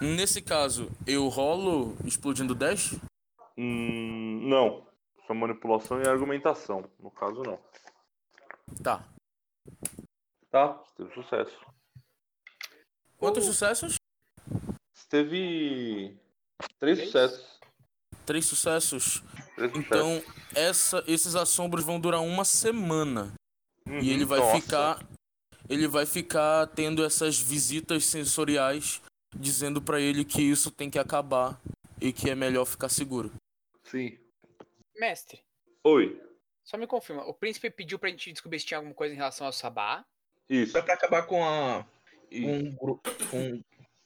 Speaker 6: Nesse caso, eu rolo explodindo 10?
Speaker 4: hum, não. Só manipulação e argumentação. No caso, não.
Speaker 6: Tá.
Speaker 4: Tá, teve sucesso.
Speaker 6: Quantos sucessos?
Speaker 4: Você teve três sucessos.
Speaker 6: Três sucessos.
Speaker 4: Três sucessos.
Speaker 6: Então, essa- esses assombros vão durar uma semana. E ele
Speaker 4: Uhum,
Speaker 6: vai
Speaker 4: nossa.
Speaker 6: ficar. Ele vai ficar tendo essas visitas sensoriais dizendo pra ele que isso tem que acabar e que é melhor ficar seguro.
Speaker 4: Sim.
Speaker 7: Mestre,
Speaker 4: Oi.
Speaker 7: só me confirma. O príncipe pediu pra gente descobrir se tinha alguma coisa em relação ao Sabá.
Speaker 4: Isso.
Speaker 11: Foi é pra acabar com a.
Speaker 4: E-
Speaker 11: Com um grupo. Com...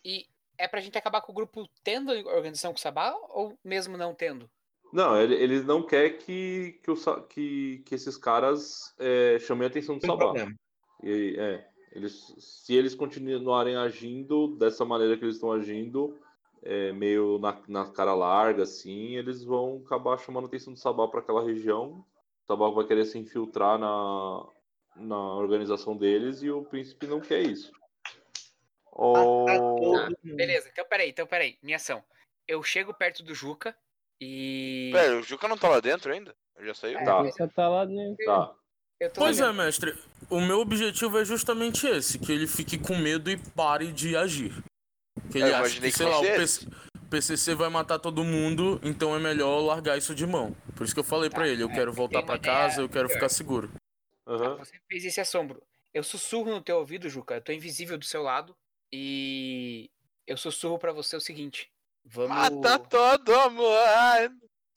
Speaker 7: E é pra gente acabar com o grupo tendo organização com o Sabá ou mesmo não tendo?
Speaker 4: Não, ele- eles não querem que, que, o Sa- que- que esses caras é, chamem a atenção do
Speaker 11: Sem
Speaker 4: Sabá.
Speaker 11: problema.
Speaker 4: E, é, eles, se eles continuarem agindo dessa maneira que eles estão agindo, é, meio na, na cara larga, assim, eles vão acabar chamando a atenção do Sabá para aquela região. O Sabá vai querer se infiltrar na, na organização deles e o príncipe não quer isso.
Speaker 11: tá,
Speaker 4: Ou.
Speaker 6: Ah,
Speaker 7: Beleza, então peraí, então peraí. Minha ação. Eu chego perto do Juca e.
Speaker 3: Pera, o Juca não tá lá dentro ainda? Ele já saiu?
Speaker 7: É,
Speaker 4: Tá.
Speaker 7: mas
Speaker 5: Você tá lá dentro.
Speaker 4: Tá.
Speaker 7: eu tô
Speaker 8: Pois é,
Speaker 7: olhando.
Speaker 8: mestre. O meu objetivo é justamente esse, que ele fique com medo e pare de agir. Que ele
Speaker 3: Eu
Speaker 8: acha
Speaker 3: imaginei
Speaker 8: que,
Speaker 3: que
Speaker 8: sei lá, o
Speaker 3: fosse
Speaker 8: PC PCC vai matar todo mundo, então é melhor largar isso de mão. Por isso que eu falei
Speaker 3: Tá.
Speaker 8: pra ele, eu
Speaker 7: é,
Speaker 8: quero voltar
Speaker 7: tem uma
Speaker 8: pra casa,
Speaker 7: ideia
Speaker 8: eu quero
Speaker 7: melhor.
Speaker 8: ficar seguro.
Speaker 7: Tá,
Speaker 4: Aham.
Speaker 7: Você fez esse assombro. Eu sussurro no teu ouvido, Juca. Eu tô invisível do seu lado. E eu sussurro pra você o seguinte: vamos.
Speaker 3: Mata Ah, tá todo amor!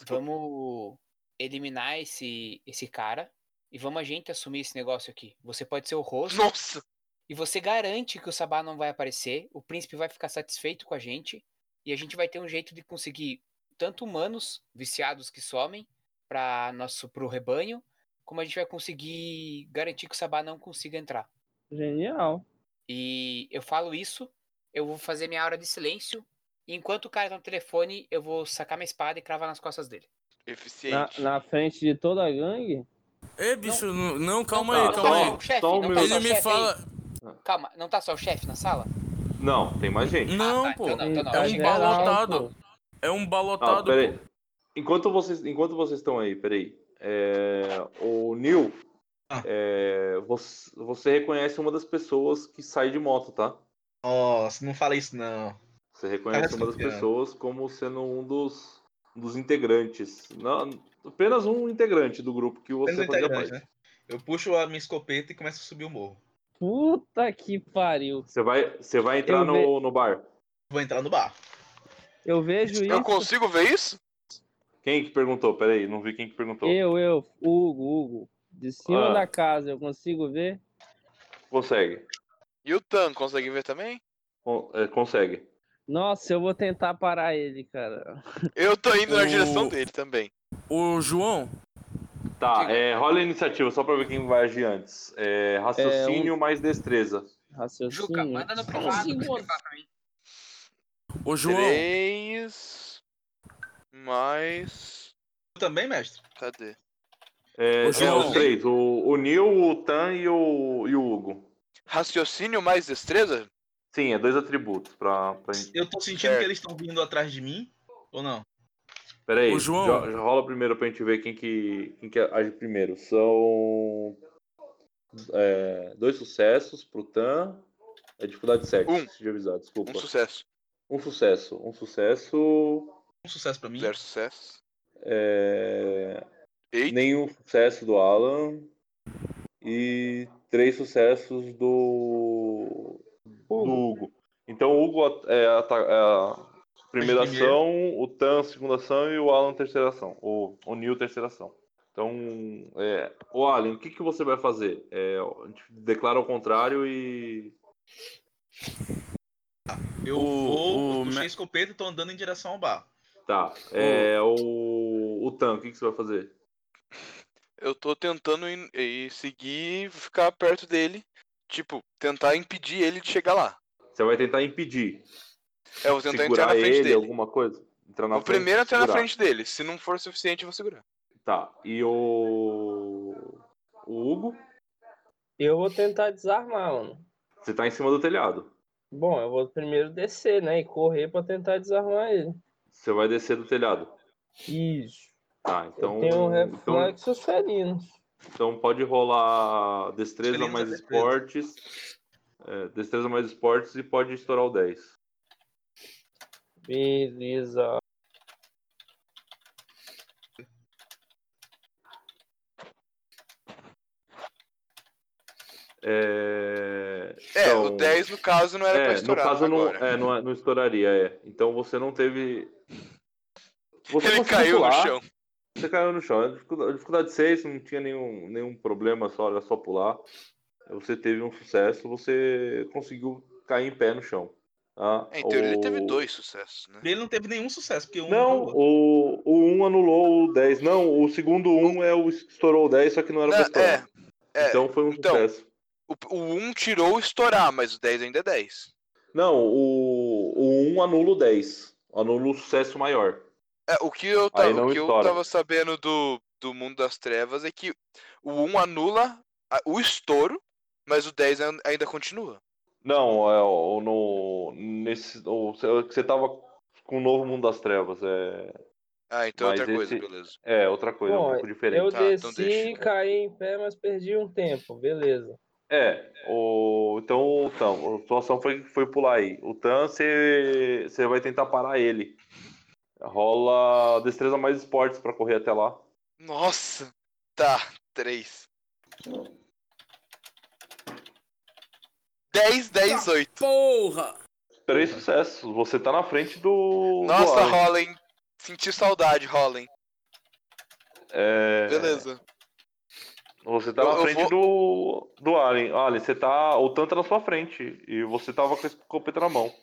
Speaker 7: Vamos eliminar esse, esse cara. E vamos a gente assumir esse negócio aqui. Você pode ser o rosto.
Speaker 3: Nossa!
Speaker 7: E você garante que o Sabá não vai aparecer, o príncipe vai ficar satisfeito com a gente, e a gente vai ter um jeito de conseguir tanto humanos viciados que somem para nosso pro rebanho, como a gente vai conseguir garantir que o Sabá não consiga entrar.
Speaker 5: Genial.
Speaker 7: E eu falo isso, eu vou fazer minha aura de silêncio, e enquanto o cara tá no telefone, eu vou sacar minha espada e cravar nas costas dele.
Speaker 5: Na,
Speaker 3: Eficiente.
Speaker 5: na frente de toda a gangue?
Speaker 8: Ei, bicho, não, não, calma
Speaker 7: não,
Speaker 8: aí,
Speaker 7: não,
Speaker 8: calma
Speaker 7: tá
Speaker 8: aí.
Speaker 7: só o chefe,
Speaker 4: só um
Speaker 7: não tá
Speaker 4: minuto.
Speaker 7: só
Speaker 8: Ele
Speaker 7: o chefe
Speaker 8: me
Speaker 7: aí.
Speaker 8: fala.
Speaker 7: Calma, não tá só o chefe na sala?
Speaker 4: Não, tem mais gente.
Speaker 8: Não,
Speaker 7: tá,
Speaker 8: pô.
Speaker 7: então não, então não.
Speaker 8: É um
Speaker 7: Achei que
Speaker 5: geral,
Speaker 7: era o chefe.
Speaker 8: balotado.
Speaker 5: pô.
Speaker 8: É um
Speaker 4: Ah,
Speaker 8: balotado.
Speaker 4: peraí. Enquanto vocês, enquanto vocês estão aí, peraí. É, o Neil,
Speaker 6: Ah.
Speaker 4: é, você, você reconhece uma das pessoas que sai de moto, tá?
Speaker 6: Nossa, não fala isso não.
Speaker 4: Você reconhece
Speaker 6: Parece
Speaker 4: uma das
Speaker 6: piada.
Speaker 4: pessoas como sendo um dos, dos integrantes. Não, apenas um integrante do grupo que você
Speaker 6: Apenas um
Speaker 4: fazia
Speaker 6: integrante,
Speaker 4: parte.
Speaker 6: Eu puxo a minha escopeta e começo a subir o morro.
Speaker 5: Puta que pariu.
Speaker 4: Você vai, você vai entrar
Speaker 5: Eu
Speaker 4: no, no bar.
Speaker 6: Vou entrar no bar.
Speaker 5: Eu vejo
Speaker 7: é
Speaker 3: Eu
Speaker 5: isso.
Speaker 3: consigo ver isso?
Speaker 4: Quem que perguntou? Peraí, não vi quem que perguntou.
Speaker 5: Eu, eu, Hugo, Hugo. De cima
Speaker 4: Ah.
Speaker 5: da casa eu consigo ver?
Speaker 4: Consegue.
Speaker 3: E o Tan consegue ver também?
Speaker 4: Con- é, consegue.
Speaker 5: Nossa, eu vou tentar parar ele, cara.
Speaker 3: Eu tô indo na
Speaker 8: O-
Speaker 3: direção dele também.
Speaker 8: Ô, João,
Speaker 4: Tá,
Speaker 7: Diga.
Speaker 4: é, rola a iniciativa só pra ver quem vai agir antes. É,
Speaker 5: um-
Speaker 4: raciocínio mais destreza.
Speaker 5: Raciocínio.
Speaker 7: Juca, manda no privado.
Speaker 5: Sim,
Speaker 7: pra
Speaker 5: mano.
Speaker 7: ele falar pra mim.
Speaker 8: ô, João.
Speaker 3: Três. Mais.
Speaker 6: Tu também, mestre?
Speaker 3: Cadê?
Speaker 4: É,
Speaker 8: Ô,
Speaker 4: é,
Speaker 8: João.
Speaker 4: os três, o, o Neil, o Tan e o, e o Hugo.
Speaker 3: Raciocínio mais destreza?
Speaker 4: Sim, é dois atributos pra. pra... gente-
Speaker 6: Eu tô sentindo
Speaker 3: Certo.
Speaker 6: que eles estão vindo atrás de mim, ou não?
Speaker 4: Peraí,
Speaker 8: Ô, João.
Speaker 4: jo- rola primeiro pra gente ver quem que, quem que age primeiro. São é, dois sucessos pro Tan. É dificuldade 7,
Speaker 3: Um.
Speaker 4: de avisar, desculpa.
Speaker 3: Um sucesso.
Speaker 4: Um sucesso. Um sucesso.
Speaker 6: Um sucesso
Speaker 4: Hum?
Speaker 6: pra mim.
Speaker 3: Zero sucesso.
Speaker 4: É...
Speaker 3: Eita.
Speaker 4: Nenhum sucesso do Alan. E três sucessos do. do Hugo. Então o Hugo at- é, ata- é a
Speaker 3: é.
Speaker 4: primeira
Speaker 6: Primeiro.
Speaker 4: ação, o Tan segunda ação e o Alan terceira ação. O, o Neil terceira ação. Então, é, o Alan, o que, que você vai fazer? É, a gente declara ao contrário e.
Speaker 6: Eu
Speaker 8: O-
Speaker 6: vou,
Speaker 8: o
Speaker 6: eu puxei
Speaker 8: me-
Speaker 6: a escopeta e tô andando em direção ao bar.
Speaker 4: Tá. É, o, o Tan, o que, que você vai fazer?
Speaker 3: Eu tô tentando ir, ir seguir, ficar perto dele. Tipo, tentar impedir ele de chegar lá.
Speaker 4: Você vai tentar impedir.
Speaker 3: É, eu vou tentar entrar
Speaker 4: segurar
Speaker 3: na frente
Speaker 4: ele,
Speaker 3: dele.
Speaker 4: alguma coisa? Entrar na
Speaker 3: o
Speaker 4: frente,
Speaker 3: primeiro entrar na
Speaker 4: segurar.
Speaker 3: frente dele. Se não for suficiente, eu vou segurar.
Speaker 4: Tá, e o. O Hugo,
Speaker 5: Eu vou tentar desarmar, mano.
Speaker 4: você tá em cima do telhado.
Speaker 5: Bom, eu vou primeiro descer, né? E correr pra tentar desarmar ele.
Speaker 4: Você vai descer do telhado.
Speaker 5: Isso.
Speaker 4: Tá, então.
Speaker 5: eu tenho um
Speaker 4: então,
Speaker 5: reflexo felino.
Speaker 4: então pode rolar destreza
Speaker 6: Felino
Speaker 4: mais
Speaker 6: da defesa.
Speaker 4: esportes. é, destreza mais esportes e pode estourar o 10.
Speaker 5: Beleza.
Speaker 4: É,
Speaker 3: É,
Speaker 4: então,
Speaker 3: o 10 no caso não era
Speaker 4: é,
Speaker 3: pra
Speaker 4: no
Speaker 3: estourar.
Speaker 4: caso não,
Speaker 3: agora.
Speaker 4: é, não, é- não estouraria, é. Então você não teve. Você
Speaker 3: Ele
Speaker 4: conseguiu
Speaker 3: caiu no
Speaker 4: pular,
Speaker 3: chão.
Speaker 4: Você caiu no chão. A dificuldade- a Dificuldade 6, não tinha nenhum, nenhum problema, só era só pular. Você teve um sucesso, você conseguiu cair em pé no chão. Tá?
Speaker 3: É, em teoria, ele teve
Speaker 4: O-
Speaker 3: dois sucessos, né?
Speaker 6: Ele não teve nenhum sucesso, porque um.
Speaker 4: Não, o, o 1 anulou o 10. Não, o segundo 1 é o que estourou o 10, só que não era pra
Speaker 3: Não,
Speaker 4: estourar.
Speaker 3: é, é,
Speaker 4: então foi um
Speaker 3: então.
Speaker 4: sucesso.
Speaker 3: O, o 1 tirou o estourar, mas o 10 ainda é 10.
Speaker 4: Não, o, o 1 anula o 10. Anula o sucesso maior.
Speaker 3: É, o que eu, ta-
Speaker 4: Aí não
Speaker 3: o que eu
Speaker 4: estoura.
Speaker 3: tava sabendo do, do mundo das trevas é que o 1 anula a- o estouro, mas o 10 an- ainda continua.
Speaker 4: Não, é o no nesse o que você tava com o novo Mundo das Trevas, é
Speaker 3: Ah, então é
Speaker 4: Mas
Speaker 3: outra coisa,
Speaker 4: esse-
Speaker 3: beleza.
Speaker 4: é outra coisa,
Speaker 5: Bom,
Speaker 4: um pouco diferente.
Speaker 5: Eu
Speaker 3: Tá, então
Speaker 5: desci,
Speaker 3: deixa.
Speaker 5: caí em pé, mas perdi um tempo. Beleza.
Speaker 4: É, o então, então, a sua ação foi foi pular aí. O Tan você você vai tentar parar ele. Rola destreza mais esportes pra correr até lá.
Speaker 3: Nossa! Tá, três. 10, 10, 8.
Speaker 8: Porra!
Speaker 4: Três sucessos. Você tá na frente do. do
Speaker 3: Uhum. Nossa,
Speaker 4: Alan.
Speaker 3: Hollen. Senti saudade, Hollen.
Speaker 4: É,
Speaker 3: Beleza.
Speaker 4: Você tá
Speaker 3: Eu-
Speaker 4: na
Speaker 3: eu
Speaker 4: frente do. do Alien. Alien, você tá. O Tantra na sua frente. E você tava com a escopeta na mão.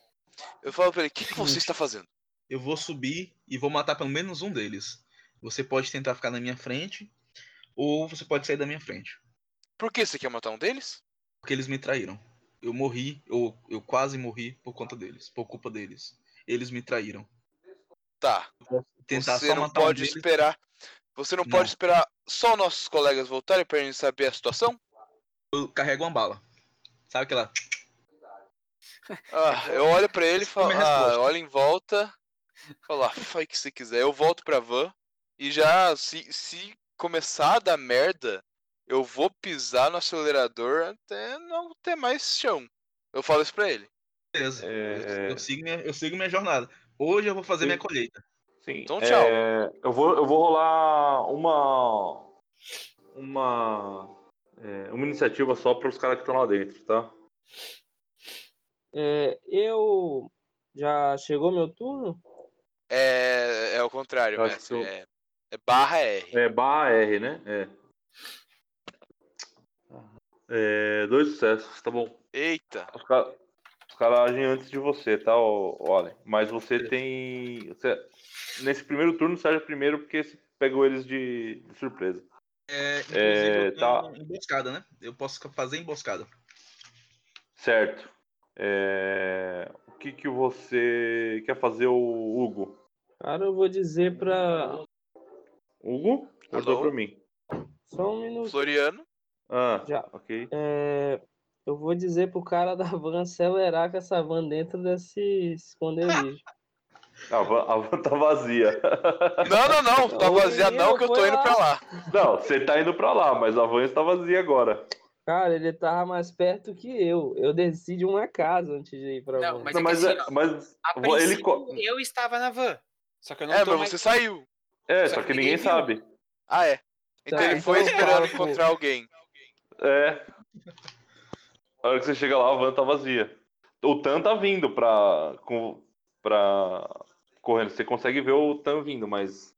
Speaker 3: Eu falo pra ele, o que, que você está fazendo?
Speaker 6: Eu vou subir e vou matar pelo menos um deles. Você pode tentar ficar na minha frente, ou você pode sair da minha frente.
Speaker 3: Por que você quer matar um deles?
Speaker 6: Porque eles me traíram. Eu morri, ou eu quase morri por conta deles, por culpa deles. Eles me traíram.
Speaker 3: Tá,
Speaker 6: Tentar
Speaker 3: você
Speaker 6: só
Speaker 3: não
Speaker 6: matar um
Speaker 3: pode
Speaker 6: deles-
Speaker 3: esperar. Você não,
Speaker 6: Não.
Speaker 3: pode esperar só nossos colegas voltarem pra gente saber a situação?
Speaker 6: Eu carrego uma bala. Sabe aquela.
Speaker 3: Ah, eu olho pra ele e falo,
Speaker 6: É, Minha
Speaker 3: ah,
Speaker 6: resposta.
Speaker 3: eu olho em volta, falo, ah, faz o que você quiser. Eu volto pra van e já, se, se começar a dar merda, eu vou pisar no acelerador até não ter mais chão. Eu falo isso pra ele.
Speaker 6: Beleza.
Speaker 4: É.
Speaker 6: Eu, eu sigo minha, eu sigo minha jornada. Hoje eu vou fazer
Speaker 4: Sim.
Speaker 6: minha colheita.
Speaker 4: Sim.
Speaker 3: Então, tchau.
Speaker 4: É, eu, vou, eu vou rolar uma. Uma. é, uma iniciativa só para os caras que estão lá dentro, tá?
Speaker 5: É, eu. Já chegou meu turno?
Speaker 3: É, é o contrário,
Speaker 4: Eu acho
Speaker 3: mas
Speaker 4: que eu-
Speaker 3: é, é barra R.
Speaker 4: É barra R, né? É. É, dois sucessos, tá bom.
Speaker 3: Eita,
Speaker 4: Os caras cara agem antes de você, tá, ô- ô Allen? Mas você tem. você- nesse primeiro turno, você age primeiro porque você pegou eles de, de surpresa.
Speaker 6: É,
Speaker 4: É,
Speaker 6: inclusive, eu
Speaker 4: tá.
Speaker 6: tenho emboscada, né? Eu posso fazer emboscada.
Speaker 4: Certo. É, o que, que você quer fazer, o Hugo?
Speaker 5: Cara, eu vou dizer pra.
Speaker 4: Hugo? Cortou
Speaker 3: Alô?
Speaker 4: pra mim.
Speaker 5: Só um minuto.
Speaker 3: Floriano.
Speaker 4: Ah,
Speaker 5: Já.
Speaker 4: ok.
Speaker 5: É, eu vou dizer pro cara <laughs> da van acelerar com essa van dentro desse esconderijo.
Speaker 4: A van, a van tá vazia. <laughs>
Speaker 3: Não, não, não, tá
Speaker 5: O
Speaker 3: vazia
Speaker 5: menino
Speaker 3: não que eu tô
Speaker 5: foi
Speaker 3: indo
Speaker 5: lá.
Speaker 3: pra lá.
Speaker 4: Não, você tá indo pra lá, mas a van está vazia agora.
Speaker 5: Cara, ele tava mais perto que eu. Eu desci de uma casa antes de ir pra
Speaker 7: Não,
Speaker 5: van.
Speaker 7: mas
Speaker 4: Não,
Speaker 7: é que
Speaker 4: mas,
Speaker 7: assim,
Speaker 4: é-
Speaker 7: ó,
Speaker 4: mas
Speaker 7: A
Speaker 4: vo- ele.
Speaker 7: princípio,
Speaker 4: co-
Speaker 7: eu estava na van. Só que eu não
Speaker 3: É,
Speaker 7: tô
Speaker 3: mas
Speaker 7: mais-
Speaker 3: você saiu.
Speaker 4: É,
Speaker 7: só
Speaker 4: só
Speaker 7: que
Speaker 4: que ninguém
Speaker 7: ninguém viu.
Speaker 4: sabe.
Speaker 3: Ah, é. Então
Speaker 5: Tá,
Speaker 3: ele
Speaker 5: então
Speaker 3: foi
Speaker 5: eu
Speaker 3: esperando
Speaker 5: falo pro-
Speaker 3: encontrar alguém.
Speaker 4: É. A hora que você chega lá, a van tá vazia. O Tan tá vindo pra. Com, pra. Correndo. Você consegue ver o Tan vindo, mas.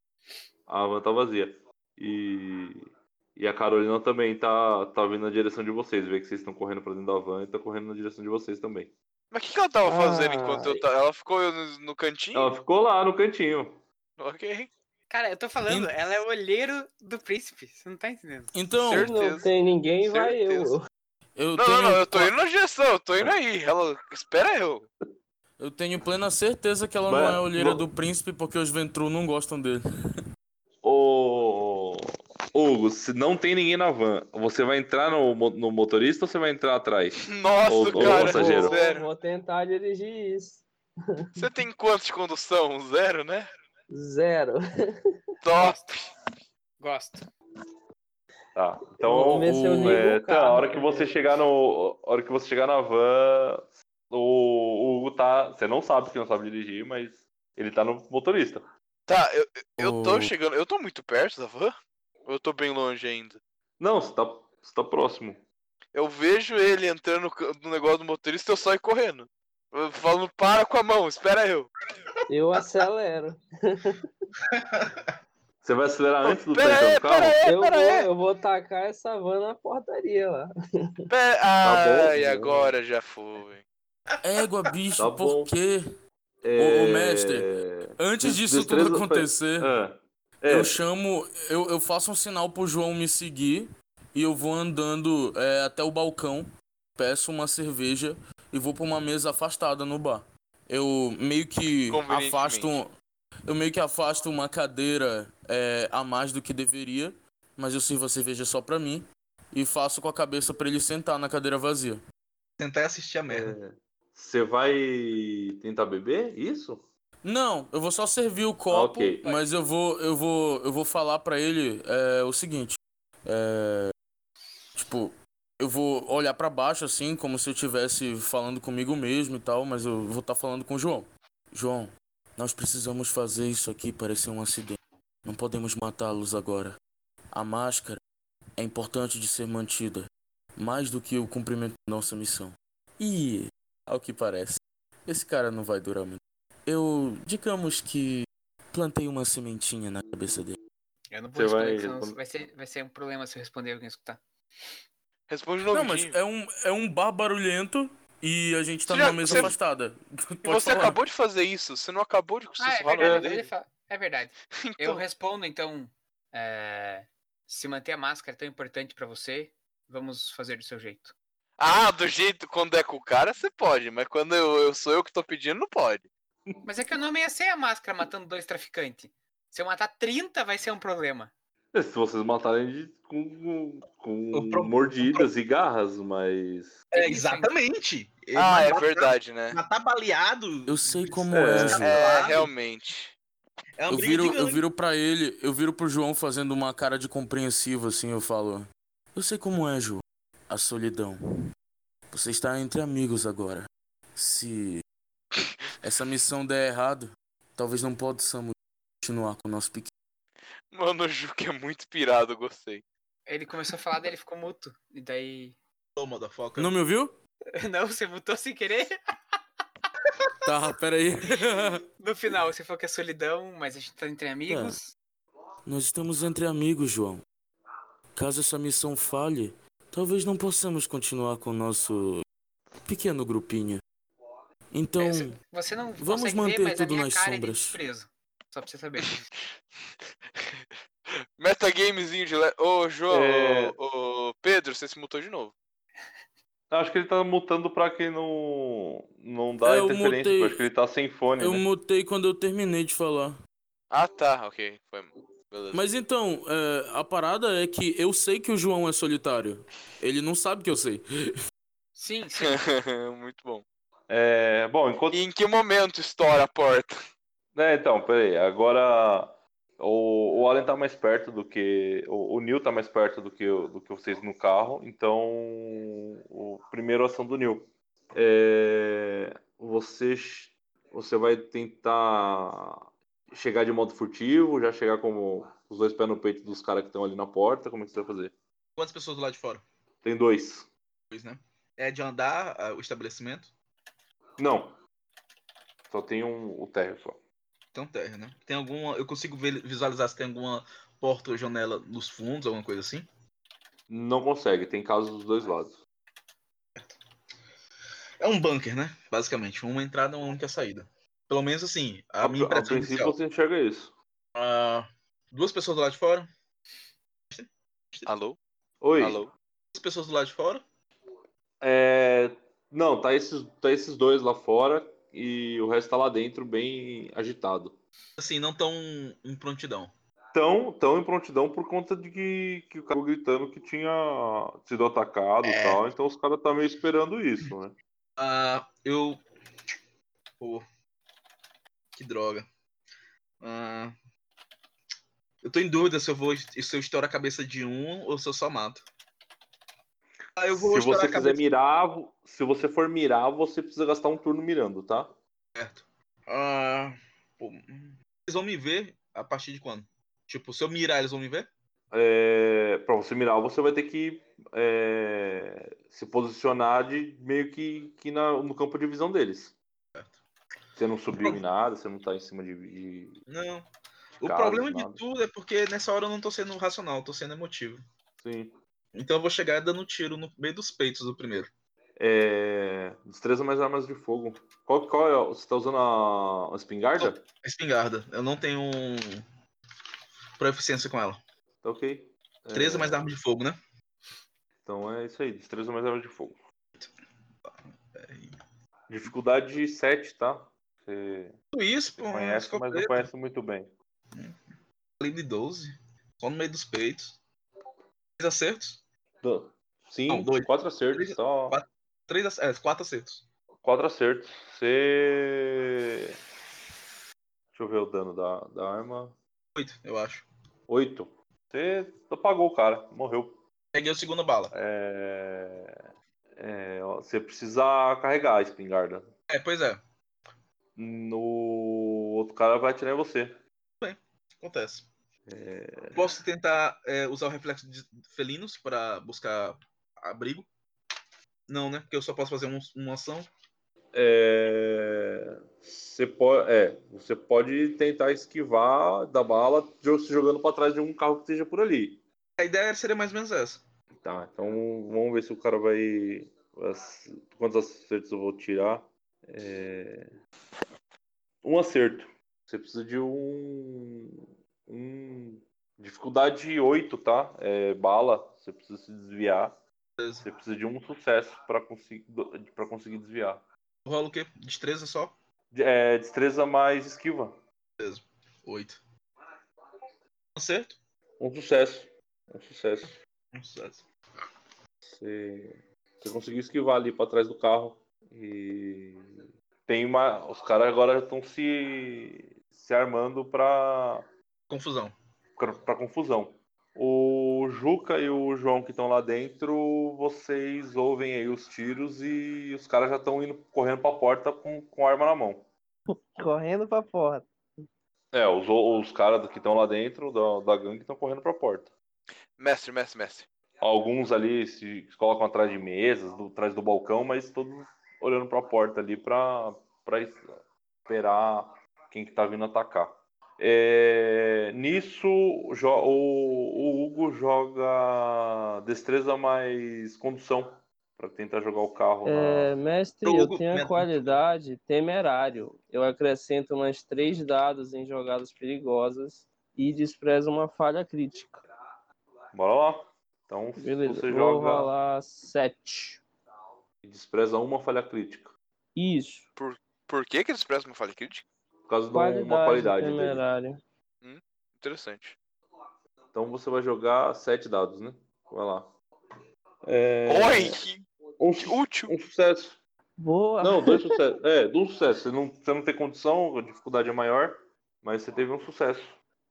Speaker 4: A van tá vazia. E. E a Carolina também tá, tá vindo na direção de vocês. Vê que vocês estão correndo pra dentro da van e tá correndo na direção de vocês também.
Speaker 3: Mas o que, que ela tava fazendo
Speaker 5: Ah.
Speaker 3: enquanto eu tava? Ela ficou no, no cantinho?
Speaker 4: Ela ficou lá no cantinho.
Speaker 3: Ok.
Speaker 7: Cara, eu tô falando, ela é o olheiro do príncipe. Você não tá entendendo.
Speaker 8: Então,
Speaker 3: Certo.
Speaker 5: Se não tem ninguém, vai eu.
Speaker 3: Certeza.
Speaker 8: eu
Speaker 3: Não,
Speaker 8: tenho. um
Speaker 3: não, não, eu tô indo na direção, eu tô indo aí. Ela, espera eu. <laughs>
Speaker 8: Eu tenho plena certeza que ela
Speaker 4: Mas-
Speaker 8: não é olheira
Speaker 4: não-
Speaker 8: do príncipe porque os Ventru não gostam dele.
Speaker 4: Ô. Hugo, se não tem ninguém na van, você vai entrar no, mo- no motorista ou você vai entrar atrás?
Speaker 3: Nossa,
Speaker 4: Ô, ô,
Speaker 3: cara,
Speaker 4: passageiro.
Speaker 3: sério.
Speaker 5: Vou tentar dirigir isso.
Speaker 3: Você tem quanto de condução? Zero, né?
Speaker 5: Zero.
Speaker 3: Top.
Speaker 7: Gosto.
Speaker 4: Tá. Então,
Speaker 5: Vamos ver se eu
Speaker 4: o-
Speaker 5: ligo o
Speaker 4: é, tá, a
Speaker 5: carro né?
Speaker 4: hora que você chegar no, a hora que você chegar na van, o, o Hugo tá, você não sabe que não sabe dirigir, mas ele tá no motorista.
Speaker 3: Tá, eu, eu tô
Speaker 8: Ô.
Speaker 3: chegando. Eu tô muito perto da van? Ou eu tô bem longe ainda?
Speaker 4: Não, você tá, você tá próximo.
Speaker 3: Eu vejo ele entrando no ca- no negócio do motorista, eu saio correndo. Eu Falando, para com a mão, espera eu.
Speaker 8: <laughs>
Speaker 5: Eu acelero.
Speaker 4: Você vai acelerar antes do
Speaker 3: Pera
Speaker 4: tanque
Speaker 3: aí,
Speaker 4: do carro?
Speaker 3: pera aí,
Speaker 5: Eu vou,
Speaker 3: pera aí.
Speaker 5: eu vou tacar essa van na portaria lá.
Speaker 3: Pera...
Speaker 4: bom,
Speaker 3: Ah, e
Speaker 4: meu.
Speaker 3: É, agora já foi.
Speaker 8: Égua, bicho,
Speaker 4: Tá bom.
Speaker 8: por quê?
Speaker 4: É,
Speaker 8: Ô, ô, mestre, Antes
Speaker 4: Des-
Speaker 8: disso tudo
Speaker 4: destreza foi-
Speaker 8: acontecer,
Speaker 4: ah, é,
Speaker 8: eu chamo. Eu, eu faço um sinal pro João me seguir e eu vou andando é, até o balcão, peço uma cerveja e vou pra uma mesa afastada no bar. Eu meio que
Speaker 3: Convenientemente.
Speaker 8: afasto. um- Eu meio que afasto uma cadeira é, a mais do que deveria, mas eu sirvo a cerveja só pra mim e faço com a cabeça pra ele sentar na cadeira vazia.
Speaker 6: tentar assistir a merda.
Speaker 4: Você vai tentar beber? Isso? Ah,
Speaker 8: Não, eu vou só servir o copo,
Speaker 4: ok.
Speaker 8: mas eu vou, eu vou, eu vou falar pra ele é, o seguinte. é, tipo, eu vou olhar pra baixo assim, como se eu estivesse falando comigo mesmo e tal, mas eu vou estar falando com o João. João, nós precisamos fazer isso aqui parecer um acidente. Não podemos matá-los agora. A máscara é importante de ser mantida, mais do que o cumprimento de nossa missão. E, ao que parece, esse cara não vai durar muito. Eu, digamos que plantei uma sementinha na cabeça dele.
Speaker 7: Eu não
Speaker 4: Você
Speaker 7: vou responder,
Speaker 4: vai
Speaker 7: porque senão
Speaker 4: responder-
Speaker 7: vai ser, vai ser um problema se eu responder e alguém escutar.
Speaker 3: Responde
Speaker 8: Não,
Speaker 3: novo.
Speaker 8: mas é um, é um bar barulhento e a gente tá
Speaker 3: Você já-
Speaker 8: numa mesa
Speaker 3: você-
Speaker 8: afastada.
Speaker 3: E você acabou de fazer isso, você não acabou de
Speaker 7: Ah, é
Speaker 3: sussurrar o nome
Speaker 7: verdade,
Speaker 3: dele?
Speaker 7: ele fala- é verdade. Eu
Speaker 3: Então,
Speaker 7: respondo, então, é, se manter a máscara é tão importante pra você, vamos fazer do seu jeito.
Speaker 3: ah, do jeito quando é com o cara, você pode, mas quando eu, eu sou eu que tô pedindo, não pode.
Speaker 7: Mas é que eu não ameacei a máscara matando dois traficantes. Se eu matar 30, vai ser um problema.
Speaker 4: É, Se vocês matarem de, com, com
Speaker 6: O pro-
Speaker 4: mordidas e garras, mas.
Speaker 6: É,
Speaker 7: Tem isso ainda.
Speaker 6: exatamente.
Speaker 3: ah, é
Speaker 6: Matar-
Speaker 3: verdade, né?
Speaker 6: Matar tá baleado.
Speaker 8: Eu sei como
Speaker 4: É.
Speaker 8: é, João.
Speaker 3: É,
Speaker 6: claro.
Speaker 3: realmente.
Speaker 6: É uma
Speaker 8: Eu
Speaker 6: briga de
Speaker 8: viro, eu
Speaker 6: gangue.
Speaker 8: viro pra ele, eu viro pro João fazendo uma cara de compreensivo, assim, eu falo. Eu sei como é, João. A solidão. Você está entre amigos agora. Se essa missão der errado, talvez não possamos continuar com o nosso pequeno.
Speaker 3: Mano, o Juque é muito pirado, eu gostei.
Speaker 7: Ele começou a falar, daí ele ficou muto. E daí. <laughs>
Speaker 6: Ô, motherfucker.
Speaker 8: Não me ouviu?
Speaker 7: Não, você mutou sem querer.
Speaker 8: <laughs> Tá, peraí.
Speaker 7: <laughs> No final, você falou que é solidão, mas a gente tá entre amigos.
Speaker 8: É. Nós estamos entre amigos, João. Caso essa missão falhe, talvez não possamos continuar com o nosso pequeno grupinho. Então,
Speaker 7: É, você- Você não
Speaker 8: Vamos
Speaker 7: consegue
Speaker 8: manter
Speaker 7: ver, mas a
Speaker 8: tudo
Speaker 7: minha
Speaker 8: nas
Speaker 7: cara é
Speaker 8: sombras.
Speaker 7: de desprezo. Só pra você saber.
Speaker 3: Metagamezinho de. Le... Ô, João,
Speaker 4: É.
Speaker 3: ô, ô, Pedro, você se mutou de novo.
Speaker 4: Acho que ele tá mutando pra quem não. Não dá
Speaker 8: É, eu
Speaker 4: interferência.
Speaker 8: mutei.
Speaker 4: porque Acho que ele tá sem fone.
Speaker 8: eu
Speaker 4: né?
Speaker 8: mutei quando eu terminei de falar.
Speaker 3: Ah, tá, ok. Foi. Beleza.
Speaker 8: Mas então, é, a parada é que eu sei que o João é solitário. Ele não sabe que eu sei.
Speaker 7: Sim, sim.
Speaker 3: <laughs> muito bom.
Speaker 4: É, bom, enquanto.
Speaker 3: E em que momento estoura a porta?
Speaker 4: É, então, peraí. Agora o, o Allen tá mais perto do que. O, o Neil tá mais perto do que, o- do que vocês no carro. Então, o primeiro ação do Neil. É, você, ch- você vai tentar chegar de modo furtivo, já chegar com os dois pés no peito dos caras que estão ali na porta. Como é que você vai fazer?
Speaker 6: Quantas pessoas do lado de fora?
Speaker 4: Tem dois.
Speaker 6: Pois, né? É de andar ah, o estabelecimento?
Speaker 4: Não. Só tem um, o térreo só.
Speaker 6: Então terra, né? Tem alguma. Eu consigo ver- visualizar se tem alguma porta ou janela nos fundos, alguma coisa assim?
Speaker 4: Não consegue, tem casos dos dois lados.
Speaker 6: É um bunker, né? Basicamente. Uma entrada e uma única saída. Pelo menos assim, a minha
Speaker 4: a
Speaker 6: impressão
Speaker 4: princípio
Speaker 6: inicial.
Speaker 4: você enxerga isso.
Speaker 6: Ah, duas pessoas do lado de fora.
Speaker 3: Alô?
Speaker 4: Oi.
Speaker 3: Alô?
Speaker 6: Duas pessoas do lado de fora.
Speaker 4: É, Não, tá esses, tá esses dois lá fora e o resto tá lá dentro bem agitado.
Speaker 6: Assim, não tão em prontidão.
Speaker 4: Tão, tão em prontidão por conta de que, que o cara ficou gritando que tinha sido atacado e
Speaker 6: É.
Speaker 4: tal, então os caras tá meio esperando isso, né?
Speaker 6: Ah, eu. Pô. Que droga. Ah, eu tô em dúvida se eu vou. Se eu estouro a cabeça de um ou se eu só mato. Ah, eu vou
Speaker 4: se
Speaker 6: estourar
Speaker 4: você
Speaker 6: a
Speaker 4: quiser
Speaker 6: cabeça.
Speaker 4: mirar, vo- se você for mirar, você precisa gastar um turno mirando, tá?
Speaker 6: Certo. Ah, pô, Eles vão me ver a partir de quando? Tipo, se eu mirar, eles vão me ver?
Speaker 4: É... Pra você mirar, você vai ter que é, se posicionar de meio que, que na- no campo de visão deles.
Speaker 6: Certo.
Speaker 4: Você não subiu em nada, você não tá em cima de- de,
Speaker 6: Não. O
Speaker 4: Cara,
Speaker 6: problema
Speaker 4: nada.
Speaker 6: de tudo é porque nessa hora eu não tô sendo racional, eu tô sendo emotivo.
Speaker 4: Sim.
Speaker 6: Então eu vou chegar dando um tiro no meio dos peitos do primeiro.
Speaker 4: É... Destreza mais armas de fogo. Qual, qual é? o- Você tá usando a, a espingarda?
Speaker 6: A espingarda. Eu não tenho um... proficiência com ela.
Speaker 4: Tá ok. É,
Speaker 6: 13 mais arma de fogo, né?
Speaker 4: Então é isso aí. Destreza mais armas de fogo.
Speaker 6: Peraí.
Speaker 4: Dificuldade 7, tá? Você
Speaker 6: Tudo isso, pô.
Speaker 4: conhece, mas não
Speaker 6: escopeta,
Speaker 4: conhece muito bem.
Speaker 6: Calibre 12. Só no meio dos peitos. Três acertos.
Speaker 4: Do- Sim,
Speaker 6: Não, dois.
Speaker 4: quatro acertos
Speaker 6: Três-
Speaker 4: só.
Speaker 6: quatro. Três, ac- é, quatro acertos.
Speaker 4: Quatro acertos. Você. Deixa eu ver o dano da, da arma.
Speaker 6: Oito, eu acho.
Speaker 4: Oito. Você apagou o cara, morreu.
Speaker 6: Peguei a segunda bala.
Speaker 4: É... é, ó, Você precisa carregar a espingarda.
Speaker 6: É, pois é.
Speaker 4: No outro cara vai atirar em você.
Speaker 6: Acontece.
Speaker 4: É,
Speaker 6: Posso tentar é, usar o reflexo de felinos pra buscar abrigo? Não, né? Porque eu só posso fazer um- uma ação.
Speaker 4: É, Você pode, é, você pode tentar esquivar da bala jo- se jogando para trás de um carro que esteja por ali.
Speaker 6: A ideia seria mais ou menos essa.
Speaker 4: Tá, então vamos ver se o cara vai. as- Quantos acertos eu vou tirar? É, Um acerto. Você precisa de um. um- Dificuldade 8, tá? É, bala. Você precisa se desviar.
Speaker 6: Beleza.
Speaker 4: Você precisa de um sucesso para conseguir, para conseguir desviar.
Speaker 6: Rola o quê? Destreza só?
Speaker 4: É, destreza mais esquiva.
Speaker 6: Oito. Acerto?
Speaker 4: Um sucesso. Um sucesso.
Speaker 6: Um sucesso.
Speaker 4: Você, você conseguiu esquivar ali pra trás do carro. E tem uma. Os caras agora estão se. se armando pra,
Speaker 6: Confusão.
Speaker 4: pra, pra confusão. O Juca e o João que estão lá dentro, vocês ouvem aí os tiros e os caras já estão indo correndo pra porta com, com arma na mão.
Speaker 8: é,
Speaker 5: Correndo pra porta.
Speaker 4: É, os, os caras que estão lá dentro da, da gangue estão correndo pra porta.
Speaker 3: Mestre, mestre, mestre.
Speaker 4: Alguns ali se colocam atrás de mesas, do- atrás do balcão, mas todos olhando para a porta ali para esperar quem que tá vindo atacar. É, nisso, jo- o, o Hugo joga destreza mais condução para tentar jogar o carro.
Speaker 5: É,
Speaker 4: na-
Speaker 5: mestre,
Speaker 6: Jogo,
Speaker 5: eu tenho
Speaker 6: mestre.
Speaker 5: a qualidade temerário. Eu acrescento mais três dados em jogadas perigosas e desprezo uma falha crítica.
Speaker 4: Bora lá. Então,
Speaker 5: Beleza,
Speaker 4: você
Speaker 5: vou
Speaker 4: joga
Speaker 5: rolar sete.
Speaker 4: e despreza uma falha crítica
Speaker 5: Isso,
Speaker 3: Por que, que eles prestam uma falha crítica?
Speaker 4: por causa de um-
Speaker 5: qualidade,
Speaker 4: uma qualidade. né? dele.
Speaker 5: temerário.
Speaker 3: Interessante.
Speaker 4: Então você vai jogar sete dados, né? Vai lá. É.
Speaker 3: Oi, que,
Speaker 4: Um,
Speaker 3: que
Speaker 4: su-
Speaker 3: útil!
Speaker 4: um sucesso.
Speaker 5: Boa!
Speaker 4: Não, dois sucessos. É, um sucesso. Você não, você não tem condição, a dificuldade é maior, mas você teve um sucesso.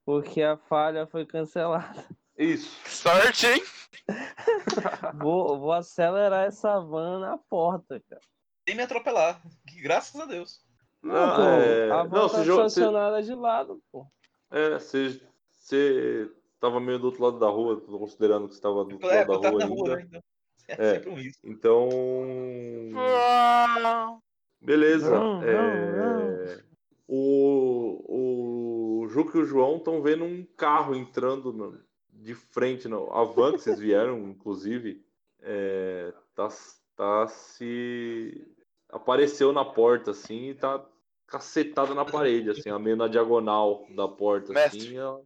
Speaker 5: Porque a falha foi cancelada.
Speaker 4: Isso.
Speaker 3: Que sorte, hein?
Speaker 5: <laughs> Vou, vou acelerar essa van na porta, cara.
Speaker 6: Sem me atropelar. Que graças a Deus.
Speaker 5: Não, pô,
Speaker 4: é,
Speaker 5: a van
Speaker 4: não,
Speaker 5: tá
Speaker 4: você, jo- você,
Speaker 5: estacionada de lado, pô.
Speaker 4: é, você, você tava meio do outro lado da rua, considerando que você tava do outro
Speaker 6: é,
Speaker 4: lado da
Speaker 6: botar
Speaker 4: rua ainda.
Speaker 6: na rua, né? Então, é,
Speaker 4: É.
Speaker 6: sempre um risco.
Speaker 4: Então.
Speaker 3: Uau.
Speaker 4: Beleza.
Speaker 5: Não,
Speaker 4: é,
Speaker 5: não,
Speaker 4: O, o Juca e o João estão vendo um carro entrando no- de frente. No, a van que vocês
Speaker 5: <laughs>
Speaker 4: vieram, inclusive, é, tá, tá se. Apareceu na porta, assim, e tá cacetada na parede, assim, a meio na diagonal da porta, assim.
Speaker 3: Mestre.
Speaker 4: ela-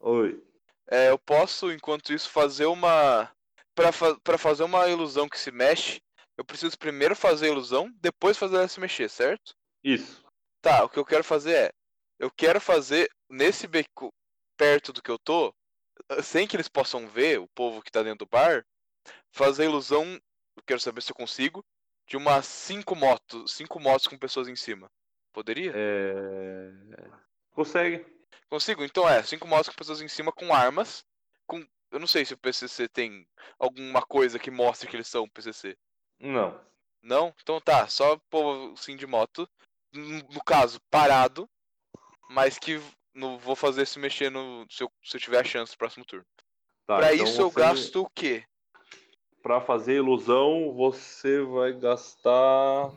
Speaker 4: Oi.
Speaker 3: É, eu posso, enquanto isso, fazer uma. Pra, fa... pra fazer uma ilusão que se mexe, eu preciso primeiro fazer a ilusão, depois fazer ela se mexer, certo?
Speaker 4: Isso.
Speaker 3: Tá, o que eu quero fazer é. Eu quero fazer nesse beco perto do que eu tô, sem que eles possam ver, o povo que tá dentro do bar, fazer a ilusão. Eu quero saber se eu consigo. De umas cinco motos. Cinco motos com pessoas em cima. Poderia?
Speaker 4: É, Consegue.
Speaker 3: Consigo? Então é, cinco motos com pessoas em cima com armas. Com. Eu não sei se o PCC tem alguma coisa que mostre que eles são PCC.
Speaker 4: Não.
Speaker 3: Não? Então tá, só povo sim de moto. n- No caso, parado. Mas que v- não vou fazer se mexer no. Se eu, se eu tiver a chance no próximo turno.
Speaker 4: Tá,
Speaker 3: pra
Speaker 4: então
Speaker 3: isso eu
Speaker 4: você-
Speaker 3: gasto o quê?
Speaker 4: Pra fazer ilusão, você vai gastar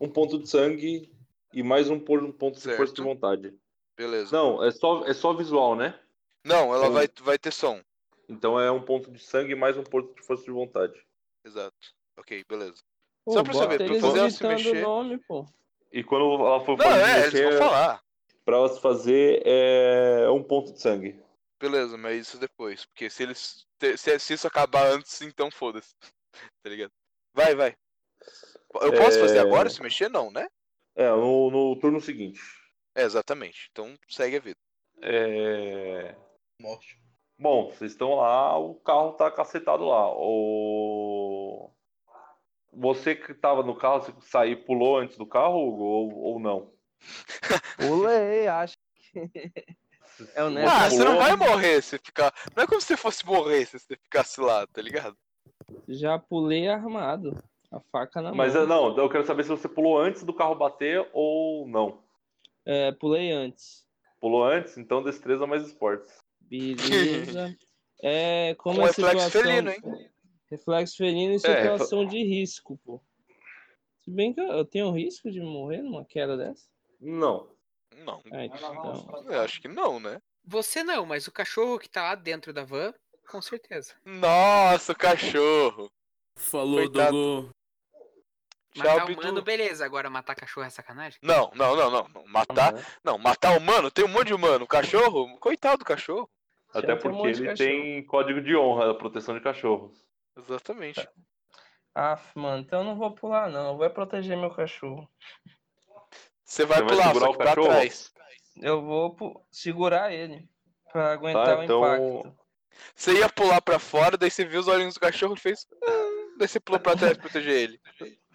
Speaker 4: um ponto de sangue e mais um por- um ponto de
Speaker 3: Certo.
Speaker 4: força de vontade.
Speaker 3: Beleza.
Speaker 4: Não, é só, é só visual, né?
Speaker 3: Não, ela
Speaker 4: eu-
Speaker 3: vai, vai ter som.
Speaker 4: Então é um ponto de sangue e mais um ponto de força de vontade.
Speaker 3: Exato. Ok, beleza.
Speaker 5: Pô,
Speaker 3: Só pra
Speaker 5: bota
Speaker 3: saber, pra
Speaker 5: eles
Speaker 3: fazer ela se
Speaker 5: gritando
Speaker 3: mexer.
Speaker 5: o nome, pô.
Speaker 4: E quando ela for
Speaker 3: Não,
Speaker 4: fazer,
Speaker 3: é, eles vão falar.
Speaker 4: pra ela se fazer é um ponto de sangue.
Speaker 3: Beleza, mas isso depois. Porque se eles. te- Se, se isso acabar antes, então foda-se. <laughs> tá ligado? Vai, vai. Eu posso fazer
Speaker 4: É.
Speaker 3: agora se mexer? Não, né?
Speaker 4: É, no, no turno seguinte.
Speaker 3: É, exatamente. Então segue a vida.
Speaker 4: É...
Speaker 6: Morte.
Speaker 4: Bom, vocês estão lá, o carro tá cacetado lá. O... Você que tava no carro, você saiu, pulou antes do carro Hugo, ou, ou não?
Speaker 5: Pulei, acho. É o Neto.
Speaker 3: Ah, você não
Speaker 4: Pulou?
Speaker 3: vai morrer se ficar. Não é como se você fosse morrer se você ficasse lá, tá ligado?
Speaker 5: Já pulei armado. A faca na
Speaker 4: Mas
Speaker 5: mão.
Speaker 4: eu- não, eu quero saber se você pulou antes do carro bater ou não.
Speaker 5: É, pulei antes.
Speaker 4: Pulou antes, então destreza mais esportes.
Speaker 5: Beleza. <laughs> É, como
Speaker 3: Um
Speaker 5: é a
Speaker 3: reflexo
Speaker 5: situação...
Speaker 3: felino, hein?
Speaker 5: Reflexo felino e
Speaker 4: É,
Speaker 5: situação de risco, pô. Se bem que eu- eu tenho risco de morrer numa queda dessa.
Speaker 4: Não.
Speaker 3: Não.
Speaker 5: Ah, então,
Speaker 3: Eu acho que não, né?
Speaker 7: Você não, mas o cachorro que tá lá dentro da van, com certeza.
Speaker 3: Nossa, o cachorro.
Speaker 8: Falou,
Speaker 3: Coitado.
Speaker 8: Dogô.
Speaker 7: Matar
Speaker 3: Tchau,
Speaker 7: o
Speaker 3: Bidu.
Speaker 7: humano, beleza. Agora matar cachorro é sacanagem?
Speaker 3: Não, não, não, não. não. Matar.
Speaker 5: né?
Speaker 3: Não, matar humano, tem um monte de humano. Cachorro? Coitado do cachorro.
Speaker 4: Até
Speaker 5: tem um
Speaker 4: porque
Speaker 5: monte de
Speaker 4: ele tem código de honra, proteção de cachorros.
Speaker 3: Exatamente.
Speaker 5: Aff, mano, então eu não vou pular, não. Eu vou é proteger meu cachorro.
Speaker 3: Você vai
Speaker 4: Você vai
Speaker 3: pular,
Speaker 4: segurar
Speaker 3: só
Speaker 4: o
Speaker 3: que pra
Speaker 4: cachorro?
Speaker 3: trás.
Speaker 5: Eu vou pu- segurar ele pra aguentar o
Speaker 4: então-
Speaker 5: impacto.
Speaker 3: Você ia pular pra fora, daí você viu os olhinhos do cachorro e fez. "Ah", Daí você pulou pra trás pra proteger ele.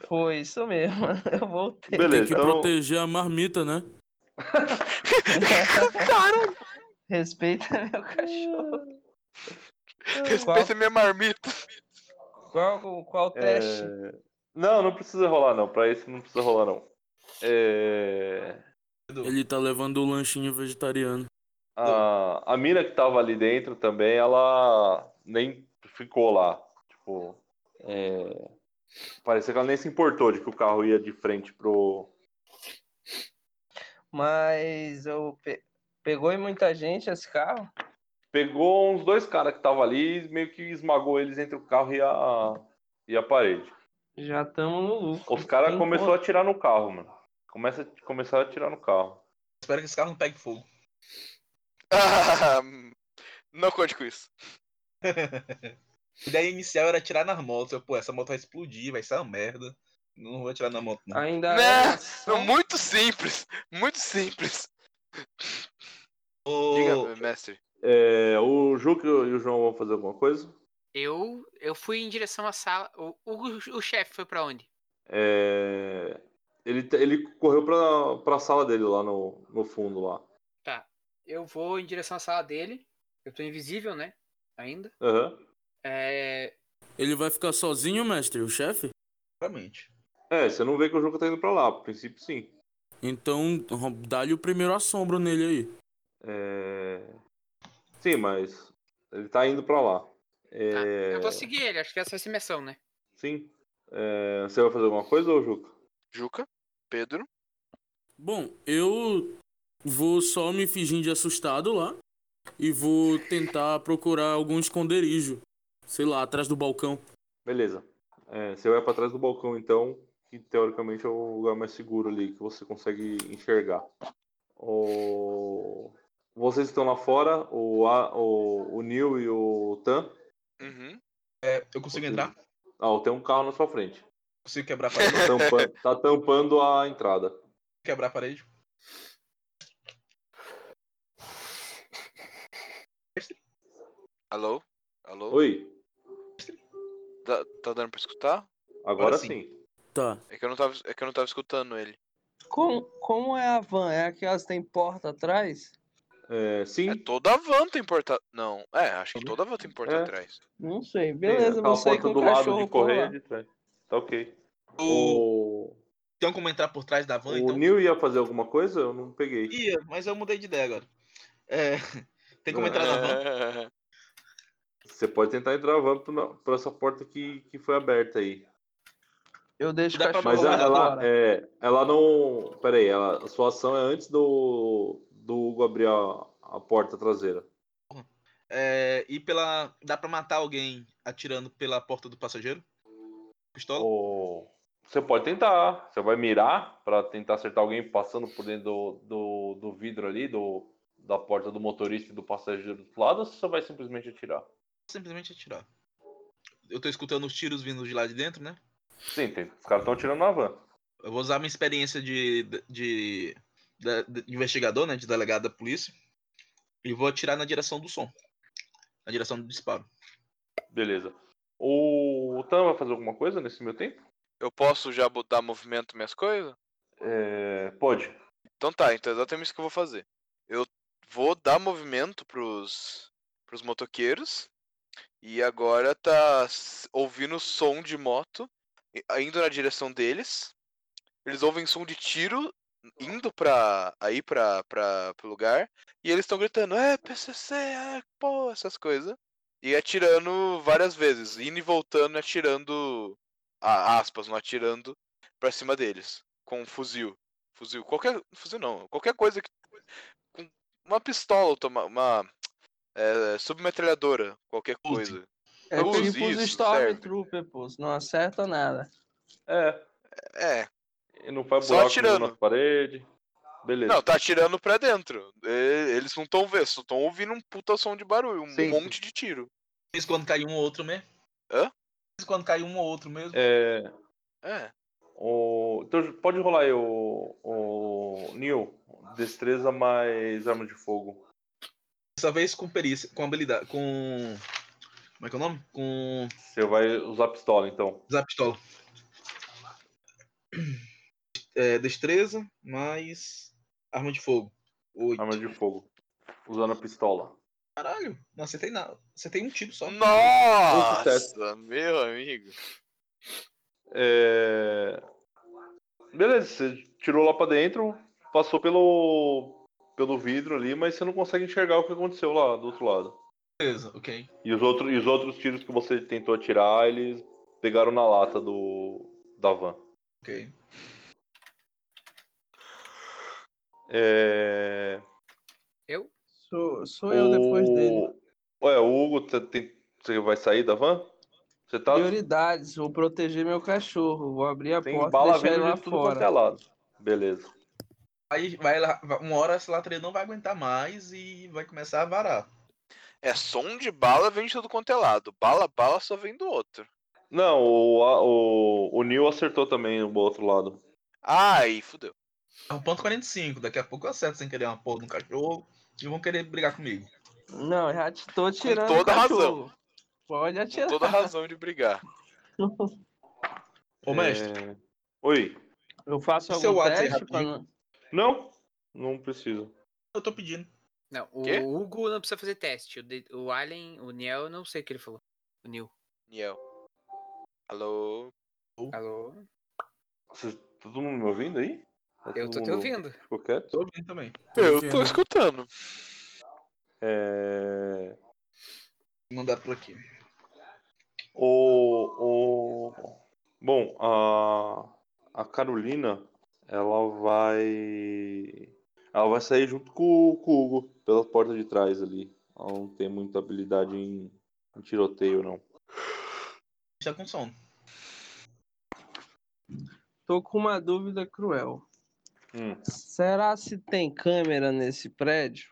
Speaker 5: Foi isso mesmo, <laughs> eu voltei.
Speaker 8: Tem
Speaker 4: Beleza,
Speaker 8: que
Speaker 4: então.
Speaker 8: proteger a marmita, né?
Speaker 5: <laughs> Respeita meu cachorro.
Speaker 3: Respeita minha marmita. <laughs>
Speaker 5: Qual, qual, qual
Speaker 4: é,
Speaker 5: teste?
Speaker 4: Não, não precisa rolar, não. Pra isso não precisa rolar, não. É,
Speaker 8: Ele tá levando o lanchinho vegetariano.
Speaker 4: A... a mina que tava ali dentro também, ela nem ficou lá. Tipo. é, Parecia que ela nem se importou de que o carro ia de frente pro.
Speaker 5: Mas eu pe- pegou em muita gente esse carro?
Speaker 4: Pegou uns dois caras que estavam ali e meio que esmagou eles entre o carro e a, e a parede.
Speaker 5: Já estamos no lucro.
Speaker 4: Os caras
Speaker 5: Tem um
Speaker 4: começaram a
Speaker 5: ponto.
Speaker 4: atirar no carro, mano. Começa, começaram a atirar no carro.
Speaker 6: Espero que esse carro não pegue fogo. <laughs>
Speaker 3: Ah, não conte com isso.
Speaker 6: A ideia inicial era atirar nas motos. Eu, pô, essa moto vai explodir, vai ser uma merda. Não vou atirar na moto, não.
Speaker 5: Ainda
Speaker 3: Né?
Speaker 5: é
Speaker 3: Muito simples. Muito simples.
Speaker 6: Ô,
Speaker 3: Diga, mestre.
Speaker 4: É, o Juca e o João vão fazer alguma coisa?
Speaker 7: Eu, eu fui em direção à sala. O, o, o chefe foi pra onde?
Speaker 4: É, ele, te- ele correu pra, pra sala dele lá no, no fundo lá.
Speaker 7: Tá. Eu vou em direção à sala dele. Eu tô invisível, né? Ainda.
Speaker 4: Aham.
Speaker 7: É,
Speaker 8: Ele vai ficar sozinho, mestre, o chefe?
Speaker 6: Claramente.
Speaker 4: É, você não vê que o Juca tá indo pra lá, a princípio sim.
Speaker 8: Então, ro- dá-lhe o primeiro assombro nele aí.
Speaker 4: É, Sim, mas ele tá indo pra lá. É,
Speaker 7: tá. Eu vou seguir ele, acho que essa vai ser minha ação, né?
Speaker 4: Sim. É, Você vai fazer alguma coisa, ô Juca?
Speaker 3: Juca? Pedro?
Speaker 8: Bom, eu vou só me fingir de assustado lá e vou tentar procurar algum esconderijo. Sei lá, atrás do balcão.
Speaker 4: Beleza. É, você vai pra trás do balcão, então, que teoricamente é o lugar mais seguro ali que você consegue enxergar. O... Vocês estão lá fora, o, A- o, o Neil e o Tan.
Speaker 3: Uhum.
Speaker 6: É, eu consigo entrar?
Speaker 4: Ah, tem um carro na sua frente.
Speaker 6: Consigo quebrar a parede?
Speaker 4: Tá tampando, tá tampando a entrada.
Speaker 6: quebrar a parede?
Speaker 3: Alô? Alô?
Speaker 4: Oi,
Speaker 3: Tá, tá dando pra escutar?
Speaker 4: agora
Speaker 6: Agora
Speaker 4: sim.
Speaker 6: sim.
Speaker 8: Tá.
Speaker 3: É que eu não tava, é que eu não tava escutando ele.
Speaker 5: Como, como é a van? É aquelas que tem porta atrás?
Speaker 4: É, sim,
Speaker 3: É toda van tem porta. Não, é, acho que toda van tem porta
Speaker 4: É.
Speaker 3: atrás.
Speaker 5: Não sei.
Speaker 4: sim,
Speaker 5: Beleza,
Speaker 4: aquela
Speaker 5: vou sair com
Speaker 4: porta
Speaker 5: o
Speaker 4: do lado
Speaker 5: cachorro
Speaker 4: de
Speaker 5: por
Speaker 4: correia
Speaker 5: lá.
Speaker 4: de trás. Tá ok.
Speaker 6: Ô,
Speaker 4: O,
Speaker 6: Tem como entrar por trás da van,
Speaker 4: o
Speaker 6: então?
Speaker 4: Neil ia fazer alguma coisa? Eu não peguei.
Speaker 6: Ia, mas eu mudei de ideia agora. É, <laughs> Tem como
Speaker 3: <laughs>
Speaker 6: entrar na
Speaker 3: É.
Speaker 6: van?
Speaker 4: Você pode tentar entrar van por na- por essa porta que, que foi aberta aí.
Speaker 5: Eu deixo o
Speaker 6: Dá pra
Speaker 5: cachorro
Speaker 4: Mas
Speaker 6: Vamos
Speaker 4: ela,
Speaker 5: lá
Speaker 4: ela,
Speaker 5: fora.
Speaker 4: é, ela não. Pera aí, ela, a sua ação é antes do, do Hugo abrir a, a porta traseira.
Speaker 6: É, e pela. Dá pra matar alguém atirando pela porta do passageiro? Pistola?
Speaker 4: O- Você pode tentar. Você vai mirar pra tentar acertar alguém passando por dentro do, do, do vidro ali, do, da porta do motorista e do passageiro do outro lado, ou você só vai simplesmente atirar?
Speaker 6: Simplesmente atirar. Eu tô escutando os tiros vindo de lá de dentro, né?
Speaker 4: Sim, tem, os caras estão atirando na van.
Speaker 6: Eu vou usar minha experiência de, de, de- de investigador, né? De delegado da polícia. E vou atirar na direção do som. Na direção do disparo.
Speaker 4: Beleza. O Tan vai fazer alguma coisa nesse meu tempo?
Speaker 3: Eu posso já botar movimento minhas coisas?
Speaker 4: É, pode.
Speaker 3: Então tá, então é exatamente isso que eu vou fazer. Eu vou dar movimento pros, pros motoqueiros. E agora tá s- ouvindo som de moto e- a- indo na direção deles. Eles ouvem som de tiro indo pra aí pra, pra pro lugar e eles estão gritando: "É, PCC, é, pô, essas coisas". E atirando várias vezes, indo e voltando, e atirando a- aspas, não atirando pra cima deles com um fuzil. Fuzil, qualquer fuzil não, qualquer coisa que com uma pistola, automa- uma é, submetralhadora, qualquer
Speaker 6: Uzi.
Speaker 3: coisa.
Speaker 5: É
Speaker 3: Usa
Speaker 5: tipo os
Speaker 3: isso,
Speaker 5: Stormtrooper, pô. Não acerta nada.
Speaker 4: É,
Speaker 3: É.
Speaker 4: e não faz
Speaker 3: Só
Speaker 4: buraco
Speaker 3: atirando.
Speaker 4: nenhum na parede. Beleza.
Speaker 3: Não, tá atirando pra dentro. E- Eles não estão vendo, só estão ouvindo um puta som de barulho, um
Speaker 6: Sim.
Speaker 3: monte de tiro.
Speaker 6: De vez em quando cai um ou outro mesmo.
Speaker 3: Hã?
Speaker 6: De vez em quando cai um ou outro mesmo.
Speaker 4: É,
Speaker 3: É.
Speaker 4: o... Então pode rolar aí, o... o Neil. Destreza mais arma de fogo.
Speaker 6: Dessa vez com perícia, com habilidade, com... Como é que é o nome? Com
Speaker 4: Você vai usar pistola, então.
Speaker 6: usar pistola. É, destreza, mais arma de fogo. Oito.
Speaker 4: Arma de fogo. Usando a pistola.
Speaker 6: Caralho, não acertei nada. Acertei um tiro só.
Speaker 3: Nossa, meu amigo.
Speaker 4: É... Beleza, você tirou lá pra dentro, passou pelo... pelo vidro ali, mas você não consegue enxergar o que aconteceu lá do outro lado.
Speaker 6: Beleza, ok.
Speaker 4: E os outros, e os outros tiros que você tentou atirar, eles pegaram na lata do da van.
Speaker 6: Ok.
Speaker 4: É...
Speaker 5: Sou, sou eu depois dele.
Speaker 4: Ué, o Hugo, você, tem- você vai sair da van? Você tá.
Speaker 5: Prioridades, vou proteger meu cachorro. Vou abrir a
Speaker 4: Tem
Speaker 5: porta e
Speaker 4: bala
Speaker 5: deixar ele
Speaker 4: vindo
Speaker 5: lá
Speaker 4: de tudo quanto é
Speaker 5: fora.
Speaker 4: lado. Beleza.
Speaker 6: Aí vai lá, vai- uma hora essa latrina não vai aguentar mais e vai começar a varar.
Speaker 3: É som de bala vem de tudo quanto é lado. Bala, bala só vem do outro.
Speaker 4: Não, o, a- o, o Neil acertou também o outro lado.
Speaker 3: Ai, fudeu.
Speaker 6: É um ponto 45, daqui a pouco eu acerto sem querer uma porra no cachorro e vão querer brigar comigo.
Speaker 5: Não, já te tô tirando.
Speaker 3: toda
Speaker 5: o
Speaker 3: a razão.
Speaker 5: cachorro. Pode
Speaker 3: Com
Speaker 5: atirar.
Speaker 3: toda a razão de brigar.
Speaker 5: <laughs>
Speaker 6: Ô, mestre,
Speaker 4: É... Oi.
Speaker 5: Eu faço
Speaker 6: Seu
Speaker 5: algum
Speaker 6: WhatsApp
Speaker 5: teste pra
Speaker 6: rapidinho.
Speaker 5: não...
Speaker 4: Não? Não preciso.
Speaker 6: eu tô pedindo.
Speaker 7: Não, o
Speaker 3: Quê?
Speaker 7: Hugo não precisa fazer teste. O, de- o Alien, o Niel, eu não sei o que ele falou. O Neil.
Speaker 3: Niel. Alô?
Speaker 7: Alô?
Speaker 4: Vocês, todo mundo me ouvindo aí? Tá
Speaker 7: Eu
Speaker 4: todo
Speaker 7: tô te
Speaker 4: mundo-
Speaker 7: ouvindo.
Speaker 4: Ficou quieto?
Speaker 6: Tô ouvindo também.
Speaker 3: Eu tô escutando.
Speaker 4: É...
Speaker 6: Mandar por aqui.
Speaker 4: O, o... Bom, a... a Carolina, ela vai. Ela vai sair junto com, o- com o Hugo pela porta de trás ali. Ela não tem muita habilidade em, em tiroteio, não.
Speaker 6: Tá com sono.
Speaker 5: Tô com uma dúvida cruel.
Speaker 4: Hum,
Speaker 5: Será se tem câmera nesse prédio?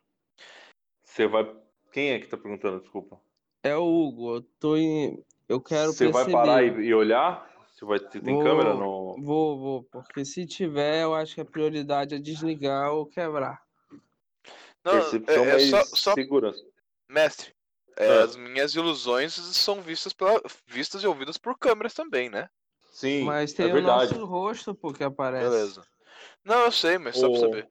Speaker 4: Você vai. Quem é que tá perguntando? Desculpa.
Speaker 5: É o Hugo. Eu tô em... Eu quero
Speaker 4: Você vai
Speaker 5: perceber.
Speaker 4: parar e, e olhar? Você vai... Tem
Speaker 5: Vou-
Speaker 4: câmera no.
Speaker 5: Vou, vou. Porque se tiver, eu acho que a prioridade é desligar ou quebrar.
Speaker 3: Não,
Speaker 4: Percepção,
Speaker 3: é, é
Speaker 4: mas
Speaker 3: só, só-
Speaker 4: segurança.
Speaker 3: Mestre, é,
Speaker 4: Ah.
Speaker 3: as minhas ilusões são vistas, pela, vistas e ouvidas por câmeras também, né?
Speaker 4: Sim,
Speaker 5: Mas tem
Speaker 4: é
Speaker 5: o
Speaker 4: verdade.
Speaker 5: nosso rosto, pô, que aparece.
Speaker 3: Beleza. Não, eu sei, mas É só pra saber.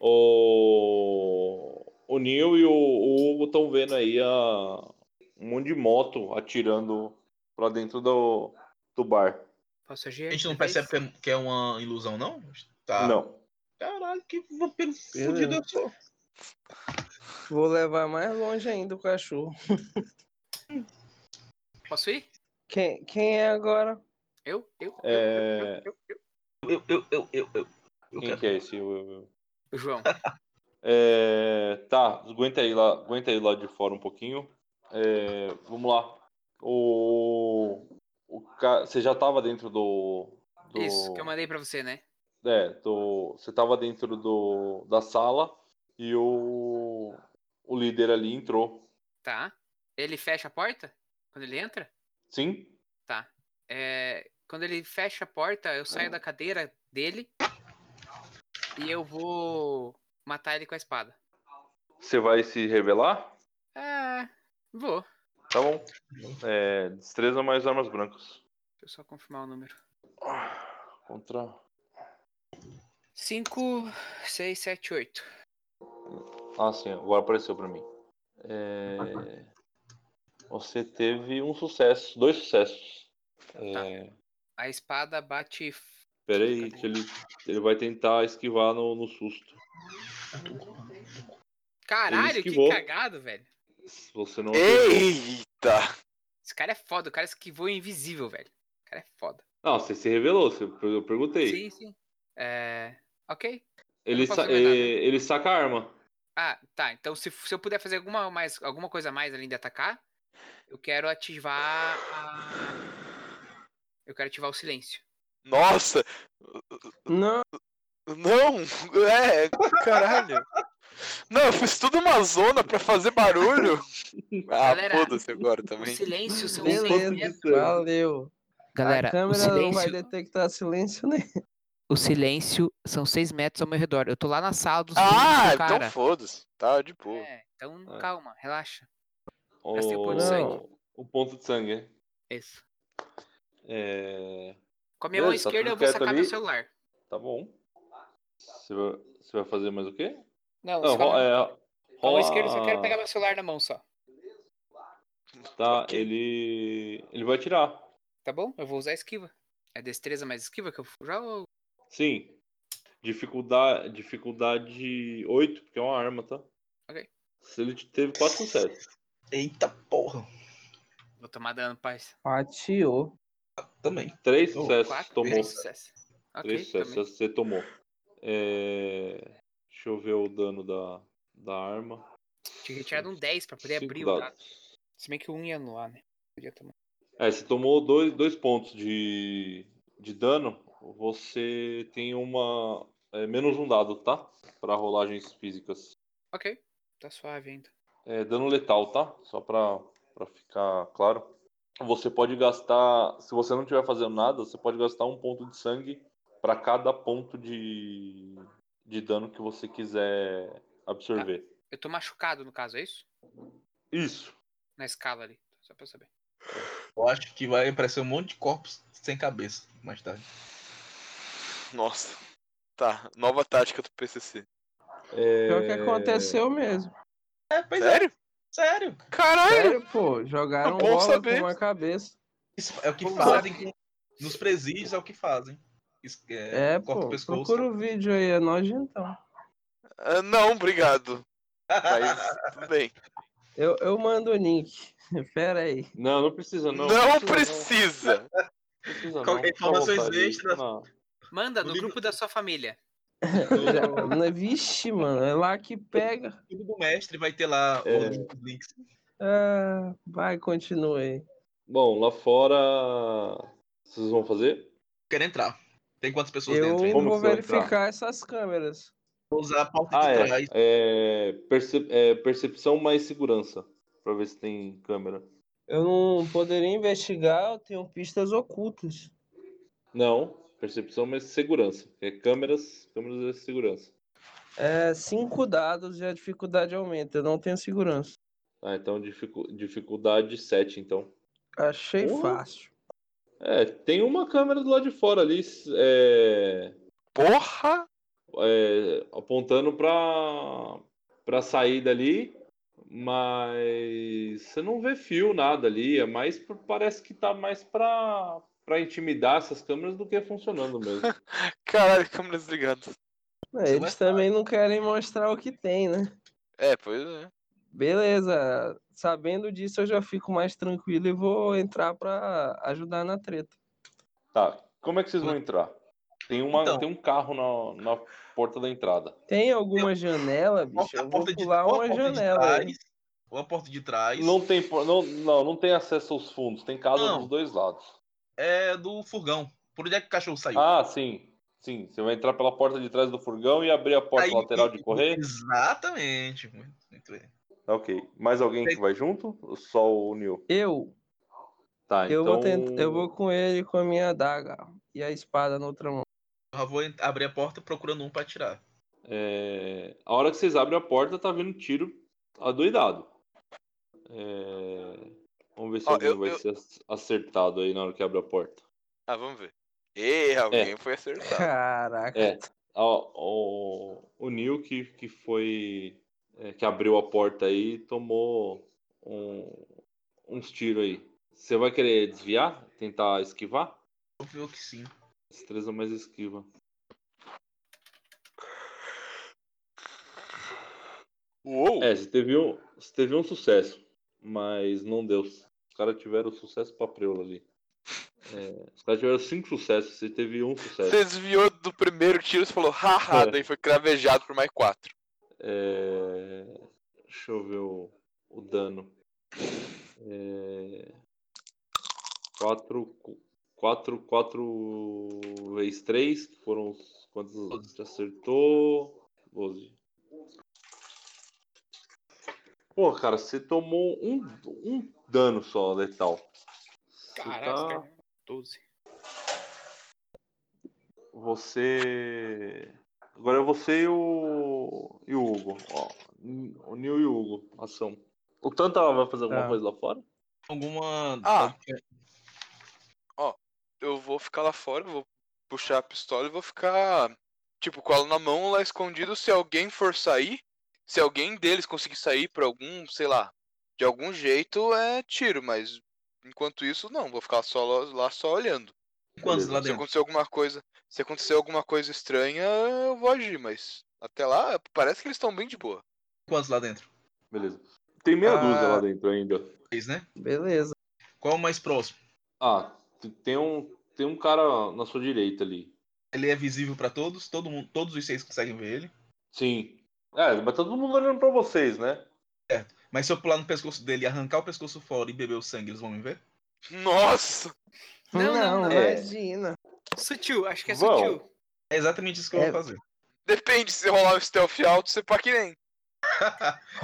Speaker 4: O, o Neil e o, o Hugo estão vendo aí a, um monte de moto atirando pra dentro do, do bar.
Speaker 7: Passageiro.
Speaker 6: A gente não
Speaker 7: três.
Speaker 6: percebe que é- que é uma ilusão, não?
Speaker 3: Ah.
Speaker 6: Tá.
Speaker 4: Não.
Speaker 6: Caralho, que vampiro fudido eu sou.
Speaker 5: Vou levar mais longe ainda o cachorro.
Speaker 7: Posso ir?
Speaker 5: Quem, quem é agora?
Speaker 7: Eu? Eu? eu,
Speaker 4: É,
Speaker 7: eu, eu, eu.
Speaker 6: Eu, eu, eu, eu, eu. Eu
Speaker 4: quem
Speaker 6: quero.
Speaker 4: que é esse? Eu, eu, eu.
Speaker 7: O João.
Speaker 4: É, tá, aguenta aí, lá, aguenta aí lá de fora um pouquinho. É, vamos lá. O, o, ca- você já tava dentro do. do
Speaker 7: Isso, que eu mandei pra você, né?
Speaker 4: É, do, você tava dentro do, da sala e o, o líder ali entrou.
Speaker 7: Tá. Ele fecha a porta? Quando ele entra? Tá.
Speaker 4: Sim?
Speaker 7: É, quando ele fecha a porta, eu saio da cadeira dele e eu vou matar ele com a espada.
Speaker 4: Você vai se revelar?
Speaker 7: É, vou.
Speaker 4: Tá bom. É, destreza mais armas brancas.
Speaker 7: Deixa eu só confirmar o número.
Speaker 4: Contra.
Speaker 7: 5, 6, 7, 8.
Speaker 4: Ah, sim, agora apareceu pra mim. É,
Speaker 7: Uhum.
Speaker 4: Você teve um sucesso, dois sucessos.
Speaker 7: Tá.
Speaker 4: É,
Speaker 7: A espada bate. f-
Speaker 4: Peraí, que ele, ele vai tentar esquivar no, no susto.
Speaker 7: Caralho, que
Speaker 4: esquivou.
Speaker 7: cagado, velho.
Speaker 4: Se Você não.
Speaker 3: Eita!
Speaker 7: Esse cara é foda, o cara esquivou invisível, velho. O cara é foda.
Speaker 4: Não, você se revelou, você- eu perguntei.
Speaker 7: Sim, sim. É. Ok.
Speaker 4: ele,
Speaker 7: não posso né?
Speaker 4: sa-
Speaker 7: ver nada.
Speaker 4: ele, ele saca a arma.
Speaker 7: Ah, tá. Então, se, se eu puder fazer alguma, mais, alguma coisa a mais além de atacar, eu quero ativar a. Eu quero ativar o silêncio.
Speaker 3: Nossa!
Speaker 5: Não,
Speaker 3: Não! É, caralho! Não, eu fiz tudo uma zona pra fazer
Speaker 7: <laughs>
Speaker 3: barulho! Ah,
Speaker 7: Galera,
Speaker 3: foda-se agora
Speaker 7: O
Speaker 3: também.
Speaker 7: silêncio é são
Speaker 4: Beleza.
Speaker 7: 100 metros.
Speaker 5: valeu.
Speaker 7: Galera,
Speaker 5: a
Speaker 7: o
Speaker 5: câmera não vai
Speaker 7: silêncio,
Speaker 5: detectar silêncio nem.
Speaker 7: o silêncio são 6 metros ao meu redor. Eu tô lá na sala dos
Speaker 3: Ah,
Speaker 7: do cara.
Speaker 3: então foda-se. Tá de boa.
Speaker 7: É, então
Speaker 4: É.
Speaker 7: calma, relaxa.
Speaker 4: O,
Speaker 7: Gastei o É ponto de
Speaker 5: sangue.
Speaker 4: o ponto de sangue.
Speaker 7: Isso.
Speaker 4: É,
Speaker 7: Com a minha mão
Speaker 4: Beleza, tá
Speaker 7: esquerda
Speaker 4: tudo
Speaker 7: eu vou
Speaker 4: quieto
Speaker 7: sacar
Speaker 4: ali.
Speaker 7: meu celular.
Speaker 4: Tá bom. Você vai, você vai fazer mais o quê?
Speaker 7: Não,
Speaker 4: Não,
Speaker 7: só
Speaker 4: ro- é,
Speaker 7: com a mão
Speaker 4: rola-
Speaker 7: esquerda eu só quero pegar meu celular na mão só.
Speaker 4: Tá, ele. Ele vai tirar.
Speaker 7: Tá bom? Eu vou usar a esquiva. É destreza mais esquiva que eu jogo?
Speaker 4: Sim. Dificuldade, dificuldade 8, porque é uma arma, tá?
Speaker 7: Ok.
Speaker 4: Se ele te- teve 4 sucessos.
Speaker 6: Eita porra.
Speaker 7: Vou tomar dano, paz.
Speaker 5: Fatiou.
Speaker 6: Ah, Também.
Speaker 4: 3
Speaker 6: Oh,
Speaker 4: sucessos
Speaker 7: Quatro,
Speaker 4: tomou.
Speaker 7: três sucessos. Ok,
Speaker 4: 3 sucessos
Speaker 7: também.
Speaker 4: você tomou. É, Deixa eu ver o dano da, da arma.
Speaker 7: Tinha retirado um 10 pra poder
Speaker 4: Cinco
Speaker 7: abrir o dado.
Speaker 4: dados.
Speaker 7: Se bem que um ia anular, né? Podia tomar.
Speaker 4: É, você tomou 2 dois, dois pontos de, de dano. Você tem uma. é, menos um dado, tá? Pra rolagens físicas.
Speaker 7: Ok, tá suave ainda.
Speaker 4: É, dano letal, tá? Só pra, pra ficar claro. Você pode gastar, se você não estiver fazendo nada, você pode gastar um ponto de sangue pra cada ponto de, de dano que você quiser absorver.
Speaker 7: Eu tô machucado, no caso, é isso?
Speaker 4: Isso.
Speaker 7: Na escala ali, só pra eu saber.
Speaker 6: Eu acho que vai aparecer um monte de corpos sem cabeça mais tarde.
Speaker 3: Nossa. Tá, nova tática do PCC.
Speaker 4: É...
Speaker 5: É o que aconteceu mesmo.
Speaker 6: É, pois
Speaker 3: Sério?
Speaker 6: é. Sério.
Speaker 3: Caralho!
Speaker 5: Sério, pô, jogaram
Speaker 3: Bom
Speaker 5: bola
Speaker 3: saber.
Speaker 5: com a cabeça.
Speaker 6: Isso é o que
Speaker 7: Vamos
Speaker 6: fazem. com- Nos presídios é o que fazem. Es- É,
Speaker 5: É,
Speaker 6: corta
Speaker 5: pô,
Speaker 6: o pescoço. <laughs>
Speaker 5: procura o vídeo aí, é nojentão.
Speaker 3: Ah, não, obrigado. Mas tudo bem.
Speaker 5: Eu, eu mando o link. <laughs> Pera aí.
Speaker 4: Não, não precisa não.
Speaker 3: Não
Speaker 4: precisa. é
Speaker 3: precisa!
Speaker 4: não, precisa, não. Fica
Speaker 6: Qualquer
Speaker 4: à
Speaker 6: informações
Speaker 4: vontade aí,
Speaker 6: extras.
Speaker 4: tá na-
Speaker 7: Manda
Speaker 6: No
Speaker 7: no
Speaker 6: livro-
Speaker 7: grupo da sua família.
Speaker 5: <laughs> Já,
Speaker 6: No
Speaker 5: né, vixe, mano, é lá que pega.
Speaker 6: livro do mestre vai ter lá
Speaker 4: É.
Speaker 6: os links.
Speaker 5: Ah, vai, continue aí.
Speaker 4: Bom, lá fora. Vocês vão fazer?
Speaker 6: Quero entrar. Tem quantas pessoas
Speaker 5: Eu
Speaker 6: dentro? ainda?
Speaker 4: Como
Speaker 5: vou
Speaker 4: que você vai entrar?
Speaker 5: verificar essas câmeras.
Speaker 6: Vou usar a porta de
Speaker 4: Ah, é.
Speaker 6: trás.
Speaker 4: é, percep- é percepção mais segurança. Pra ver se tem câmera.
Speaker 5: Eu não poderia investigar, eu tenho pistas ocultas.
Speaker 4: Não, percepção, mas segurança. É câmeras, câmeras de segurança.
Speaker 5: É, cinco dados e a dificuldade aumenta, eu não tenho segurança.
Speaker 4: Ah, então dificu- dificuldade 7, então.
Speaker 5: Achei
Speaker 4: Porra.
Speaker 5: fácil.
Speaker 4: É, tem uma câmera do lado de fora ali, s- é,
Speaker 3: Porra!
Speaker 4: é, apontando pra, pra saída ali, mas você não vê fio, nada ali. É mais, por- parece que tá mais pra, pra intimidar essas câmeras do que funcionando mesmo.
Speaker 3: Caralho, câmera desligada.
Speaker 5: É,
Speaker 6: Isso é
Speaker 5: eles
Speaker 6: mais
Speaker 5: também não querem mostrar o que tem, né?
Speaker 3: É, pois é.
Speaker 5: Beleza, sabendo disso eu já fico mais tranquilo e vou entrar pra ajudar na treta.
Speaker 4: Tá, como é que vocês vão entrar? Tem, uma,
Speaker 6: Então.
Speaker 4: tem um carro na, na porta da entrada.
Speaker 5: Tem alguma janela, bicho?
Speaker 6: Ou
Speaker 5: Eu vou pular
Speaker 6: ou é a
Speaker 5: uma
Speaker 6: porta de
Speaker 5: janela. aí.
Speaker 6: trás, Ou a porta de trás.
Speaker 4: Não tem, por- não, não, não tem acesso aos fundos, tem casa
Speaker 6: Não.
Speaker 4: dos dois lados.
Speaker 6: É do furgão. Por onde é que o cachorro saiu?
Speaker 4: Ah, sim. Sim, você vai entrar pela porta de trás do furgão e abrir a porta
Speaker 6: Aí-
Speaker 4: lateral de correr.
Speaker 6: Exatamente. Muito bem.
Speaker 4: Tá, Ok. Mais alguém que vai junto? Ou Só o Neil.
Speaker 5: Eu,
Speaker 4: Tá,
Speaker 5: eu,
Speaker 4: então.
Speaker 5: vou tent... eu vou com ele com a minha adaga e a espada na outra mão.
Speaker 6: Eu vou en- abrir a porta procurando um pra tirar.
Speaker 4: É, A hora que vocês abrem a porta, tá vindo tiro adoidado. É, Vamos ver se
Speaker 3: Ó,
Speaker 4: alguém
Speaker 3: eu-
Speaker 4: vai
Speaker 3: eu-
Speaker 4: Ah, ser ac- acertado aí na hora que abre a porta.
Speaker 3: Ah, vamos ver. Ei, alguém foi
Speaker 6: Tá.
Speaker 3: acertado.
Speaker 5: Caraca.
Speaker 4: É. Ó, O, o Neil que, que foi. é, que abriu a porta aí tomou um- uns tiros aí. Você vai querer desviar? Tentar esquivar?
Speaker 6: Óbvio que sim.
Speaker 4: Destreza mais esquiva.
Speaker 3: Uou!
Speaker 4: É, você teve um, você teve um sucesso, mas não deu. Os caras tiveram sucesso pra preula ali. É, os caras tiveram cinco sucessos, você teve um sucesso.
Speaker 3: Você desviou do primeiro tiro e falou, haha,
Speaker 4: É.
Speaker 3: daí foi cravejado por mais quatro.
Speaker 4: É... Deixa eu ver o, o dano. É... 4, 4, 4 vezes 3, que foram os- quantos já acertou? 12. Pô, cara, você tomou um, um dano só letal. Você tá-
Speaker 7: Caraca, 12.
Speaker 4: você. Agora é você e o. E o Hugo. Ó, o Neil e o Hugo. Ação. O Tanta vai fazer alguma
Speaker 5: Tá.
Speaker 4: coisa lá fora?
Speaker 6: Alguma.
Speaker 3: Ah. Eu vou ficar lá fora, vou puxar a pistola e vou ficar, tipo, com ela na mão lá escondido. Se alguém for sair, se alguém deles conseguir sair por algum, sei lá, de algum jeito é tiro, mas enquanto isso, não, vou ficar só lá, lá só olhando.
Speaker 6: Quantos
Speaker 4: Beleza.
Speaker 6: lá
Speaker 3: Se
Speaker 6: Tá dentro?
Speaker 3: acontecer alguma coisa, se acontecer alguma coisa estranha, eu vou agir, mas até lá parece que eles estão bem de boa. <laughs>
Speaker 6: Quantos lá dentro?
Speaker 4: Beleza. Tem meia
Speaker 5: Ah.
Speaker 4: dúzia lá dentro ainda.
Speaker 6: Três, né?
Speaker 5: Beleza.
Speaker 6: Qual é o mais próximo?
Speaker 4: Ah, t- tem um, tem um cara na sua direita ali.
Speaker 6: Ele é visível pra todos, todo mundo, todos os seis conseguem ver ele.
Speaker 4: Sim. É, mas tá todo mundo olhando pra vocês, né?
Speaker 6: Mas se eu pular no pescoço dele, arrancar o pescoço fora e beber o sangue, eles vão me ver?
Speaker 3: Nossa!
Speaker 7: Não, não, não.
Speaker 4: é.
Speaker 5: imagina.
Speaker 7: Sutil, acho que é
Speaker 4: Vão.
Speaker 7: sutil.
Speaker 6: É exatamente isso que eu
Speaker 5: É.
Speaker 6: vou fazer.
Speaker 3: Depende, se rolar o stealth alto, você pá que nem.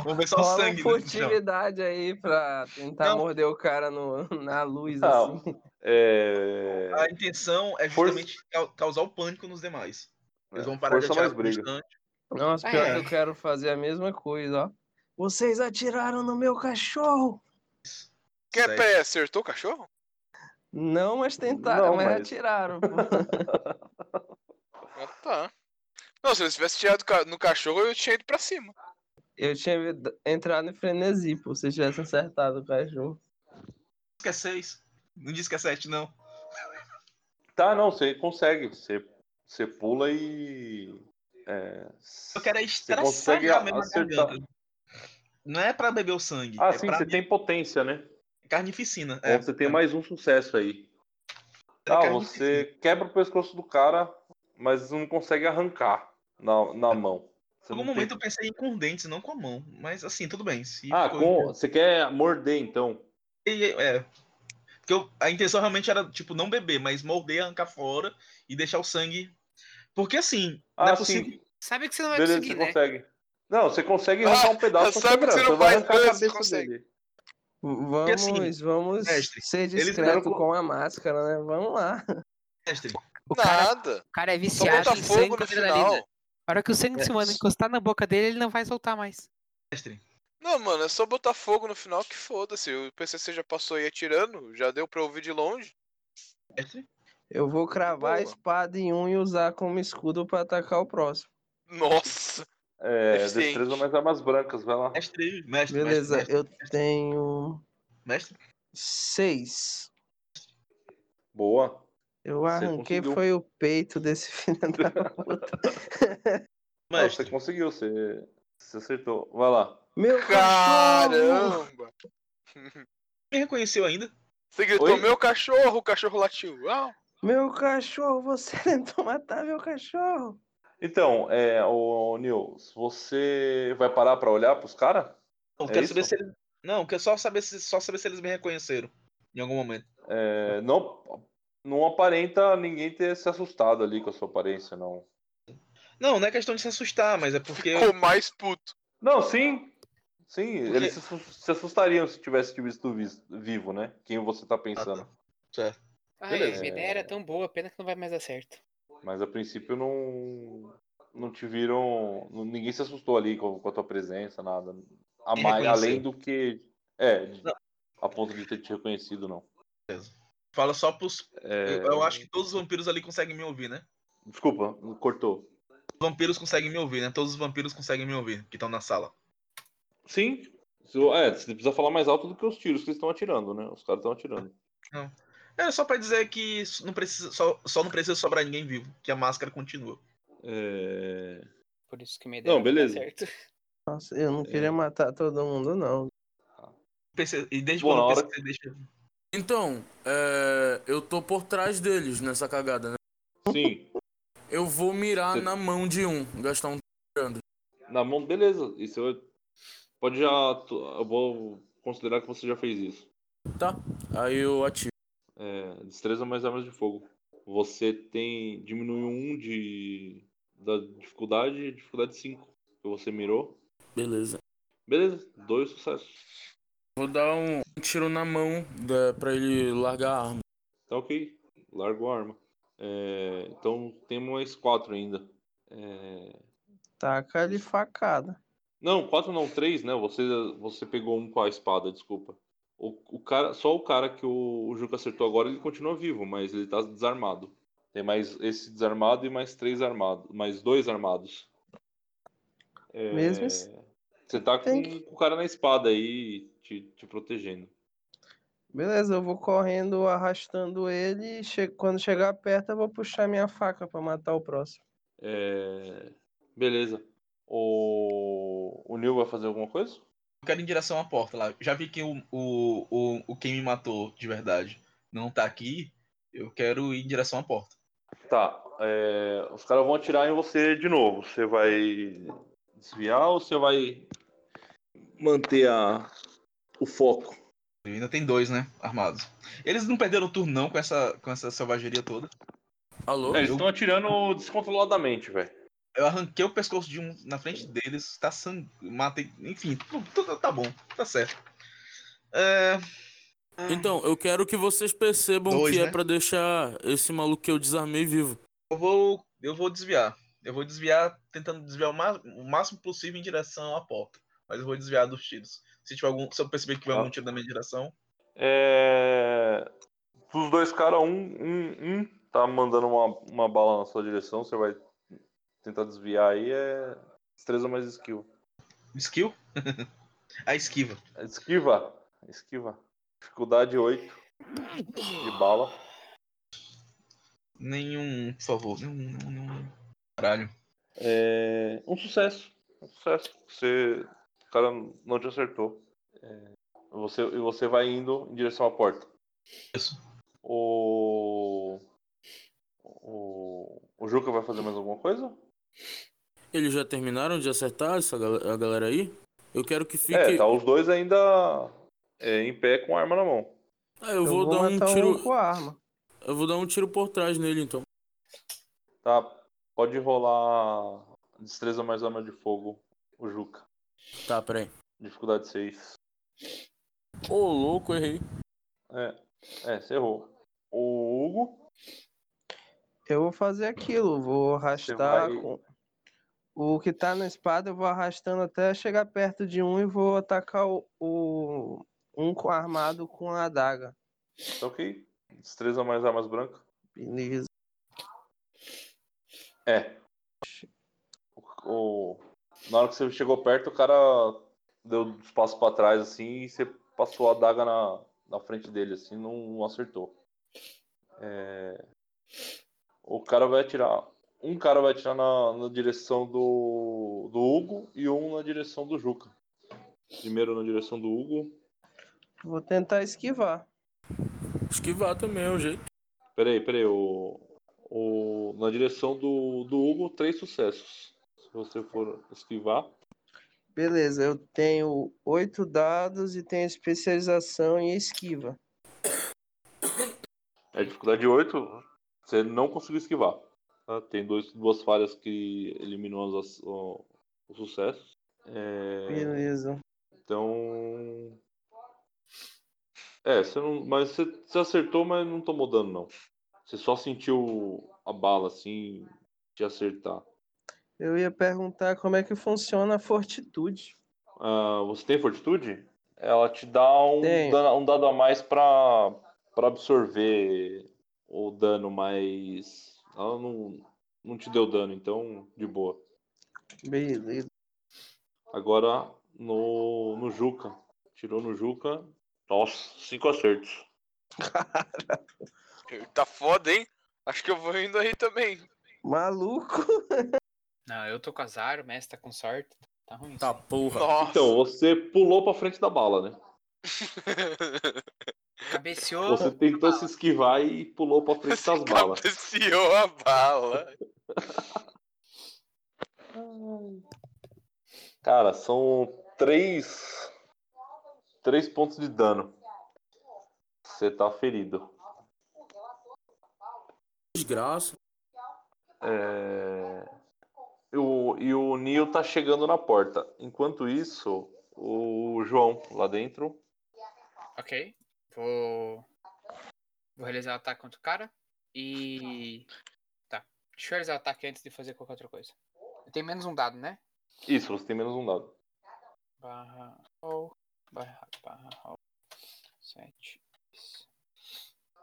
Speaker 6: Vamos ver É só o
Speaker 5: Rola um
Speaker 6: sangue.
Speaker 5: uma
Speaker 6: no chão.
Speaker 5: furtividade aí pra tentar
Speaker 6: Não.
Speaker 5: morder o cara no, na luz,
Speaker 4: Não.
Speaker 5: assim.
Speaker 4: É.
Speaker 6: A intenção é
Speaker 4: Força-
Speaker 6: justamente cau- causar o pânico nos demais. Eles vão
Speaker 4: É,
Speaker 6: parar de
Speaker 4: força
Speaker 6: atirar
Speaker 4: mais briga.
Speaker 6: constante.
Speaker 5: Nossa,
Speaker 7: Ah,
Speaker 5: pior
Speaker 7: é.
Speaker 5: que eu quero fazer a mesma coisa, ó. Vocês atiraram no meu cachorro!
Speaker 3: Que
Speaker 6: Sério.
Speaker 3: pé, acertou o cachorro?
Speaker 5: Não, mas tentaram,
Speaker 4: Não,
Speaker 5: mas,
Speaker 4: mas-
Speaker 5: atiraram.
Speaker 6: <laughs>
Speaker 5: pô.
Speaker 3: Ah, tá. Não, se eles tivessem tirado ca- no cachorro, eu tinha ido pra cima.
Speaker 5: Eu tinha d- entrado em frenesi, pô, se tivessem acertado o cachorro.
Speaker 6: Diz que é seis. Não diz que é sete, não. né?
Speaker 4: Tá, não, você consegue. Você, você pula e. É,
Speaker 6: Eu quero é
Speaker 4: você
Speaker 6: estraçar
Speaker 4: consegue
Speaker 6: a mesma
Speaker 4: acertar.
Speaker 6: garganta. Não é pra beber É, o sangue.
Speaker 4: Ah,
Speaker 6: é
Speaker 4: sim,
Speaker 6: pra
Speaker 4: você tem potência, né?
Speaker 6: carnificina.
Speaker 4: Então você tem mais um sucesso aí.
Speaker 6: Era
Speaker 4: Ah,
Speaker 6: carnificina.
Speaker 4: você quebra o pescoço do cara, mas não consegue arrancar na, na mão. Você
Speaker 6: Em
Speaker 4: não tem-
Speaker 6: algum um momento eu pensei em ir com dentes, não com a mão. Mas assim, tudo bem. Se
Speaker 4: Ah,
Speaker 6: for-
Speaker 4: com... você quer morder então?
Speaker 6: E- É. Porque eu- a intenção realmente era, tipo, não beber, mas morder, arrancar fora e deixar o sangue. Porque assim,
Speaker 4: Ah,
Speaker 6: não é
Speaker 4: sim.
Speaker 6: possível.
Speaker 7: Sabe que você não vai
Speaker 4: Beleza, você
Speaker 7: conseguir, né?
Speaker 4: consegue. Não, você consegue arrancar
Speaker 3: Ah,
Speaker 4: um pedaço da
Speaker 3: sabe que
Speaker 4: quebrando.
Speaker 3: você não
Speaker 4: Você vai
Speaker 3: faz
Speaker 4: arrancar a
Speaker 3: dois, você
Speaker 4: cabeça
Speaker 3: consegue.
Speaker 4: dele.
Speaker 5: V- Vamos,
Speaker 6: assim,
Speaker 5: vamos
Speaker 6: mestre,
Speaker 5: ser
Speaker 6: eles
Speaker 5: discreto
Speaker 4: deram-
Speaker 5: com a máscara, né? Vamos lá.
Speaker 6: Mestre,
Speaker 7: O cara,
Speaker 3: Nada.
Speaker 7: o cara é
Speaker 3: Só
Speaker 7: viciado
Speaker 3: botar
Speaker 7: em sangue
Speaker 3: fogo
Speaker 7: com
Speaker 3: no
Speaker 7: adrenalina.
Speaker 3: final.
Speaker 7: A hora que o
Speaker 4: É.
Speaker 7: sangue se manda encostar na boca dele, ele não vai soltar mais.
Speaker 6: mestre.
Speaker 3: Não, mano, é só botar fogo no final que foda-se. O PCC já passou aí atirando, já deu pra ouvir de longe.
Speaker 6: Mestre.
Speaker 5: Eu vou cravar a
Speaker 3: Boa.
Speaker 5: espada em um e usar como escudo pra atacar o próximo.
Speaker 3: Nossa!
Speaker 4: É,
Speaker 3: Eficiente.
Speaker 4: destreza mais armas brancas, vai lá.
Speaker 6: Mestre, mestre,
Speaker 5: Beleza,
Speaker 6: mestre,
Speaker 5: eu tenho
Speaker 6: mestre.
Speaker 5: seis.
Speaker 4: Boa.
Speaker 5: Eu
Speaker 4: Você
Speaker 5: arranquei
Speaker 4: conseguiu.
Speaker 5: foi o peito desse <laughs> filho da
Speaker 6: <laughs>
Speaker 5: puta.
Speaker 4: Não,
Speaker 6: Mestre,
Speaker 4: você conseguiu, você... você acertou. Vai lá.
Speaker 5: Meu cachorro!
Speaker 3: Caramba!
Speaker 6: me reconheceu ainda?
Speaker 3: Você gritou,
Speaker 4: Oi?
Speaker 3: meu cachorro, o cachorro latiu. Ah,
Speaker 5: Meu cachorro, você <laughs> tentou matar meu cachorro!
Speaker 4: Então, é, o Neil, você vai parar pra olhar pros caras?
Speaker 6: Não,
Speaker 4: É
Speaker 6: quero
Speaker 4: isso?
Speaker 6: saber se eles. Não, quero só saber se só saber se eles me reconheceram em algum momento.
Speaker 4: É, não, não aparenta ninguém ter se assustado ali com a sua aparência, não.
Speaker 6: Não, não é questão de se assustar, mas é porque
Speaker 3: ficou mais puto.
Speaker 4: Não, sim. Sim,
Speaker 6: Porque-
Speaker 4: eles se, assu- se assustariam se tivesse te visto vis- vivo, né? Quem você tá pensando.
Speaker 7: Ai,
Speaker 4: Beleza.
Speaker 7: a ideia era tão boa, pena que não vai mais dar certo.
Speaker 4: Mas a princípio não não te viram, não- ninguém se assustou ali com, com a tua presença, nada. A
Speaker 6: Me
Speaker 4: mais,
Speaker 6: reconheceu.
Speaker 4: além do que é, de-
Speaker 6: Não.
Speaker 4: a ponto de ter te reconhecido, não.
Speaker 6: Fala só pros.
Speaker 4: É,
Speaker 6: Eu, eu acho que todos os vampiros ali conseguem me ouvir, né?
Speaker 4: Desculpa, cortou.
Speaker 6: Os vampiros conseguem me ouvir, né? Todos os vampiros conseguem me ouvir que estão na sala.
Speaker 4: Sim. Se- É, você precisa falar mais alto do que os tiros que eles estão atirando, né? Os caras estão atirando.
Speaker 6: É só pra dizer que s- não precisa, só, só não precisa sobrar ninguém vivo, que a máscara continua.
Speaker 4: É...
Speaker 7: Por isso que me
Speaker 4: Não, beleza.
Speaker 7: Certo.
Speaker 5: Nossa, eu não
Speaker 8: É.
Speaker 5: queria matar todo mundo, não.
Speaker 6: PC, e desde
Speaker 4: Bom,
Speaker 6: quando
Speaker 4: na
Speaker 6: o
Speaker 4: hora-
Speaker 6: PC deixa.
Speaker 8: Então, é, eu tô por trás deles nessa cagada, né?
Speaker 4: Sim.
Speaker 8: Eu vou mirar
Speaker 4: Você-
Speaker 8: na mão de um, gastar um tirando.
Speaker 4: Na mão, beleza. Isso eu... Pode já. Eu vou considerar que você já fez isso.
Speaker 8: Aí eu atiro.
Speaker 4: É, destreza mais armas de fogo. Você tem. Diminuiu um de. Da dificuldade, dificuldade 5. Que você mirou.
Speaker 8: Beleza.
Speaker 4: Beleza, dois sucessos.
Speaker 8: Vou dar um tiro na mão da, pra ele largar a arma.
Speaker 4: Tá ok. Largo a arma. É, então tem mais quatro ainda. É,
Speaker 5: Taca de facada.
Speaker 4: Não, quatro não, três, né? Você, você pegou um com a espada, desculpa. O, o cara, só o cara que o, o Juca acertou agora, ele continua vivo, mas ele tá desarmado. Tem mais esse desarmado e mais três armados, mais dois armados. É,
Speaker 5: Mesmos?
Speaker 4: Você tá
Speaker 5: Tem
Speaker 4: com, com o cara na espada aí, te, te protegendo.
Speaker 5: Beleza, eu vou correndo, arrastando ele. E che- quando chegar perto, eu vou puxar minha faca pra matar o próximo.
Speaker 4: É, beleza. O, o Neil vai fazer alguma coisa?
Speaker 6: Eu quero ir em direção à porta lá. Já vi que o, o, o, o quem me matou de verdade não tá aqui. Eu quero ir em direção à porta.
Speaker 4: Tá, é, os caras vão atirar em você de novo. Você vai desviar ou você vai manter a, o foco?
Speaker 6: E ainda tem dois, né? Armados. Eles não perderam o turno, não, com essa, com essa selvageria toda.
Speaker 8: Alô?
Speaker 4: É, eles estão atirando descontroladamente, velho.
Speaker 6: Eu arranquei o pescoço de um na frente deles, tá sangue. Matei. Enfim, tudo, tudo tá bom, tá certo. É,
Speaker 8: Então, eu quero que vocês percebam
Speaker 6: Dois,
Speaker 8: que é
Speaker 6: né?
Speaker 8: pra deixar esse maluco que eu desarmei vivo.
Speaker 6: Eu vou, eu vou desviar. Eu vou desviar, tentando desviar o, ma- o máximo possível em direção à porta. Mas eu vou desviar dos tiros. Se, tiver algum, se eu perceber que vai
Speaker 4: Tá.
Speaker 6: algum tiro na minha direção,
Speaker 4: É, dos dois caras, um, um, um tá mandando uma, uma bala na sua direção. Você vai tentar desviar aí. É destreza mais skill.
Speaker 6: Um skill. <laughs> a esquiva.
Speaker 4: Esquiva, esquiva. Dificuldade 8 de bala.
Speaker 6: Nenhum, por favor. Nenhum, nenhum, nenhum. Caralho.
Speaker 4: É, um sucesso. Um sucesso. Você. O cara não te acertou. É, você, e você vai indo em direção à porta.
Speaker 6: Isso.
Speaker 4: O. O, o Juca vai fazer mais alguma coisa?
Speaker 8: Eles já terminaram de acertar essa gal- a galera aí? Eu quero que fique.
Speaker 4: É, tá os dois ainda é, em pé com a arma na mão.
Speaker 8: Ah, eu, vou, dar um
Speaker 5: matar
Speaker 8: tiro.
Speaker 5: um com a arma.
Speaker 8: Eu vou dar um tiro por trás nele, então.
Speaker 4: Tá, pode rolar destreza mais arma de fogo, o Juca.
Speaker 8: Tá, peraí.
Speaker 4: Dificuldade 6.
Speaker 8: Ô, louco, errei.
Speaker 4: É, é, você errou. O Hugo.
Speaker 5: Eu vou fazer aquilo, vou arrastar
Speaker 4: vai-
Speaker 5: com- o que tá na espada, eu vou arrastando até chegar perto de um e vou atacar o, o- um com- armado com a adaga.
Speaker 4: Tá ok. Destreza mais armas branca.
Speaker 5: Beleza.
Speaker 4: É. O, o- na hora que você chegou perto, o cara deu uns passos pra trás, assim, e você passou a adaga na, na frente dele, assim, não, não acertou. É, O cara vai atirar. Um cara vai atirar na, na direção do, do Hugo e um na direção do Juca. Primeiro na direção do Hugo.
Speaker 5: Vou tentar esquivar.
Speaker 8: Esquivar também é um jeito.
Speaker 4: Peraí, peraí. O, o, na direção do, do Hugo, três sucessos. Se você for esquivar.
Speaker 5: Beleza, eu tenho oito dados e tenho especialização em esquiva.
Speaker 4: É dificuldade 8, você não conseguiu esquivar. tá? Tem dois, duas falhas que eliminam as, o, o sucesso. É,
Speaker 5: Beleza.
Speaker 4: então. É, você não. Mas você, você acertou, mas não tomou dano, não. Você só sentiu a bala assim de acertar.
Speaker 5: Eu ia perguntar como é que funciona a fortitude.
Speaker 4: Ah, você tem fortitude? Ela te dá um,
Speaker 5: Tenho.
Speaker 4: dano- um dado a mais pra, para absorver o dano, mas ela não, não te deu dano, então de boa.
Speaker 5: Beleza.
Speaker 4: Agora no, no Juca. Tirou no Juca. Nossa, cinco acertos.
Speaker 3: Tá foda, hein? Acho que eu vou indo aí também.
Speaker 5: Maluco. <laughs>
Speaker 7: Não, eu tô com azar, o mestre tá com sorte. Tá ruim.
Speaker 8: Tá porra.
Speaker 3: Nossa. <laughs>
Speaker 4: Então, você pulou pra frente da bala, né?
Speaker 7: Cabeceou.
Speaker 4: Você tentou se esquivar e pulou pra frente <laughs> das balas.
Speaker 3: Cabeceou a bala.
Speaker 4: Cara, são três. Três pontos de dano. Você tá ferido.
Speaker 8: Desgraça.
Speaker 4: É, E o- e o Neo tá chegando na porta. Enquanto isso, o João lá dentro.
Speaker 7: Ok. Vou. Vou realizar o ataque contra o cara. E. Tá. Deixa eu realizar o ataque antes de fazer qualquer outra coisa. Eu tenho menos um dado, né?
Speaker 4: Isso, você tem menos um dado.
Speaker 7: Barra roll. Barra, barra roll. Sete.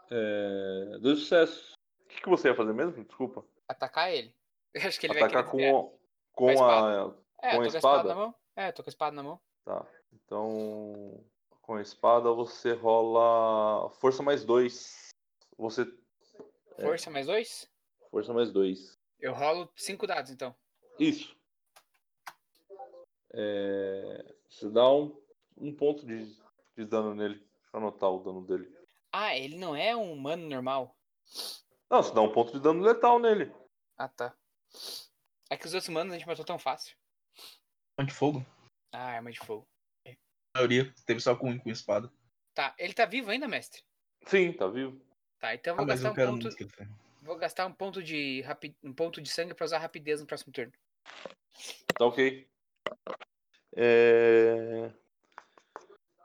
Speaker 4: É... Dois sucessos. O que, que você ia fazer mesmo? Desculpa.
Speaker 7: Atacar ele. <laughs> Eu acho que ele
Speaker 4: Atacar
Speaker 7: vai
Speaker 4: com,
Speaker 7: querer.
Speaker 4: o- com
Speaker 7: Com a
Speaker 4: a. com
Speaker 7: é, eu tô com
Speaker 4: a
Speaker 7: a espada
Speaker 4: espada?
Speaker 7: na mão. É, eu tô com a espada na mão.
Speaker 4: Tá. Então, com a espada você rola força mais dois. Você. É.
Speaker 7: Força mais dois.
Speaker 4: Força mais dois.
Speaker 7: Eu rolo cinco dados, então.
Speaker 4: Isso. É... Você dá um, um ponto de, de dano nele. Deixa eu anotar o dano dele.
Speaker 7: Ah, ele não é um humano normal.
Speaker 4: Não, você dá um ponto de dano letal nele.
Speaker 7: Ah, tá. É que os outros humanos a gente matou tão fácil.
Speaker 6: Arma de fogo.
Speaker 7: Ah, arma de fogo.
Speaker 6: A maioria teve só com um com espada.
Speaker 7: Tá, ele tá vivo ainda, mestre?
Speaker 4: Sim, tá vivo.
Speaker 7: Tá, então eu
Speaker 6: Ah,
Speaker 7: vou
Speaker 6: mas
Speaker 7: gastar
Speaker 6: eu
Speaker 7: um
Speaker 6: quero
Speaker 7: ponto.
Speaker 6: muito que ele tenha.
Speaker 7: Vou gastar um ponto de rapi- um ponto de sangue pra usar rapidez no próximo turno.
Speaker 4: Tá ok. É...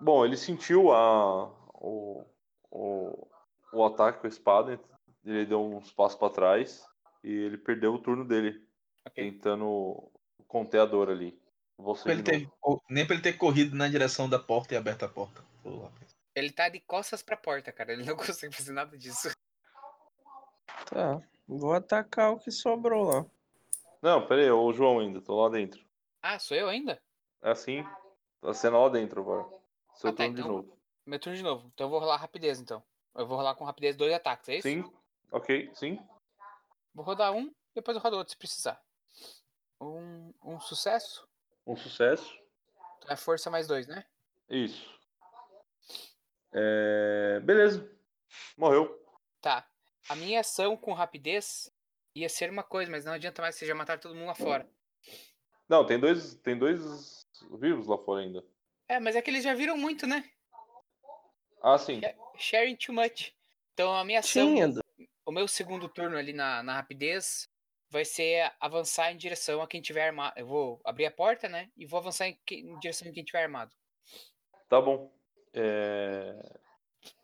Speaker 4: Bom, ele sentiu a... o... O... o ataque com a espada, ele deu uns passos para trás e ele perdeu o turno dele,
Speaker 7: Ok.
Speaker 4: tentando conter a dor ali. Você
Speaker 6: Ele
Speaker 4: de novo.
Speaker 6: ter co- Nem pra ele ter corrido na direção da porta e aberto a porta. Vou lá.
Speaker 7: Ele tá de costas pra porta, cara. Ele não <laughs> consegue fazer nada disso.
Speaker 5: Tá. Vou atacar o que sobrou lá.
Speaker 4: Não, pera aí, o João ainda, tô lá dentro.
Speaker 7: Ah, sou eu ainda?
Speaker 4: É assim, tá sendo lá dentro agora. Seu
Speaker 7: Ah, tá,
Speaker 4: turno de
Speaker 7: então-
Speaker 4: novo.
Speaker 7: Meu turno de novo. Então eu vou rolar rapidez, então. Eu vou rolar com rapidez dois ataques, é isso?
Speaker 4: Sim, ok, sim.
Speaker 7: Vou rodar um, depois eu rodo outro se precisar. Um, um sucesso?
Speaker 4: Um sucesso.
Speaker 7: Então é força mais dois, né?
Speaker 4: Isso. É, Beleza. Morreu.
Speaker 7: Tá. A minha ação com rapidez ia ser uma coisa, mas não adianta mais, vocês já mataram todo mundo lá fora.
Speaker 4: Não, tem dois, tem dois vivos lá fora ainda.
Speaker 7: É, mas é que eles já viram muito, né?
Speaker 4: Ah, sim.
Speaker 7: Sharing too much. Então a minha ação,
Speaker 5: Tinha. do-
Speaker 7: o meu segundo turno ali na, na rapidez, vai ser avançar em direção a quem tiver armado. Eu vou abrir a porta, né? E vou avançar em, que- em direção a quem tiver armado.
Speaker 4: Tá bom. É...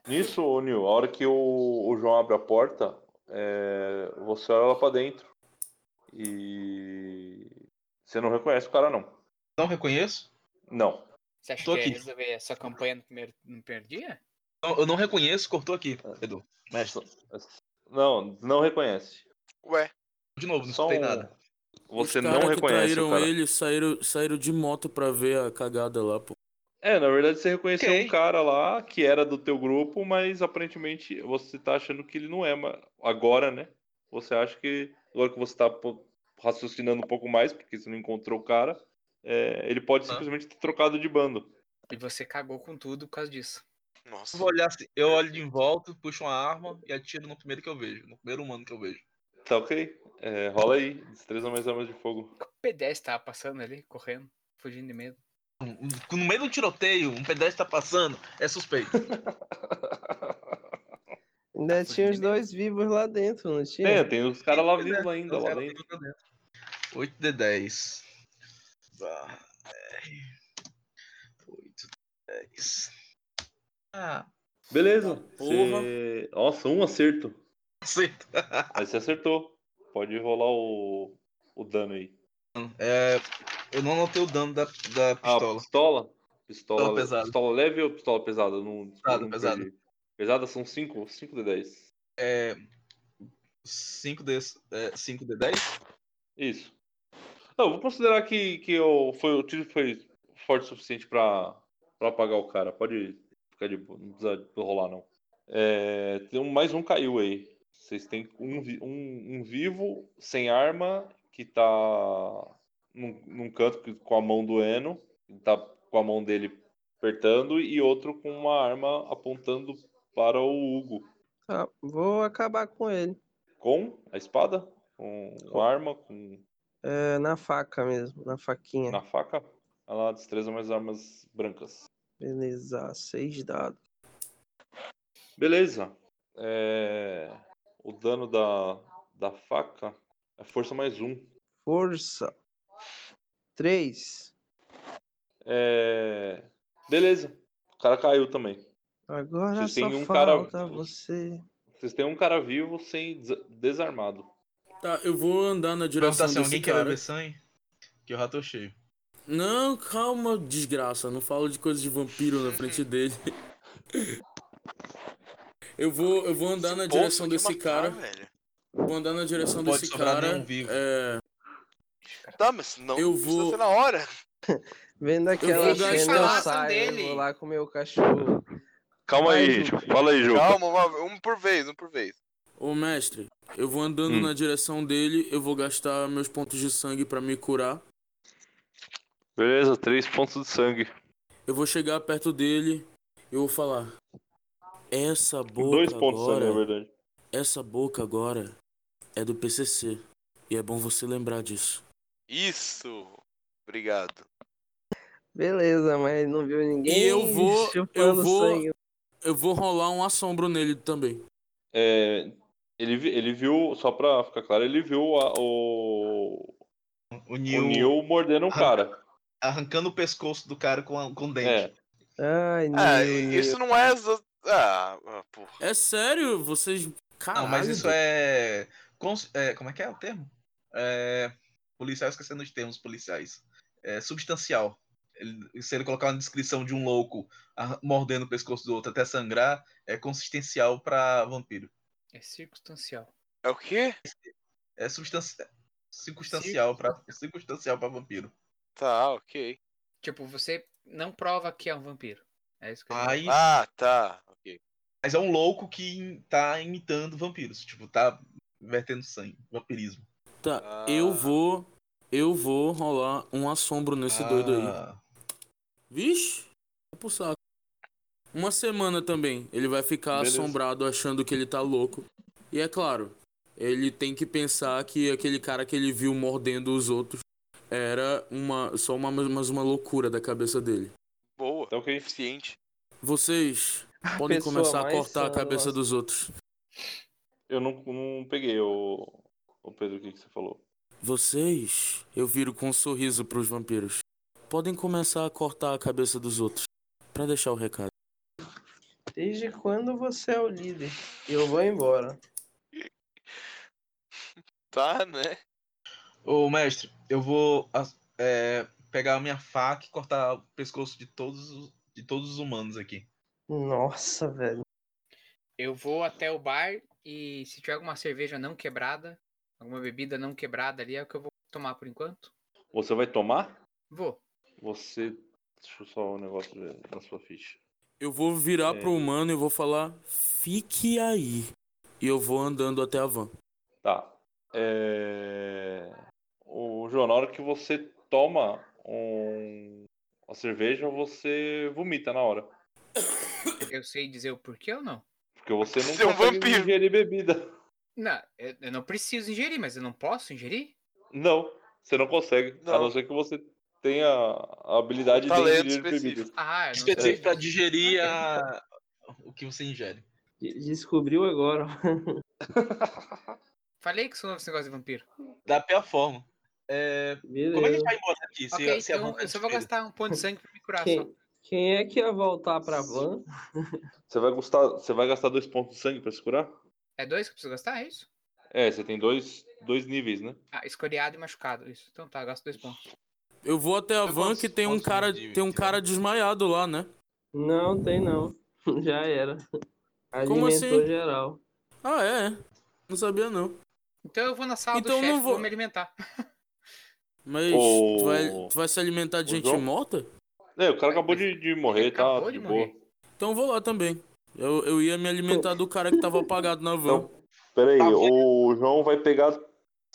Speaker 4: Nisso, ô, Nil, a hora que o, o João abre a porta, é, você olha lá pra dentro. E. Você não reconhece o cara, não.
Speaker 6: Não reconheço.
Speaker 4: Não.
Speaker 7: Você acha
Speaker 6: Tô
Speaker 7: que ia
Speaker 6: aqui.
Speaker 7: resolver a sua campanha no primeiro, no primeiro dia?
Speaker 6: Não, eu não reconheço, cortou aqui, Edu. Mestre,
Speaker 4: Não, não reconhece.
Speaker 3: Ué,
Speaker 6: de novo, não
Speaker 4: Só
Speaker 6: escutei
Speaker 4: um-
Speaker 6: nada.
Speaker 4: Você
Speaker 8: Os
Speaker 4: não
Speaker 8: cara que
Speaker 4: reconhece o
Speaker 8: traíram
Speaker 4: cara.
Speaker 8: ele saíram, saíram de moto pra ver a cagada lá, pô.
Speaker 4: É, na verdade você reconheceu
Speaker 6: Ok.
Speaker 4: um cara lá que era do teu grupo, mas aparentemente você tá achando que ele não é, mas agora, né? Você acha que agora que você tá pô, raciocinando um pouco mais, porque você não encontrou o cara, é, ele pode
Speaker 6: Ah.
Speaker 4: simplesmente ter trocado de bando.
Speaker 7: E você cagou com tudo por causa disso.
Speaker 3: nossa.
Speaker 6: Eu vou olhar assim, eu olho de volta, puxo uma arma e atiro no primeiro que eu vejo, no primeiro humano que eu vejo.
Speaker 4: Tá ok? É, rola aí, destreza mais armas de fogo.
Speaker 7: O P10 tava passando ali, correndo, fugindo de medo.
Speaker 6: Um- um- No meio do tiroteio, um pedestre tá passando, é
Speaker 8: <laughs>
Speaker 6: suspeito.
Speaker 5: Ainda tinha os dois vivos lá dentro, não tinha?
Speaker 4: É, tem os caras lá vivos
Speaker 6: Pedestre,
Speaker 4: ainda,
Speaker 6: os
Speaker 4: lá
Speaker 6: caras
Speaker 4: dentro.
Speaker 6: lá dentro. 8 de 10. Tá, é. 8 de 10. Ah,
Speaker 4: Beleza.
Speaker 8: porra.
Speaker 4: Você- Nossa, um acerto.
Speaker 6: acerto.
Speaker 4: Aí você acertou. Pode rolar o, o dano aí.
Speaker 6: <laughs> É, eu não notei o dano da,
Speaker 4: Ah,
Speaker 6: da é pistola.
Speaker 4: pistola? Pistola,
Speaker 6: pesada.
Speaker 4: pistola leve ou pistola pesada? Não,
Speaker 6: Pesada,
Speaker 4: não
Speaker 6: pesada.
Speaker 4: entendi. Pesada são 5? 5 de 10.
Speaker 6: É. 5 de, é, 5 de 10?
Speaker 4: Isso. Não, vou considerar que, que eu, foi, o tiro foi forte o suficiente pra, pra apagar o cara. Pode ficar de boa, não precisa rolar, não. É, tem um, mais um caiu aí. Vocês têm um, vi- um, um vivo, sem arma, que tá num, num canto que- com a mão do Eno, que tá com a mão dele apertando, e outro com uma arma apontando para o Hugo.
Speaker 5: Tá, vou acabar com ele.
Speaker 4: Com a espada? Com uma arma? Com
Speaker 5: É, na faca mesmo, na faquinha.
Speaker 4: Na faca? Ela destreza mais armas brancas.
Speaker 5: Beleza, seis dados.
Speaker 4: Beleza. É, O dano da, da faca é força mais um.
Speaker 5: Força. Três.
Speaker 4: É, Beleza. O cara caiu também.
Speaker 5: Agora
Speaker 4: Você
Speaker 5: só
Speaker 4: tem um cara-
Speaker 5: falta você.
Speaker 4: Vocês têm um cara vivo sem des- desarmado.
Speaker 8: Tá, eu vou andar na direção
Speaker 6: Perguntar se
Speaker 8: desse
Speaker 6: alguém quer
Speaker 8: cara.
Speaker 6: beber sangue. Que eu já tô cheio.
Speaker 8: Não, calma, desgraça. Não falo de coisa de vampiro na frente dele. Eu vou, eu vou andar na
Speaker 3: Pô,
Speaker 8: direção
Speaker 3: tem que
Speaker 8: desse cara.
Speaker 3: matar, velho.
Speaker 8: Vou andar na direção
Speaker 6: Não pode
Speaker 8: desse
Speaker 6: sobrar
Speaker 8: cara.
Speaker 6: nenhum vivo.
Speaker 8: É,
Speaker 3: Tá, mas não
Speaker 8: Eu
Speaker 3: precisa
Speaker 8: vou-
Speaker 3: ser na hora.
Speaker 5: Vendo aquela
Speaker 8: vou
Speaker 5: cena,
Speaker 8: gastar
Speaker 5: eu
Speaker 8: a ação
Speaker 5: saio, eu
Speaker 7: dele.
Speaker 5: vou lá com meu cachorro.
Speaker 4: Calma
Speaker 5: aí,
Speaker 4: aí,
Speaker 5: Juca.
Speaker 4: Fala aí, Juca.
Speaker 3: Calma, uma- um por vez, um por vez.
Speaker 8: ô mestre, eu vou andando
Speaker 4: Hum.
Speaker 8: na direção dele. Eu vou gastar meus pontos de sangue pra me curar.
Speaker 4: Beleza, três pontos de sangue.
Speaker 8: Eu vou chegar perto dele. Eu vou falar. Essa Tá boca
Speaker 4: Dois pontos de
Speaker 8: agora.
Speaker 4: sangue, na verdade.
Speaker 8: Essa boca agora é do PCC. E é bom você lembrar disso.
Speaker 3: Isso! Obrigado.
Speaker 5: Beleza, mas não viu ninguém.
Speaker 8: E eu vou-
Speaker 5: chupando
Speaker 8: eu vou-
Speaker 5: sangue.
Speaker 8: Eu vou rolar um assombro nele também.
Speaker 4: É, ele, vi- ele viu, só pra ficar claro, ele viu a- o,
Speaker 6: O
Speaker 4: o
Speaker 6: Neil,
Speaker 4: Neil mordendo um cara.
Speaker 6: arrancando o pescoço do cara com, a- com o
Speaker 4: É.
Speaker 6: dente.
Speaker 5: Ai,
Speaker 3: Ah,
Speaker 5: Nil, Nil.
Speaker 3: isso não é. zo- Ah, ah, porra.
Speaker 8: É sério, vocês. Caralho.
Speaker 6: Não, mas isso é, cons- é, Como é que é o termo? É, policial, esquecendo os termos policiais. É substancial. Ele- se ele colocar uma descrição de um louco arran- mordendo o pescoço do outro até sangrar, é consistencial pra vampiro.
Speaker 7: É circunstancial.
Speaker 3: É o quê?
Speaker 6: É substancial. Circunstancial pra, circunstancial pra vampiro.
Speaker 3: Tá, ok.
Speaker 7: Tipo, você não prova que é um vampiro. É isso que eu ia dizer.
Speaker 6: Mas,
Speaker 3: Ah, tá. Ok.
Speaker 6: mas é um louco que im- tá imitando vampiros. Tipo, tá vertendo sangue. Vampirismo.
Speaker 8: Tá,
Speaker 3: Ah.
Speaker 8: eu vou. Eu vou rolar um assombro nesse doido aí.
Speaker 6: Ah,
Speaker 8: Vixe, vai pro saco. Uma semana também. Ele vai ficar
Speaker 4: Beleza.
Speaker 8: assombrado achando que ele tá louco. E é claro, ele tem que pensar que aquele cara que ele viu mordendo os outros era uma só uma, mais uma loucura da cabeça dele.
Speaker 3: Boa.
Speaker 4: Tá ok.
Speaker 3: Eficiente.
Speaker 8: Vocês podem
Speaker 5: pessoa
Speaker 8: é começar a
Speaker 5: mais
Speaker 8: cortar a
Speaker 5: sã do
Speaker 8: cabeça
Speaker 5: nosso-
Speaker 8: dos outros.
Speaker 4: Eu não, não peguei o, o Pedro o que que você falou.
Speaker 8: Vocês, eu viro com um sorriso pros vampiros. Podem começar a cortar a cabeça dos outros. Pra deixar o recado.
Speaker 5: Desde quando você é o líder? Eu vou embora.
Speaker 3: Tá, né?
Speaker 6: Ô, mestre, eu vou as- é, pegar a minha faca e cortar o pescoço de todos, os- de todos os humanos aqui.
Speaker 5: Nossa, velho.
Speaker 7: Eu vou até o bar e se tiver alguma cerveja não quebrada, alguma bebida não quebrada ali, é o que eu vou tomar por enquanto.
Speaker 4: Você vai tomar?
Speaker 7: Vou.
Speaker 4: Você. Deixa eu só o negócio ver na sua ficha.
Speaker 8: Eu vou virar
Speaker 4: É.
Speaker 8: pro humano e vou falar: fique aí. E eu vou andando até a van.
Speaker 4: Tá. É... O João, na hora que você toma um... a cerveja, você vomita na hora.
Speaker 7: Eu sei dizer o porquê ou não?
Speaker 4: Porque você
Speaker 3: <laughs>
Speaker 4: não
Speaker 3: Você é um
Speaker 4: consegue
Speaker 3: vampiro.
Speaker 4: ingerir bebida.
Speaker 7: Não, eu, eu não preciso ingerir, mas eu não posso ingerir?
Speaker 4: Não, você não consegue. A
Speaker 3: Não.
Speaker 4: não ser que você tenha a habilidade de
Speaker 3: Talento
Speaker 4: ingerir
Speaker 3: específico.
Speaker 4: bebida.
Speaker 7: Ah, eu não sei.
Speaker 6: É Específico pra digerir a- o que você ingere.
Speaker 5: De- Descobriu agora.
Speaker 7: Falei que sou novo esse negócio de vampiro.
Speaker 6: Da pior forma. É, como é que a
Speaker 5: Beleza.
Speaker 6: gente vai embora daqui? se-
Speaker 7: ok,
Speaker 6: se a
Speaker 7: então
Speaker 6: van é
Speaker 7: eu só vou
Speaker 6: destruída?
Speaker 7: gastar um ponto de sangue pra me curar só.
Speaker 5: Quem, quem é que ia voltar pra van?
Speaker 4: Você vai, gostar... você vai gastar dois pontos de sangue pra se curar?
Speaker 7: É dois que eu preciso gastar, é isso?
Speaker 4: É, você tem dois, dois níveis, né?
Speaker 7: Ah, escoriado e machucado, isso. Então tá, gasto dois pontos.
Speaker 8: Eu vou até a
Speaker 6: Eu
Speaker 8: van
Speaker 6: posso-
Speaker 8: que tem um
Speaker 6: posso
Speaker 8: cara,
Speaker 6: dividir,
Speaker 8: tem um
Speaker 6: então.
Speaker 5: <laughs>
Speaker 8: cara desmaiado lá, né?
Speaker 5: Não, tem não. Já era. Alimentou
Speaker 8: Como assim?
Speaker 5: geral.
Speaker 8: Ah, é? é. Não sabia não.
Speaker 7: Então eu vou na sala
Speaker 8: Então
Speaker 7: do chefe,
Speaker 8: não vou-
Speaker 7: vou me alimentar.
Speaker 8: Mas
Speaker 4: Ô.
Speaker 8: tu, vai, tu vai se alimentar de
Speaker 4: Ô,
Speaker 8: gente
Speaker 4: João?
Speaker 8: morta?
Speaker 4: É, o cara acabou de, de morrer,
Speaker 7: Ele
Speaker 4: tá
Speaker 7: acabou
Speaker 4: de
Speaker 7: de
Speaker 4: boa.
Speaker 7: morrer.
Speaker 8: Então eu vou lá também. Eu, eu ia me alimentar do cara que tava apagado na van.
Speaker 4: Pera aí,
Speaker 6: Tá
Speaker 4: o João vai pegar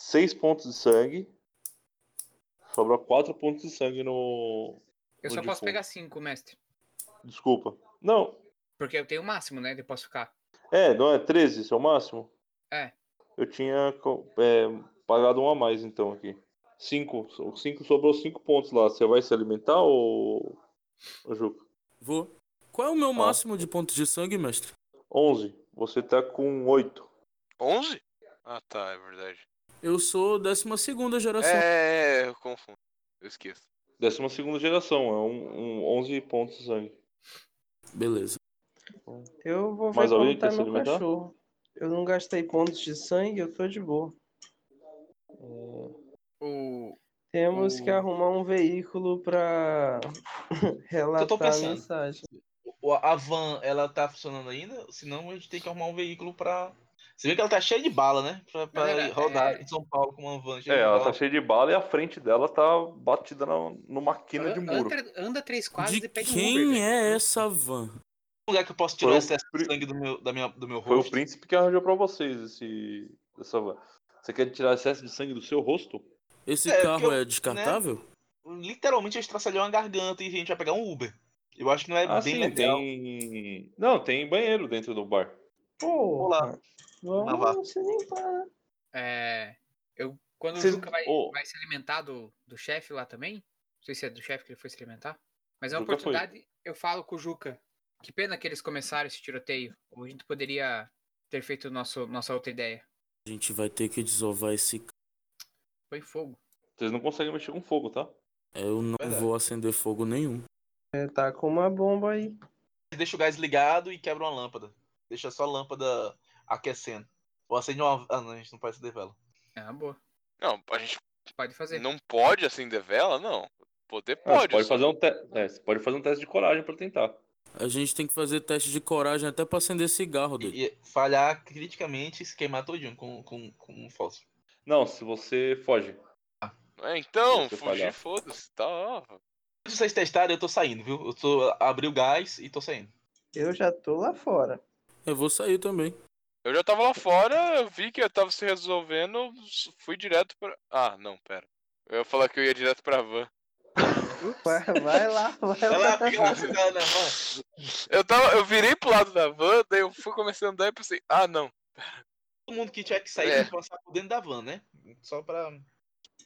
Speaker 4: 6 pontos de sangue. Sobra 4 pontos de sangue no.
Speaker 7: Eu
Speaker 4: Vou
Speaker 7: só
Speaker 4: de
Speaker 7: posso
Speaker 4: fome.
Speaker 7: pegar cinco, mestre.
Speaker 4: Desculpa. Não,
Speaker 7: Porque eu tenho o máximo, né? Eu posso ficar.
Speaker 4: é, não é 13, isso é o máximo?
Speaker 7: É.
Speaker 4: Eu tinha co- é, pagado um a mais então aqui. 5. 5 sobrou 5 pontos lá. Você vai se alimentar ou. Ô, Juca?
Speaker 8: Vou. Qual é o meu máximo de pontos de sangue, mestre?
Speaker 4: 11. Você tá com 8.
Speaker 3: 11? Ah, tá, é verdade.
Speaker 8: Eu sou 12 segunda geração.
Speaker 3: É, eu confundo. Eu esqueço.
Speaker 4: 12 segunda geração, é um, um 11 pontos de sangue.
Speaker 8: Beleza.
Speaker 5: Eu vou ver
Speaker 4: Mais alguém
Speaker 5: como tá
Speaker 4: quer se
Speaker 5: meu
Speaker 4: alimentar?
Speaker 5: cachorro. Eu não gastei pontos de sangue, eu tô de boa. É,
Speaker 7: O...
Speaker 5: Temos
Speaker 6: Hum.
Speaker 5: que arrumar um veículo pra <laughs> relatar a
Speaker 6: pensando.
Speaker 5: mensagem.
Speaker 6: Então, O- A van, ela tá funcionando ainda? Senão a gente tem que arrumar um veículo pra. Você vê que ela tá cheia de bala, né? Pra, pra
Speaker 7: Galera,
Speaker 6: rodar
Speaker 7: é-
Speaker 6: em São Paulo com uma van cheia
Speaker 4: É,
Speaker 6: de
Speaker 4: ela
Speaker 6: bala.
Speaker 4: tá cheia de bala e a frente dela tá batida na, numa quina de
Speaker 7: An-
Speaker 4: muro.
Speaker 7: Anda, anda três quadros
Speaker 8: de
Speaker 7: e pede
Speaker 8: quem
Speaker 7: um Uber.
Speaker 8: é essa van?
Speaker 6: Um lugar que eu posso tirar
Speaker 4: Foi o
Speaker 6: o excesso de
Speaker 4: pri-
Speaker 6: sangue do meu, da minha, do meu
Speaker 4: Foi o
Speaker 6: rosto.
Speaker 4: príncipe que arranjou pra vocês esse, essa van. Você quer tirar excesso de sangue do seu rosto?
Speaker 8: Esse
Speaker 6: É, porque
Speaker 8: carro
Speaker 6: eu-
Speaker 8: é descartável?
Speaker 6: Literalmente eu estraçalhei uma garganta e a gente vai pegar um Uber. Eu acho que não é
Speaker 4: Ah,
Speaker 6: bem
Speaker 4: sim,
Speaker 6: legal.
Speaker 4: tem. Não, tem banheiro dentro do bar.
Speaker 5: Pô,
Speaker 6: lá. Lavar.
Speaker 5: vamos se limpar.
Speaker 7: É, eu, quando
Speaker 4: Vocês-
Speaker 7: o Juca vai,
Speaker 4: Ô.
Speaker 7: vai se alimentar do, do chefe lá também, não sei se é do chefe que ele foi se alimentar, mas é uma
Speaker 4: Juca foi.
Speaker 7: oportunidade, eu falo com o Juca. Que pena que eles começaram esse tiroteio. Ou a gente poderia ter feito nosso, nossa outra ideia.
Speaker 8: A gente vai ter que desovar esse carro.
Speaker 7: Põe fogo.
Speaker 4: Vocês não conseguem mexer com fogo, tá?
Speaker 8: Eu não
Speaker 6: Verdade.
Speaker 8: vou acender fogo nenhum.
Speaker 5: É, tá com uma bomba aí.
Speaker 6: Deixa o gás ligado e quebra uma lâmpada. Deixa só a lâmpada aquecendo. Ou acende uma. Ah, não, a gente não pode acender vela.
Speaker 7: É uma boa.
Speaker 3: Não, a gente
Speaker 7: Pode fazer.
Speaker 3: não pode acender vela, não. Poder
Speaker 4: Ah, você
Speaker 3: pode.
Speaker 4: pode
Speaker 3: só-
Speaker 4: fazer um te- é, você pode fazer um teste de coragem pra tentar.
Speaker 8: A gente tem que fazer teste de coragem até pra acender cigarro dele.
Speaker 6: E, e falhar criticamente e se queimar todinho com, com, com um fósforo.
Speaker 4: Não, se você foge.
Speaker 3: É, então,
Speaker 4: Você
Speaker 3: fugir,
Speaker 4: falhar.
Speaker 3: foda-se. Tá, ó.
Speaker 6: Se vocês testarem, eu tô saindo, viu? Eu tô. Abri o gás e tô saindo.
Speaker 5: Eu já tô lá fora.
Speaker 8: Eu vou sair também.
Speaker 3: Eu já tava lá fora, eu vi que eu tava se resolvendo, s- fui direto pra. Ah, não, pera. Eu ia falar que eu ia direto pra van.
Speaker 5: Vai, vai lá, vai
Speaker 6: Vai lá,
Speaker 5: lá.
Speaker 6: fica lá, né, fica na van.
Speaker 3: Eu tava. Eu virei pro lado da van, daí eu fui começando a andar e pensei, ah não.
Speaker 6: Todo mundo que tiver que sair
Speaker 3: É.
Speaker 6: tem que passar por dentro da van, né? Só pra.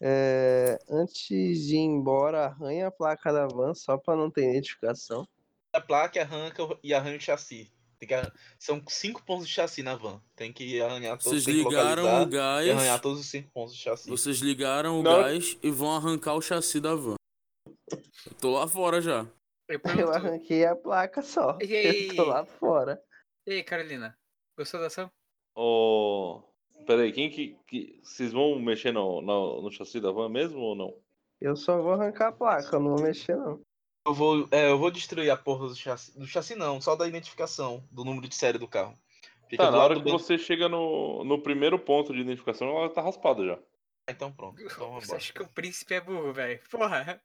Speaker 5: É, antes de ir embora, arranha a placa da van só pra não ter identificação.
Speaker 6: A placa arranca o- e arranha o chassi. Tem que arran- São cinco pontos de chassi na van. Tem que arranhar
Speaker 8: Vocês
Speaker 6: todos tem que
Speaker 8: ligaram o
Speaker 6: localizar e <laughs> arranhar
Speaker 8: gás.
Speaker 6: todos os cinco pontos de chassi.
Speaker 8: Vocês ligaram o
Speaker 4: Não.
Speaker 8: gás e vão arrancar o chassi da van. Eu tô lá fora já.
Speaker 7: Eu
Speaker 5: Eu
Speaker 7: pergunto,
Speaker 5: arranquei a placa só.
Speaker 7: E
Speaker 5: Eu tô
Speaker 7: aí?
Speaker 5: lá fora.
Speaker 7: E aí, Carolina? Gostou da ação?
Speaker 4: Ô. Pera aí, quem que, que- Vocês vão mexer no, no, no chassi da van mesmo ou não?
Speaker 5: Eu só vou arrancar a placa, eu não vou mexer, não.
Speaker 6: Eu vou, é, eu vou destruir a porra do chassi. Do chassi não, só da identificação, do número de série do carro. Fica
Speaker 4: Tá,
Speaker 6: do
Speaker 4: na
Speaker 6: lado
Speaker 4: hora
Speaker 6: do
Speaker 4: que
Speaker 6: banco.
Speaker 4: você chega no, no primeiro ponto de identificação, ela tá raspada já.
Speaker 6: Ah, Então pronto. Então vamos
Speaker 7: Você
Speaker 6: embora.
Speaker 7: acha que o príncipe é burro, velho? Porra.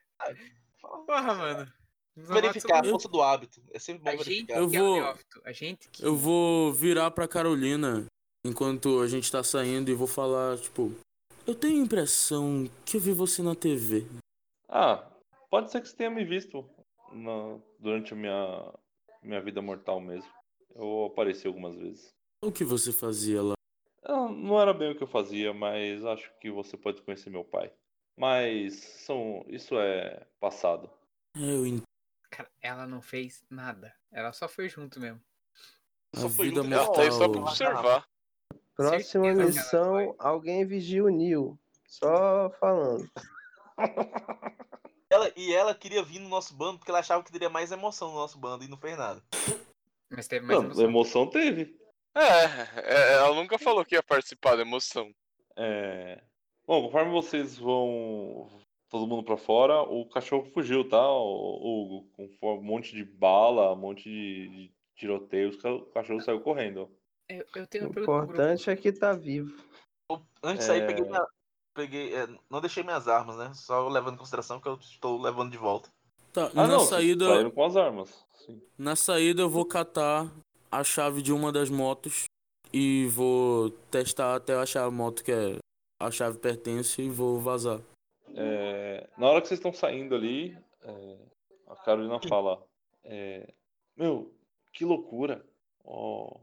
Speaker 6: Fala.
Speaker 7: Porra, mano. Nos
Speaker 6: Verificar a
Speaker 7: amados somos-
Speaker 6: força do hábito. É sempre bom
Speaker 7: A gente
Speaker 6: verificar.
Speaker 8: Eu
Speaker 7: que é
Speaker 8: vou-
Speaker 7: o neófito. A gente que...
Speaker 8: Eu vou virar pra Carolina enquanto a gente tá saindo e vou falar, tipo. Eu tenho a impressão que eu vi você na TV.
Speaker 4: Ah, pode ser que você tenha me visto na- durante a minha, minha vida mortal mesmo. Eu apareci algumas vezes.
Speaker 8: O que você fazia lá?
Speaker 4: Ah, Não era bem o que eu fazia, mas acho que você pode conhecer meu pai. Mas são, isso é passado.
Speaker 8: É, Eu entendo.
Speaker 7: Cara, ela não fez nada. Ela só foi junto mesmo.
Speaker 8: A
Speaker 6: Só foi
Speaker 8: vida
Speaker 6: junto-
Speaker 3: Ela tá aí só pra
Speaker 8: Mortal.
Speaker 4: é
Speaker 3: observar.
Speaker 5: Próxima
Speaker 7: Certeza, cara,
Speaker 5: missão, alguém vigia o Neil. Só falando.
Speaker 6: Ela, e ela queria vir no nosso bando porque ela achava que teria mais emoção no nosso bando e não fez nada.
Speaker 7: Mas teve mais
Speaker 4: Não,
Speaker 7: emoção.
Speaker 4: emoção teve.
Speaker 3: É, é, ela nunca falou que ia participar da emoção.
Speaker 4: É... Bom, conforme vocês vão todo mundo pra fora, o cachorro fugiu, tá, o- o Hugo? Com fo- um monte de bala, um monte de, de tiroteio, os ca- o cachorro saiu correndo.
Speaker 7: Eu, eu tenho
Speaker 5: O
Speaker 7: uma pergunta pro grupo.
Speaker 5: importante é que tá vivo.
Speaker 6: Antes de sair,
Speaker 4: É.
Speaker 6: peguei minha. Peguei, é, não deixei minhas armas, né? Só levando em consideração que eu estou levando de volta.
Speaker 8: Tá,
Speaker 4: Ah,
Speaker 6: é
Speaker 8: na
Speaker 4: não,
Speaker 8: saída.
Speaker 4: saíram com as armas. Sim.
Speaker 8: Na saída eu vou catar a chave de uma das motos e vou testar até eu achar a moto que é a chave pertence e vou vazar.
Speaker 4: É, na hora que vocês estão saindo ali, é, a Carolina fala: é, Meu, que loucura! Ó,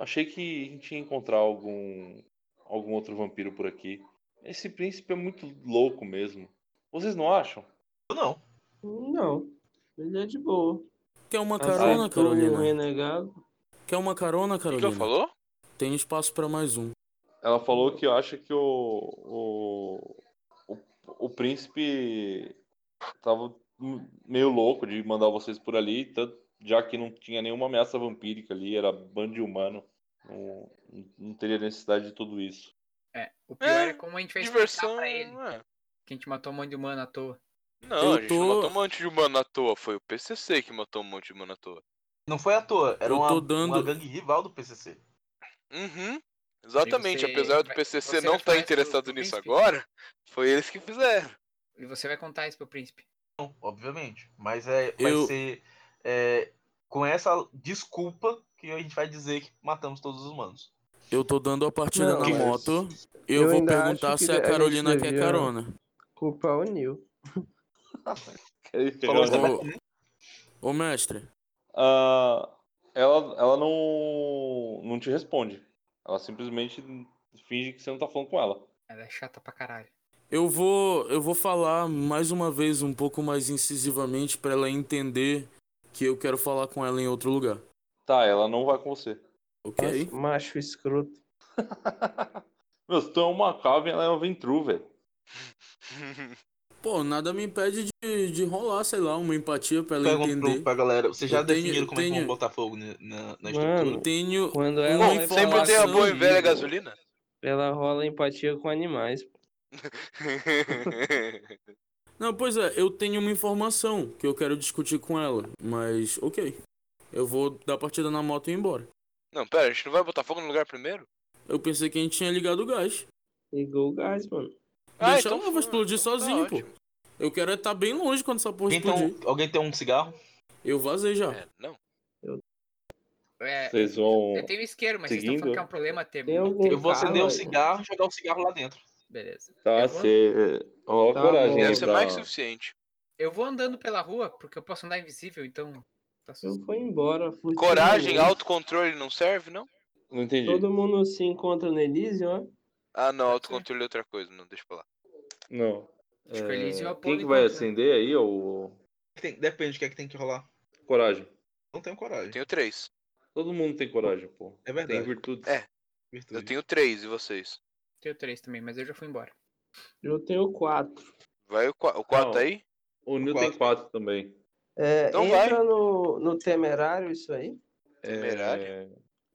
Speaker 4: achei que a gente ia encontrar algum, algum outro vampiro por aqui. Esse príncipe é muito louco mesmo. Vocês não acham?
Speaker 6: Eu não.
Speaker 5: Não. Ele é de boa. Tá
Speaker 8: Quer uma
Speaker 5: Aceitou
Speaker 8: carona,
Speaker 5: o
Speaker 8: Carolina?
Speaker 5: renegado.
Speaker 8: Quer uma carona,
Speaker 3: O que que eu
Speaker 8: Carolina?
Speaker 3: falou?
Speaker 8: Tem espaço pra mais um.
Speaker 4: Ela falou que acha que o, o, o, o príncipe tava m- meio louco de mandar vocês por ali, tanto- já que não tinha nenhuma ameaça vampírica ali, era bando de humano. Não, não teria necessidade de tudo isso.
Speaker 7: É, o pior
Speaker 3: É,
Speaker 7: é, como a gente vai explicar
Speaker 3: Diversão.
Speaker 7: pra ele
Speaker 3: é.
Speaker 7: que a gente matou um monte de humano à toa.
Speaker 3: Não,
Speaker 8: Eu
Speaker 3: a gente não
Speaker 8: tô-
Speaker 3: matou um monte de humano à toa. Foi o PCC que matou um monte de humano à toa.
Speaker 6: Não foi à toa. Era
Speaker 8: Eu tô
Speaker 6: uma,
Speaker 8: dando-
Speaker 6: uma gangue rival do PCC.
Speaker 3: Uhum. Exatamente.
Speaker 7: você-
Speaker 3: Apesar do
Speaker 7: vai-
Speaker 3: PCC
Speaker 7: você
Speaker 3: não
Speaker 7: vai
Speaker 3: estar
Speaker 7: falar isso pro-
Speaker 3: interessado
Speaker 7: pro
Speaker 3: nisso
Speaker 7: príncipe?
Speaker 3: agora, foi eles que fizeram.
Speaker 7: E você vai contar isso pro príncipe.
Speaker 6: Não, obviamente. Mas é, vai
Speaker 8: Eu-
Speaker 6: ser é, com essa desculpa que a gente vai dizer que matamos todos os humanos.
Speaker 8: Eu tô dando a partida na
Speaker 5: Não, mas-
Speaker 4: <laughs>
Speaker 8: moto.
Speaker 5: eu
Speaker 8: Eu, vou
Speaker 5: ainda acho
Speaker 8: perguntar
Speaker 5: que
Speaker 8: se
Speaker 5: a
Speaker 8: a
Speaker 5: gente
Speaker 8: Carolina quer
Speaker 5: devia-
Speaker 8: carona.
Speaker 5: Culpar o Neil.
Speaker 4: é
Speaker 8: Eu
Speaker 6: Falou isso
Speaker 8: vou- Ô mestre,
Speaker 4: Ah, ela ela não, não te responde. Ela simplesmente finge que você não tá falando com ela.
Speaker 7: Ela é chata pra caralho.
Speaker 8: eu vou eu vou falar mais uma vez um pouco mais incisivamente pra ela entender que eu quero falar com ela em outro lugar.
Speaker 4: Tá, ela não vai com você.
Speaker 8: OK?
Speaker 5: Macho escroto.
Speaker 4: Meu, se tu é uma Calvin, ela é uma Ventru, velho.
Speaker 8: Pô, nada me impede de, de rolar, sei lá, uma empatia pra ela
Speaker 6: Pergunta
Speaker 8: entender.
Speaker 6: pro, pra galera, vocês já
Speaker 8: Eu tenho-
Speaker 6: definiram como é que
Speaker 8: tenho-
Speaker 6: vão botar fogo na, na- na
Speaker 8: Eu
Speaker 6: estrutura?
Speaker 5: Mano.
Speaker 8: tenho.
Speaker 5: Quando
Speaker 8: Bom,
Speaker 5: ela
Speaker 3: Bom,
Speaker 5: vai
Speaker 8: Informação
Speaker 3: sempre tem a boa e velha
Speaker 8: livre.
Speaker 7: <laughs>
Speaker 3: gasolina.
Speaker 5: Ela rola empatia com animais.
Speaker 8: Não, pois é, eu tenho uma informação que eu quero discutir com ela, mas ok. Eu vou dar partida na moto e ir embora.
Speaker 3: não, pera, a gente não vai botar fogo no lugar primeiro?
Speaker 8: Eu pensei que a gente tinha ligado o gás.
Speaker 5: Ligou o gás, mano.
Speaker 3: Ah,
Speaker 8: Deixa
Speaker 3: então
Speaker 8: ela, vai explodir
Speaker 3: então tá
Speaker 8: sozinho, pô.
Speaker 3: ótimo.
Speaker 8: Eu quero é estar bem longe quando essa porra
Speaker 6: Alguém tem,
Speaker 8: explodir.
Speaker 6: um, alguém tem um cigarro?
Speaker 8: Eu vazei já.
Speaker 3: É, não.
Speaker 7: É,
Speaker 4: Vocês vão.
Speaker 7: eu tenho isqueiro, mas vocês estão
Speaker 4: seguindo?
Speaker 7: falando que é um problema ter.
Speaker 5: Tem algum
Speaker 7: ter-
Speaker 6: Eu vou acender
Speaker 5: Ah,
Speaker 6: um
Speaker 5: velho.
Speaker 6: cigarro e jogar o cigarro lá dentro.
Speaker 7: Beleza.
Speaker 4: Tá,
Speaker 7: eu, vou,
Speaker 4: você. Ó, a
Speaker 5: Tá
Speaker 4: coragem.
Speaker 5: bom.
Speaker 4: aí
Speaker 3: Deve ser
Speaker 4: pra-
Speaker 3: mais que suficiente.
Speaker 7: eu vou andando pela rua, porque eu posso andar invisível, então. tá
Speaker 5: Eu
Speaker 7: susto.
Speaker 5: fui embora. fui
Speaker 3: Coragem,
Speaker 5: tirando.
Speaker 3: autocontrole não serve, não?
Speaker 4: Não entendi.
Speaker 5: Todo mundo se encontra no Elysium, ó.
Speaker 3: Ah, não, autocontrole é outra coisa, não, deixa pra lá.
Speaker 4: Não.
Speaker 7: Acho que o Elise
Speaker 4: É,
Speaker 7: é o
Speaker 4: Quem
Speaker 7: Apolo
Speaker 4: que vai
Speaker 7: enquanto, né?
Speaker 4: acender aí? O
Speaker 6: Tem- depende do que é que tem que rolar.
Speaker 4: coragem.
Speaker 6: Não tenho
Speaker 3: Eu
Speaker 6: coragem.
Speaker 3: tenho três.
Speaker 4: Todo mundo tem coragem, pô.
Speaker 6: É
Speaker 4: Tem
Speaker 6: verdade.
Speaker 4: virtudes.
Speaker 3: É.
Speaker 6: virtude.
Speaker 3: Eu tenho três, e vocês?
Speaker 7: Tenho três também, mas eu já fui embora.
Speaker 5: Eu tenho quatro.
Speaker 3: Vai o, qua- o quarto
Speaker 4: Não.
Speaker 3: aí?
Speaker 4: O Nil
Speaker 6: Quatro.
Speaker 4: tem quatro também.
Speaker 5: É,
Speaker 3: Então
Speaker 5: entra
Speaker 3: vai.
Speaker 5: No, no temerário isso aí.
Speaker 4: É,
Speaker 3: Temerário?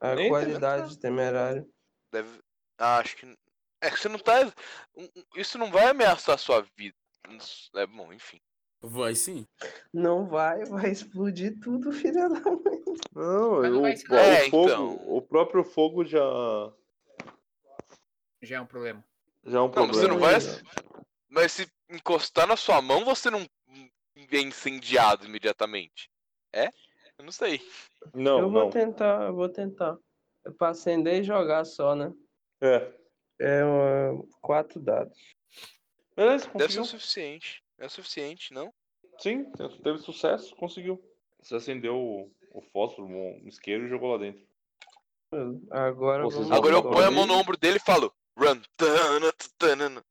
Speaker 5: A
Speaker 4: Entra,
Speaker 3: tá.
Speaker 5: qualidade de temerário.
Speaker 3: Deve... Ah, acho que... É que você não tá... um- um- Isso não vai ameaçar a sua vida. Isso- É bom, enfim.
Speaker 8: Vai sim.
Speaker 5: Não vai, vai explodir tudo, <laughs> filha da mãe.
Speaker 4: Não,
Speaker 7: Mas não
Speaker 4: o,
Speaker 7: vai
Speaker 4: o
Speaker 3: ensinar.
Speaker 4: fogo,
Speaker 3: É, então.
Speaker 4: o próprio fogo já,
Speaker 7: Já é um problema.
Speaker 4: já é um
Speaker 3: Não,
Speaker 4: problema.
Speaker 3: mas você não vai...
Speaker 5: né?
Speaker 3: Mas se encostar na sua mão, você não é incendiado imediatamente. É? Eu não sei.
Speaker 4: Não,
Speaker 5: eu vou
Speaker 4: não.
Speaker 5: tentar, eu vou tentar. É pra acender e jogar só, né?
Speaker 4: É.
Speaker 5: É ó, quatro dados.
Speaker 4: Beleza,
Speaker 3: Deve ser um
Speaker 4: conseguiu.
Speaker 3: o suficiente. É o suficiente, não?
Speaker 4: Sim, teve sucesso, conseguiu. Você acendeu o, o fósforo, um isqueiro e jogou lá dentro.
Speaker 5: Agora
Speaker 4: Vocês
Speaker 5: vamos
Speaker 4: vão
Speaker 3: Agora eu
Speaker 4: Agora
Speaker 3: ponho a
Speaker 4: aí-
Speaker 3: mão no ombro dele e falo: Run. Tana, tana.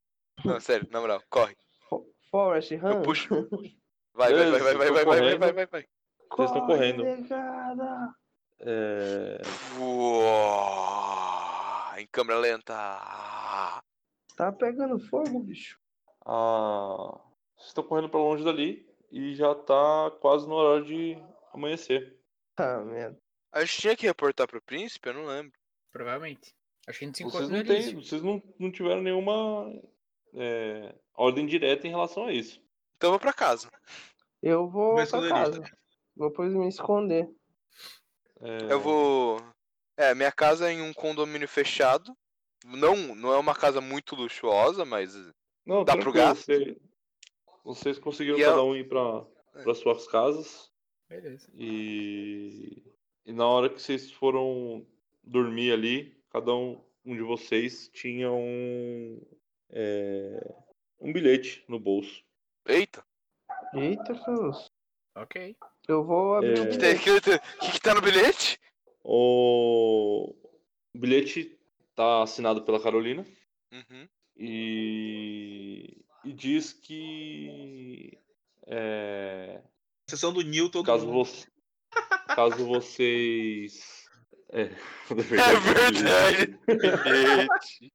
Speaker 3: Não, sério, na moral, corre.
Speaker 5: Fo- Forrest,
Speaker 3: Eu
Speaker 5: Ram.
Speaker 3: puxo.
Speaker 5: <laughs>
Speaker 3: Vai, vai, vai, vai, vai, vai, vai, vai, vai, vai, vai.
Speaker 4: Vocês estão
Speaker 5: Corre,
Speaker 4: correndo.
Speaker 5: negada!
Speaker 4: É...
Speaker 3: Uou, Em câmera lenta. Ah,
Speaker 5: Tá pegando fogo, bicho.
Speaker 4: Ah, vocês estão correndo pra longe dali e já tá quase no horário de amanhecer.
Speaker 5: Tá, merda.
Speaker 3: A gente tinha que reportar pro príncipe? Eu não lembro.
Speaker 7: Provavelmente. Acho que a gente se encontra
Speaker 4: Vocês
Speaker 7: no
Speaker 4: não, têm,
Speaker 7: Elise.
Speaker 4: vocês não, não tiveram nenhuma é, ordem direta em relação a isso.
Speaker 3: Então eu vou pra casa.
Speaker 5: Eu vou
Speaker 6: Vai
Speaker 5: pra
Speaker 6: esconder lista.
Speaker 5: casa. Vou depois me esconder.
Speaker 4: É,
Speaker 3: Eu vou. É, minha casa é em um condomínio fechado. Não, não é uma casa muito luxuosa, mas.
Speaker 4: Não,
Speaker 3: dar pro
Speaker 4: tranquilo,
Speaker 3: gasto?
Speaker 4: você- Vocês conseguiram
Speaker 3: E
Speaker 4: cada
Speaker 3: eu- É.
Speaker 4: um ir pra, pra suas casas.
Speaker 7: Beleza.
Speaker 4: E, e na hora que vocês foram dormir ali, cada um, um de vocês tinha um, é, um bilhete no bolso.
Speaker 3: Eita!
Speaker 5: Eita, Carlos.
Speaker 7: Ok.
Speaker 5: Eu vou abrir
Speaker 4: É.
Speaker 5: o
Speaker 3: O
Speaker 5: bilhete.
Speaker 3: que, que, que que tá no bilhete?
Speaker 4: O bilhete tá assinado pela Carolina
Speaker 3: Uhum.
Speaker 4: e, e diz que é,
Speaker 12: Sessão do Newton. todo
Speaker 4: caso,
Speaker 12: mundo.
Speaker 4: você, caso vocês. É, <laughs> né?
Speaker 3: É verdade! Bilhete.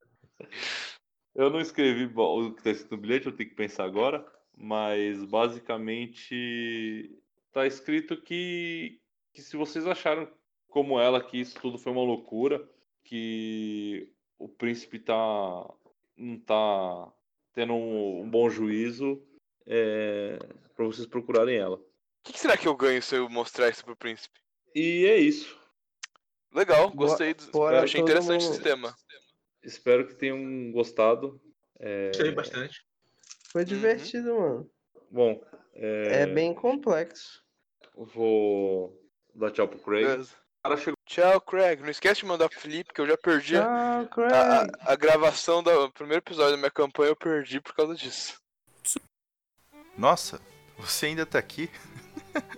Speaker 4: Eu não escrevi bo- o que está escrito no bilhete, eu tenho que pensar agora, mas basicamente está escrito que, que se vocês acharam como ela que isso tudo foi uma loucura, que o príncipe tá não tá tendo um, um bom juízo, é, para vocês procurarem ela.
Speaker 3: O que, que será que eu ganho se eu mostrar isso pro príncipe?
Speaker 4: E é isso.
Speaker 3: Legal,
Speaker 5: Boa-
Speaker 3: gostei. Do...
Speaker 5: fora
Speaker 3: Achei
Speaker 5: todo
Speaker 3: interessante o
Speaker 5: mundo.
Speaker 3: sistema.
Speaker 4: Espero que tenham gostado. É,
Speaker 12: Gostei bastante.
Speaker 5: Foi divertido, mano.
Speaker 4: bom,
Speaker 5: É...
Speaker 4: é,
Speaker 5: bem complexo.
Speaker 4: vou dar tchau pro Craig.
Speaker 3: Beleza.
Speaker 4: O cara chegou.
Speaker 3: É. Tchau, Craig. Não esquece de mandar pro Felipe, que eu já perdi a,
Speaker 5: Tchau, Craig.
Speaker 3: a- a gravação do primeiro episódio da minha campanha, eu perdi por causa disso.
Speaker 6: Nossa, você ainda tá aqui? <laughs>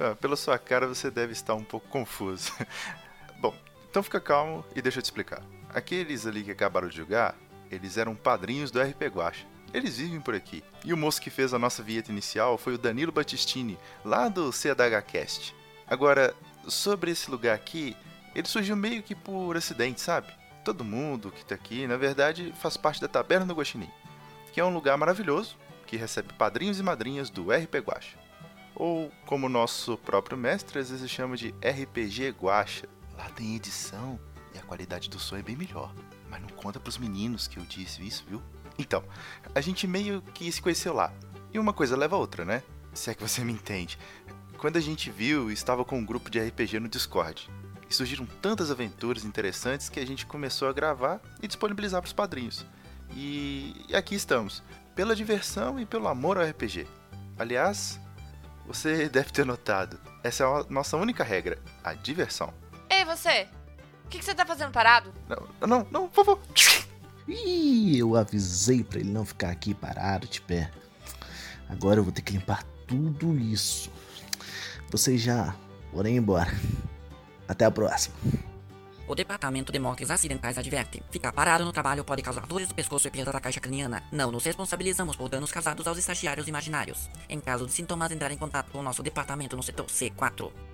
Speaker 6: Ah, Pela sua cara, você deve estar um pouco confuso. <laughs> Bom, então fica calmo e deixa eu te explicar. Aqueles ali que acabaram de jogar, eles eram padrinhos do RP Guacha. Eles vivem por aqui. E o moço que fez a nossa vinheta inicial foi o Danilo Battistini, lá do CDHcast. Agora, sobre esse lugar aqui, ele surgiu meio que por acidente, sabe? Todo mundo que tá aqui, na verdade, faz parte da Taberna do Guaxinim, que é um lugar maravilhoso que recebe padrinhos e madrinhas do RP Guacha. Ou, como nosso próprio mestre às vezes chama de RPG Guacha. Lá tem edição e a qualidade do som é bem melhor. Mas não conta pros meninos que eu disse isso, viu? Então, a gente meio que se conheceu lá. E uma coisa leva a outra, né? Se é que você me entende. Quando a gente viu, estava com um grupo de RPG no Discord. E surgiram tantas aventuras interessantes que a gente começou a gravar e disponibilizar pros padrinhos. E e aqui estamos pela diversão e pelo amor ao RPG. Aliás, você <laughs> deve ter notado, essa é a nossa única regra, a diversão.
Speaker 2: Ei, você! O que, que você tá fazendo parado?
Speaker 6: Não, não, não, por favor.
Speaker 13: Ih, eu avisei pra ele não ficar aqui parado de pé. Agora eu vou ter que limpar tudo isso. Vocês já podem ir embora. Até a próxima.
Speaker 14: O Departamento de Mortes Acidentais adverte: ficar parado no trabalho pode causar dores do pescoço e perda da caixa craniana. Não nos responsabilizamos por danos causados aos estagiários imaginários. Em caso de sintomas, entrar em contato com o nosso departamento no setor C4.